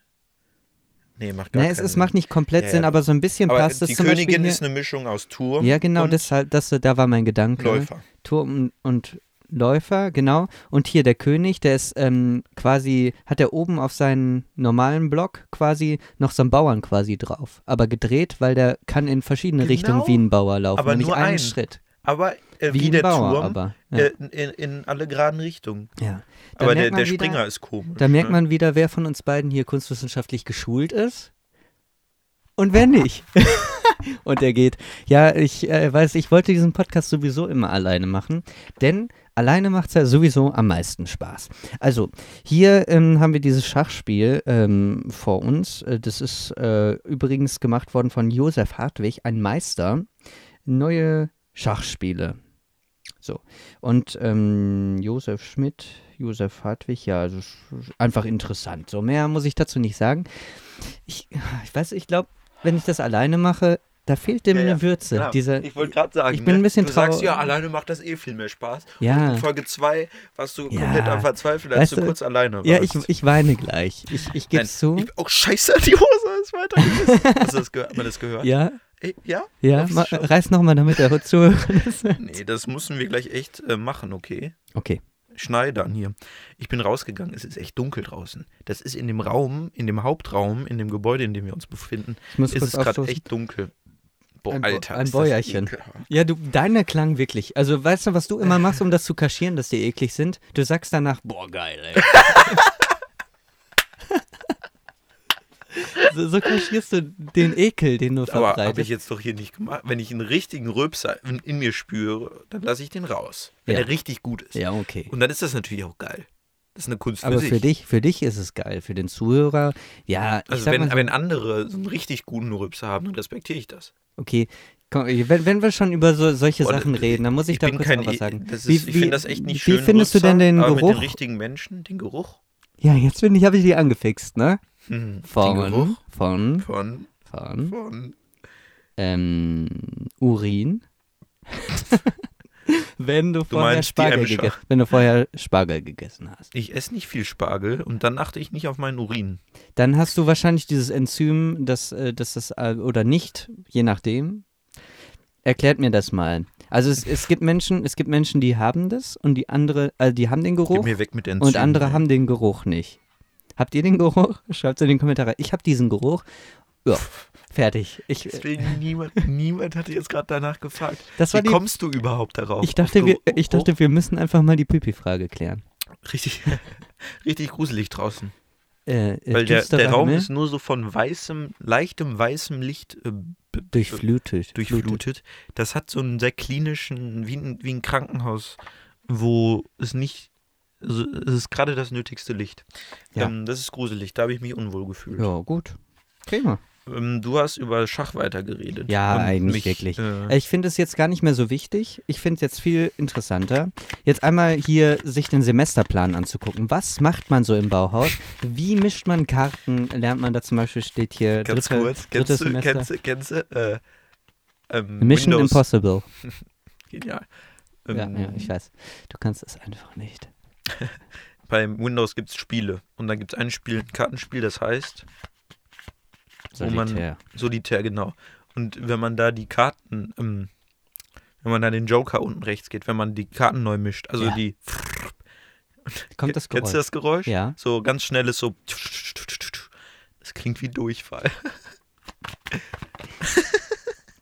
Speaker 2: Nee, macht gar
Speaker 1: Nee, Ne, es,
Speaker 2: keinen
Speaker 1: es macht nicht komplett
Speaker 2: Ja, ja,
Speaker 1: Sinn, aber so ein bisschen
Speaker 2: Aber
Speaker 1: passt es
Speaker 2: die
Speaker 1: zum
Speaker 2: Königin
Speaker 1: Beispiel
Speaker 2: ist eine Mischung aus Turm
Speaker 1: hier. Ja, genau,
Speaker 2: und
Speaker 1: deshalb, das, da war mein Gedanke.
Speaker 2: Läufer.
Speaker 1: Turm und Läufer, genau. Und hier der König, der ist ähm, quasi, hat er oben auf seinen normalen Block quasi noch so einen Bauern quasi drauf. Aber gedreht, weil der kann in verschiedene
Speaker 2: Genau,
Speaker 1: Richtungen wie ein Bauer laufen.
Speaker 2: aber
Speaker 1: und nicht
Speaker 2: nur
Speaker 1: einen
Speaker 2: einen.
Speaker 1: Schritt.
Speaker 2: Aber äh,
Speaker 1: Wie,
Speaker 2: wie,
Speaker 1: ein
Speaker 2: der
Speaker 1: Bauer,
Speaker 2: Turm.
Speaker 1: aber. Ja.
Speaker 2: äh, in, in alle geraden Richtungen.
Speaker 1: Ja. Da
Speaker 2: Aber
Speaker 1: merkt
Speaker 2: der,
Speaker 1: man
Speaker 2: der
Speaker 1: wieder-
Speaker 2: Springer ist komisch.
Speaker 1: Da merkt
Speaker 2: ne?
Speaker 1: man wieder, wer von uns beiden hier kunstwissenschaftlich geschult ist und wer nicht. <laughs> und er geht. Ja, ich äh, weiß, ich wollte diesen Podcast sowieso immer alleine machen, denn alleine macht es ja sowieso am meisten Spaß. Also, hier ähm, haben wir dieses Schachspiel ähm, vor uns. Äh, Das ist äh, übrigens gemacht worden von Josef Hartwig, ein Meister. Neue Schachspiele. So. Und ähm, Josef Schmidt, Josef Hartwig, ja, also sch- einfach interessant. So mehr muss ich dazu nicht sagen. Ich, ich weiß, ich glaube, wenn ich das alleine mache, da fehlt dem
Speaker 2: Ja, ja,
Speaker 1: eine Würze.
Speaker 2: Ja,
Speaker 1: Dieser,
Speaker 2: ich wollte gerade sagen,
Speaker 1: ich bin ein
Speaker 2: ne,
Speaker 1: bisschen
Speaker 2: du sagst,
Speaker 1: trau-
Speaker 2: ja, alleine macht das eh viel mehr Spaß.
Speaker 1: Ja.
Speaker 2: Und in Folge 2 warst du
Speaker 1: Ja.
Speaker 2: komplett am Verzweifeln, als
Speaker 1: Weißt
Speaker 2: du
Speaker 1: du,
Speaker 2: kurz alleine warst.
Speaker 1: ja, ich, ich weine gleich. Ich, ich gebe
Speaker 2: Nein,
Speaker 1: es zu.
Speaker 2: ich- Oh, scheiße, <laughs> die Hose ist weitergegessen. Hast du das gehört? Hat man das <laughs> gehört?
Speaker 1: ja,
Speaker 2: Ey, ja?
Speaker 1: ja,
Speaker 2: Darf ich
Speaker 1: ma,
Speaker 2: schon?
Speaker 1: reiß nochmal, damit der Zuhörer
Speaker 2: <laughs>
Speaker 1: das
Speaker 2: Nee, das müssen wir gleich echt äh, machen, okay?
Speaker 1: Okay.
Speaker 2: Schneidern hier. Ich bin rausgegangen, es ist echt dunkel draußen. Das ist in dem Raum, in dem Hauptraum, in dem Gebäude, in dem wir uns befinden,
Speaker 1: Ich muss
Speaker 2: ist
Speaker 1: kurz
Speaker 2: es gerade
Speaker 1: aufstoßen.
Speaker 2: echt dunkel. Boah,
Speaker 1: Ein Bo-
Speaker 2: Alter.
Speaker 1: ein
Speaker 2: ist das
Speaker 1: Bäuerchen.
Speaker 2: ekelhaft.
Speaker 1: Ja, du, deiner klang wirklich. Also weißt du, was du immer machst, um das zu kaschieren, dass die eklig sind? Du sagst danach, boah, geil, ey. <laughs> so, so kaschierst du den Ekel, den du
Speaker 2: Aber habe ich
Speaker 1: verbreitest.
Speaker 2: jetzt doch hier nicht gemacht. Wenn ich einen richtigen Röpser in, in mir spüre, dann lasse ich den raus. Wenn
Speaker 1: Ja.
Speaker 2: der richtig gut ist.
Speaker 1: Ja, okay.
Speaker 2: Und dann ist das natürlich auch geil. Das ist eine Kunst für
Speaker 1: Aber
Speaker 2: sich.
Speaker 1: für dich, für dich ist es geil, für den Zuhörer, ja, ich
Speaker 2: also
Speaker 1: sag
Speaker 2: wenn,
Speaker 1: mal, so,
Speaker 2: wenn andere so einen richtig guten Röpser haben, dann respektiere ich das.
Speaker 1: okay, komm, wenn, wenn wir schon über so, solche
Speaker 2: Boah,
Speaker 1: Sachen
Speaker 2: das-
Speaker 1: reden, dann muss ich,
Speaker 2: ich
Speaker 1: da
Speaker 2: bin
Speaker 1: kurz
Speaker 2: kein
Speaker 1: noch was
Speaker 2: E-
Speaker 1: sagen.
Speaker 2: Das ist,
Speaker 1: Wie-
Speaker 2: ich
Speaker 1: wie-
Speaker 2: finde das echt nicht
Speaker 1: Wie
Speaker 2: schön.
Speaker 1: findest du
Speaker 2: Rübser,
Speaker 1: denn den
Speaker 2: aber Mit
Speaker 1: Geruch?
Speaker 2: den richtigen Menschen, den Geruch.
Speaker 1: Ja, jetzt bin ich, habe ich die angefixt, ne?
Speaker 2: Hm, Den
Speaker 1: Von,
Speaker 2: Geruch
Speaker 1: von,
Speaker 2: von,
Speaker 1: von,
Speaker 2: von.
Speaker 1: ähm, Urin. wenn du vorher
Speaker 2: meinst die
Speaker 1: Spargel
Speaker 2: Emscher.
Speaker 1: gegessen, wenn du vorher Spargel gegessen hast,
Speaker 2: Ich esse nicht viel Spargel und dann achte ich nicht auf meinen Urin.
Speaker 1: dann hast du wahrscheinlich dieses Enzym, das, äh, das das äh, oder nicht, je nachdem. Erklärt mir das mal. Also es, es gibt Menschen, es gibt Menschen, die haben das und die andere, äh, die haben den
Speaker 2: Gib
Speaker 1: Geruch
Speaker 2: mir weg mit Enzymen.
Speaker 1: und andere
Speaker 2: ey.
Speaker 1: haben den Geruch nicht. Habt ihr den Geruch? <laughs> Schreibt es in die Kommentare. Ich habe diesen Geruch. Ja, fertig. Ich,
Speaker 2: Deswegen niemand, niemand hatte jetzt gerade danach gefragt.
Speaker 1: das war
Speaker 2: Wie
Speaker 1: die,
Speaker 2: kommst du überhaupt darauf?
Speaker 1: ich, dachte,
Speaker 2: Auf
Speaker 1: wir,
Speaker 2: Geruch?
Speaker 1: ich dachte, wir müssen einfach mal die Pipi-Frage klären.
Speaker 2: Oh, richtig, <laughs> richtig gruselig draußen.
Speaker 1: Äh, äh,
Speaker 2: Weil der, der
Speaker 1: düsterer
Speaker 2: Raum
Speaker 1: Himmel,
Speaker 2: ist nur so von weißem, leichtem weißem Licht äh, be-
Speaker 1: durchflutet.
Speaker 2: durchflutet. Das hat so einen sehr klinischen, wie ein, wie ein Krankenhaus, wo es nicht, also es ist gerade das nötigste Licht.
Speaker 1: Ja.
Speaker 2: Ähm, das ist gruselig, da habe ich mich unwohl gefühlt.
Speaker 1: Ja, gut. Prima.
Speaker 2: Ähm, du hast über Schach weitergeredet.
Speaker 1: Ja,
Speaker 2: und
Speaker 1: eigentlich
Speaker 2: mich,
Speaker 1: wirklich.
Speaker 2: Äh,
Speaker 1: Ich finde es jetzt gar nicht mehr so wichtig. Ich finde es jetzt viel interessanter. Jetzt einmal hier sich den Semesterplan anzugucken. Was macht man so im Bauhaus? Wie mischt man Karten? Lernt man da zum Beispiel, steht hier
Speaker 2: ganz
Speaker 1: dritte,
Speaker 2: kurz,
Speaker 1: drittes
Speaker 2: kennst du,
Speaker 1: Semester.
Speaker 2: kennst du, kennst du, äh, ähm,
Speaker 1: Mission
Speaker 2: Windows,
Speaker 1: Impossible.
Speaker 2: genial.
Speaker 1: Ja,
Speaker 2: Ähm,
Speaker 1: ja, ich weiß. Du kannst es einfach nicht.
Speaker 2: Bei Windows gibt es Spiele und dann gibt es ein Spiel, ein Kartenspiel, das heißt man-
Speaker 1: Solitär.
Speaker 2: Solitär, genau. Und wenn man da die Karten, ähm, wenn man da den Joker unten rechts geht, wenn man die Karten neu mischt, also
Speaker 1: Ja.
Speaker 2: die,
Speaker 1: Kommt das Geräusch?
Speaker 2: kennst du das Geräusch?
Speaker 1: Ja.
Speaker 2: So ganz schnelles so, das klingt wie Durchfall.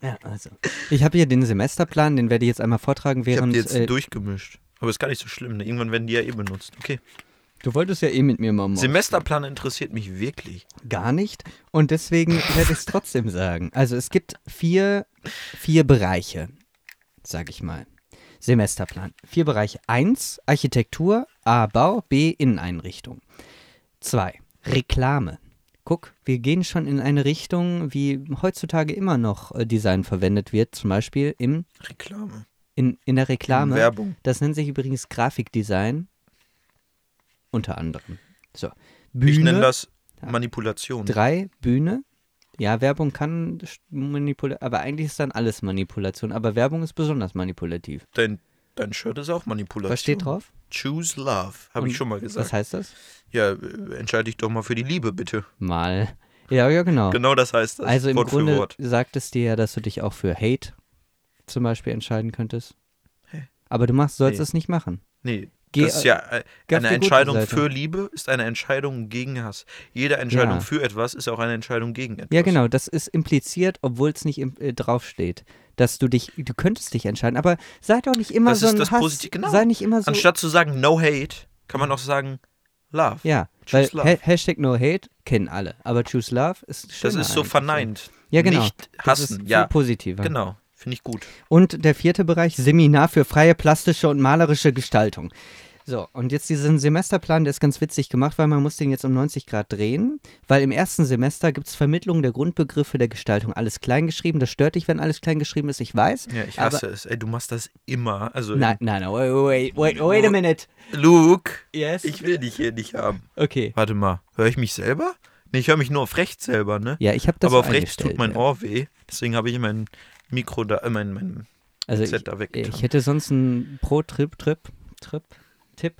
Speaker 1: Ja, also. Ich habe hier den Semesterplan, den werde ich jetzt einmal vortragen,
Speaker 2: Ich habe
Speaker 1: während.
Speaker 2: die jetzt
Speaker 1: äh,
Speaker 2: durchgemischt. Aber ist gar nicht so schlimm, ne? irgendwann werden die ja eh benutzt. Okay.
Speaker 1: du wolltest ja eh mit mir mal machen.
Speaker 2: Semesterplan interessiert mich wirklich.
Speaker 1: Gar nicht. Und deswegen werde ich es trotzdem sagen. Also es gibt vier, vier Bereiche, sage ich mal. Semesterplan. Vier Bereiche. Eins, Architektur, A, Bau, B, Inneneinrichtung. Zwei, Reklame. Guck, wir gehen schon in eine Richtung, wie heutzutage immer noch äh, Design verwendet wird, zum Beispiel im,
Speaker 2: Reklame.
Speaker 1: in, in der Reklame.
Speaker 2: Werbung.
Speaker 1: Das nennt sich übrigens Grafikdesign. Unter anderem. So. Bühne.
Speaker 2: Ich nenne das
Speaker 1: Ja.
Speaker 2: Manipulation.
Speaker 1: Drei, Bühne. Ja, Werbung kann manipulativ, aber eigentlich ist dann alles Manipulation. Aber Werbung ist besonders manipulativ.
Speaker 2: Dein, dein Shirt ist auch Manipulation.
Speaker 1: Was steht drauf?
Speaker 2: Choose Love, habe
Speaker 1: Und
Speaker 2: ich schon mal gesagt.
Speaker 1: Was heißt das?
Speaker 2: ja, äh, entscheide dich doch mal für die Liebe, bitte.
Speaker 1: Mal. Ja, ja, genau.
Speaker 2: Genau das heißt das.
Speaker 1: also im
Speaker 2: Wort
Speaker 1: Grunde
Speaker 2: für Wort.
Speaker 1: sagt es dir ja, dass du dich auch für Hate zum Beispiel entscheiden könntest. Aber du machst, sollst
Speaker 2: Nee.
Speaker 1: es nicht machen.
Speaker 2: Nee,
Speaker 1: Geh-
Speaker 2: das ist ja äh,
Speaker 1: geh auf
Speaker 2: eine
Speaker 1: die gute
Speaker 2: Entscheidung
Speaker 1: Seite.
Speaker 2: für Liebe ist eine Entscheidung gegen Hass. Jede Entscheidung
Speaker 1: Ja.
Speaker 2: für etwas ist auch eine Entscheidung gegen etwas.
Speaker 1: Ja, genau. Das ist impliziert, obwohl es nicht im, äh, draufsteht. Dass du dich, du könntest dich entscheiden, aber sei doch nicht immer
Speaker 2: Das
Speaker 1: so
Speaker 2: ist
Speaker 1: ein
Speaker 2: das
Speaker 1: Hass.
Speaker 2: Positive- genau.
Speaker 1: Sei nicht immer so.
Speaker 2: Anstatt zu sagen No Hate, kann man auch sagen Love.
Speaker 1: Ja,
Speaker 2: Choose
Speaker 1: weil
Speaker 2: Love.
Speaker 1: Ha- Hashtag No Hate kennen alle, aber Choose Love ist schön.
Speaker 2: das ist so verneint.
Speaker 1: Ja, genau.
Speaker 2: Nicht
Speaker 1: Das
Speaker 2: hassen,
Speaker 1: ist viel
Speaker 2: ja.
Speaker 1: positiver.
Speaker 2: Genau, finde ich gut.
Speaker 1: Und der vierte Bereich, Seminar für freie plastische und malerische Gestaltung. So, und jetzt diesen Semesterplan, der ist ganz witzig gemacht, weil man muss den jetzt um 90 Grad drehen, weil im ersten Semester gibt es Vermittlung der Grundbegriffe der Gestaltung. Alles kleingeschrieben, das stört dich, wenn alles kleingeschrieben ist, ich weiß.
Speaker 2: Ja, ich
Speaker 1: aber-
Speaker 2: hasse es. Ey, du machst das immer. Also,
Speaker 1: Nein, nein, nein, wait, wait, wait, wait a minute.
Speaker 2: Luke,
Speaker 1: Yes.
Speaker 2: ich will dich hier nicht haben.
Speaker 1: Okay.
Speaker 2: Warte mal, höre ich mich selber? Nee, ich höre mich nur auf rechts selber, ne?
Speaker 1: Ja, ich habe das
Speaker 2: Aber
Speaker 1: so
Speaker 2: auf rechts tut
Speaker 1: eingestellt,
Speaker 2: mein
Speaker 1: ja.
Speaker 2: Ohr weh. Deswegen habe ich mein Mikro da, äh, mein, mein
Speaker 1: Also
Speaker 2: Set
Speaker 1: ich,
Speaker 2: da weggetan.
Speaker 1: ich hätte sonst einen Pro-Trip-Trip, Trip, Tipp.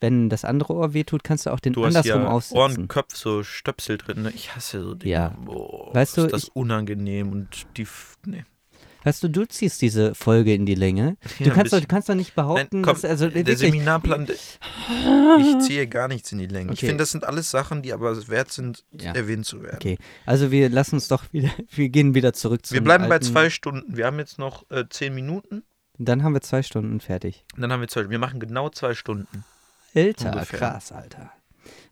Speaker 1: Wenn das andere Ohr wehtut, kannst du auch den
Speaker 2: du hast
Speaker 1: andersrum
Speaker 2: ja
Speaker 1: aufsetzen.
Speaker 2: Ohrenköpfe, so Stöpsel drin. Ne? Ich hasse so Dinge.
Speaker 1: Ja.
Speaker 2: Boah,
Speaker 1: Weißt du,
Speaker 2: ist das unangenehm und die. F- ne. Nee.
Speaker 1: Weißt du, du ziehst diese Folge in die Länge. Du,
Speaker 2: Ja, ein
Speaker 1: kannst, doch, du
Speaker 2: bisschen.
Speaker 1: kannst doch nicht behaupten,
Speaker 2: Nein, komm,
Speaker 1: dass. Also,
Speaker 2: der
Speaker 1: wirklich,
Speaker 2: Seminarplan,
Speaker 1: <laughs>
Speaker 2: der- ich ziehe gar nichts in die Länge. Ich
Speaker 1: Okay.
Speaker 2: finde, das sind alles Sachen, die aber es wert sind,
Speaker 1: Ja.
Speaker 2: erwähnt zu werden.
Speaker 1: Okay, also wir lassen uns doch wieder. <laughs> Wir gehen wieder zurück zu.
Speaker 2: Wir bleiben bei zwei Stunden. Wir haben jetzt noch äh, zehn Minuten.
Speaker 1: Dann haben wir zwei Stunden fertig.
Speaker 2: Und dann haben wir zwei. Wir machen genau zwei Stunden.
Speaker 1: Alter,
Speaker 2: Ungefähr.
Speaker 1: krass, Alter.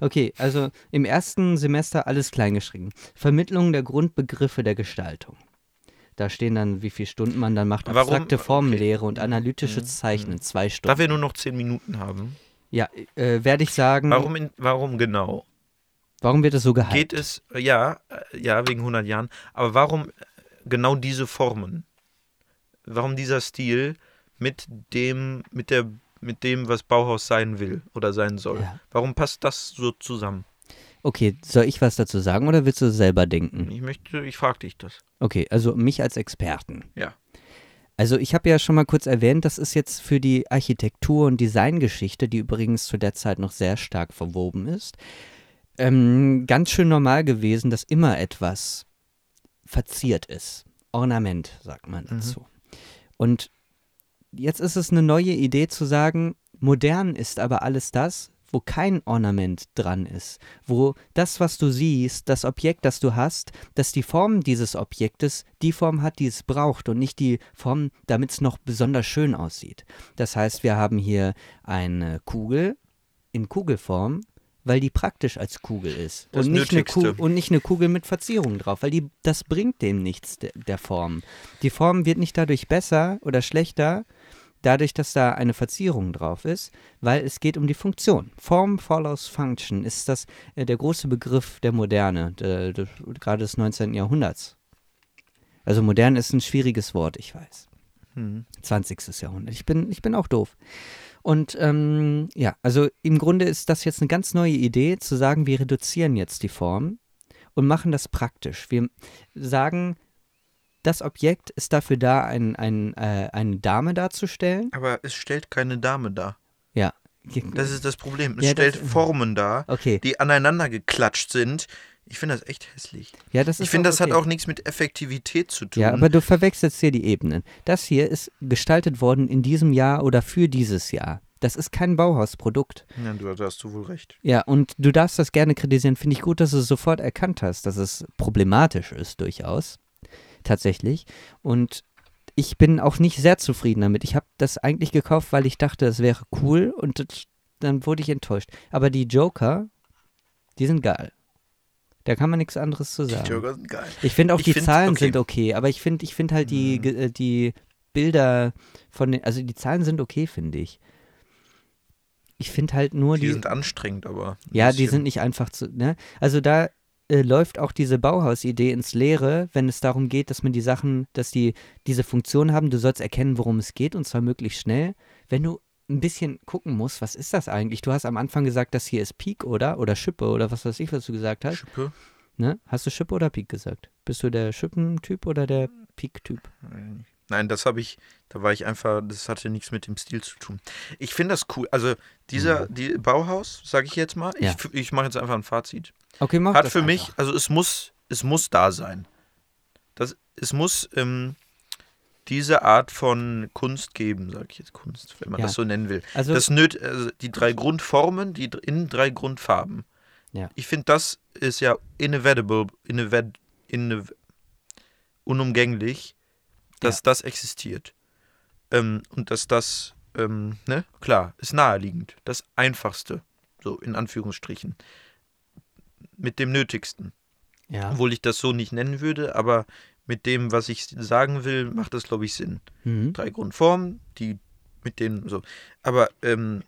Speaker 1: Okay, also im ersten Semester alles kleingeschrieben. Vermittlung der Grundbegriffe der Gestaltung. Da stehen dann, wie viele Stunden man dann macht.
Speaker 2: Warum?
Speaker 1: Abstrakte
Speaker 2: Okay. Mhm,
Speaker 1: Formenlehre und analytisches Zeichnen, zwei Stunden.
Speaker 2: Da wir nur noch zehn Minuten haben,
Speaker 1: ja, äh, werde ich sagen, warum,
Speaker 2: warum, in, warum genau?
Speaker 1: wird es so gehypt?
Speaker 2: Geht es, ja, äh, ja, wegen 100 Jahren, aber warum genau diese Formen? Warum dieser Stil mit dem, mit der, mit dem, was Bauhaus sein will oder sein soll?
Speaker 1: Ja.
Speaker 2: Warum passt das so zusammen?
Speaker 1: Okay, soll ich was dazu sagen oder willst du selber denken?
Speaker 2: Ich möchte, ich frage dich das.
Speaker 1: Okay, also mich als Experten.
Speaker 2: Ja.
Speaker 1: Also ich habe ja schon mal kurz erwähnt, das ist jetzt für die Architektur- und Designgeschichte, die übrigens zu der Zeit noch sehr stark verwoben ist, ähm, ganz schön normal gewesen, dass immer etwas verziert ist. Ornament, sagt man dazu. Und jetzt ist es eine neue Idee zu sagen, modern ist aber alles das, wo kein Ornament dran ist, wo das, was du siehst, das Objekt, das du hast, dass die Form dieses Objektes die Form hat, die es braucht und nicht die Form, damit es noch besonders schön aussieht. Das heißt, wir haben hier eine Kugel in Kugelform, weil die praktisch als Kugel ist
Speaker 2: Das
Speaker 1: und, nicht eine
Speaker 2: Nötigste.
Speaker 1: Ku und nicht eine Kugel mit Verzierung drauf, weil die, das bringt dem nichts de der Form. Die Form wird nicht dadurch besser oder schlechter, dadurch, dass da eine Verzierung drauf ist, weil es geht um die Funktion. Form follows function ist das äh, der große Begriff der Moderne, der, der, gerade des 19. Jahrhunderts. Also modern ist ein schwieriges Wort, ich weiß.
Speaker 2: Hm.
Speaker 1: 20. Jahrhundert. Ich bin, ich bin auch doof. Und ähm, ja, also im Grunde ist das jetzt eine ganz neue Idee, zu sagen, wir reduzieren jetzt die Form und machen das praktisch. Wir sagen, das Objekt ist dafür da, ein, ein, äh, eine Dame darzustellen.
Speaker 2: Aber es stellt keine Dame dar.
Speaker 1: Ja.
Speaker 2: Das ist das Problem. Es
Speaker 1: Ja, das-
Speaker 2: stellt Formen dar,
Speaker 1: okay.
Speaker 2: die aneinander geklatscht sind. Ich finde das echt hässlich.
Speaker 1: Ja, das ist
Speaker 2: Ich finde, das
Speaker 1: okay.
Speaker 2: hat auch nichts mit Effektivität zu tun.
Speaker 1: Ja, aber du verwechselst hier die Ebenen. Das hier ist gestaltet worden in diesem Jahr oder für dieses Jahr. Das ist kein Bauhausprodukt.
Speaker 2: Ja, du- da hast du wohl recht.
Speaker 1: Ja, und du darfst das gerne kritisieren. Finde ich gut, dass du es sofort erkannt hast, dass es problematisch ist, durchaus. Tatsächlich. Und ich bin auch nicht sehr zufrieden damit. Ich habe das eigentlich gekauft, weil ich dachte, es wäre cool und das, dann wurde ich enttäuscht. Aber die Joker, die sind geil. Da kann man nichts anderes zu
Speaker 2: Die
Speaker 1: sagen.
Speaker 2: Joker sind geil.
Speaker 1: Ich finde auch
Speaker 2: Ich
Speaker 1: die
Speaker 2: find-
Speaker 1: Zahlen
Speaker 2: okay. Mhm.
Speaker 1: sind okay, aber ich finde ich find halt die, ge- äh, die Bilder von den, also die Zahlen sind okay, finde ich. Ich finde halt nur
Speaker 2: Die
Speaker 1: die,
Speaker 2: sind anstrengend, aber. ein
Speaker 1: ja, die
Speaker 2: bisschen.
Speaker 1: sind nicht einfach zu, ne? Also da äh, läuft auch diese Bauhaus-Idee ins Leere, wenn es darum geht, dass man die Sachen, dass die diese Funktion haben, du sollst erkennen, worum es geht und zwar möglichst schnell. Wenn du ein bisschen gucken musst, was ist das eigentlich? Du hast am Anfang gesagt, das hier ist Peak, oder? Oder Schippe, oder was weiß ich, was du gesagt hast.
Speaker 2: Schippe?
Speaker 1: Ne? Hast du Schippe oder Pik gesagt? Bist du der Schippentyp oder der Pik-Typ?
Speaker 2: Nein, das habe ich, da war ich einfach, das hatte nichts mit dem Stil zu tun. Ich finde das cool. Also dieser die Bauhaus, sage ich jetzt mal,
Speaker 1: Mhm. Ja.
Speaker 2: ich, f- ich mache jetzt einfach ein Fazit.
Speaker 1: Okay, mach
Speaker 2: Hat
Speaker 1: das
Speaker 2: für
Speaker 1: einfach.
Speaker 2: mich, also es muss, es muss da sein. Das, es muss ähm, diese Art von Kunst geben, sage ich jetzt Kunst, wenn man
Speaker 1: Ja.
Speaker 2: das so nennen will.
Speaker 1: Also-
Speaker 2: das nöt, also die drei Grundformen, die dr- in drei Grundfarben.
Speaker 1: Ja.
Speaker 2: Ich finde, das ist ja inevitable, inevad, inev, unumgänglich, dass
Speaker 1: Ja.
Speaker 2: das existiert. Ähm, und dass das, ähm, ne, klar, ist naheliegend. Das Einfachste, so in Anführungsstrichen. Mit dem Nötigsten.
Speaker 1: Ja.
Speaker 2: Obwohl ich das so nicht nennen würde, aber mit dem, was ich sagen will, macht das, glaube ich, Sinn
Speaker 1: Mhm.
Speaker 2: drei Grundformen, die mit denen so. Aber ähm,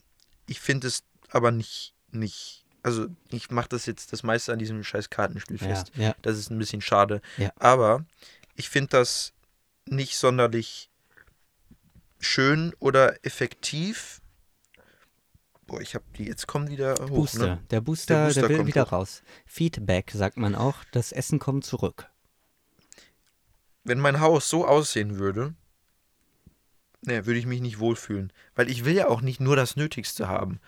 Speaker 2: ich finde es aber nicht, nicht, also ich mache das jetzt das meiste an diesem scheiß Kartenspiel
Speaker 1: Ja,
Speaker 2: fest.
Speaker 1: ja.
Speaker 2: Das ist ein bisschen schade.
Speaker 1: Ja.
Speaker 2: Aber ich finde das nicht sonderlich schön oder effektiv. Boah, ich habe die, jetzt kommen wieder hoch.
Speaker 1: Booster.
Speaker 2: Ne?
Speaker 1: Der Booster, der,
Speaker 2: Der Booster
Speaker 1: will
Speaker 2: kommt
Speaker 1: wieder
Speaker 2: hoch.
Speaker 1: raus. Feedback sagt man auch, das Essen kommt zurück.
Speaker 2: Wenn mein Haus so aussehen würde, ne, würde ich mich nicht wohlfühlen. Weil ich will ja auch nicht nur das Nötigste haben.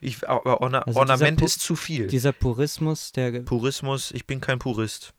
Speaker 2: Ich, aber Orna
Speaker 1: Also dieser
Speaker 2: Ornament
Speaker 1: Pu-
Speaker 2: ist zu viel.
Speaker 1: Dieser Purismus, der
Speaker 2: Purismus, ich bin kein Purist.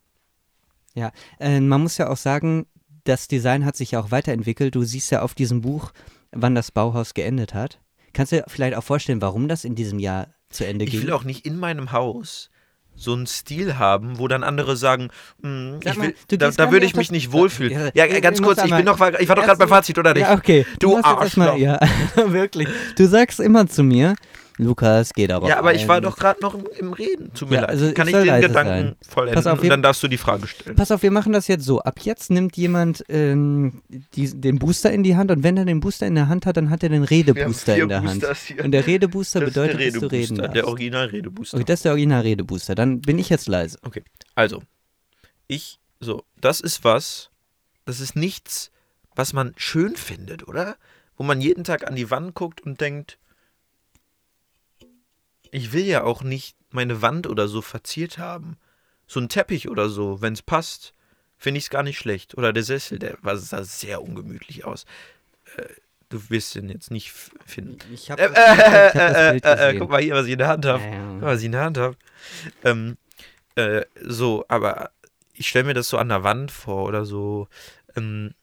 Speaker 1: ja, äh, man muss ja auch sagen, das Design hat sich ja auch weiterentwickelt. Du siehst ja auf diesem Buch, wann das Bauhaus geendet hat. Kannst du dir vielleicht auch vorstellen, warum das in diesem Jahr zu Ende
Speaker 2: Ich
Speaker 1: ging?
Speaker 2: will auch nicht in meinem Haus so einen Stil haben, wo dann andere sagen, "Hm,
Speaker 1: Sag
Speaker 2: ich
Speaker 1: mal,
Speaker 2: will,
Speaker 1: du
Speaker 2: da,
Speaker 1: gehst
Speaker 2: da
Speaker 1: gar
Speaker 2: würde
Speaker 1: nicht
Speaker 2: ich
Speaker 1: auf
Speaker 2: mich
Speaker 1: das-
Speaker 2: nicht wohlfühlen.
Speaker 1: Ja,
Speaker 2: Ja,
Speaker 1: ich-
Speaker 2: ganz
Speaker 1: ich
Speaker 2: kurz,
Speaker 1: muss
Speaker 2: ich bin
Speaker 1: einmal-
Speaker 2: noch, ich war doch gerade beim Fazit, oder nicht?
Speaker 1: Ja, okay.
Speaker 2: Du
Speaker 1: musst jetzt erst mal- Ja, <laughs> wirklich. Du sagst immer zu mir, Lukas, geht aber.
Speaker 2: Ja, aber ich war
Speaker 1: ein.
Speaker 2: doch gerade noch im, im Reden. Tut mir
Speaker 1: Ähm. Ja,
Speaker 2: leid.
Speaker 1: also
Speaker 2: Kann
Speaker 1: ich
Speaker 2: ich
Speaker 1: soll
Speaker 2: den
Speaker 1: leise
Speaker 2: Gedanken
Speaker 1: sein.
Speaker 2: vollenden
Speaker 1: Pass auf,
Speaker 2: und
Speaker 1: wir-
Speaker 2: dann darfst du die Frage stellen.
Speaker 1: Pass auf, wir machen das jetzt so. Ab jetzt nimmt jemand ähm, die, den Booster in die Hand und wenn er den Booster in der Hand hat, dann hat er den Redebooster
Speaker 2: vier
Speaker 1: in der Hand.
Speaker 2: Boosters hier.
Speaker 1: Und der Redebooster
Speaker 2: Das ist der
Speaker 1: bedeutet, dass du reden
Speaker 2: Redebooster,
Speaker 1: darfst.
Speaker 2: der Original-Redebooster.
Speaker 1: okay, das ist der original Redebooster. Dann bin ich jetzt leise.
Speaker 2: Okay, also, ich, so, das ist was, das ist nichts, was man schön findet, oder? Wo man jeden Tag an die Wand guckt und denkt, ich will ja auch nicht meine Wand oder so verziert haben. So ein Teppich oder so, wenn es passt, finde ich es gar nicht schlecht. Oder der Sessel, der war, sah sehr ungemütlich aus. Äh, Du wirst den jetzt nicht f- finden.
Speaker 1: Ich habe
Speaker 2: Äh, äh, äh, äh, <laughs> äh, guck mal hier, was ich in der Hand habe. Guck mal, was ich in der Hand habe. Ähm, äh, so, aber ich stelle mir das so an der Wand vor oder so. Ähm,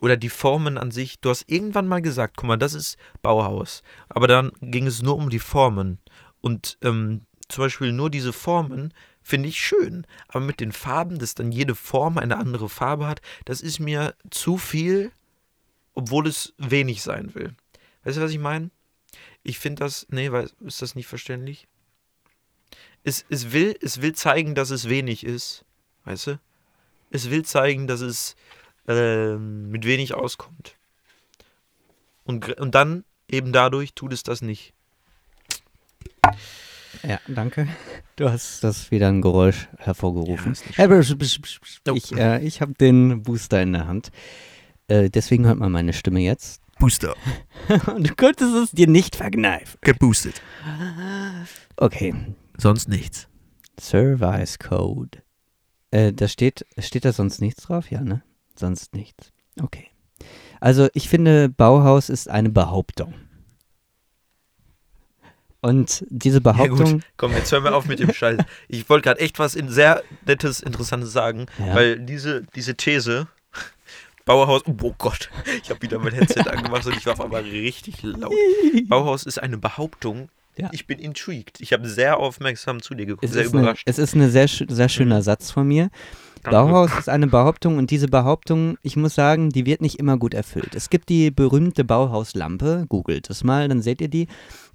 Speaker 2: oder die Formen an sich. Du hast irgendwann mal gesagt, guck mal, das ist Bauhaus. Aber dann ging es nur um die Formen. Und ähm, zum Beispiel nur diese Formen finde ich schön. Aber mit den Farben, dass dann jede Form eine andere Farbe hat, das ist mir zu viel, obwohl es wenig sein will. Weißt du, was ich meine? Ich finde das, nee, weil, ist das nicht verständlich? Es, es, will, es will zeigen, dass es wenig ist, weißt du? Es will zeigen, dass es ähm, mit wenig auskommt. Und, gr- und dann, eben dadurch, tut es das nicht.
Speaker 1: Ja, danke. Du hast das wieder ein Geräusch hervorgerufen. Äh,
Speaker 2: Oh.
Speaker 1: ich äh, ich habe den Booster in der Hand. Äh, deswegen hört man meine Stimme jetzt. <laughs>
Speaker 2: Booster,
Speaker 1: Du könntest es dir nicht verkneifen.
Speaker 2: geboostet.
Speaker 1: Okay.
Speaker 2: Sonst nichts.
Speaker 1: Service Code. Äh, da steht, steht da sonst nichts drauf? Ja, ne? Sonst nichts. Okay. Also ich finde, Bauhaus ist eine Behauptung. Und diese
Speaker 2: Ja
Speaker 1: Behauptung.
Speaker 2: gut, komm, jetzt hören wir auf mit dem Scheiß. Ich wollte gerade echt was in sehr Nettes, Interessantes sagen,
Speaker 1: Ja.
Speaker 2: weil diese, diese These, Bauhaus, oh, oh Gott, ich habe wieder mein Headset angemacht und ich war auf einmal richtig laut. Bauhaus ist eine Behauptung.
Speaker 1: Ja.
Speaker 2: Ich bin intrigued. Ich habe sehr aufmerksam zu dir geguckt,
Speaker 1: es,
Speaker 2: sehr
Speaker 1: ist eine,
Speaker 2: überrascht.
Speaker 1: es ist ein sehr, sch- sehr schöner Satz von mir.
Speaker 2: Danke.
Speaker 1: Bauhaus ist eine Behauptung und diese Behauptung, ich muss sagen, die wird nicht immer gut erfüllt. Es gibt die berühmte Bauhauslampe, googelt es mal, dann seht ihr die.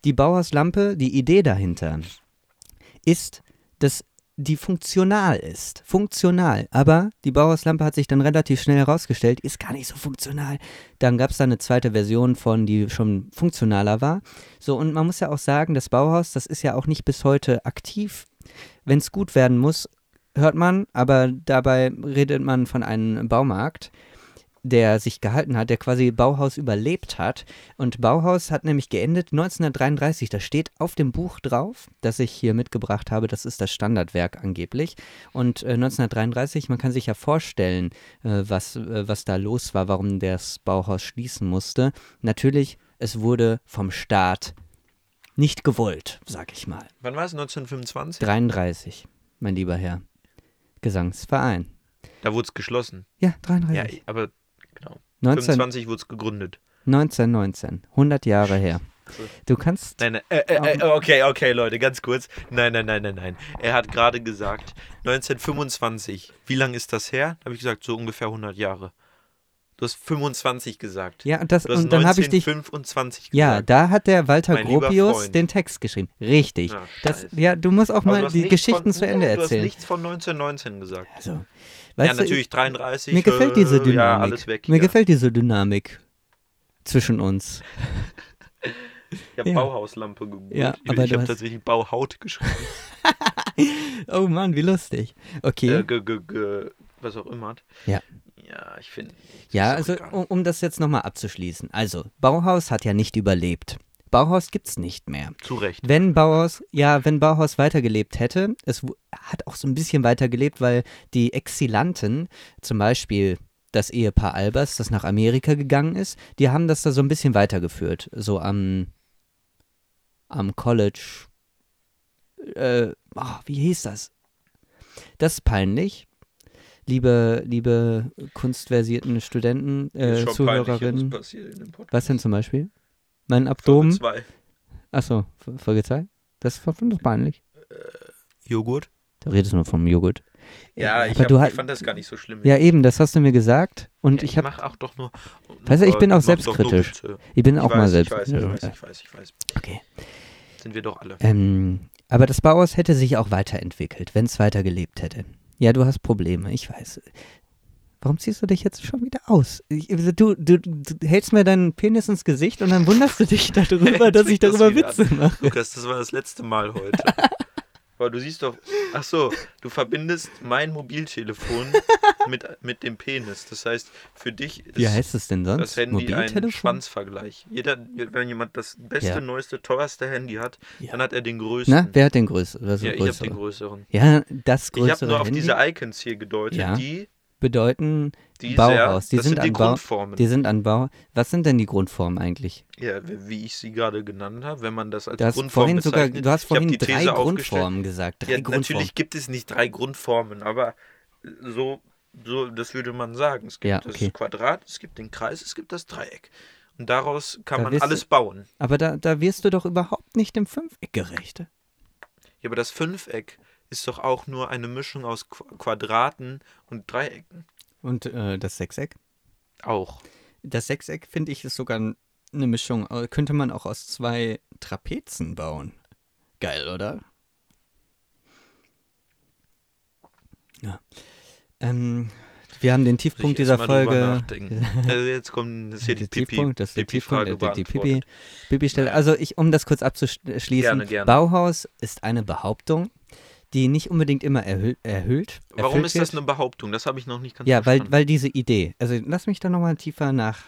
Speaker 1: Die Bauhauslampe, die Idee dahinter ist, dass die funktional ist. Funktional. Aber die Bauhauslampe hat sich dann relativ schnell herausgestellt, ist gar nicht so funktional. Dann gab es da eine zweite Version von, die schon funktionaler war. So, und man muss ja auch sagen, das Bauhaus, das ist ja auch nicht bis heute aktiv. Wenn es gut werden muss, hört man, aber dabei redet man von einem Baumarkt, der sich gehalten hat, der quasi Bauhaus überlebt hat. Und Bauhaus hat nämlich geendet 1933. Das steht auf dem Buch drauf, das ich hier mitgebracht habe. Das ist das Standardwerk angeblich. Und äh, 1933, man kann sich ja vorstellen, äh, was, äh, was da los war, warum das Bauhaus schließen musste. Natürlich, es wurde vom Staat nicht gewollt, sag ich mal.
Speaker 2: Wann war es? 1925?
Speaker 1: 33, mein lieber Herr. Gesangsverein.
Speaker 2: Da wurde es geschlossen.
Speaker 1: Ja,
Speaker 2: Ja,
Speaker 1: 33.
Speaker 2: aber genau.
Speaker 1: 19,
Speaker 2: 25 wurde es gegründet.
Speaker 1: 19, 19. 100 Jahre her. Du kannst.
Speaker 2: Nein, nein, äh, äh, äh,
Speaker 1: Ähm.
Speaker 2: okay, okay, Leute, ganz kurz. Nein, nein, nein, nein, nein. Er hat gerade gesagt, 1925. Wie lang ist das her? Da habe ich gesagt, so ungefähr 100 Jahre. Du hast 25 gesagt.
Speaker 1: Ja, und, das,
Speaker 2: du hast
Speaker 1: und dann habe ich dich.
Speaker 2: 1925
Speaker 1: Ja,
Speaker 2: gesagt.
Speaker 1: da hat der Walter
Speaker 2: Mein lieber
Speaker 1: Gropius
Speaker 2: Freund.
Speaker 1: den Text geschrieben. Richtig.
Speaker 2: Ja,
Speaker 1: das,
Speaker 2: scheiße.
Speaker 1: ja, du musst auch
Speaker 2: Aber du
Speaker 1: mal
Speaker 2: hast
Speaker 1: die
Speaker 2: nichts
Speaker 1: Geschichten
Speaker 2: von,
Speaker 1: zu Ende
Speaker 2: Ja, Du hast
Speaker 1: erzählen.
Speaker 2: nichts von 1919 gesagt.
Speaker 1: Also,
Speaker 2: Ja,
Speaker 1: weißt du,
Speaker 2: natürlich 33.
Speaker 1: mir gefällt diese
Speaker 2: äh,
Speaker 1: Dynamik.
Speaker 2: Ja, alles weg.
Speaker 1: Mir
Speaker 2: ja.
Speaker 1: gefällt diese Dynamik zwischen uns.
Speaker 2: Ich habe
Speaker 1: ja.
Speaker 2: Bauhauslampe gebucht.
Speaker 1: Ja,
Speaker 2: ich
Speaker 1: aber
Speaker 2: ich
Speaker 1: du
Speaker 2: habe
Speaker 1: hast-
Speaker 2: tatsächlich
Speaker 1: <laughs>
Speaker 2: Bauhaut geschrieben.
Speaker 1: Oh Mann, wie lustig. Okay.
Speaker 2: Äh, ge, ge, ge, was auch immer.
Speaker 1: Ja.
Speaker 2: Ja, ich finde.
Speaker 1: Ja, also um, um das jetzt nochmal abzuschließen. Also, Bauhaus hat ja nicht überlebt. Bauhaus gibt's nicht mehr.
Speaker 2: Zu Recht.
Speaker 1: Wenn Bauhaus, ja, wenn Bauhaus weitergelebt hätte, es wu- hat auch so ein bisschen weitergelebt, weil die Exilanten, zum Beispiel das Ehepaar Albers, das nach Amerika gegangen ist, die haben das da so ein bisschen weitergeführt. So am, am College. Äh, ah, wie hieß das? Das ist peinlich. liebe, liebe kunstversierten Studenten,
Speaker 2: Ist
Speaker 1: äh,
Speaker 2: schon peinlich,
Speaker 1: Zuhörerinnen.
Speaker 2: was passiert in dem Podcast.
Speaker 1: Was denn zum Beispiel? Mein
Speaker 2: Folge
Speaker 1: Abdomen.
Speaker 2: zwei.
Speaker 1: Achso, F- Folge 2? Das war schon doch peinlich.
Speaker 2: Joghurt?
Speaker 1: Da redest du nur vom Joghurt.
Speaker 2: Ja,
Speaker 1: Äh,
Speaker 2: ich,
Speaker 1: aber
Speaker 2: hab,
Speaker 1: du
Speaker 2: ich
Speaker 1: hat-
Speaker 2: fand das gar nicht so schlimm.
Speaker 1: Ja, eben, das hast du mir gesagt. Und ich, hab,
Speaker 2: mach auch doch nur. Äh,
Speaker 1: Weißt du, ich bin auch
Speaker 2: mach doch nur
Speaker 1: selbstkritisch.
Speaker 2: Witze.
Speaker 1: ich bin
Speaker 2: Ich
Speaker 1: auch
Speaker 2: weiß,
Speaker 1: mal selbst.
Speaker 2: Ich weiß, ich weiß, ich weiß, ich weiß.
Speaker 1: Okay.
Speaker 2: Sind wir doch alle.
Speaker 1: Ähm, aber das Bauhaus hätte sich auch weiterentwickelt, wenn es weitergelebt hätte. Ja, du hast Probleme, ich weiß. Warum ziehst du dich jetzt schon wieder aus? Ich, also du, du, du hältst mir deinen Penis ins Gesicht und dann wunderst du dich
Speaker 2: <laughs>
Speaker 1: darüber,
Speaker 2: Jetzt
Speaker 1: dass ich
Speaker 2: fängt das
Speaker 1: darüber
Speaker 2: wieder
Speaker 1: Witze
Speaker 2: an.
Speaker 1: mache.
Speaker 2: <laughs> Lukas, das war das letzte Mal <laughs> heute. Aber du siehst doch, ach so, du verbindest mein Mobiltelefon
Speaker 1: <laughs>
Speaker 2: mit, mit dem Penis. Das heißt, für dich ist
Speaker 1: Wie heißt es denn sonst?
Speaker 2: das Handy ein Schwanzvergleich. Jeder, wenn jemand das beste,
Speaker 1: Ja.
Speaker 2: neueste, teuerste Handy hat,
Speaker 1: Ja.
Speaker 2: dann hat er den größten.
Speaker 1: Na, wer hat den größeren?
Speaker 2: ja, ich habe den größeren.
Speaker 1: ja, das
Speaker 2: Ich habe
Speaker 1: größere
Speaker 2: nur auf
Speaker 1: Handy
Speaker 2: diese Icons hier gedeutet,
Speaker 1: Ja.
Speaker 2: die,
Speaker 1: bedeuten
Speaker 2: die
Speaker 1: Bauhaus.
Speaker 2: sehr,
Speaker 1: Die
Speaker 2: das
Speaker 1: sind,
Speaker 2: sind die
Speaker 1: an Bau,
Speaker 2: Grundformen.
Speaker 1: die sind an Bau. Was sind denn die Grundformen eigentlich?
Speaker 2: Ja, wie wie ich sie gerade genannt habe, wenn man das als
Speaker 1: Du hast
Speaker 2: Grundform
Speaker 1: vorhin sogar,
Speaker 2: bezeichnet.
Speaker 1: du hast
Speaker 2: Ich hab
Speaker 1: vorhin
Speaker 2: die
Speaker 1: drei
Speaker 2: These aufgestellt.
Speaker 1: Grundformen gesagt. Drei
Speaker 2: Ja,
Speaker 1: Grundformen.
Speaker 2: natürlich gibt es nicht drei Grundformen, aber so, so das würde man sagen. Es gibt
Speaker 1: Ja, okay.
Speaker 2: das Quadrat, es gibt den Kreis, es gibt das Dreieck. Und daraus kann
Speaker 1: Da
Speaker 2: man
Speaker 1: wirst
Speaker 2: alles bauen.
Speaker 1: Aber da, da wirst du doch überhaupt nicht dem Fünfeck gerecht.
Speaker 2: Ja, aber das Fünfeck ist doch auch nur eine Mischung aus Qu- Quadraten und Dreiecken.
Speaker 1: Und äh, das Sechseck?
Speaker 2: Auch.
Speaker 1: Das Sechseck, finde ich, ist sogar n- eine Mischung. äh, Könnte man auch aus zwei Trapezen bauen. Geil, oder? Ja. Ähm, wir haben den
Speaker 2: Muss
Speaker 1: Tiefpunkt
Speaker 2: ich
Speaker 1: dieser
Speaker 2: erst mal drüber
Speaker 1: Folge. <laughs>
Speaker 2: nachdenken. also jetzt kommt das ist hier die
Speaker 1: Der Tiefpunkt, das ist der Tiefpunkt,
Speaker 2: Pipi-Frage
Speaker 1: der- der- die Pipi,
Speaker 2: beantwortet.
Speaker 1: Pipi-Stelle.
Speaker 2: Naja.
Speaker 1: Also ich, um das kurz abzuschließen,
Speaker 2: Gerne, gerne.
Speaker 1: Bauhaus ist eine Behauptung, die nicht unbedingt immer erhö erhöht.
Speaker 2: Warum
Speaker 1: erfüllt
Speaker 2: ist das
Speaker 1: wird.
Speaker 2: eine Behauptung? Das habe ich noch nicht ganz
Speaker 1: Ja, weil,
Speaker 2: verstanden.
Speaker 1: weil diese Idee, also lass mich da nochmal tiefer
Speaker 2: <laughs>
Speaker 1: nach.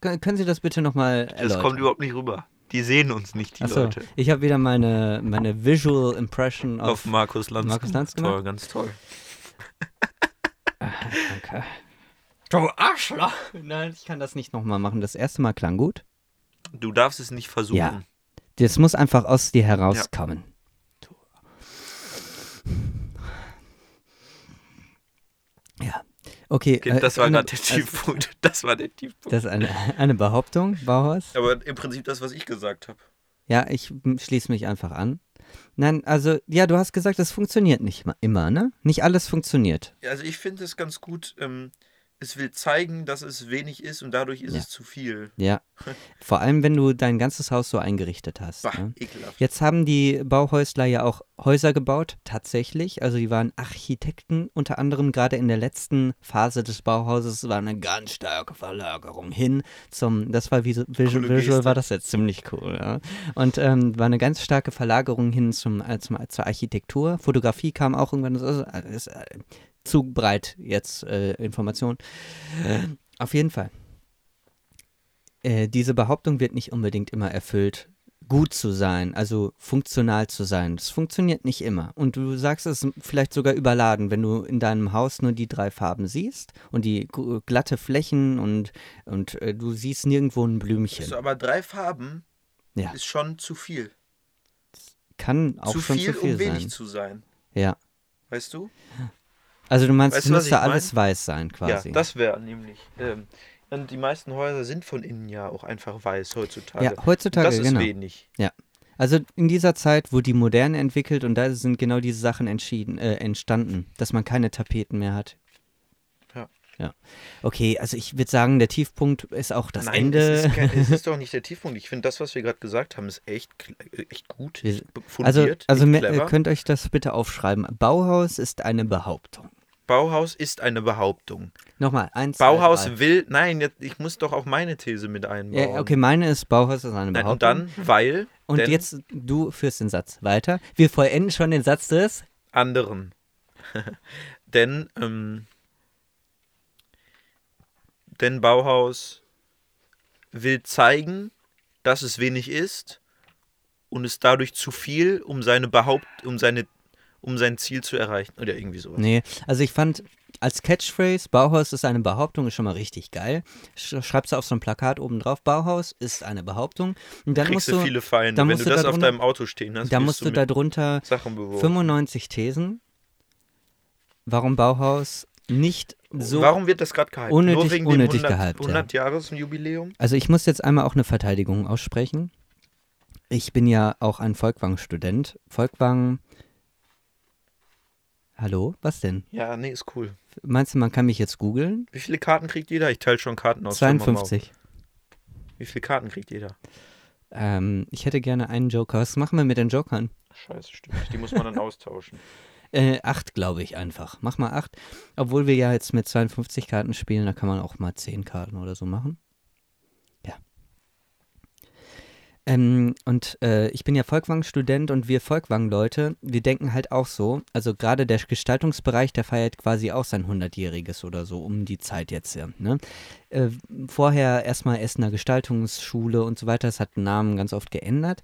Speaker 1: Kön- Können Sie das bitte nochmal erläutern?
Speaker 2: das kommt überhaupt nicht rüber. Die sehen uns nicht, die
Speaker 1: Ach so,
Speaker 2: Leute.
Speaker 1: ich habe wieder meine, meine Visual Impression of...
Speaker 2: Auf Markus Lanz.
Speaker 1: Markus Lanz
Speaker 2: Toll, ganz toll.
Speaker 1: Danke. Du Arschloch! Nein, ich kann das nicht nochmal machen. Das erste Mal klang gut.
Speaker 2: Du darfst es nicht versuchen.
Speaker 1: Ja. Das muss einfach aus dir herauskommen. Ja. Okay.
Speaker 2: Kind, das
Speaker 1: ist
Speaker 2: war
Speaker 1: eine,
Speaker 2: gerade der Tiefpunkt. <laughs> Das war der Tiefpunkt.
Speaker 1: äh, <laughs> Das ist eine, eine Behauptung, Bauhaus.
Speaker 2: Aber im Prinzip das, was ich gesagt habe.
Speaker 1: Ja, ich m- schließe mich einfach an. Nein, also, ja, du hast gesagt, es funktioniert nicht ma- immer, ne? Nicht alles funktioniert.
Speaker 2: Also ich finde es ganz gut, ähm, es will zeigen, dass es wenig ist und dadurch ist
Speaker 1: Ja.
Speaker 2: es zu viel. <laughs>
Speaker 1: Ja. Vor allem, wenn du dein ganzes Haus so eingerichtet hast.
Speaker 2: Bah,
Speaker 1: Ne?
Speaker 2: ekelhaft.
Speaker 1: Jetzt haben die Bauhäusler ja auch Häuser gebaut, tatsächlich. Also die waren Architekten, unter anderem gerade in der letzten Phase des Bauhauses war eine ganz starke Verlagerung hin zum, das war visu- visual,
Speaker 2: Coole
Speaker 1: visual
Speaker 2: Geste.
Speaker 1: war das jetzt ziemlich cool, ja. Und ähm, war eine ganz starke Verlagerung hin zum, äh, zum, zur Architektur. Fotografie kam auch irgendwann, also, äh, ist äh, zu breit jetzt äh, Information. Auf jeden Fall. Äh, diese Behauptung wird nicht unbedingt immer erfüllt, gut zu sein, also funktional zu sein. Das funktioniert nicht immer. Und du sagst es ist vielleicht sogar überladen, wenn du in deinem Haus nur die drei Farben siehst und die gl- glatte Flächen und, und äh, du siehst nirgendwo ein Blümchen.
Speaker 2: Also, aber drei Farben
Speaker 1: Ja.
Speaker 2: ist schon zu viel.
Speaker 1: Kann auch
Speaker 2: zu
Speaker 1: schon
Speaker 2: viel,
Speaker 1: zu viel
Speaker 2: um wenig
Speaker 1: sein.
Speaker 2: zu sein.
Speaker 1: Ja.
Speaker 2: Weißt du?
Speaker 1: Also du meinst,
Speaker 2: Weißt
Speaker 1: es
Speaker 2: du, was
Speaker 1: müsste
Speaker 2: ich mein?
Speaker 1: alles weiß sein quasi.
Speaker 2: Ja, das wäre nämlich. Ähm, und die meisten Häuser sind von innen ja auch einfach weiß heutzutage.
Speaker 1: Ja,
Speaker 2: Und
Speaker 1: heutzutage,
Speaker 2: das ist
Speaker 1: genau.
Speaker 2: wenig.
Speaker 1: Also in dieser Zeit, wo die Moderne entwickelt und da sind genau diese Sachen entschieden, äh, entstanden, dass man keine Tapeten mehr hat.
Speaker 2: Ja.
Speaker 1: Ja. Okay, also ich würde sagen, der Tiefpunkt ist auch das
Speaker 2: Nein,
Speaker 1: Ende.
Speaker 2: Es, ist kein,
Speaker 1: <laughs>
Speaker 2: es ist doch nicht der Tiefpunkt. Ich finde das, was wir gerade gesagt haben, ist echt, kl- äh, echt gut,
Speaker 1: Wir-
Speaker 2: echt
Speaker 1: also
Speaker 2: fundiert,
Speaker 1: also
Speaker 2: echt
Speaker 1: mehr,
Speaker 2: clever.
Speaker 1: ihr könnt euch das bitte aufschreiben. Bauhaus ist eine Behauptung.
Speaker 2: Bauhaus ist eine Behauptung.
Speaker 1: Nochmal, eins. zwei,
Speaker 2: Bauhaus
Speaker 1: drei.
Speaker 2: will, nein, jetzt, ich muss doch auch meine These mit einbauen.
Speaker 1: Ja, okay, meine ist Bauhaus ist eine
Speaker 2: nein,
Speaker 1: Behauptung.
Speaker 2: und dann, weil,
Speaker 1: Und
Speaker 2: denn
Speaker 1: jetzt du führst den Satz weiter. Wir vollenden schon den Satz des.
Speaker 2: anderen. <laughs> denn, ähm, denn Bauhaus will zeigen, dass es wenig ist und ist dadurch zu viel, um seine Behaupt, um seine, um sein Ziel zu erreichen oder irgendwie sowas.
Speaker 1: Nee, also ich fand als Catchphrase Bauhaus ist eine Behauptung ist schon mal richtig geil. Sch- Schreibst du auf so ein Plakat oben drauf Bauhaus ist eine Behauptung und dann
Speaker 2: Kriegst
Speaker 1: musst
Speaker 2: du
Speaker 1: du
Speaker 2: viele Feinde.
Speaker 1: dann
Speaker 2: Wenn
Speaker 1: musst
Speaker 2: du das auf
Speaker 1: darunter-
Speaker 2: deinem Auto stehen hast,
Speaker 1: da
Speaker 2: wirst
Speaker 1: musst du
Speaker 2: mit
Speaker 1: darunter
Speaker 2: Sachen beworfen.
Speaker 1: 95 Thesen warum Bauhaus nicht so.
Speaker 2: Warum wird das gerade gehypt?
Speaker 1: unnötig-
Speaker 2: Nur wegen
Speaker 1: unnötig
Speaker 2: dem
Speaker 1: gehypt,
Speaker 2: 100,
Speaker 1: ja.
Speaker 2: 100 Jahresjubiläum?
Speaker 1: Also ich muss jetzt einmal auch eine Verteidigung aussprechen. Ich bin ja auch ein Volkwang-Student. Volkwang. Hallo, was denn?
Speaker 2: Ja, nee, ist cool.
Speaker 1: Meinst du, man kann mich jetzt googeln?
Speaker 2: Wie viele Karten kriegt jeder? Ich teile schon Karten aus. Schau mal auf.
Speaker 1: 52.
Speaker 2: Wie viele Karten kriegt jeder?
Speaker 1: Ähm, ich hätte gerne einen Joker. Was machen wir mit den Jokern?
Speaker 2: Scheiße, stimmt. Die muss man dann <laughs> austauschen.
Speaker 1: Äh, acht, glaube ich einfach. Mach mal acht. Obwohl wir ja jetzt mit 52 Karten spielen, da kann man auch mal zehn Karten oder so machen. Ja. Ähm, und äh, ich bin ja Volkwang-Student und wir Volkwang-Leute, wir denken halt auch so. Also gerade der Gestaltungsbereich, der feiert quasi auch sein 100-jähriges oder so um die Zeit jetzt. Ja, ne? äh, vorher erstmal Essener Gestaltungsschule und so weiter. Das hat den Namen ganz oft geändert.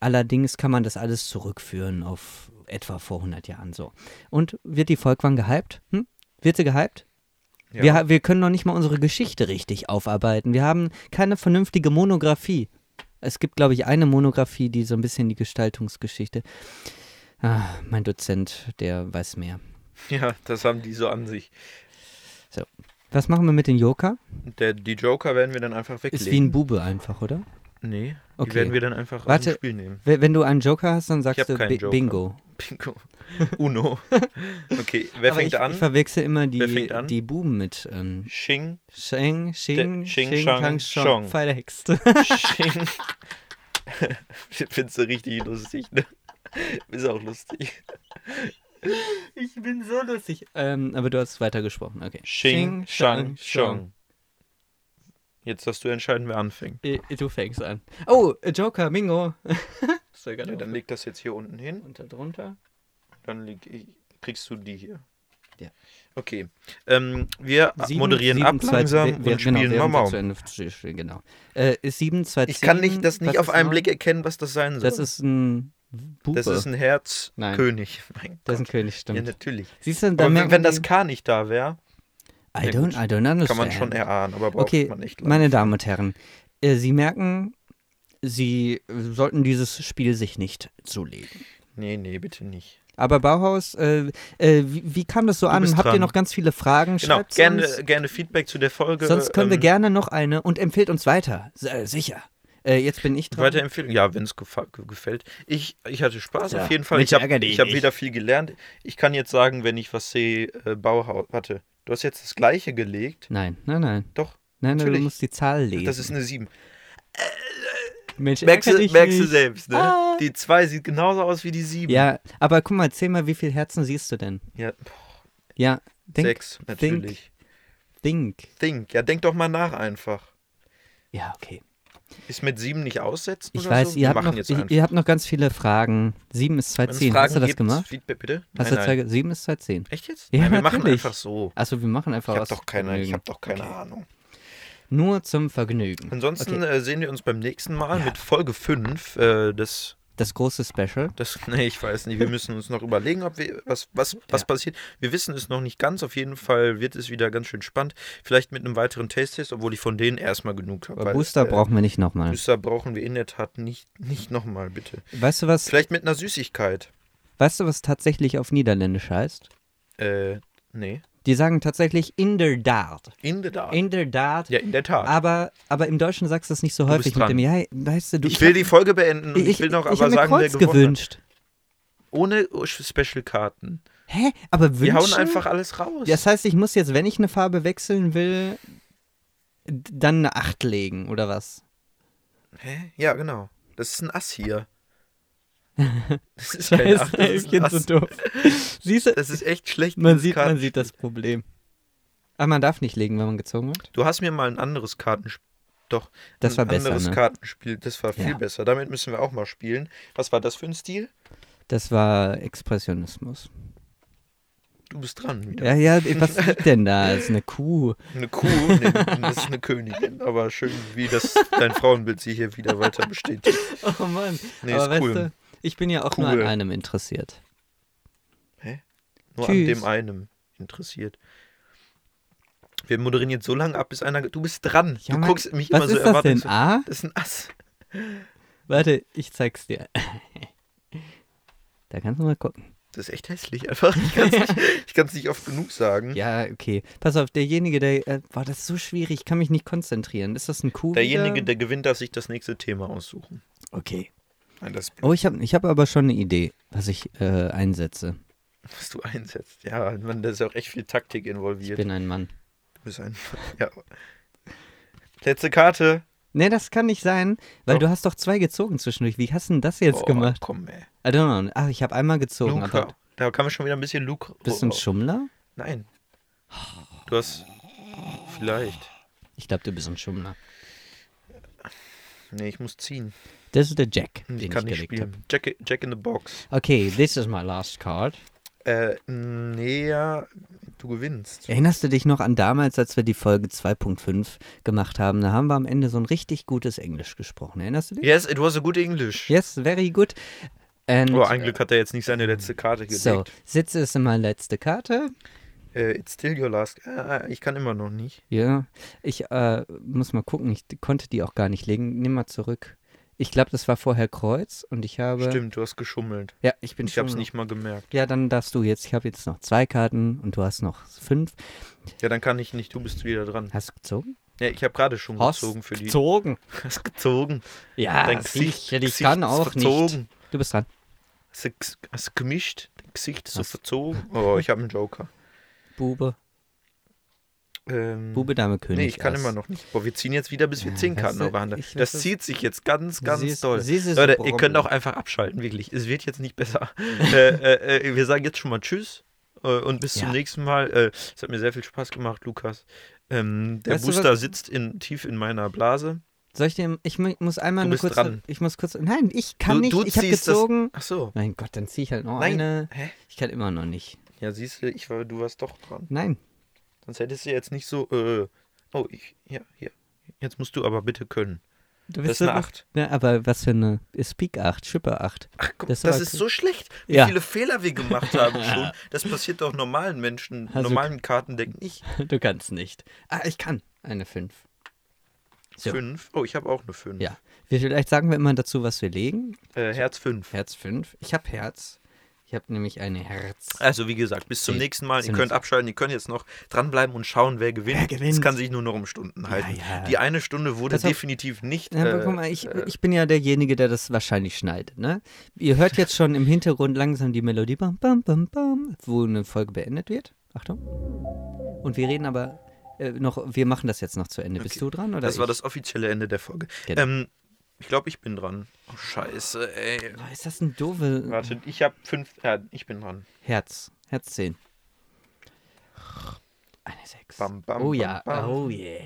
Speaker 1: Allerdings kann man das alles zurückführen auf etwa vor 100 Jahren so. Und wird die Volkwang gehypt? Hm? Wird sie gehypt?
Speaker 2: Ja.
Speaker 1: Wir, ha- wir können noch nicht mal unsere Geschichte richtig aufarbeiten. Wir haben keine vernünftige Monographie. Es gibt, glaube ich, eine Monographie, die so ein bisschen die Gestaltungsgeschichte. Ah, mein Dozent, der weiß mehr.
Speaker 2: ja, das haben die so an sich.
Speaker 1: Was machen wir mit den Joker?
Speaker 2: Der, die Joker werden wir dann
Speaker 1: Ist
Speaker 2: einfach
Speaker 1: wie ein
Speaker 2: weglegen.
Speaker 1: Bube einfach, oder?
Speaker 2: nee,
Speaker 1: Okay.
Speaker 2: die werden wir dann einfach aus
Speaker 1: Warte.
Speaker 2: dem Spiel nehmen. <laughs>
Speaker 1: W- Wenn du einen Joker hast, dann
Speaker 2: hab
Speaker 1: sagst du
Speaker 2: keinen
Speaker 1: Bi-
Speaker 2: Joker.
Speaker 1: Bingo. <laughs>
Speaker 2: Bingo. Uno. Okay, wer
Speaker 1: Aber
Speaker 2: fängt
Speaker 1: ich,
Speaker 2: an?
Speaker 1: Ich verwechsel immer
Speaker 2: Wer
Speaker 1: die,
Speaker 2: fängt an?
Speaker 1: die Buben mit ähm, <laughs>
Speaker 2: Xing,
Speaker 1: Sheng, Xing,
Speaker 2: Xing,
Speaker 1: Xing,
Speaker 2: Shang,
Speaker 1: Shang, Shong,
Speaker 2: Shong.
Speaker 1: Pfeil der Hexe. <laughs>
Speaker 2: Xing. <laughs> Findest du richtig lustig, ne? Ist auch lustig.
Speaker 1: Ich bin so lustig. Ähm, aber du hast weitergesprochen, okay.
Speaker 2: Xing,
Speaker 1: Shang,
Speaker 2: Shang, Shong. Jetzt darfst du entscheiden, wer anfängt.
Speaker 1: Äh, Du fängst an. Oh, äh, Joker, Mingo. <laughs> Ist ja
Speaker 2: Ja,
Speaker 1: gerade
Speaker 2: dann leg das jetzt hier unten hin.
Speaker 1: unter drunter.
Speaker 2: Dann leg ich, kriegst du die hier.
Speaker 1: Ja.
Speaker 2: Okay. Ähm, wir
Speaker 1: Sieben-
Speaker 2: moderieren
Speaker 1: sieben,
Speaker 2: ab
Speaker 1: zwei,
Speaker 2: langsam
Speaker 1: wir- wir-
Speaker 2: und spielen
Speaker 1: genau,
Speaker 2: genau,
Speaker 1: wir haben zu Ende- zu- zu- Genau. Äh, ist 7, 2,
Speaker 2: Ich kann nicht, das nicht auf einen Blick erkennen, was das sein soll.
Speaker 1: Das ist ein Bube.
Speaker 2: Das ist ein Herz
Speaker 1: Nein.
Speaker 2: König. Mein
Speaker 1: Das ist ein
Speaker 2: Gott.
Speaker 1: König,
Speaker 2: ja, ne-
Speaker 1: stimmt.
Speaker 2: natürlich.
Speaker 1: Siehst du, da
Speaker 2: Aber wenn,
Speaker 1: merken
Speaker 2: wenn das
Speaker 1: die-
Speaker 2: K nicht da wäre,
Speaker 1: I
Speaker 2: Ja,
Speaker 1: don't,
Speaker 2: gut.
Speaker 1: I don't understand.
Speaker 2: kann man schon erahnen, aber braucht
Speaker 1: Okay,
Speaker 2: man nicht lange.
Speaker 1: meine Damen und Herren, äh, Sie merken, Sie äh, sollten dieses Spiel sich nicht zulegen.
Speaker 2: Nee, nee, bitte nicht.
Speaker 1: Aber Bauhaus, äh, äh, wie, wie kam das so an?
Speaker 2: bist
Speaker 1: Habt ihr
Speaker 2: dran.
Speaker 1: noch ganz viele Fragen?
Speaker 2: Genau,
Speaker 1: Schreibt's
Speaker 2: gerne,
Speaker 1: uns.
Speaker 2: gerne Feedback zu der Folge.
Speaker 1: Sonst können wir
Speaker 2: ähm,
Speaker 1: gerne noch eine und empfehlt uns weiter. S- äh, sicher. Äh, jetzt bin ich dran.
Speaker 2: Weiterempfehlen, ja, wenn es gefällt. Ich, ich hatte Spaß
Speaker 1: Ja,
Speaker 2: auf jeden Fall.
Speaker 1: Mensch,
Speaker 2: Ich habe
Speaker 1: ärger dich
Speaker 2: hab
Speaker 1: nicht.
Speaker 2: wieder viel gelernt. Ich kann jetzt sagen, wenn ich was sehe, äh, Bauhaus. Warte, du hast jetzt das gleiche gelegt.
Speaker 1: Nein, nein, nein.
Speaker 2: Doch,
Speaker 1: Nein, nein, du
Speaker 2: Natürlich.
Speaker 1: musst die Zahl lesen.
Speaker 2: das ist eine 7.
Speaker 1: Mensch,
Speaker 2: Merkst,
Speaker 1: ärger
Speaker 2: du-
Speaker 1: dich
Speaker 2: merkst du
Speaker 1: nicht.
Speaker 2: selbst, ne?
Speaker 1: Ah.
Speaker 2: Die 2 sieht genauso aus wie die 7.
Speaker 1: Ja, aber guck mal, zähl mal, wie viele Herzen siehst du denn?
Speaker 2: ja
Speaker 1: Ja, denk,
Speaker 2: 6 natürlich.
Speaker 1: think.
Speaker 2: Think. Ja, denk doch mal nach einfach.
Speaker 1: Ja, okay.
Speaker 2: Ist mit 7 nicht aussetzen
Speaker 1: Ich
Speaker 2: oder
Speaker 1: weiß,
Speaker 2: so?
Speaker 1: ihr
Speaker 2: Wir
Speaker 1: habt,
Speaker 2: machen
Speaker 1: noch,
Speaker 2: jetzt
Speaker 1: ihr,
Speaker 2: einfach.
Speaker 1: ihr habt noch ganz viele Fragen. Sieben ist
Speaker 2: Wenn es
Speaker 1: 210.
Speaker 2: Fragen
Speaker 1: Hast du das
Speaker 2: gibt,
Speaker 1: gemacht?
Speaker 2: Feedback bitte.
Speaker 1: Hast du
Speaker 2: Nein,
Speaker 1: das
Speaker 2: nein.
Speaker 1: ge- Sieben ist 210.
Speaker 2: Echt jetzt?
Speaker 1: Ja,
Speaker 2: nein, wir machen
Speaker 1: natürlich.
Speaker 2: einfach so.
Speaker 1: Achso, wir machen einfach
Speaker 2: Ich habe
Speaker 1: aus
Speaker 2: doch keine, ich
Speaker 1: Vergnügen.
Speaker 2: hab doch keine
Speaker 1: Okay.
Speaker 2: Ahnung.
Speaker 1: Nur zum Vergnügen.
Speaker 2: Ansonsten
Speaker 1: Okay.
Speaker 2: äh, sehen wir uns beim nächsten Mal
Speaker 1: Ja.
Speaker 2: mit Folge 5. Äh, das,
Speaker 1: Das große Special.
Speaker 2: das, <laughs> nee, ich weiß nicht. Wir müssen uns noch überlegen, ob wir, was, was, was
Speaker 1: Ja.
Speaker 2: passiert. Wir wissen es noch nicht ganz. Auf jeden Fall wird es wieder ganz schön spannend. Vielleicht mit einem weiteren Taste-Test, obwohl ich von denen erstmal genug habe.
Speaker 1: Aber
Speaker 2: weil,
Speaker 1: Booster
Speaker 2: äh,
Speaker 1: brauchen wir nicht nochmal.
Speaker 2: Booster brauchen wir in der Tat nicht, nicht nochmal, bitte.
Speaker 1: Weißt du, was,
Speaker 2: Vielleicht mit einer Süßigkeit.
Speaker 1: weißt du, was tatsächlich auf Niederländisch heißt?
Speaker 2: Äh, nee.
Speaker 1: Die sagen tatsächlich inderdaad.
Speaker 2: In der Tat.
Speaker 1: Inderdaad.
Speaker 2: Ja, in der Tat.
Speaker 1: Aber, aber im Deutschen sagst du das nicht so
Speaker 2: bist
Speaker 1: häufig mit
Speaker 2: dran.
Speaker 1: dem, ja, weißt du, du
Speaker 2: ich will
Speaker 1: hab-
Speaker 2: die Folge beenden. und Ich, will noch
Speaker 1: ich
Speaker 2: aber
Speaker 1: hab mir
Speaker 2: sagen,
Speaker 1: Kreuz
Speaker 2: wer gewonnen
Speaker 1: gewünscht.
Speaker 2: hat. Ohne Special-Karten.
Speaker 1: Hä? Aber wünschen?
Speaker 2: Wir hauen einfach alles raus.
Speaker 1: Das heißt, ich muss jetzt, wenn ich eine Farbe wechseln will, d- dann eine 8 legen, oder was?
Speaker 2: Hä? Ja, genau. Das ist ein Ass
Speaker 1: <laughs>
Speaker 2: hier. Das ist kein Ass, das
Speaker 1: ich
Speaker 2: ist ein
Speaker 1: bin so
Speaker 2: Ass.
Speaker 1: doof. <laughs> Siehst du,
Speaker 2: Das ist echt schlecht.
Speaker 1: man
Speaker 2: dieses
Speaker 1: sieht, man
Speaker 2: Karten-
Speaker 1: sieht das Problem. Aber Ah, man darf nicht legen, wenn man gezogen hat.
Speaker 2: Du hast mir mal ein anderes Kartenspiel. Doch,
Speaker 1: Das
Speaker 2: ein
Speaker 1: war besser,
Speaker 2: anderes
Speaker 1: ne?
Speaker 2: Kartenspiel. Das war viel
Speaker 1: Ja.
Speaker 2: besser. Damit müssen wir auch mal spielen. Was war das für ein Stil?
Speaker 1: Das war Expressionismus.
Speaker 2: Du bist dran wieder.
Speaker 1: Ja, ja,
Speaker 2: <laughs>
Speaker 1: was liegt denn da? Das ist eine Kuh.
Speaker 2: Eine Kuh, nee, <laughs> das ist eine Königin. Aber schön, wie das dein Frauenbild sich hier wieder weiter bestätigt.
Speaker 1: Oh Mann.
Speaker 2: Nee,
Speaker 1: Aber
Speaker 2: ist
Speaker 1: weißt
Speaker 2: cool.
Speaker 1: du, ich bin ja auch nur
Speaker 2: Cool.
Speaker 1: an einem interessiert.
Speaker 2: Nur
Speaker 1: Tschüss.
Speaker 2: an dem einen interessiert. Wir moderieren jetzt so lange ab, bis einer. Du bist dran.
Speaker 1: Ja,
Speaker 2: du
Speaker 1: Mann,
Speaker 2: guckst mich immer
Speaker 1: Was
Speaker 2: so
Speaker 1: ist das denn? Ah.
Speaker 2: erwartungsvoll.
Speaker 1: A?
Speaker 2: Das ist ein Ass.
Speaker 1: <laughs> Warte, ich zeig's dir. Da kannst du mal gucken.
Speaker 2: Das ist echt hässlich einfach. Ich kann es nicht,
Speaker 1: <laughs>
Speaker 2: ich kann's nicht oft genug sagen.
Speaker 1: Ja, okay. Pass auf, derjenige, der. Äh, boah, das ist so schwierig. Ich kann mich nicht konzentrieren. Ist das ein Kuh?
Speaker 2: Derjenige,
Speaker 1: wieder?
Speaker 2: der gewinnt, darf sich das nächste Thema aussuchen.
Speaker 1: Okay.
Speaker 2: Nein, das ist blöd,
Speaker 1: Oh, ich habe ich hab aber schon eine Idee, was ich äh, einsetze.
Speaker 2: was du einsetzt. Ja, man, da ist auch echt viel Taktik
Speaker 1: Ich
Speaker 2: involviert.
Speaker 1: bin ein Mann.
Speaker 2: du bist ein. <laughs> Ja. Letzte Karte.
Speaker 1: Nee, das kann nicht sein, weil
Speaker 2: Doch.
Speaker 1: du hast doch zwei gezogen zwischendurch. Wie hast du denn das jetzt
Speaker 2: Boah,
Speaker 1: gemacht?
Speaker 2: Oh, Komm, ey.
Speaker 1: I don't know. Ach, ich habe einmal gezogen, aber
Speaker 2: Luca. Da kann man schon wieder ein bisschen Luke. Oh,
Speaker 1: bist du ein Schummler?
Speaker 2: Nein. Du hast. Vielleicht.
Speaker 1: Ich glaube, du bist ein Schummler.
Speaker 2: Nee, ich muss ziehen.
Speaker 1: Das ist der Jack, den
Speaker 2: Ich
Speaker 1: ich,
Speaker 2: kann nicht
Speaker 1: gelegt habe.
Speaker 2: spielen. Jack, Jack in the Box.
Speaker 1: Okay, this is my last card.
Speaker 2: Äh, nee, ja, du gewinnst.
Speaker 1: Erinnerst du dich noch an damals, als wir die Folge 2.5 gemacht haben? Da haben wir am Ende so ein richtig gutes Englisch gesprochen. Erinnerst du dich?
Speaker 2: Yes, it was a good English.
Speaker 1: Yes, very good. And
Speaker 2: Aber ein Glück hat er jetzt nicht seine letzte Karte gedeckt.
Speaker 1: so, Sitze ist immer letzte Karte.
Speaker 2: Äh, it's still your last. Ah, ich kann immer noch nicht.
Speaker 1: Ja, ich äh, muss mal gucken. Ich konnte die auch gar nicht legen. Nimm mal zurück. Ich glaube, das war vorher Kreuz und ich habe.
Speaker 2: Stimmt, du hast geschummelt.
Speaker 1: Ja, ich bin
Speaker 2: Ich hab's
Speaker 1: schon-
Speaker 2: nicht mal gemerkt.
Speaker 1: Ja, dann darfst du jetzt. Ich habe jetzt noch zwei Karten und du hast noch fünf.
Speaker 2: Ja, dann kann ich nicht. Du bist wieder dran.
Speaker 1: Hast du gezogen?
Speaker 2: Ja, ich habe gerade schon
Speaker 1: Hast
Speaker 2: gezogen für die.
Speaker 1: Gezogen.
Speaker 2: <laughs> Hast gezogen.
Speaker 1: Ja,
Speaker 2: Dein Gesicht-
Speaker 1: sicher. Ich
Speaker 2: Gesicht
Speaker 1: kann
Speaker 2: ist
Speaker 1: auch
Speaker 2: verzogen.
Speaker 1: nicht. Du bist dran.
Speaker 2: Hast du, ges- hast du gemischt? Dein Gesicht ist so
Speaker 1: Hast-
Speaker 2: verzogen. Oh, ich habe einen Joker.
Speaker 1: Bube.
Speaker 2: Ähm,
Speaker 1: Bube, Dame, König.
Speaker 2: nee, ich kann
Speaker 1: Ass.
Speaker 2: immer noch nicht. Boah, wir ziehen jetzt wieder, bis wir
Speaker 1: Ja,
Speaker 2: zehn
Speaker 1: Ah, weißt
Speaker 2: Karten
Speaker 1: du,
Speaker 2: überhand haben.
Speaker 1: ich-
Speaker 2: Das
Speaker 1: das-
Speaker 2: zieht sich jetzt ganz, ganz
Speaker 1: Siehst-
Speaker 2: toll.
Speaker 1: siehst du,
Speaker 2: Leute,
Speaker 1: so
Speaker 2: ihr könnt
Speaker 1: Problem.
Speaker 2: auch einfach abschalten, wirklich. Es wird jetzt nicht besser. <laughs> äh, äh, äh, wir sagen jetzt schon mal Tschüss äh, und bis zum
Speaker 1: Ja.
Speaker 2: nächsten Mal. Äh, Es hat mir sehr viel Spaß gemacht, Lukas. Ähm, der
Speaker 1: Weißt du was-
Speaker 2: Booster sitzt in, tief in meiner Blase.
Speaker 1: Soll ich dir. Ich mu- muss einmal
Speaker 2: Du
Speaker 1: nur
Speaker 2: bist
Speaker 1: kurz.
Speaker 2: dran.
Speaker 1: Ich muss kurz. Nein, ich kann
Speaker 2: Du-
Speaker 1: nicht.
Speaker 2: du
Speaker 1: ich habe
Speaker 2: ziehst das-
Speaker 1: gezogen.
Speaker 2: Ach so.
Speaker 1: Mein Gott, dann ziehe ich halt noch
Speaker 2: Nein.
Speaker 1: eine.
Speaker 2: Hä?
Speaker 1: Ich kann immer noch nicht.
Speaker 2: Ja, siehst du, ich war, du warst doch dran.
Speaker 1: Nein.
Speaker 2: Sonst hättest du jetzt nicht so. Äh, oh, ich, ja, hier. Jetzt musst du aber bitte können.
Speaker 1: Du
Speaker 2: Das ist
Speaker 1: so-
Speaker 2: eine 8.
Speaker 1: Ja, aber was für eine Speak 8, Schippe 8.
Speaker 2: Ach, guck, das,
Speaker 1: Das war
Speaker 2: ist
Speaker 1: cool.
Speaker 2: so schlecht, wie
Speaker 1: Ja.
Speaker 2: viele Fehler wir gemacht
Speaker 1: <laughs>
Speaker 2: haben schon. Das passiert doch normalen Menschen,
Speaker 1: Also-
Speaker 2: normalen Kartendecken nicht.
Speaker 1: <laughs> Du kannst nicht. Ah, ich kann. Eine 5. So.
Speaker 2: Fünf. Oh, ich habe auch eine 5.
Speaker 1: Ja. Wir, vielleicht sagen wir immer dazu, was wir legen.
Speaker 2: Äh, Herz 5.
Speaker 1: Herz 5. Ich habe Herz. Ich habe nämlich eine Herz.
Speaker 2: Also wie gesagt, bis zum
Speaker 1: Okay,
Speaker 2: nächsten Mal.
Speaker 1: bis
Speaker 2: Ihr
Speaker 1: zum
Speaker 2: könnt
Speaker 1: nächsten
Speaker 2: abschalten, ihr könnt jetzt noch dranbleiben und schauen, wer gewinnt.
Speaker 1: Wer gewinnt?
Speaker 2: Es kann sich nur noch um Stunden halten.
Speaker 1: ja.
Speaker 2: Die eine Stunde wurde
Speaker 1: Pass auf.
Speaker 2: definitiv nicht.
Speaker 1: Ja, aber
Speaker 2: äh,
Speaker 1: guck mal, ich,
Speaker 2: äh,
Speaker 1: ich bin ja derjenige, der das wahrscheinlich schneidet, ne? Ihr hört jetzt schon im Hintergrund langsam die Melodie, bam, bam, bam, bam, wo eine Folge beendet wird. Achtung. Und wir reden aber äh, noch, wir machen das jetzt noch zu Ende.
Speaker 2: Okay.
Speaker 1: Bist du dran? Oder
Speaker 2: das war
Speaker 1: ich?
Speaker 2: das offizielle Ende der Folge.
Speaker 1: Genau.
Speaker 2: Ähm, ich glaube, ich bin dran. Oh, scheiße, ey.
Speaker 1: Boah, ist das ein doofe
Speaker 2: Warte, ich habe fünf. Ja, ich bin dran.
Speaker 1: Herz. Herz 10. Eine 6.
Speaker 2: Bam, bam,
Speaker 1: oh
Speaker 2: bam,
Speaker 1: ja,
Speaker 2: bam.
Speaker 1: oh yeah.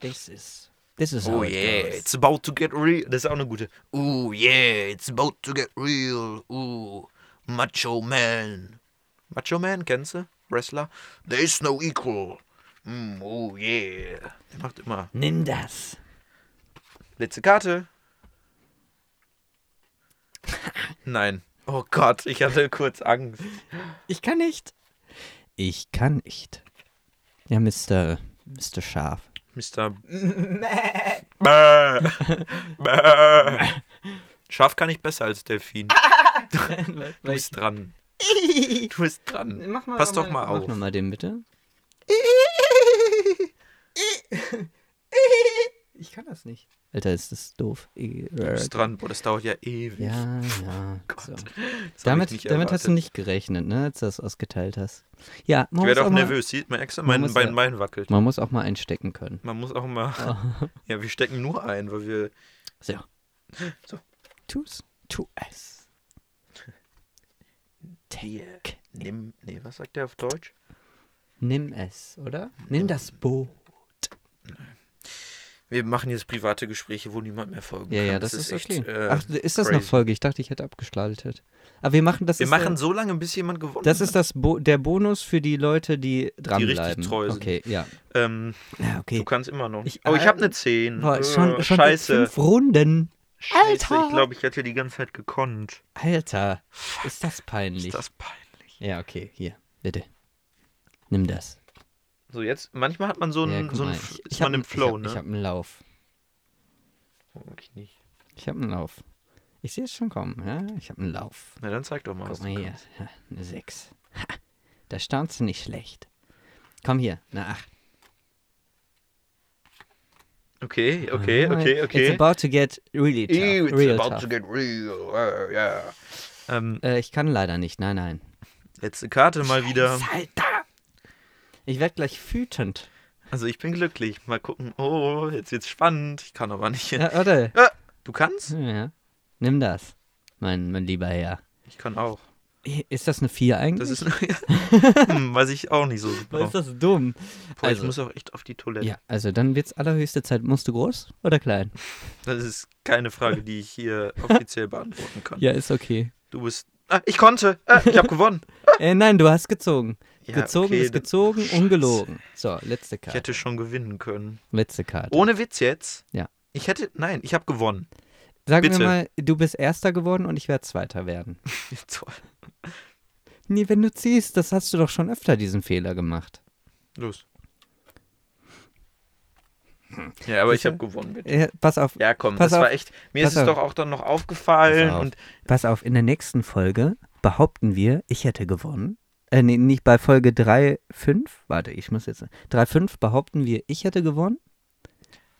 Speaker 1: This is, this is how
Speaker 2: Oh
Speaker 1: it
Speaker 2: yeah,
Speaker 1: goes.
Speaker 2: it's about to get real. Das ist auch eine gute. Oh yeah, it's about to get real. Oh, Macho Man. Macho Man, kennst du? Wrestler? There is no equal. Mm, oh yeah. Er macht immer.
Speaker 1: Nimm das.
Speaker 2: Letzte Karte. Nein. Oh Gott, ich hatte kurz Angst.
Speaker 1: Ich kann nicht. Ich kann nicht. Ja, Mr. Mr. Schaf.
Speaker 2: Mr.
Speaker 1: <laughs>
Speaker 2: Bäh. Bäh. Schaf kann ich besser
Speaker 1: <laughs>
Speaker 2: als Delfin. Du bist dran. Du bist dran.
Speaker 1: Mach mal
Speaker 2: Pass
Speaker 1: noch
Speaker 2: doch mal auf.
Speaker 1: Mach noch mal den bitte. Ich kann das nicht. Alter, ist das doof.
Speaker 2: Du bist dran. Boah, das dauert ja ewig.
Speaker 1: Ja, ja.
Speaker 2: Gott.
Speaker 1: So.
Speaker 2: Das hab ich
Speaker 1: Damit,
Speaker 2: nicht
Speaker 1: damit hast du
Speaker 2: erwartet.
Speaker 1: nicht gerechnet, ne, als du das ausgeteilt hast. Ja, man
Speaker 2: Ich
Speaker 1: muss,
Speaker 2: werde
Speaker 1: auch
Speaker 2: auch
Speaker 1: mal,
Speaker 2: nervös. Sieht man extra,
Speaker 1: Man
Speaker 2: mein,
Speaker 1: muss
Speaker 2: mein
Speaker 1: ja-
Speaker 2: Bein wackelt.
Speaker 1: man muss auch mal einstecken können.
Speaker 2: Man muss auch mal.
Speaker 1: Oh.
Speaker 2: <laughs> Ja, wir stecken nur ein, weil wir.
Speaker 1: So.
Speaker 2: So.
Speaker 1: Tu's. Tu es.
Speaker 2: Take. Nimm. Nee, was sagt der auf Deutsch?
Speaker 1: Nimm es, oder? Nimm das Boot.
Speaker 2: Wir machen jetzt private Gespräche, wo niemand mehr folgen
Speaker 1: Ja,
Speaker 2: kann.
Speaker 1: ja, das, ist,
Speaker 2: echt,
Speaker 1: okay.
Speaker 2: äh,
Speaker 1: Ach, ist das noch
Speaker 2: crazy.
Speaker 1: Folge? Ich dachte, ich hätte abgeschaltet. Aber wir machen das.
Speaker 2: Wir
Speaker 1: ist
Speaker 2: machen
Speaker 1: der,
Speaker 2: so lange, bis jemand gewonnen
Speaker 1: das
Speaker 2: hat.
Speaker 1: ist das Bo der Bonus für die Leute, die dranbleiben.
Speaker 2: treu sind.
Speaker 1: Okay, ja.
Speaker 2: Ähm,
Speaker 1: Ja,
Speaker 2: Du
Speaker 1: okay.
Speaker 2: kannst immer noch.
Speaker 1: Ich-
Speaker 2: oh, ich habe
Speaker 1: äh,
Speaker 2: eine 10.
Speaker 1: Boah,
Speaker 2: Äh,
Speaker 1: schon, schon
Speaker 2: Scheiße.
Speaker 1: fünf Runden.
Speaker 2: Scheiße,
Speaker 1: Alter.
Speaker 2: ich glaube, ich hätte die ganze Zeit gekonnt.
Speaker 1: Alter, ist das peinlich.
Speaker 2: Ist das peinlich.
Speaker 1: Ja, okay, hier, bitte. Nimm das.
Speaker 2: So, jetzt, manchmal hat man so
Speaker 1: ja,
Speaker 2: einen,
Speaker 1: guck
Speaker 2: so einen
Speaker 1: mal,
Speaker 2: F-
Speaker 1: ich,
Speaker 2: ist
Speaker 1: ich
Speaker 2: man
Speaker 1: hab-
Speaker 2: im Flow,
Speaker 1: ich hab, Ich
Speaker 2: ne?
Speaker 1: hab einen Lauf.
Speaker 2: Ich nicht.
Speaker 1: Ich hab einen Lauf. Ich sehe es schon kommen. Ja? Ich habe einen Lauf.
Speaker 2: Na dann zeig doch mal, was
Speaker 1: Guck
Speaker 2: du
Speaker 1: mal hier.
Speaker 2: kannst.
Speaker 1: Ja, eine 6. Ha, da staunst du nicht schlecht. Komm hier, eine 8.
Speaker 2: Okay, okay, okay, okay.
Speaker 1: It's about to get really tough.
Speaker 2: Ew, it's
Speaker 1: real
Speaker 2: about
Speaker 1: tough.
Speaker 2: to get real. uh, yeah. Ähm,
Speaker 1: äh, ich kann leider nicht, nein, nein.
Speaker 2: letzte Karte mal wieder.
Speaker 1: Alter! Ich werde gleich wütend.
Speaker 2: Also ich bin glücklich. Mal gucken. Oh, jetzt wird's spannend. Ich kann aber nicht.
Speaker 1: Ja, oder?
Speaker 2: Ah, du kannst?
Speaker 1: Ja. Nimm das, mein, mein lieber Herr.
Speaker 2: Ich kann auch.
Speaker 1: Ist das eine 4 eigentlich?
Speaker 2: Das ist
Speaker 1: <laughs>
Speaker 2: hm, weiß ich auch nicht so
Speaker 1: Boah,
Speaker 2: genau.
Speaker 1: ist das dumm?
Speaker 2: Boah, ich
Speaker 1: also-
Speaker 2: muss auch echt auf die Toilette.
Speaker 1: Ja, also dann wird's allerhöchste Zeit. Musst du groß oder klein?
Speaker 2: Das ist keine Frage, die ich hier
Speaker 1: <laughs>
Speaker 2: offiziell beantworten kann.
Speaker 1: Ja, ist okay.
Speaker 2: Du bist. Ah, ich konnte. Ah,
Speaker 1: <laughs>
Speaker 2: ich habe gewonnen.
Speaker 1: Äh, nein, du hast gezogen.
Speaker 2: Ja,
Speaker 1: gezogen
Speaker 2: okay,
Speaker 1: ist
Speaker 2: dann-
Speaker 1: gezogen,
Speaker 2: Scheiße.
Speaker 1: ungelogen. So, letzte
Speaker 2: Ich
Speaker 1: Karte.
Speaker 2: hätte schon gewinnen können.
Speaker 1: Letzte Karte.
Speaker 2: Ohne Witz jetzt.
Speaker 1: Ja.
Speaker 2: Ich hätte. Nein, ich habe gewonnen. <laughs>
Speaker 1: Sagen
Speaker 2: bitte.
Speaker 1: wir mal, du bist Erster geworden und ich werde Zweiter werden.
Speaker 2: Toll.
Speaker 1: Nee, wenn du ziehst, das hast du doch schon öfter diesen Fehler gemacht.
Speaker 2: Los. Hm. Ja, aber ich
Speaker 1: Sicher?
Speaker 2: habe gewonnen. Bitte.
Speaker 1: Äh, pass auf,
Speaker 2: Ja, komm,
Speaker 1: Pass
Speaker 2: das war
Speaker 1: auf,
Speaker 2: echt. Mir
Speaker 1: pass
Speaker 2: ist es
Speaker 1: auf.
Speaker 2: doch auch dann noch aufgefallen
Speaker 1: Pass auf.
Speaker 2: und
Speaker 1: Pass auf, in der nächsten Folge behaupten wir, ich hätte gewonnen. Äh, nee, nicht bei Folge 3, 5. Warte, ich muss jetzt. 3, 5 behaupten wir, ich hätte gewonnen.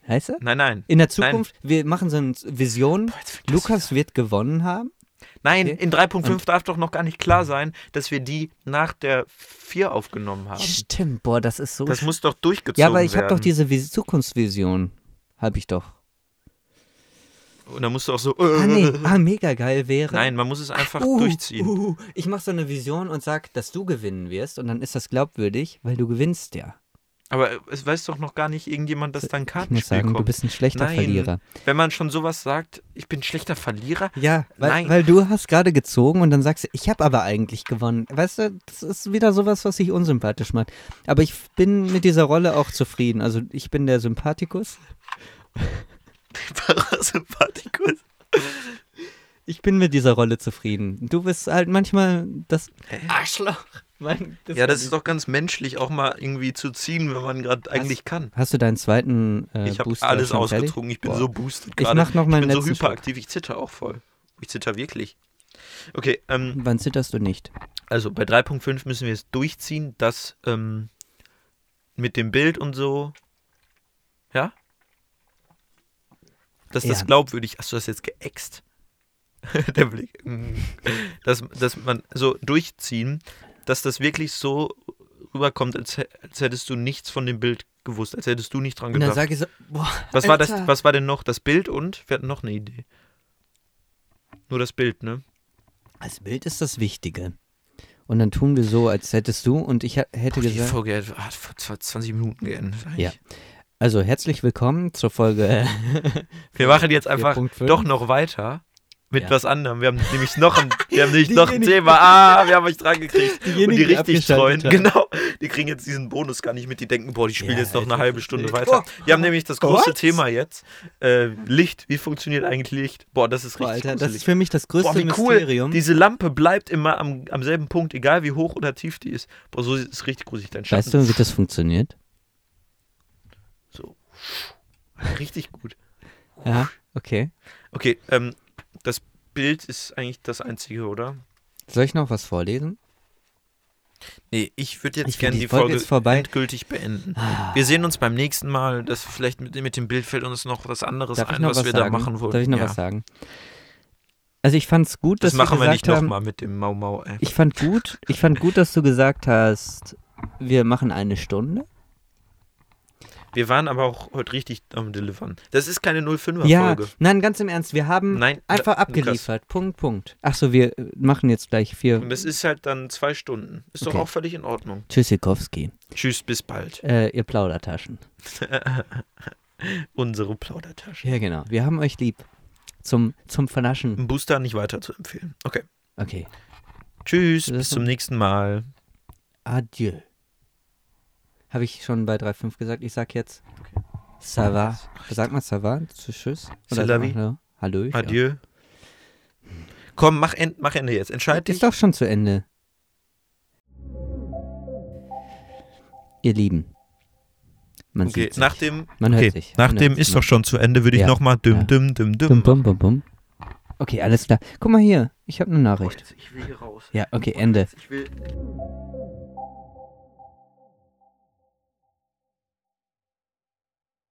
Speaker 1: Heißt das?
Speaker 2: nein, nein.
Speaker 1: In der Zukunft, wir machen so eine Vision.
Speaker 2: jetzt wird das
Speaker 1: Lukas wird gewonnen haben.
Speaker 2: Nein,
Speaker 1: Okay.
Speaker 2: in 3.5 darf doch noch gar nicht klar sein, dass wir die nach der 4 aufgenommen haben.
Speaker 1: Stimmt, boah, das ist so.
Speaker 2: Das
Speaker 1: sch-
Speaker 2: muss doch durchgezogen
Speaker 1: ja, aber ich habe
Speaker 2: werden.
Speaker 1: doch diese Vis Zukunftsvision. Habe ich
Speaker 2: <laughs>
Speaker 1: doch.
Speaker 2: Und dann musst du auch so.
Speaker 1: Ah, nee. Ah, mega geil wäre.
Speaker 2: <laughs> Nein, man muss es einfach
Speaker 1: Uh,
Speaker 2: durchziehen.
Speaker 1: Uh, ich mache so eine Vision und sag, dass du gewinnen wirst. Und dann ist das glaubwürdig, weil du gewinnst ja.
Speaker 2: Aber es weiß doch noch gar nicht irgendjemand, dass da ein
Speaker 1: Ich muss
Speaker 2: Kartenspiel
Speaker 1: sagen,
Speaker 2: kommt.
Speaker 1: du bist ein schlechter
Speaker 2: Nein.
Speaker 1: Verlierer.
Speaker 2: Wenn man schon sowas sagt, ich bin ein schlechter Verlierer. <laughs>
Speaker 1: Ja,
Speaker 2: Nein.
Speaker 1: weil, weil du hast gerade gezogen und dann sagst du, ich habe aber eigentlich gewonnen. Weißt du, das ist wieder sowas, was sich unsympathisch macht. Aber ich bin mit dieser Rolle auch zufrieden. Also ich bin der Sympathikus.
Speaker 2: Parasympathikus.
Speaker 1: Ich bin mit dieser Rolle zufrieden. Du bist halt manchmal das Arschloch. Mein,
Speaker 2: Ja, das ist doch ganz menschlich, auch mal irgendwie zu ziehen, wenn man gerade eigentlich kann.
Speaker 1: Hast du deinen zweiten äh,
Speaker 2: Ich habe
Speaker 1: Booster
Speaker 2: alles
Speaker 1: schon fertig?
Speaker 2: ausgetrunken, ich bin
Speaker 1: Boah.
Speaker 2: so boosted
Speaker 1: Ich
Speaker 2: gerade.
Speaker 1: mach noch meinen
Speaker 2: bin so
Speaker 1: letzten Schluck.
Speaker 2: hyperaktiv, ich zitter auch voll. Ich zitter wirklich. Okay, ähm,
Speaker 1: Wann zitterst du nicht?
Speaker 2: also bei 3.5 müssen wir es durchziehen, das ähm, mit dem Bild und so. Ja? Dass das
Speaker 1: Ja.
Speaker 2: glaubwürdig. Achso, du hast jetzt geäxt. <laughs> Der Blick. mm. Dass, dass man so durchziehen, dass das wirklich so rüberkommt, als, hä- als hättest du nichts von dem Bild gewusst, als hättest du nicht dran
Speaker 1: Und dann
Speaker 2: gedacht.
Speaker 1: sage ich so, boah,
Speaker 2: Was war, das,
Speaker 1: Alter.
Speaker 2: was war denn noch? Das Bild und? Wir hatten noch eine Idee. Nur das Bild, ne?
Speaker 1: das Bild ist das Wichtige. Und dann tun wir so, als hättest du und ich hä- hätte
Speaker 2: Die
Speaker 1: gesagt.
Speaker 2: Folge hat hat vor zw- 20 Minuten geendet. eigentlich.
Speaker 1: Ja. Also herzlich willkommen zur Folge. äh,
Speaker 2: Wir machen jetzt einfach
Speaker 1: 4.5.
Speaker 2: doch noch weiter mit
Speaker 1: Ja.
Speaker 2: was anderem. Wir haben nämlich noch ein, wir
Speaker 1: <laughs>
Speaker 2: haben nämlich noch ein
Speaker 1: Diejenigen-
Speaker 2: Thema. Ah, wir haben euch dran gekriegt.
Speaker 1: Diejenigen,
Speaker 2: und die
Speaker 1: die
Speaker 2: richtig treuen,
Speaker 1: abgeschaltet
Speaker 2: genau, die kriegen jetzt diesen Bonus gar nicht mit. Die denken, boah, die spielen
Speaker 1: Ja,
Speaker 2: jetzt noch eine
Speaker 1: Alter,
Speaker 2: halbe
Speaker 1: verstehe.
Speaker 2: Stunde weiter.
Speaker 1: Boah.
Speaker 2: Wir haben nämlich das große
Speaker 1: What?
Speaker 2: Thema jetzt. Äh, Licht. Wie funktioniert eigentlich Licht? Boah, das ist
Speaker 1: Boah,
Speaker 2: richtig
Speaker 1: Alter, das
Speaker 2: gruselig.
Speaker 1: ist für mich das größte
Speaker 2: Boah, wie cool.
Speaker 1: Mysterium.
Speaker 2: Diese Lampe bleibt immer am, am selben Punkt, egal wie hoch oder tief die ist. Boah, so ist es richtig gruselig, dein Schatten.
Speaker 1: Weißt du, wie das funktioniert?
Speaker 2: So. Richtig gut.
Speaker 1: Ja, okay.
Speaker 2: Okay, ähm, das Bild ist eigentlich das einzige, oder?
Speaker 1: Soll ich noch was vorlesen?
Speaker 2: Nee, ich würde
Speaker 1: Ich
Speaker 2: jetzt
Speaker 1: find
Speaker 2: gerne
Speaker 1: die
Speaker 2: die
Speaker 1: Folge
Speaker 2: Folge
Speaker 1: ist vorbei. Ah.
Speaker 2: endgültig beenden. Wir sehen uns beim nächsten Mal. Das vielleicht mit, mit dem Bild fällt uns noch was anderes
Speaker 1: Darf ich
Speaker 2: ein,
Speaker 1: noch
Speaker 2: was,
Speaker 1: was
Speaker 2: wir da
Speaker 1: sagen?
Speaker 2: machen wollten.
Speaker 1: Darf ich noch
Speaker 2: ja.
Speaker 1: was sagen? Also ich fand's gut,
Speaker 2: Das
Speaker 1: dass
Speaker 2: machen
Speaker 1: wir
Speaker 2: wir
Speaker 1: gesagt
Speaker 2: nicht
Speaker 1: haben,
Speaker 2: nochmal mit dem Mau Mau. Ey.
Speaker 1: ich fand gut, ich fand gut, dass du gesagt hast, wir machen eine Stunde.
Speaker 2: Wir waren aber auch heute richtig am Delivern. Das ist keine 05er-Folge.
Speaker 1: ja, nein, ganz im Ernst, wir haben
Speaker 2: Nein, ne,
Speaker 1: einfach
Speaker 2: Lukas.
Speaker 1: abgeliefert. Punkt, Punkt. Ach so, wir äh, machen jetzt gleich
Speaker 2: Und
Speaker 1: vier.
Speaker 2: das ist halt dann zwei Stunden. Ist doch
Speaker 1: Okay.
Speaker 2: auch völlig in Ordnung.
Speaker 1: Tschüssikowski,
Speaker 2: Tschüss, bis bald.
Speaker 1: äh, ihr Plaudertaschen.
Speaker 2: Unsere Plaudertasche.
Speaker 1: Ja, genau. Wir haben euch lieb. Zum, zum Vernaschen.
Speaker 2: Ein Booster nicht weiter zu empfehlen. Okay.
Speaker 1: Okay.
Speaker 2: Tschüss,
Speaker 1: Das
Speaker 2: bis
Speaker 1: ist-
Speaker 2: zum nächsten Mal.
Speaker 1: Adieu. Habe ich schon bei 3.5 gesagt. Ich sag jetzt. Ça va. Sag mal ça va. zu Tschüss.
Speaker 2: C'est la
Speaker 1: sag mal
Speaker 2: vie.
Speaker 1: Hallo. Hallo.
Speaker 2: Adieu. Komm, mach, end, mach Ende jetzt.
Speaker 1: Ja.
Speaker 2: Entscheid dich.
Speaker 1: Ist doch schon zu Ende. Ihr Lieben. Man
Speaker 2: Okay,
Speaker 1: sieht
Speaker 2: nach
Speaker 1: sich.
Speaker 2: dem,
Speaker 1: Man hört
Speaker 2: okay,
Speaker 1: sich.
Speaker 2: nach
Speaker 1: Man
Speaker 2: dem
Speaker 1: hört
Speaker 2: ist
Speaker 1: sich.
Speaker 2: doch schon zu Ende, würde ich
Speaker 1: Ja.
Speaker 2: nochmal düm,
Speaker 1: Ja.
Speaker 2: düm, düm, düm.
Speaker 1: Bum, bum, bum, bum.
Speaker 2: Okay, alles klar. Guck mal hier, ich habe eine
Speaker 1: Oh,
Speaker 2: Nachricht.
Speaker 1: jetzt, ich will hier raus.
Speaker 2: Ja, okay, Ende.
Speaker 1: Ich will.